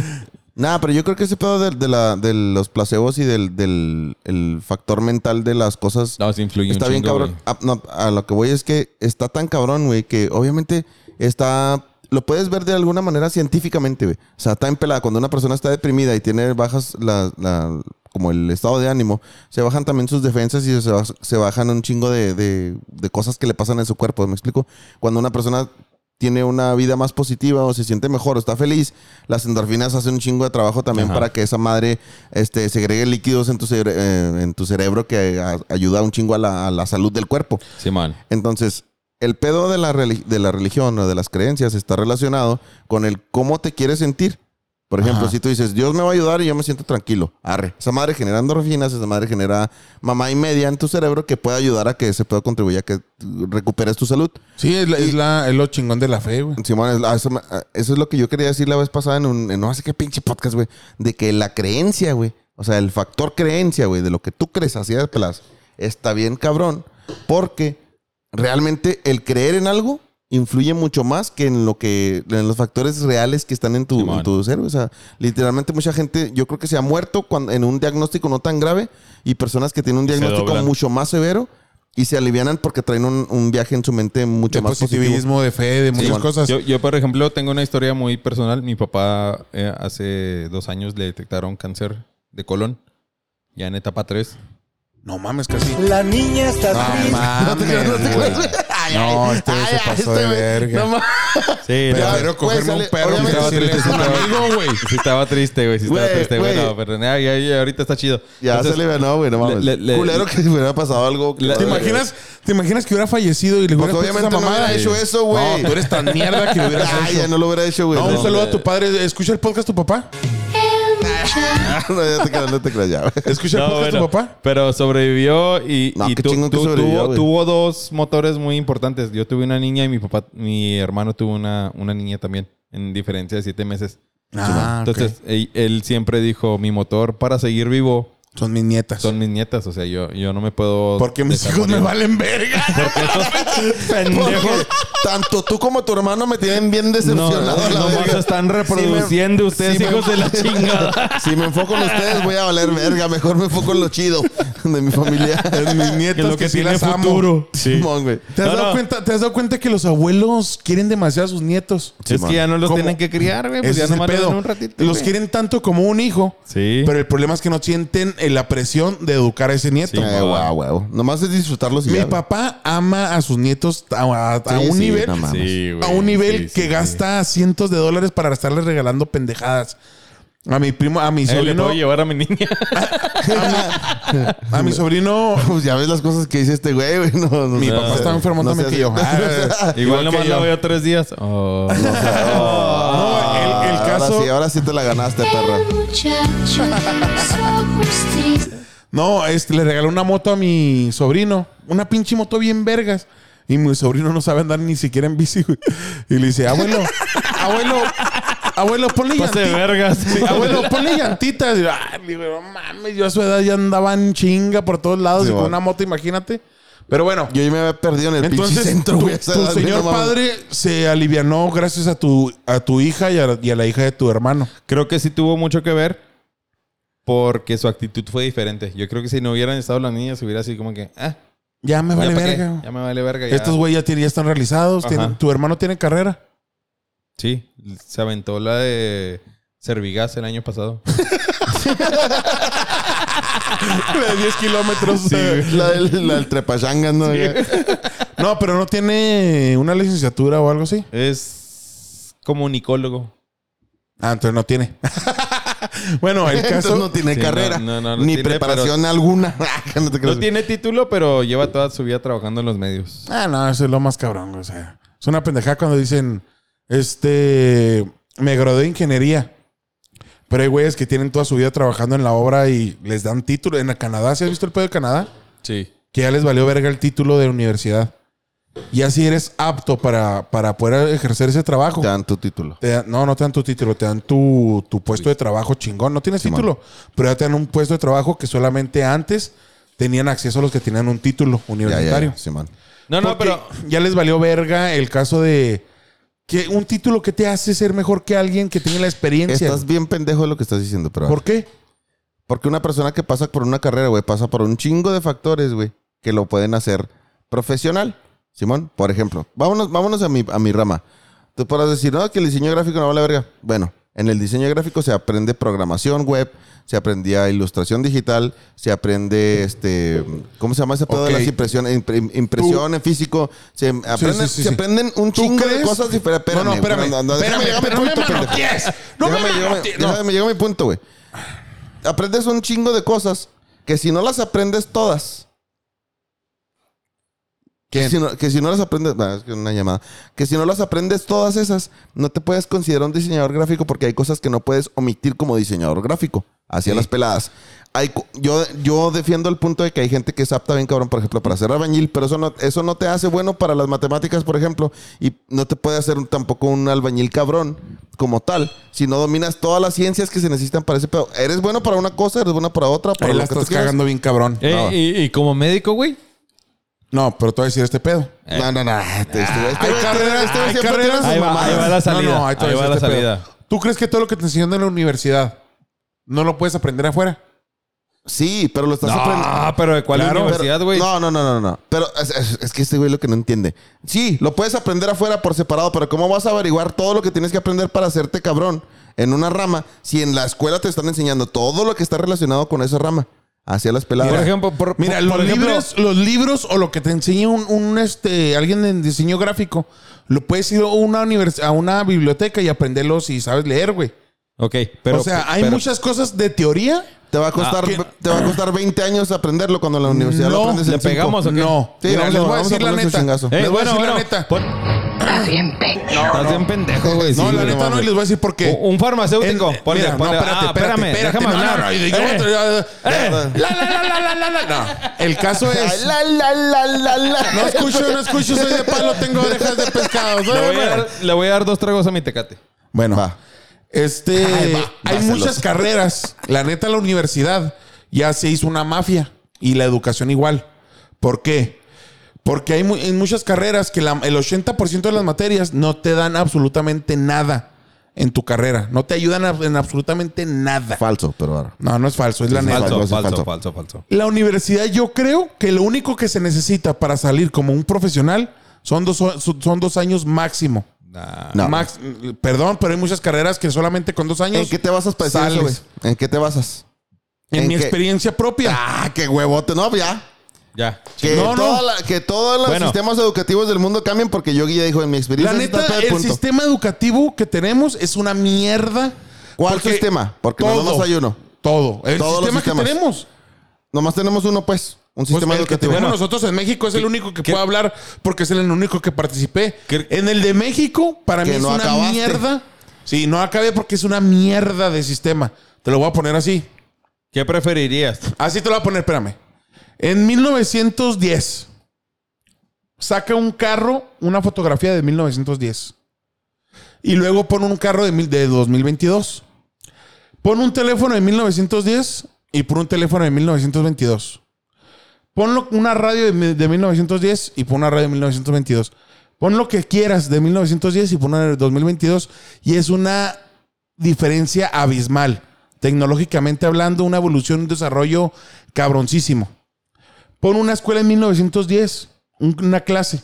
Speaker 2: Nah, pero yo creo que ese pedo de, de la, de los placebos y del, del el factor mental de las cosas
Speaker 3: No, se influye un
Speaker 2: Está bien
Speaker 3: chingo,
Speaker 2: cabrón.
Speaker 3: güey.
Speaker 2: Ah, no, a lo que voy es que está tan cabrón, güey, que obviamente está... Lo puedes ver de alguna manera científicamente, güey. O sea, está empelada. Cuando una persona está deprimida y tiene bajas la, la- como el estado de ánimo, se bajan también sus defensas y se, baj- se bajan un chingo de, de- de cosas que le pasan en su cuerpo. ¿Me explico? Cuando una persona tiene una vida más positiva o se siente mejor o está feliz, las endorfinas hacen un chingo de trabajo también
Speaker 3: Ajá.
Speaker 2: para que esa madre este, segregue líquidos en tu, cere- eh, en tu cerebro que a- ayuda un chingo a la, a la salud del cuerpo.
Speaker 3: Sí, man.
Speaker 2: Entonces, el pedo de la, reli- de la religión o de las creencias está relacionado con el cómo te quieres sentir. Por ejemplo,
Speaker 1: Ajá.
Speaker 2: si tú dices, Dios me va a ayudar y yo me siento tranquilo. Arre. Esa madre genera endorfinas, esa madre genera mamá y media en tu cerebro que puede ayudar a que ese pedo contribuya a que tú recuperes tu salud.
Speaker 1: Sí, es, la- es la- es lo chingón de la fe, güey.
Speaker 2: Simón, es- ah, eso, me- ah, eso es lo que yo quería decir la vez pasada en, un, en no sé qué pinche podcast, güey. De que la creencia, güey. O sea, el factor creencia, güey, de lo que tú crees así de pelas, está bien cabrón. Porque realmente el creer en algo influye mucho más que en lo que en los factores reales que están en tu,
Speaker 3: Simón.
Speaker 2: en tu cerebro. O sea, literalmente mucha gente, yo creo que se ha muerto cuando, en un diagnóstico no tan grave y personas que tienen un diagnóstico
Speaker 3: doblan.
Speaker 2: mucho más severo y se alivianan porque traen un, un viaje en su mente mucho
Speaker 1: De
Speaker 2: más positivo.
Speaker 1: positivismo, de fe, de muchas
Speaker 2: bueno,
Speaker 1: cosas.
Speaker 3: Yo, yo, por ejemplo, tengo una historia muy personal. Mi papá eh, hace dos años le detectaron cáncer de colon, ya en etapa 3.
Speaker 1: No mames, casi.
Speaker 4: La niña está triste.
Speaker 1: mames, güey. No, este güey se pasó de verga.
Speaker 3: Sí,
Speaker 1: Pero
Speaker 2: Ya,
Speaker 1: quiero
Speaker 2: güey,
Speaker 1: cogerme
Speaker 2: sale-
Speaker 1: un perro y
Speaker 2: obviamente
Speaker 1: decirle es un amigo, güey.
Speaker 3: Sí estaba triste, güey. Sí estaba
Speaker 2: Güey,
Speaker 3: triste, güey.
Speaker 2: güey.
Speaker 3: No, pero ya, ya- ya ahorita está chido.
Speaker 2: Ya
Speaker 3: Entonces,
Speaker 2: se le ganó, güey, no mames.
Speaker 3: le- le-
Speaker 2: Culero que le hubiera pasado algo. que-
Speaker 3: Le-
Speaker 1: ¿Te imaginas, ¿Te imaginas que hubiera fallecido y le
Speaker 2: Pues
Speaker 1: hubiera
Speaker 2: obviamente no hubiera hecho eso, güey.
Speaker 1: No, tú eres tan mierda que lo hubieras
Speaker 2: Ay,
Speaker 1: hecho.
Speaker 2: ya no lo hubiera hecho, güey.
Speaker 1: No, un
Speaker 2: No,
Speaker 1: saludo a tu padre. ¿Escucha el podcast tu papá?
Speaker 2: no, ya te creas, no te creas ya, güey.
Speaker 1: ¿Escucha el
Speaker 3: No,
Speaker 1: podcast
Speaker 3: bueno,
Speaker 1: tu papá?
Speaker 3: Pero sobrevivió y,
Speaker 2: No,
Speaker 3: y
Speaker 2: qué
Speaker 3: tu-
Speaker 2: chingón que
Speaker 3: tu-
Speaker 2: sobrevivió,
Speaker 3: tuvo,
Speaker 2: güey.
Speaker 3: tuvo dos motores muy importantes. Yo tuve una niña y mi papá, mi hermano tuvo una, una niña también, en diferencia de siete meses.
Speaker 1: Ah, ok.
Speaker 3: Entonces, él, él siempre dijo, mi motor para seguir vivo
Speaker 1: Son mis nietas.
Speaker 3: Son mis nietas, o sea, yo, yo no me puedo.
Speaker 1: Porque mis hijos me valen verga.
Speaker 2: Porque tanto tú como tu hermano me tienen bien
Speaker 3: No,
Speaker 2: decepcionado. a la
Speaker 3: nomás
Speaker 2: verga.
Speaker 3: están reproduciendo ustedes,
Speaker 2: sí me-
Speaker 3: hijos de la chingada.
Speaker 2: Si me enfoco en ustedes, voy a valer verga. Mejor me enfoco en lo chido de mi familia.
Speaker 1: Son mis nietas
Speaker 3: Que lo que
Speaker 1: sí
Speaker 3: tiene
Speaker 1: las amo.
Speaker 3: futuro.
Speaker 2: Simón, güey.
Speaker 1: ¿Te has,
Speaker 3: No,
Speaker 1: dado
Speaker 3: no.
Speaker 1: Cuenta, ¿Te has dado cuenta que los abuelos quieren demasiado a sus nietos?
Speaker 3: es que ya no los
Speaker 1: ¿Cómo?
Speaker 3: tienen que criar, güey. Pues
Speaker 1: Ese
Speaker 3: ya
Speaker 1: es el
Speaker 3: nomás los
Speaker 1: pedo.
Speaker 3: ven un ratito.
Speaker 1: los
Speaker 3: güey.
Speaker 1: quieren tanto como un hijo,
Speaker 3: Sí.
Speaker 1: pero el problema es que no sienten eh, la presión de educar a ese nieto.
Speaker 3: Sí.
Speaker 2: Eh, guau, huevo. Nomás es disfrutarlos y
Speaker 1: Mi
Speaker 2: ya, güey.
Speaker 1: papá ama a sus nietos a, a- a
Speaker 2: Sí,
Speaker 1: un
Speaker 2: sí,
Speaker 1: nivel
Speaker 2: no mames.
Speaker 3: Sí,
Speaker 1: a
Speaker 3: güey,
Speaker 1: un nivel
Speaker 3: sí,
Speaker 1: que
Speaker 3: sí,
Speaker 1: gasta cientos de dólares para estarles regalando pendejadas. A mi primo, a mi
Speaker 3: sí. Eh, le
Speaker 1: sobrino,
Speaker 3: puedo llevar a mi niña.
Speaker 1: a mi sobrino,
Speaker 2: Pues ya ves las cosas que dice este güey, güey. No, no
Speaker 1: mi
Speaker 2: sé.
Speaker 1: papá está enfermo
Speaker 2: No
Speaker 1: también
Speaker 2: sé.
Speaker 1: que yo. Ah,
Speaker 3: Igual nomás
Speaker 1: que
Speaker 3: la
Speaker 1: yo.
Speaker 3: veo tres días. Oh,
Speaker 1: No, el, el
Speaker 2: Ah,
Speaker 1: caso,
Speaker 2: Ahora sí, ahora sí te la ganaste, perra.
Speaker 6: Muchacho, los ojos tristes.
Speaker 1: no, este, le regaló una moto a mi sobrino, una pinche moto bien vergas. Y mi sobrino no sabe andar ni siquiera en bici, güey. Y le dice, abuelo, abuelo, abuelo, ponle
Speaker 3: Pase de
Speaker 1: llantita".
Speaker 3: vergas.
Speaker 1: Sí, ah, abuelo, ponle llantitas. Y yo, ah, le digo, no mames, yo a su edad ya andaba en chinga por todos lados
Speaker 2: Sí,
Speaker 1: y con
Speaker 2: bueno.
Speaker 1: una moto, imagínate. Pero bueno,
Speaker 2: Yo ya me había perdido en el
Speaker 1: entonces
Speaker 2: pinche centro,
Speaker 1: tu,
Speaker 2: güey. a esa
Speaker 1: tu
Speaker 2: edad, güey,
Speaker 1: señor
Speaker 2: no mames.
Speaker 1: padre se alivianó gracias a tu, a tu hija y a, y a la hija de tu hermano.
Speaker 3: Creo que sí tuvo mucho que ver porque su actitud fue diferente. Yo creo que si no hubieran estado las niñas, hubiera sido como que, ah,
Speaker 1: Ya me
Speaker 3: ya
Speaker 1: vale
Speaker 3: pa' qué,
Speaker 1: verga.
Speaker 3: ya me vale verga. ya.
Speaker 1: Estos güey ya, tienen- ya están realizados.
Speaker 3: Ajá.
Speaker 1: tienen- tu hermano tiene carrera.
Speaker 3: Sí, se aventó la de Servigas el año pasado.
Speaker 1: De 10 kilómetros.
Speaker 2: La del, la del trepachanga, ¿no?
Speaker 1: No, pero no tiene una licenciatura o algo así.
Speaker 3: Es comunicólogo.
Speaker 1: Ah, entonces no tiene. bueno, el
Speaker 2: Entonces
Speaker 1: caso.
Speaker 2: no tiene
Speaker 3: Sí,
Speaker 2: carrera.
Speaker 3: no, no, no, no
Speaker 2: ni
Speaker 3: tiene,
Speaker 2: preparación alguna. Ah, No te creas.
Speaker 3: No tiene título, pero lleva toda su vida trabajando en los medios.
Speaker 1: Ah, no, eso es lo más cabrón, o sea. Es una pendejada cuando dicen, este, me gradué de ingeniería. Pero hay güeyes que tienen toda su vida trabajando en la obra y les dan título. En Canadá, ¿sí has visto el pedo de Canadá?
Speaker 3: Sí.
Speaker 1: Que ya les valió verga el título de universidad. Y así eres apto para, para poder ejercer ese trabajo.
Speaker 2: Te dan tu título.
Speaker 1: Te dan- no, no te dan tu título, te dan tu, tu puesto de trabajo chingón. No tienes título, pero ya te dan un puesto de trabajo que solamente antes tenían acceso a los que tenían un título
Speaker 2: Ya, ya,
Speaker 1: universitario.
Speaker 2: ya, Simón.
Speaker 3: No, no,
Speaker 1: Porque
Speaker 3: pero
Speaker 1: ya les valió verga el caso de que un título que te hace ser mejor que alguien que tiene la experiencia.
Speaker 2: Estás bien pendejo de lo que estás diciendo, pero...
Speaker 1: ¿Por qué?
Speaker 2: Porque una persona que pasa por una carrera, güey, pasa por un chingo de factores, güey, que lo pueden hacer profesional. Simón, por ejemplo, vámonos, vámonos a, mi, a mi rama. Tú podrás decir, no, que el diseño gráfico no vale verga. Bueno, en el diseño gráfico se aprende programación web, se aprendía ilustración digital, se aprende, este, ¿cómo se llama ese pedo
Speaker 1: Ok.
Speaker 2: de las impresiones? Impre- impresión en físico. Se, aprenden-
Speaker 1: sí, sí,
Speaker 2: se
Speaker 1: sí.
Speaker 2: aprenden un
Speaker 1: ¿Tú
Speaker 2: chingo de
Speaker 1: crees?
Speaker 2: cosas diferentes.
Speaker 1: No, no, espérame.
Speaker 2: güey,
Speaker 1: Espérame,
Speaker 2: déjame llegar a mi
Speaker 1: pero no
Speaker 2: punto,
Speaker 1: me
Speaker 2: pendejo.
Speaker 1: manotees. No me
Speaker 2: Déjame llegar a mi-
Speaker 1: manotees. No.
Speaker 2: déjame llegar a mi punto, güey aprendes un chingo de cosas que si no las aprendes todas. Que si, no, que si no las aprendes, ah, es que una llamada. Que si no las aprendes todas esas, no te puedes considerar un diseñador gráfico porque hay cosas que no puedes omitir como diseñador gráfico. Hacia las peladas. Hay, cu- yo, yo defiendo el punto de que hay gente que es apta bien cabrón, por ejemplo, para hacer albañil, pero eso no, eso no te hace bueno para las matemáticas, por ejemplo, y no te puede hacer un- tampoco un albañil cabrón como tal, si no dominas todas las ciencias que se necesitan para ese pedo. Eres bueno para una cosa, eres bueno para otra, para
Speaker 1: Ahí la
Speaker 2: lo que tú
Speaker 1: estás
Speaker 2: quieras.
Speaker 1: cagando bien cabrón.
Speaker 3: Eh, y, y como médico, güey.
Speaker 1: No, pero te voy a decir este pedo.
Speaker 3: Eh.
Speaker 2: No, no, no. Este, este, este, este,
Speaker 1: carreras,
Speaker 2: este
Speaker 1: Ah, hay
Speaker 2: siempre
Speaker 1: carreras.
Speaker 2: tiene sus
Speaker 3: Ahí va,
Speaker 2: mamadas.
Speaker 3: ahí va la salida.
Speaker 1: No, no, te voy
Speaker 3: ahí
Speaker 1: a
Speaker 3: va
Speaker 1: decir
Speaker 3: la
Speaker 1: este pedo.
Speaker 3: salida.
Speaker 1: ¿Tú crees que todo lo que te enseñan en la universidad no lo puedes aprender afuera?
Speaker 2: Sí, pero lo estás aprendiendo.
Speaker 3: Ah, pero ¿de cuál
Speaker 1: Claro,
Speaker 3: universidad, güey?
Speaker 2: No, no, no, no, no. Pero es, es- es que este güey lo que no entiende. Sí, lo puedes aprender afuera por separado, pero ¿cómo vas a averiguar todo lo que tienes que aprender para hacerte cabrón en una rama si en la escuela te están enseñando todo lo que está relacionado con esa rama? Hacia las peladas.
Speaker 3: por ejemplo, por,
Speaker 1: Mira,
Speaker 3: por-
Speaker 1: los
Speaker 3: por ejemplo-
Speaker 1: libros, los libros o lo que te enseña un, un, este alguien en diseño gráfico, lo puedes ir a una univers- a una biblioteca y aprenderlo si sabes leer, güey.
Speaker 3: Ok, pero.
Speaker 1: o sea, hay
Speaker 3: pero-
Speaker 1: muchas cosas de teoría.
Speaker 2: te va a
Speaker 3: ah,
Speaker 2: costar,
Speaker 1: ¿qué?
Speaker 2: te va a costar 20 años aprenderlo cuando en la universidad lo
Speaker 1: No,
Speaker 2: aprendes en
Speaker 3: ¿le
Speaker 2: cinco.
Speaker 3: pegamos o qué?
Speaker 1: No.
Speaker 2: Sí,
Speaker 1: Mira,
Speaker 2: vamos a-
Speaker 1: les voy a
Speaker 2: vamos a
Speaker 1: decir la
Speaker 2: ponernos un
Speaker 1: neta.
Speaker 2: chingazo.
Speaker 1: Les
Speaker 3: Eh,
Speaker 1: voy
Speaker 3: bueno,
Speaker 1: a decir
Speaker 3: bueno,
Speaker 1: la neta.
Speaker 3: pon-
Speaker 5: Estás bien pecho.
Speaker 3: Estás bien pendejo,
Speaker 1: No,
Speaker 3: güey. sí,
Speaker 1: la
Speaker 3: güey,
Speaker 1: neta no, y
Speaker 3: mames.
Speaker 1: les voy a decir por qué.
Speaker 3: Un un farmacéutico.
Speaker 1: En-
Speaker 3: Ponle,
Speaker 1: eh, mira,
Speaker 3: ponle.
Speaker 1: no, espérate,
Speaker 3: Ah, espérame,
Speaker 1: espérate, espérate.
Speaker 3: déjame
Speaker 1: No, no,
Speaker 3: hablar.
Speaker 1: no, y digamos,
Speaker 3: Eh,
Speaker 1: eh, la, la, la, la, la, la, la. No, El caso es.
Speaker 2: La, la, la, la, la.
Speaker 1: No escucho, no escucho, soy de palo, tengo orejas de pescado. Soy
Speaker 3: Le voy,
Speaker 1: de-
Speaker 3: a dar, le voy a dar dos tragos a mi tecate.
Speaker 1: Bueno,
Speaker 2: Va.
Speaker 1: este.
Speaker 2: Ay, va,
Speaker 1: hay
Speaker 2: dáselos.
Speaker 1: muchas carreras. La neta, la universidad. ya se hizo una mafia y la educación igual. ¿Por qué? Porque hay mu- en muchas carreras que la- el 80% de las materias no te dan absolutamente nada en tu carrera. No te ayudan a- en absolutamente nada.
Speaker 2: Falso, pero ahora.
Speaker 1: No, no es falso, es la neta.
Speaker 2: Falso,
Speaker 3: Falso,
Speaker 2: falso,
Speaker 3: falso, falso,
Speaker 2: falso.
Speaker 3: falso.
Speaker 1: La universidad, yo creo que lo único que se necesita para salir como un profesional son dos, son dos años máximo.
Speaker 3: Nah.
Speaker 2: No.
Speaker 1: Max, perdón, pero hay muchas carreras que solamente con dos años.
Speaker 2: ¿En qué te basas para decir eso, güey?
Speaker 1: Sales.
Speaker 2: ¿En qué te basas?
Speaker 1: En,
Speaker 2: en
Speaker 1: mi
Speaker 2: qué?
Speaker 1: experiencia propia.
Speaker 2: Ah, qué huevote. No, ya.
Speaker 3: Ya.
Speaker 2: Que,
Speaker 1: No, no.
Speaker 2: toda la- que todos los
Speaker 3: Bueno.
Speaker 2: sistemas educativos del mundo cambien porque yo ya dijo en mi
Speaker 1: la
Speaker 2: experiencia.
Speaker 1: neta,
Speaker 2: está
Speaker 1: el
Speaker 2: punto.
Speaker 1: sistema educativo que tenemos es una mierda.
Speaker 2: ¿Cuál
Speaker 1: Porque
Speaker 2: sistema? Porque
Speaker 1: todo,
Speaker 2: nomás hay uno.
Speaker 1: Todo. El
Speaker 2: Todos los
Speaker 1: sistema que
Speaker 2: sistemas.
Speaker 1: tenemos.
Speaker 2: Nomás tenemos uno, pues. Un
Speaker 1: Pues,
Speaker 2: sistema
Speaker 1: el que
Speaker 2: educativo.
Speaker 1: tenemos nosotros en México es el único que
Speaker 3: ¿Qué?
Speaker 1: puedo hablar porque es el único que participé.
Speaker 3: ¿Qué?
Speaker 1: En el de México, para mí
Speaker 2: Que
Speaker 1: es
Speaker 2: no
Speaker 1: una
Speaker 2: acabaste.
Speaker 1: mierda. Sí, no acabé porque es una mierda de sistema. Te lo voy a poner así.
Speaker 3: ¿Qué preferirías?
Speaker 1: Así te lo voy a poner, espérame. En 1910, saca un carro, una fotografía de 1910. Y luego pone un carro de, mil- de 2022. Pon un teléfono de 1910 y pon un teléfono de 1922. Ponlo una radio de, mi- de 1910 y pon una radio de 1922. Pon lo que quieras de 1910 y pon una de 2022. Y es una diferencia abismal. Tecnológicamente hablando, una evolución, un desarrollo cabroncísimo. Pon una escuela en 1910, un- una clase,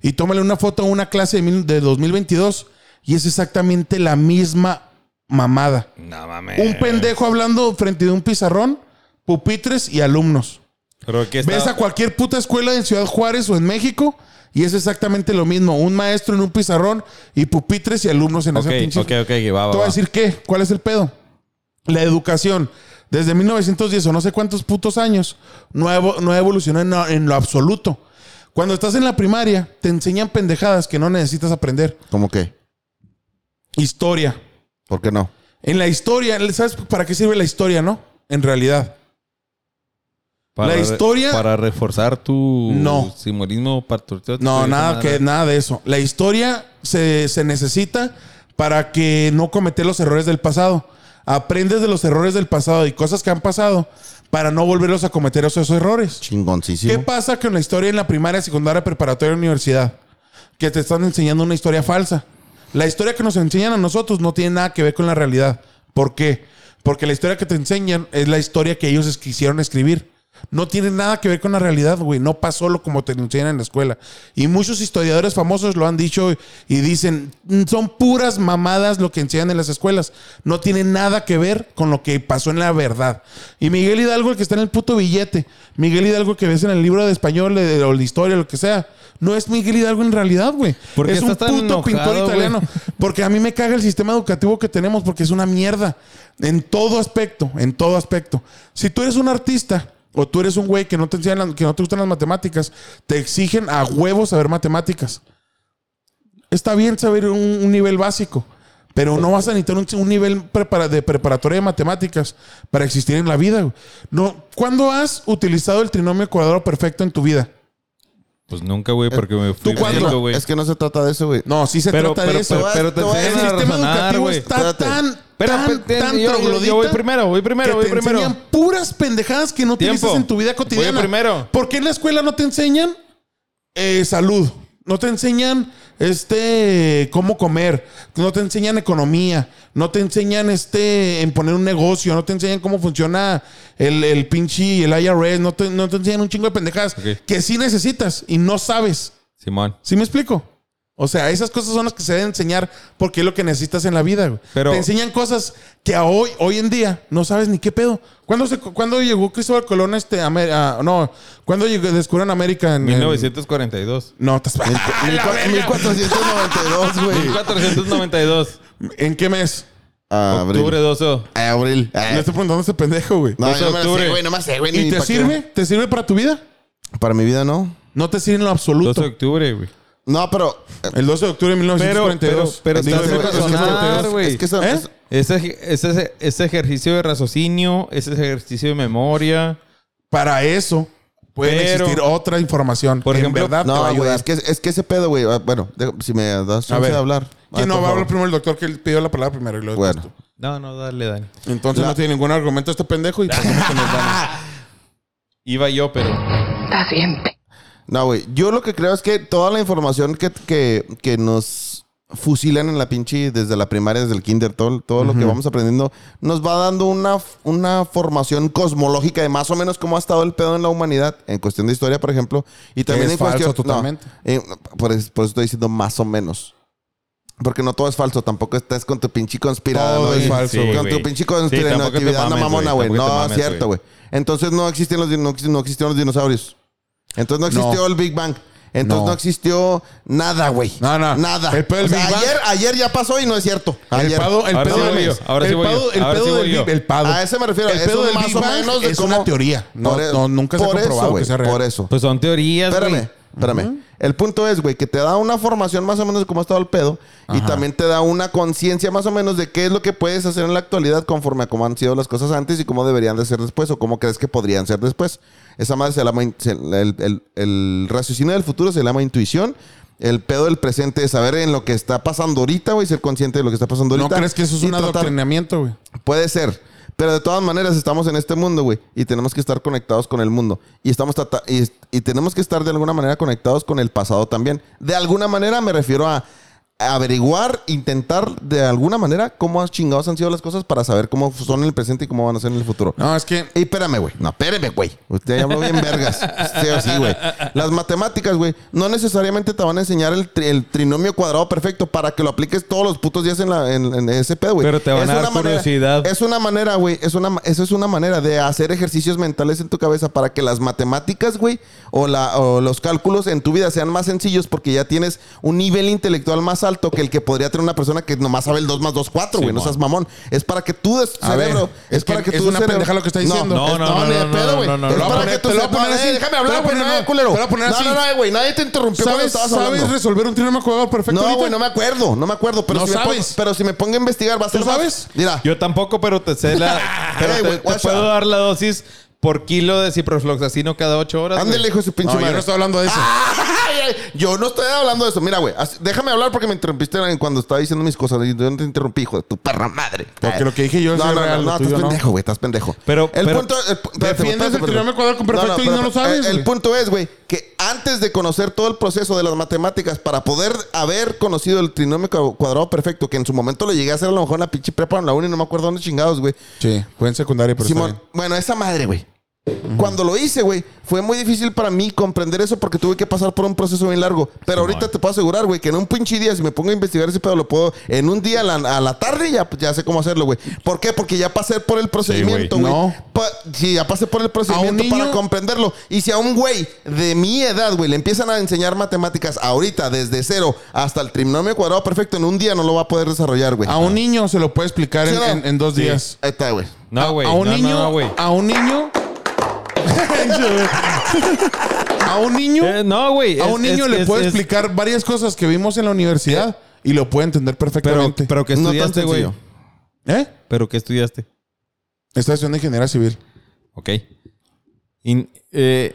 Speaker 1: y tómale una foto a una clase de, mil- de 2022 y es exactamente la misma mamada.
Speaker 3: No mames.
Speaker 1: Un pendejo hablando frente de un pizarrón, pupitres y alumnos.
Speaker 3: Pero que
Speaker 1: Ves
Speaker 3: está-
Speaker 1: a cualquier puta escuela en Ciudad Juárez o en México y es exactamente lo mismo. Un maestro en un pizarrón y pupitres y alumnos en
Speaker 3: Ok,
Speaker 1: esa pinche
Speaker 3: ok, ok, va, va,
Speaker 1: te voy a
Speaker 3: va.
Speaker 1: decir qué, cuál es el pedo. La educación, desde 1910 o no sé cuántos putos años, no, ha evo- no ha evolucionado en, lo- en lo absoluto. Cuando estás en la primaria, te enseñan pendejadas que no necesitas aprender.
Speaker 2: ¿Cómo qué?
Speaker 1: Historia.
Speaker 2: ¿Por qué no?
Speaker 1: En la historia, ¿sabes para qué sirve la historia, no? En realidad.
Speaker 3: Para
Speaker 1: la
Speaker 3: re-
Speaker 1: historia-
Speaker 3: Para reforzar tu
Speaker 1: No.
Speaker 3: simbolismo patriota.
Speaker 1: No, nada, que, nada de eso. La historia se, se necesita para que no cometer los errores del pasado. Aprendes de los errores del pasado y cosas que han pasado para no volverlos a cometer esos- esos errores. ¿Qué
Speaker 2: Chingoncísimo.
Speaker 1: pasa con la historia en la primaria, secundaria, preparatoria, universidad? Que te están enseñando una historia falsa. La historia que nos enseñan a nosotros no tiene nada que ver con la realidad. ¿Por qué? Porque la historia que te enseñan es la historia que ellos es- quisieron escribir. No tiene nada que ver con la realidad, güey. No pasó lo como te lo enseñan en la escuela. Y muchos historiadores famosos lo han dicho y dicen, "Mm, son puras mamadas lo que enseñan en las escuelas. No tiene nada que ver con lo que pasó en la verdad. Y Miguel Hidalgo, el que está en el puto billete, Miguel Hidalgo que ves en el libro de español de- de- o de historia, lo que sea, no es Miguel Hidalgo en realidad, güey.
Speaker 3: ¿Por qué
Speaker 1: Es un
Speaker 3: estás tan
Speaker 1: puto
Speaker 3: enojado,
Speaker 1: pintor
Speaker 3: güey?
Speaker 1: italiano. Porque a mí me caga el sistema educativo que tenemos porque es una mierda. En todo aspecto, en todo aspecto. Si tú eres un artista o tú eres un güey que no te enseñan, las- que no te gustan las matemáticas, te exigen a huevos saber matemáticas. Está bien saber un, un nivel básico, pero no vas a necesitar un, un nivel prepara- de preparatoria de matemáticas para existir en la vida. güey. No, ¿Cuándo has utilizado el trinomio cuadrado perfecto en tu vida?
Speaker 3: Pues nunca, güey, porque me fui.
Speaker 1: ¿Tú cuándo?
Speaker 3: brindo, güey.
Speaker 2: Es que no se trata de eso, güey.
Speaker 1: No, sí se
Speaker 3: Pero-
Speaker 1: trata de
Speaker 3: pero-
Speaker 1: eso.
Speaker 3: pero- pero te
Speaker 1: el
Speaker 3: enseñan a
Speaker 1: sistema
Speaker 3: razonar,
Speaker 1: educativo
Speaker 3: güey.
Speaker 1: está
Speaker 2: Espérate.
Speaker 1: tan,
Speaker 3: Espera,
Speaker 1: tan,
Speaker 3: espérate,
Speaker 1: tan
Speaker 3: pues, yo- yo-
Speaker 1: troglodita
Speaker 3: yo voy primero, voy primero,
Speaker 1: que
Speaker 3: voy
Speaker 1: te
Speaker 3: primero.
Speaker 1: enseñan puras pendejadas que no utilizas
Speaker 3: Tiempo.
Speaker 1: en tu vida cotidiana.
Speaker 3: Voy primero.
Speaker 1: ¿Por qué en la escuela no te enseñan eh, salud? No te enseñan este cómo comer, no te enseñan economía, no te enseñan este en poner un negocio, no te enseñan cómo funciona el, el pinche el IRS, no te, no te enseñan un chingo de pendejadas
Speaker 3: Ok.
Speaker 1: que sí necesitas y no sabes.
Speaker 3: Simón.
Speaker 1: ¿Sí me explico? O sea, esas cosas son las que se deben enseñar porque es lo que necesitas en la vida. güey.
Speaker 3: Pero-
Speaker 1: Te enseñan cosas que a hoy, hoy en día no sabes ni qué pedo. ¿Cuándo, se, cuándo llegó Cristóbal Colón a este, a Amer- a- no, ¿cuándo llegó, descubrieron América? En, en-
Speaker 3: 1942.
Speaker 1: no, estás- ¡Ah, la verga!
Speaker 2: 1492, güey.
Speaker 3: 1492.
Speaker 1: ¿En qué mes?
Speaker 3: Octubre 12.
Speaker 2: Eh, Abril.
Speaker 1: Le
Speaker 2: Eh,
Speaker 1: estoy preguntando a este pendejo, güey.
Speaker 2: No, yo no me la sé,
Speaker 3: octubre.
Speaker 2: güey. No me la sé, güey.
Speaker 1: ¿Y
Speaker 2: ni
Speaker 1: te
Speaker 2: pa' qué.
Speaker 1: sirve? ¿Te sirve para tu vida?
Speaker 2: Para mi vida, no.
Speaker 1: No te sirve en lo
Speaker 3: 12 de
Speaker 1: absoluto.
Speaker 3: octubre, güey.
Speaker 2: No, pero...
Speaker 1: El 12 de octubre de 1942.
Speaker 3: Pero- pero- pero
Speaker 1: Digo,
Speaker 2: Dice,
Speaker 3: estás
Speaker 2: güey,
Speaker 1: de
Speaker 2: es que-
Speaker 3: razonar,
Speaker 2: es que-
Speaker 3: güey.
Speaker 2: Es que eso...
Speaker 1: ¿Eh?
Speaker 2: es-
Speaker 3: Ese, ej- ese, ese ejercicio de raciocinio, ese ejercicio de memoria.
Speaker 1: Para eso puede
Speaker 3: Pero-
Speaker 1: existir otra información.
Speaker 3: Por
Speaker 1: que en
Speaker 3: ejemplo,
Speaker 1: verdad, Ah, te va a
Speaker 2: No, güey.
Speaker 1: ayudar.
Speaker 2: Es que, es que ese pedo, güey... ah, Bueno, deja- si me das
Speaker 1: A
Speaker 2: chance
Speaker 1: ver.
Speaker 2: de hablar.
Speaker 1: ¿Quién
Speaker 2: Ah,
Speaker 1: no
Speaker 2: por
Speaker 1: va a hablar
Speaker 2: favor.
Speaker 1: primero el doctor que él pidió la palabra primero? Y luego
Speaker 2: Bueno.
Speaker 1: tú.
Speaker 3: No, no, dale, Dani.
Speaker 1: Entonces no tiene ningún argumento este pendejo y pasamos con los Dani.
Speaker 3: Iba yo, pero.
Speaker 5: Estás bien pe-
Speaker 2: No, güey. Yo lo que creo es que toda la información que, que, que nos fusilan en la pinche desde la primaria, desde el kinder, todo, todo lo que vamos aprendiendo, nos va dando una, una formación cosmológica de más o menos cómo ha estado el pedo en la humanidad, en cuestión de historia, por ejemplo, y también
Speaker 1: es
Speaker 2: en cuestión...
Speaker 1: falso
Speaker 2: no,
Speaker 1: totalmente.
Speaker 2: eh, por, es- por eso estoy diciendo más o menos. Porque no todo es falso, tampoco estás con tu pinche conspirado.
Speaker 1: Todo es falso,
Speaker 3: güey.
Speaker 2: Con tu
Speaker 3: güey.
Speaker 2: pinche
Speaker 3: Sí, tampoco te
Speaker 2: conspiratividad, no
Speaker 3: mames,
Speaker 2: mamona,
Speaker 3: güey,
Speaker 2: güey. No,
Speaker 3: tampoco te mames,
Speaker 2: es cierto, güey. Entonces no existen los, din- no, existen- no existieron los dinosaurios. Entonces no existió
Speaker 1: No.
Speaker 2: el Big Bang. Entonces
Speaker 1: No.
Speaker 2: no, existió nada, güey.
Speaker 1: No, no.
Speaker 2: Nada.
Speaker 1: El pedo del
Speaker 2: O sea,
Speaker 1: Big Bang-
Speaker 2: ayer, ayer ya pasó y no es cierto.
Speaker 1: El
Speaker 2: Ayer.
Speaker 1: pedo, el
Speaker 3: Ahora
Speaker 1: pedo
Speaker 3: sí voy
Speaker 1: del-
Speaker 3: yo, ahora sí
Speaker 1: el
Speaker 3: voy
Speaker 1: pedo-
Speaker 3: yo,
Speaker 1: el
Speaker 3: ahora
Speaker 1: pedo
Speaker 3: sí voy
Speaker 1: del
Speaker 3: yo.
Speaker 1: Big- el pedo.
Speaker 2: A ese me refiero.
Speaker 1: El
Speaker 2: es
Speaker 1: pedo
Speaker 2: un
Speaker 1: del
Speaker 2: más
Speaker 1: Big
Speaker 2: o
Speaker 1: Bang
Speaker 2: menos de
Speaker 1: es
Speaker 2: cómo-
Speaker 1: una teoría. No-
Speaker 2: Por eso-
Speaker 1: no- nunca se ha
Speaker 2: por eso,
Speaker 1: comprobado
Speaker 2: güey,
Speaker 1: que sea real.
Speaker 2: Por eso.
Speaker 3: Pues son teorías, güey.
Speaker 2: Espérame, espérame. El punto es, güey, que te da una formación más o menos de cómo ha estado el pedo y también te da una conciencia más o menos de qué es lo que puedes hacer en la actualidad conforme a cómo han sido las cosas antes y cómo deberían de ser después o cómo crees que podrían ser después. Esa madre se llama... in- se- el, el- el raciocinio del futuro se llama intuición. El pedo del presente es saber en lo que está pasando ahorita, güey, ser consciente de lo que está pasando
Speaker 1: ¿No
Speaker 2: ahorita.
Speaker 1: crees que eso es
Speaker 2: y
Speaker 1: un
Speaker 2: tratar-
Speaker 1: adoctrinamiento, güey?
Speaker 2: Puede ser. Pero de todas maneras estamos en este mundo, güey. Y tenemos que estar conectados con el mundo. Y, estamos trata- y, y tenemos que estar de alguna manera conectados con el pasado también. De alguna manera me refiero a averiguar, intentar de alguna manera cómo chingados han sido las cosas para saber cómo son en el presente y cómo van a ser en el futuro.
Speaker 1: No, es que
Speaker 2: Ey, espérame, güey. No, espérame, güey. Usted ya habló bien vergas. Sí, o sí, güey. Las matemáticas, güey, no necesariamente te van a enseñar el, tri- el trinomio cuadrado perfecto para que lo apliques todos los putos días en, la, en, en ese pedo, güey.
Speaker 3: Pero te van a dar
Speaker 2: una manera-
Speaker 3: curiosidad.
Speaker 2: es una manera, güey. Es una, ma- eso es una manera de hacer ejercicios mentales en tu cabeza para que las matemáticas, güey, o, la, o los cálculos en tu vida sean más sencillos porque ya tienes un nivel intelectual más alto que el que podría tener una persona que nomás sabe el 2 más 2, 4, güey. No
Speaker 3: Simón.
Speaker 2: seas mamón. Es para que tú... des-
Speaker 1: A ver,
Speaker 2: cerebro.
Speaker 1: es
Speaker 2: es,
Speaker 1: que
Speaker 2: para que
Speaker 1: es
Speaker 2: tu
Speaker 1: una
Speaker 2: cerebro-
Speaker 1: pendeja lo que está diciendo.
Speaker 2: No,
Speaker 3: No, no,
Speaker 2: no, no,
Speaker 3: no,
Speaker 2: ni de
Speaker 3: no,
Speaker 2: pedo,
Speaker 3: no,
Speaker 2: güey.
Speaker 3: no, no,
Speaker 2: Es
Speaker 3: no. Te lo voy a
Speaker 2: para que
Speaker 1: poner-
Speaker 2: tu
Speaker 1: te lo voy a
Speaker 2: cerebro-
Speaker 1: poner así.
Speaker 2: Eh, Déjame
Speaker 1: Te
Speaker 2: hablar,
Speaker 1: lo voy a
Speaker 2: güey, no,
Speaker 1: poner
Speaker 2: no,
Speaker 1: así.
Speaker 2: culero.
Speaker 1: Te lo voy a poner así.
Speaker 2: No, no, no, güey, nadie te interrumpió cuando
Speaker 1: ¿Sabes,
Speaker 2: estabas hablando.
Speaker 1: ¿sabes resolver un trinomio cuadrado perfecto
Speaker 2: No,
Speaker 1: ahorita?
Speaker 2: güey, no me acuerdo, no me acuerdo, pero
Speaker 1: No
Speaker 2: si me
Speaker 1: sabes.
Speaker 2: pongo- pero si me pongo a investigar va a ser
Speaker 1: ¿Tú
Speaker 2: más-
Speaker 1: sabes?
Speaker 2: Mira,
Speaker 3: Yo tampoco, pero te sé la. pero
Speaker 2: Ey,
Speaker 3: te-
Speaker 2: güey,
Speaker 3: te,
Speaker 2: what's
Speaker 3: puedo
Speaker 2: up?
Speaker 3: dar la dosis por kilo de ciprofloxacino cada ocho horas.
Speaker 2: ándale, hijo de su pinche
Speaker 1: No, yo
Speaker 2: madre. Ah.
Speaker 1: no estoy hablando de eso.
Speaker 2: Ay, ay, Yo no estoy hablando de eso. Mira, güey, así- déjame hablar porque me interrumpiste en- cuando estaba diciendo mis cosas. Yo no te interrumpí, hijo de tu perra madre.
Speaker 1: Porque lo que dije yo es
Speaker 2: no, no,
Speaker 1: real,
Speaker 2: no,
Speaker 1: lo
Speaker 2: no,
Speaker 1: tuyo
Speaker 2: estás
Speaker 1: no.
Speaker 2: pendejo, güey, estás pendejo.
Speaker 3: Pero-
Speaker 2: el
Speaker 3: pero-
Speaker 2: punto, el, pu-
Speaker 1: Defiendes
Speaker 2: espérate,
Speaker 1: el
Speaker 2: espérate.
Speaker 1: trinomio cuadrado con perfecto y no
Speaker 2: espérate, Eh,
Speaker 1: lo sabes,
Speaker 2: El, el
Speaker 1: güey.
Speaker 2: punto es, güey, que antes de conocer todo el proceso de las matemáticas para poder haber conocido el trinomio cua- cuadrado perfecto, que en su momento lo llegué a hacer a lo mejor en la pinche prepa o en la uni, no me acuerdo dónde chingados, güey.
Speaker 1: Sí, fue en secundaria, pero
Speaker 2: Simón,
Speaker 1: está bien.
Speaker 2: bueno, esa madre, güey. Cuando lo hice, güey, fue muy difícil para mí comprender eso porque tuve que pasar por un proceso bien largo. Pero ahorita te puedo asegurar, güey, que en un pinche día, si me pongo a investigar ese pedo, lo puedo en un día a la, a la tarde ya, ya sé cómo hacerlo, güey. ¿Por qué? Porque ya pasé por el procedimiento,
Speaker 1: güey.
Speaker 2: güey.
Speaker 1: No.
Speaker 2: Pa- sí, ya pasé por el procedimiento
Speaker 1: niño-
Speaker 2: para comprenderlo. Y si a un güey de mi edad, güey, le empiezan a enseñar matemáticas ahorita, desde cero hasta el trinomio cuadrado perfecto, en un día no lo va a poder desarrollar, güey.
Speaker 1: A un niño se lo puede explicar
Speaker 2: ¿Sí
Speaker 1: en,
Speaker 2: o no?
Speaker 1: en- en dos
Speaker 2: Sí.
Speaker 1: días.
Speaker 2: Ahí está, güey.
Speaker 1: A-
Speaker 3: No, güey.
Speaker 1: a un
Speaker 3: no,
Speaker 1: niño,
Speaker 3: No, güey.
Speaker 1: a un niño. a un niño,
Speaker 3: Eh, no, güey.
Speaker 1: a
Speaker 3: es-
Speaker 1: un niño
Speaker 3: es-
Speaker 1: le
Speaker 3: es-
Speaker 1: puede
Speaker 3: es-
Speaker 1: explicar varias cosas que vimos en la universidad y lo puede entender
Speaker 3: Pero,
Speaker 1: perfectamente.
Speaker 3: pero que
Speaker 2: No tan
Speaker 3: estudiaste, güey.
Speaker 2: sencillo.
Speaker 1: ¿Eh?
Speaker 3: pero que estudiaste.
Speaker 1: Está haciendo ingeniería civil.
Speaker 3: Ok. In- eh,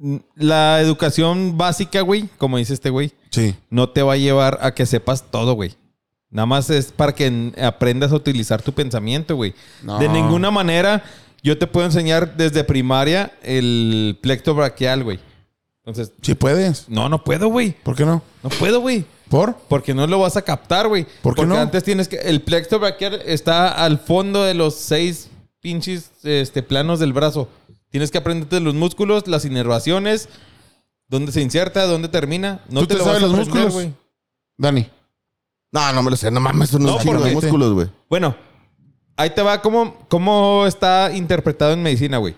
Speaker 3: n- la educación básica, güey, como dice este güey,
Speaker 1: Sí.
Speaker 3: no te va a llevar a que sepas todo, güey. Nada más es para que n- aprendas a utilizar tu pensamiento, güey.
Speaker 1: No.
Speaker 3: De ninguna manera yo te puedo enseñar desde primaria el plecto braquial, güey. Entonces,
Speaker 1: Sí puedes.
Speaker 3: no, no puedo, güey.
Speaker 1: ¿Por qué no?
Speaker 3: No puedo, güey.
Speaker 1: ¿Por?
Speaker 3: Porque no lo vas a captar, güey.
Speaker 1: ¿Por qué
Speaker 3: Porque
Speaker 1: no?
Speaker 3: antes tienes que. El plexo brachial está al fondo de los seis pinches este, planos del brazo. Tienes que aprenderte los músculos, las inervaciones, dónde se inserta, dónde termina. No
Speaker 1: ¿Tú te
Speaker 3: lo
Speaker 1: sabes
Speaker 3: vas a
Speaker 1: los
Speaker 3: aprender,
Speaker 1: músculos?
Speaker 3: güey.
Speaker 1: Dani.
Speaker 2: No, no me lo sé, no mames, son
Speaker 3: No,
Speaker 2: unos chingos de
Speaker 3: porque-
Speaker 2: músculos, güey.
Speaker 3: Bueno, ahí te va cómo, cómo está interpretado en medicina, güey.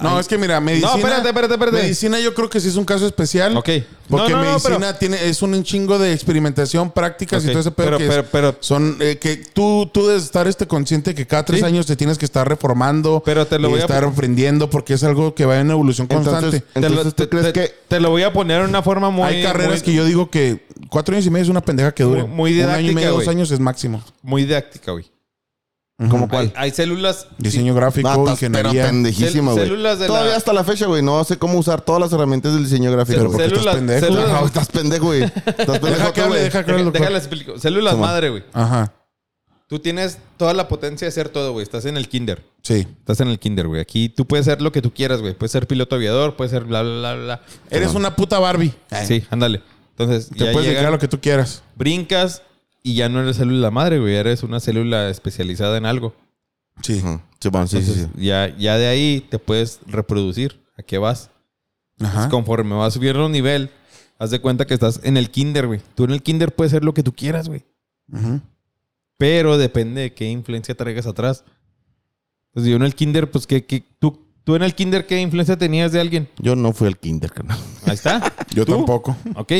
Speaker 1: No,
Speaker 3: Ay.
Speaker 1: es que mira, medicina.
Speaker 3: No, espérate, espérate, espérate.
Speaker 1: Medicina yo creo que sí es un caso especial.
Speaker 3: Ok.
Speaker 1: Porque
Speaker 3: No, no, no,
Speaker 1: medicina tiene, es un chingo de experimentación, prácticas
Speaker 3: Ok,
Speaker 1: y todo ese pedo
Speaker 3: pero-
Speaker 1: que es-
Speaker 3: pero- pero-
Speaker 1: son eh, que tú, tú debes estar este consciente que cada tres
Speaker 3: Sí.
Speaker 1: años te tienes que estar reformando
Speaker 3: Pero te lo
Speaker 1: y
Speaker 3: voy a-
Speaker 1: estar aprendiendo porque es algo que va en evolución constante.
Speaker 2: Entonces,
Speaker 3: Te lo,
Speaker 2: entonces, ¿tú
Speaker 3: te- te-
Speaker 2: crees que
Speaker 3: te lo voy a poner en una forma muy.
Speaker 1: Hay carreras
Speaker 3: muy-
Speaker 1: que yo digo que cuatro años y medio es una pendeja que dure.
Speaker 3: Muy-
Speaker 1: Un año y
Speaker 3: muy didáctica,
Speaker 1: medio, dos
Speaker 3: güey.
Speaker 1: años es máximo.
Speaker 3: Muy didáctica, güey.
Speaker 1: ¿Cómo
Speaker 3: Hay, hay células.
Speaker 1: Diseño gráfico,
Speaker 2: No, estás pero
Speaker 1: ingeniería.
Speaker 2: pendejísimo,
Speaker 3: Cel-
Speaker 2: güey.
Speaker 3: células de
Speaker 2: Todavía
Speaker 3: la-
Speaker 2: hasta la fecha, güey, no sé cómo usar todas las herramientas del diseño gráfico.
Speaker 3: cel-
Speaker 2: güey.
Speaker 1: porque estás
Speaker 3: células,
Speaker 1: pendejo.
Speaker 3: células-
Speaker 2: No, estás pendejo, güey. Estás pendejo
Speaker 1: Deja que
Speaker 2: tú,
Speaker 1: hable,
Speaker 2: güey.
Speaker 1: deja que hable,
Speaker 3: Deja-
Speaker 1: doctor.
Speaker 3: Déjale explico. Células madre, güey.
Speaker 1: Ajá.
Speaker 3: Tú tienes toda la potencia de hacer todo, güey. Estás en el kinder.
Speaker 1: Sí.
Speaker 3: Estás en el kinder, güey. Aquí tú puedes ser lo que tú quieras, güey. Puedes ser piloto aviador, puedes ser bla, bla, bla, bla.
Speaker 1: Eres una puta Barbie.
Speaker 3: Sí, ándale. Entonces,
Speaker 1: Te
Speaker 3: ya
Speaker 1: puedes
Speaker 3: llegan,
Speaker 1: dedicar a lo que tú quieras.
Speaker 3: brincas y ya no eres célula madre, güey. Eres una célula especializada en algo.
Speaker 1: Sí.
Speaker 2: Ujú. Sí, bueno, sí, sí,
Speaker 3: Entonces,
Speaker 2: sí.
Speaker 3: Ya, ya de ahí te puedes reproducir. ¿A qué vas?
Speaker 1: Ajá.
Speaker 3: Entonces, conforme vas subiendo nivel, haz de cuenta que estás en el kinder, güey. Tú en el kinder puedes ser lo que tú quieras, güey.
Speaker 1: Ujú.
Speaker 3: Pero depende de qué influencia traigas atrás. Pues yo en el kinder, pues que, tú, tú en el kinder, ¿qué influencia tenías de alguien?
Speaker 2: Yo no fui al kinder, carnal.
Speaker 3: Ahí está.
Speaker 1: Yo
Speaker 3: ¿Tú?
Speaker 1: tampoco.
Speaker 3: Ok.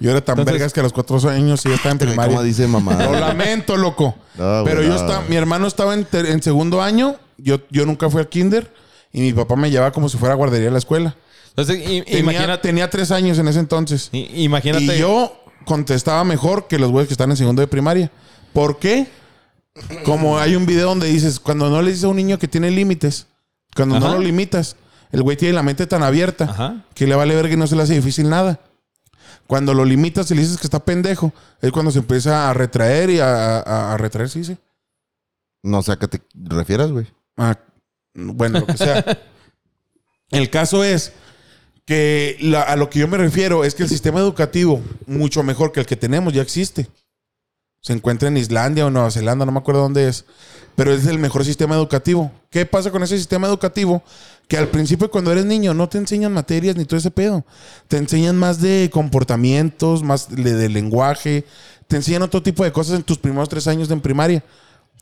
Speaker 1: Yo era tan
Speaker 3: Entonces-
Speaker 1: vergas que a los cuatro años sí ya estaba en
Speaker 2: Como
Speaker 1: primaria.
Speaker 2: dice mamá.
Speaker 1: Lo lamento, loco.
Speaker 2: No, güey,
Speaker 1: Pero yo
Speaker 2: no,
Speaker 1: estaba,
Speaker 2: güey.
Speaker 1: mi hermano estaba en, ter- en segundo año, yo, yo nunca fui al kinder y mi papá me llevaba como si fuera a guardería a la escuela.
Speaker 3: Entonces, i-
Speaker 1: Tenía,
Speaker 3: imagínate.
Speaker 1: tenía tres años en ese entonces.
Speaker 3: i- imagínate.
Speaker 1: Y yo contestaba mejor que los güeyes que están en segundo de primaria. ¿Por qué? Como hay un video donde dices, cuando no le dices a un niño que tiene límites, cuando no
Speaker 3: Ajá.
Speaker 1: lo limitas, el güey tiene la mente tan abierta
Speaker 3: Ajá.
Speaker 1: que le vale ver que no se le hace difícil nada. Cuando lo limitas y le dices que está pendejo, es cuando se empieza a retraer y a, a- a retraer, sí, sí.
Speaker 2: No sé a qué te refieras, güey.
Speaker 1: Ah, bueno, lo que sea. el caso es que la- a lo que yo me refiero es que el sistema educativo, mucho mejor que el que tenemos, ya existe. Se encuentra en Islandia o Nueva Zelanda, no me acuerdo dónde es. Pero es el mejor sistema educativo. ¿Qué pasa con ese sistema educativo? Que al principio cuando eres niño no te enseñan materias ni todo ese pedo. Te enseñan más de comportamientos, más de, de lenguaje. Te enseñan otro tipo de cosas en tus primeros tres años de en primaria.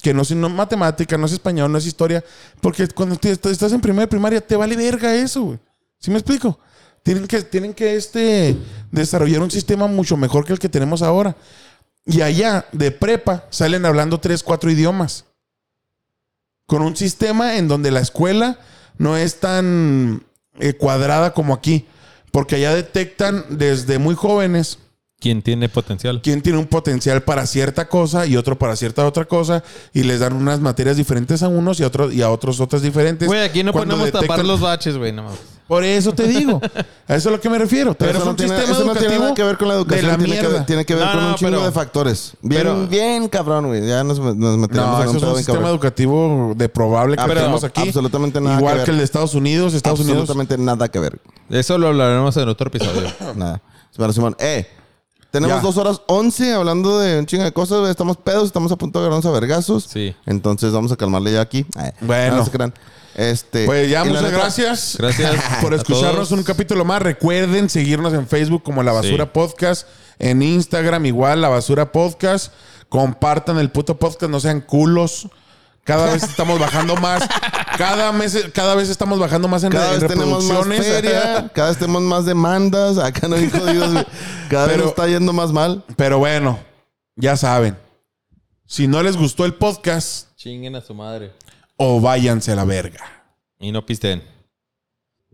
Speaker 1: Que no es no es matemática, no es español, no es historia. Porque cuando te- te- estás en primera de primaria te vale verga eso, güey. ¿Sí me explico? Tienen que, tienen que este, desarrollar un sistema mucho mejor que el que tenemos ahora. Y allá, de prepa, salen hablando tres, cuatro idiomas. Con un sistema en donde la escuela no es tan eh, cuadrada como aquí. Porque allá detectan desde muy jóvenes
Speaker 3: ¿Quién tiene potencial?
Speaker 1: quién tiene un potencial para cierta cosa y otro para cierta otra cosa. Y les dan unas materias diferentes a unos y a otros, y a otros otras diferentes.
Speaker 3: Güey, aquí no
Speaker 1: Cuando
Speaker 3: podemos tapar
Speaker 1: detectan-
Speaker 3: los baches, güey. No mames.
Speaker 1: por eso te digo. A eso es a lo que me refiero. Pero
Speaker 2: Eso
Speaker 1: es un
Speaker 2: no tiene-
Speaker 1: sistema
Speaker 2: eso no
Speaker 1: educativo
Speaker 2: tiene nada que ver con la educación.
Speaker 1: de la
Speaker 2: tiene, que,
Speaker 1: mierda.
Speaker 2: ver- tiene que ver
Speaker 3: No,
Speaker 2: con
Speaker 3: no,
Speaker 2: un chingo
Speaker 3: pero-
Speaker 2: de factores. Bien,
Speaker 3: pero-
Speaker 2: bien cabrón, güey. Ya nos, nos meteremos
Speaker 1: No,
Speaker 2: en
Speaker 1: eso es
Speaker 2: un
Speaker 1: un
Speaker 2: pedo bien
Speaker 1: sistema
Speaker 2: cabrón.
Speaker 1: educativo de probable que
Speaker 2: Ah, pero
Speaker 1: tenemos aquí.
Speaker 2: absolutamente nada
Speaker 1: Igual
Speaker 2: que
Speaker 1: que,
Speaker 2: ver.
Speaker 1: el de Estados Unidos, Estados Unidos.
Speaker 2: Absolutamente nada que ver.
Speaker 3: Eso lo hablaremos en otro episodio.
Speaker 2: Nada. Bueno, Simón, eh. Tenemos
Speaker 1: Ya.
Speaker 2: dos horas once hablando de un chingo de cosas. güey. Estamos pedos, estamos a punto de agarrarnos a vergazos.
Speaker 3: Sí.
Speaker 2: Entonces vamos a calmarle ya aquí. Eh,
Speaker 1: Bueno.
Speaker 2: No se crean. Este,
Speaker 1: Pues ya,
Speaker 2: y la
Speaker 1: muchas
Speaker 2: neta,
Speaker 1: gracias.
Speaker 3: Gracias
Speaker 1: por
Speaker 3: a
Speaker 1: escucharnos
Speaker 3: todos.
Speaker 1: un capítulo más. Recuerden seguirnos en Facebook como La Basura Podcast, en Instagram igual La Basura Podcast. Compartan el puto podcast, no sean culos. Cada vez estamos bajando más. Cada mes, cada vez estamos bajando más en,
Speaker 2: Cada
Speaker 1: en
Speaker 2: vez tenemos más
Speaker 1: reproducciones.
Speaker 2: feria, cada vez tenemos más demandas. Acá no hay jodidos. güey. Cada vez
Speaker 1: Pero-
Speaker 2: nos está yendo más mal.
Speaker 1: Pero bueno, ya saben. Si no les gustó el podcast,
Speaker 3: Chinguen a su madre.
Speaker 1: o váyanse a la verga.
Speaker 3: Y no pisten.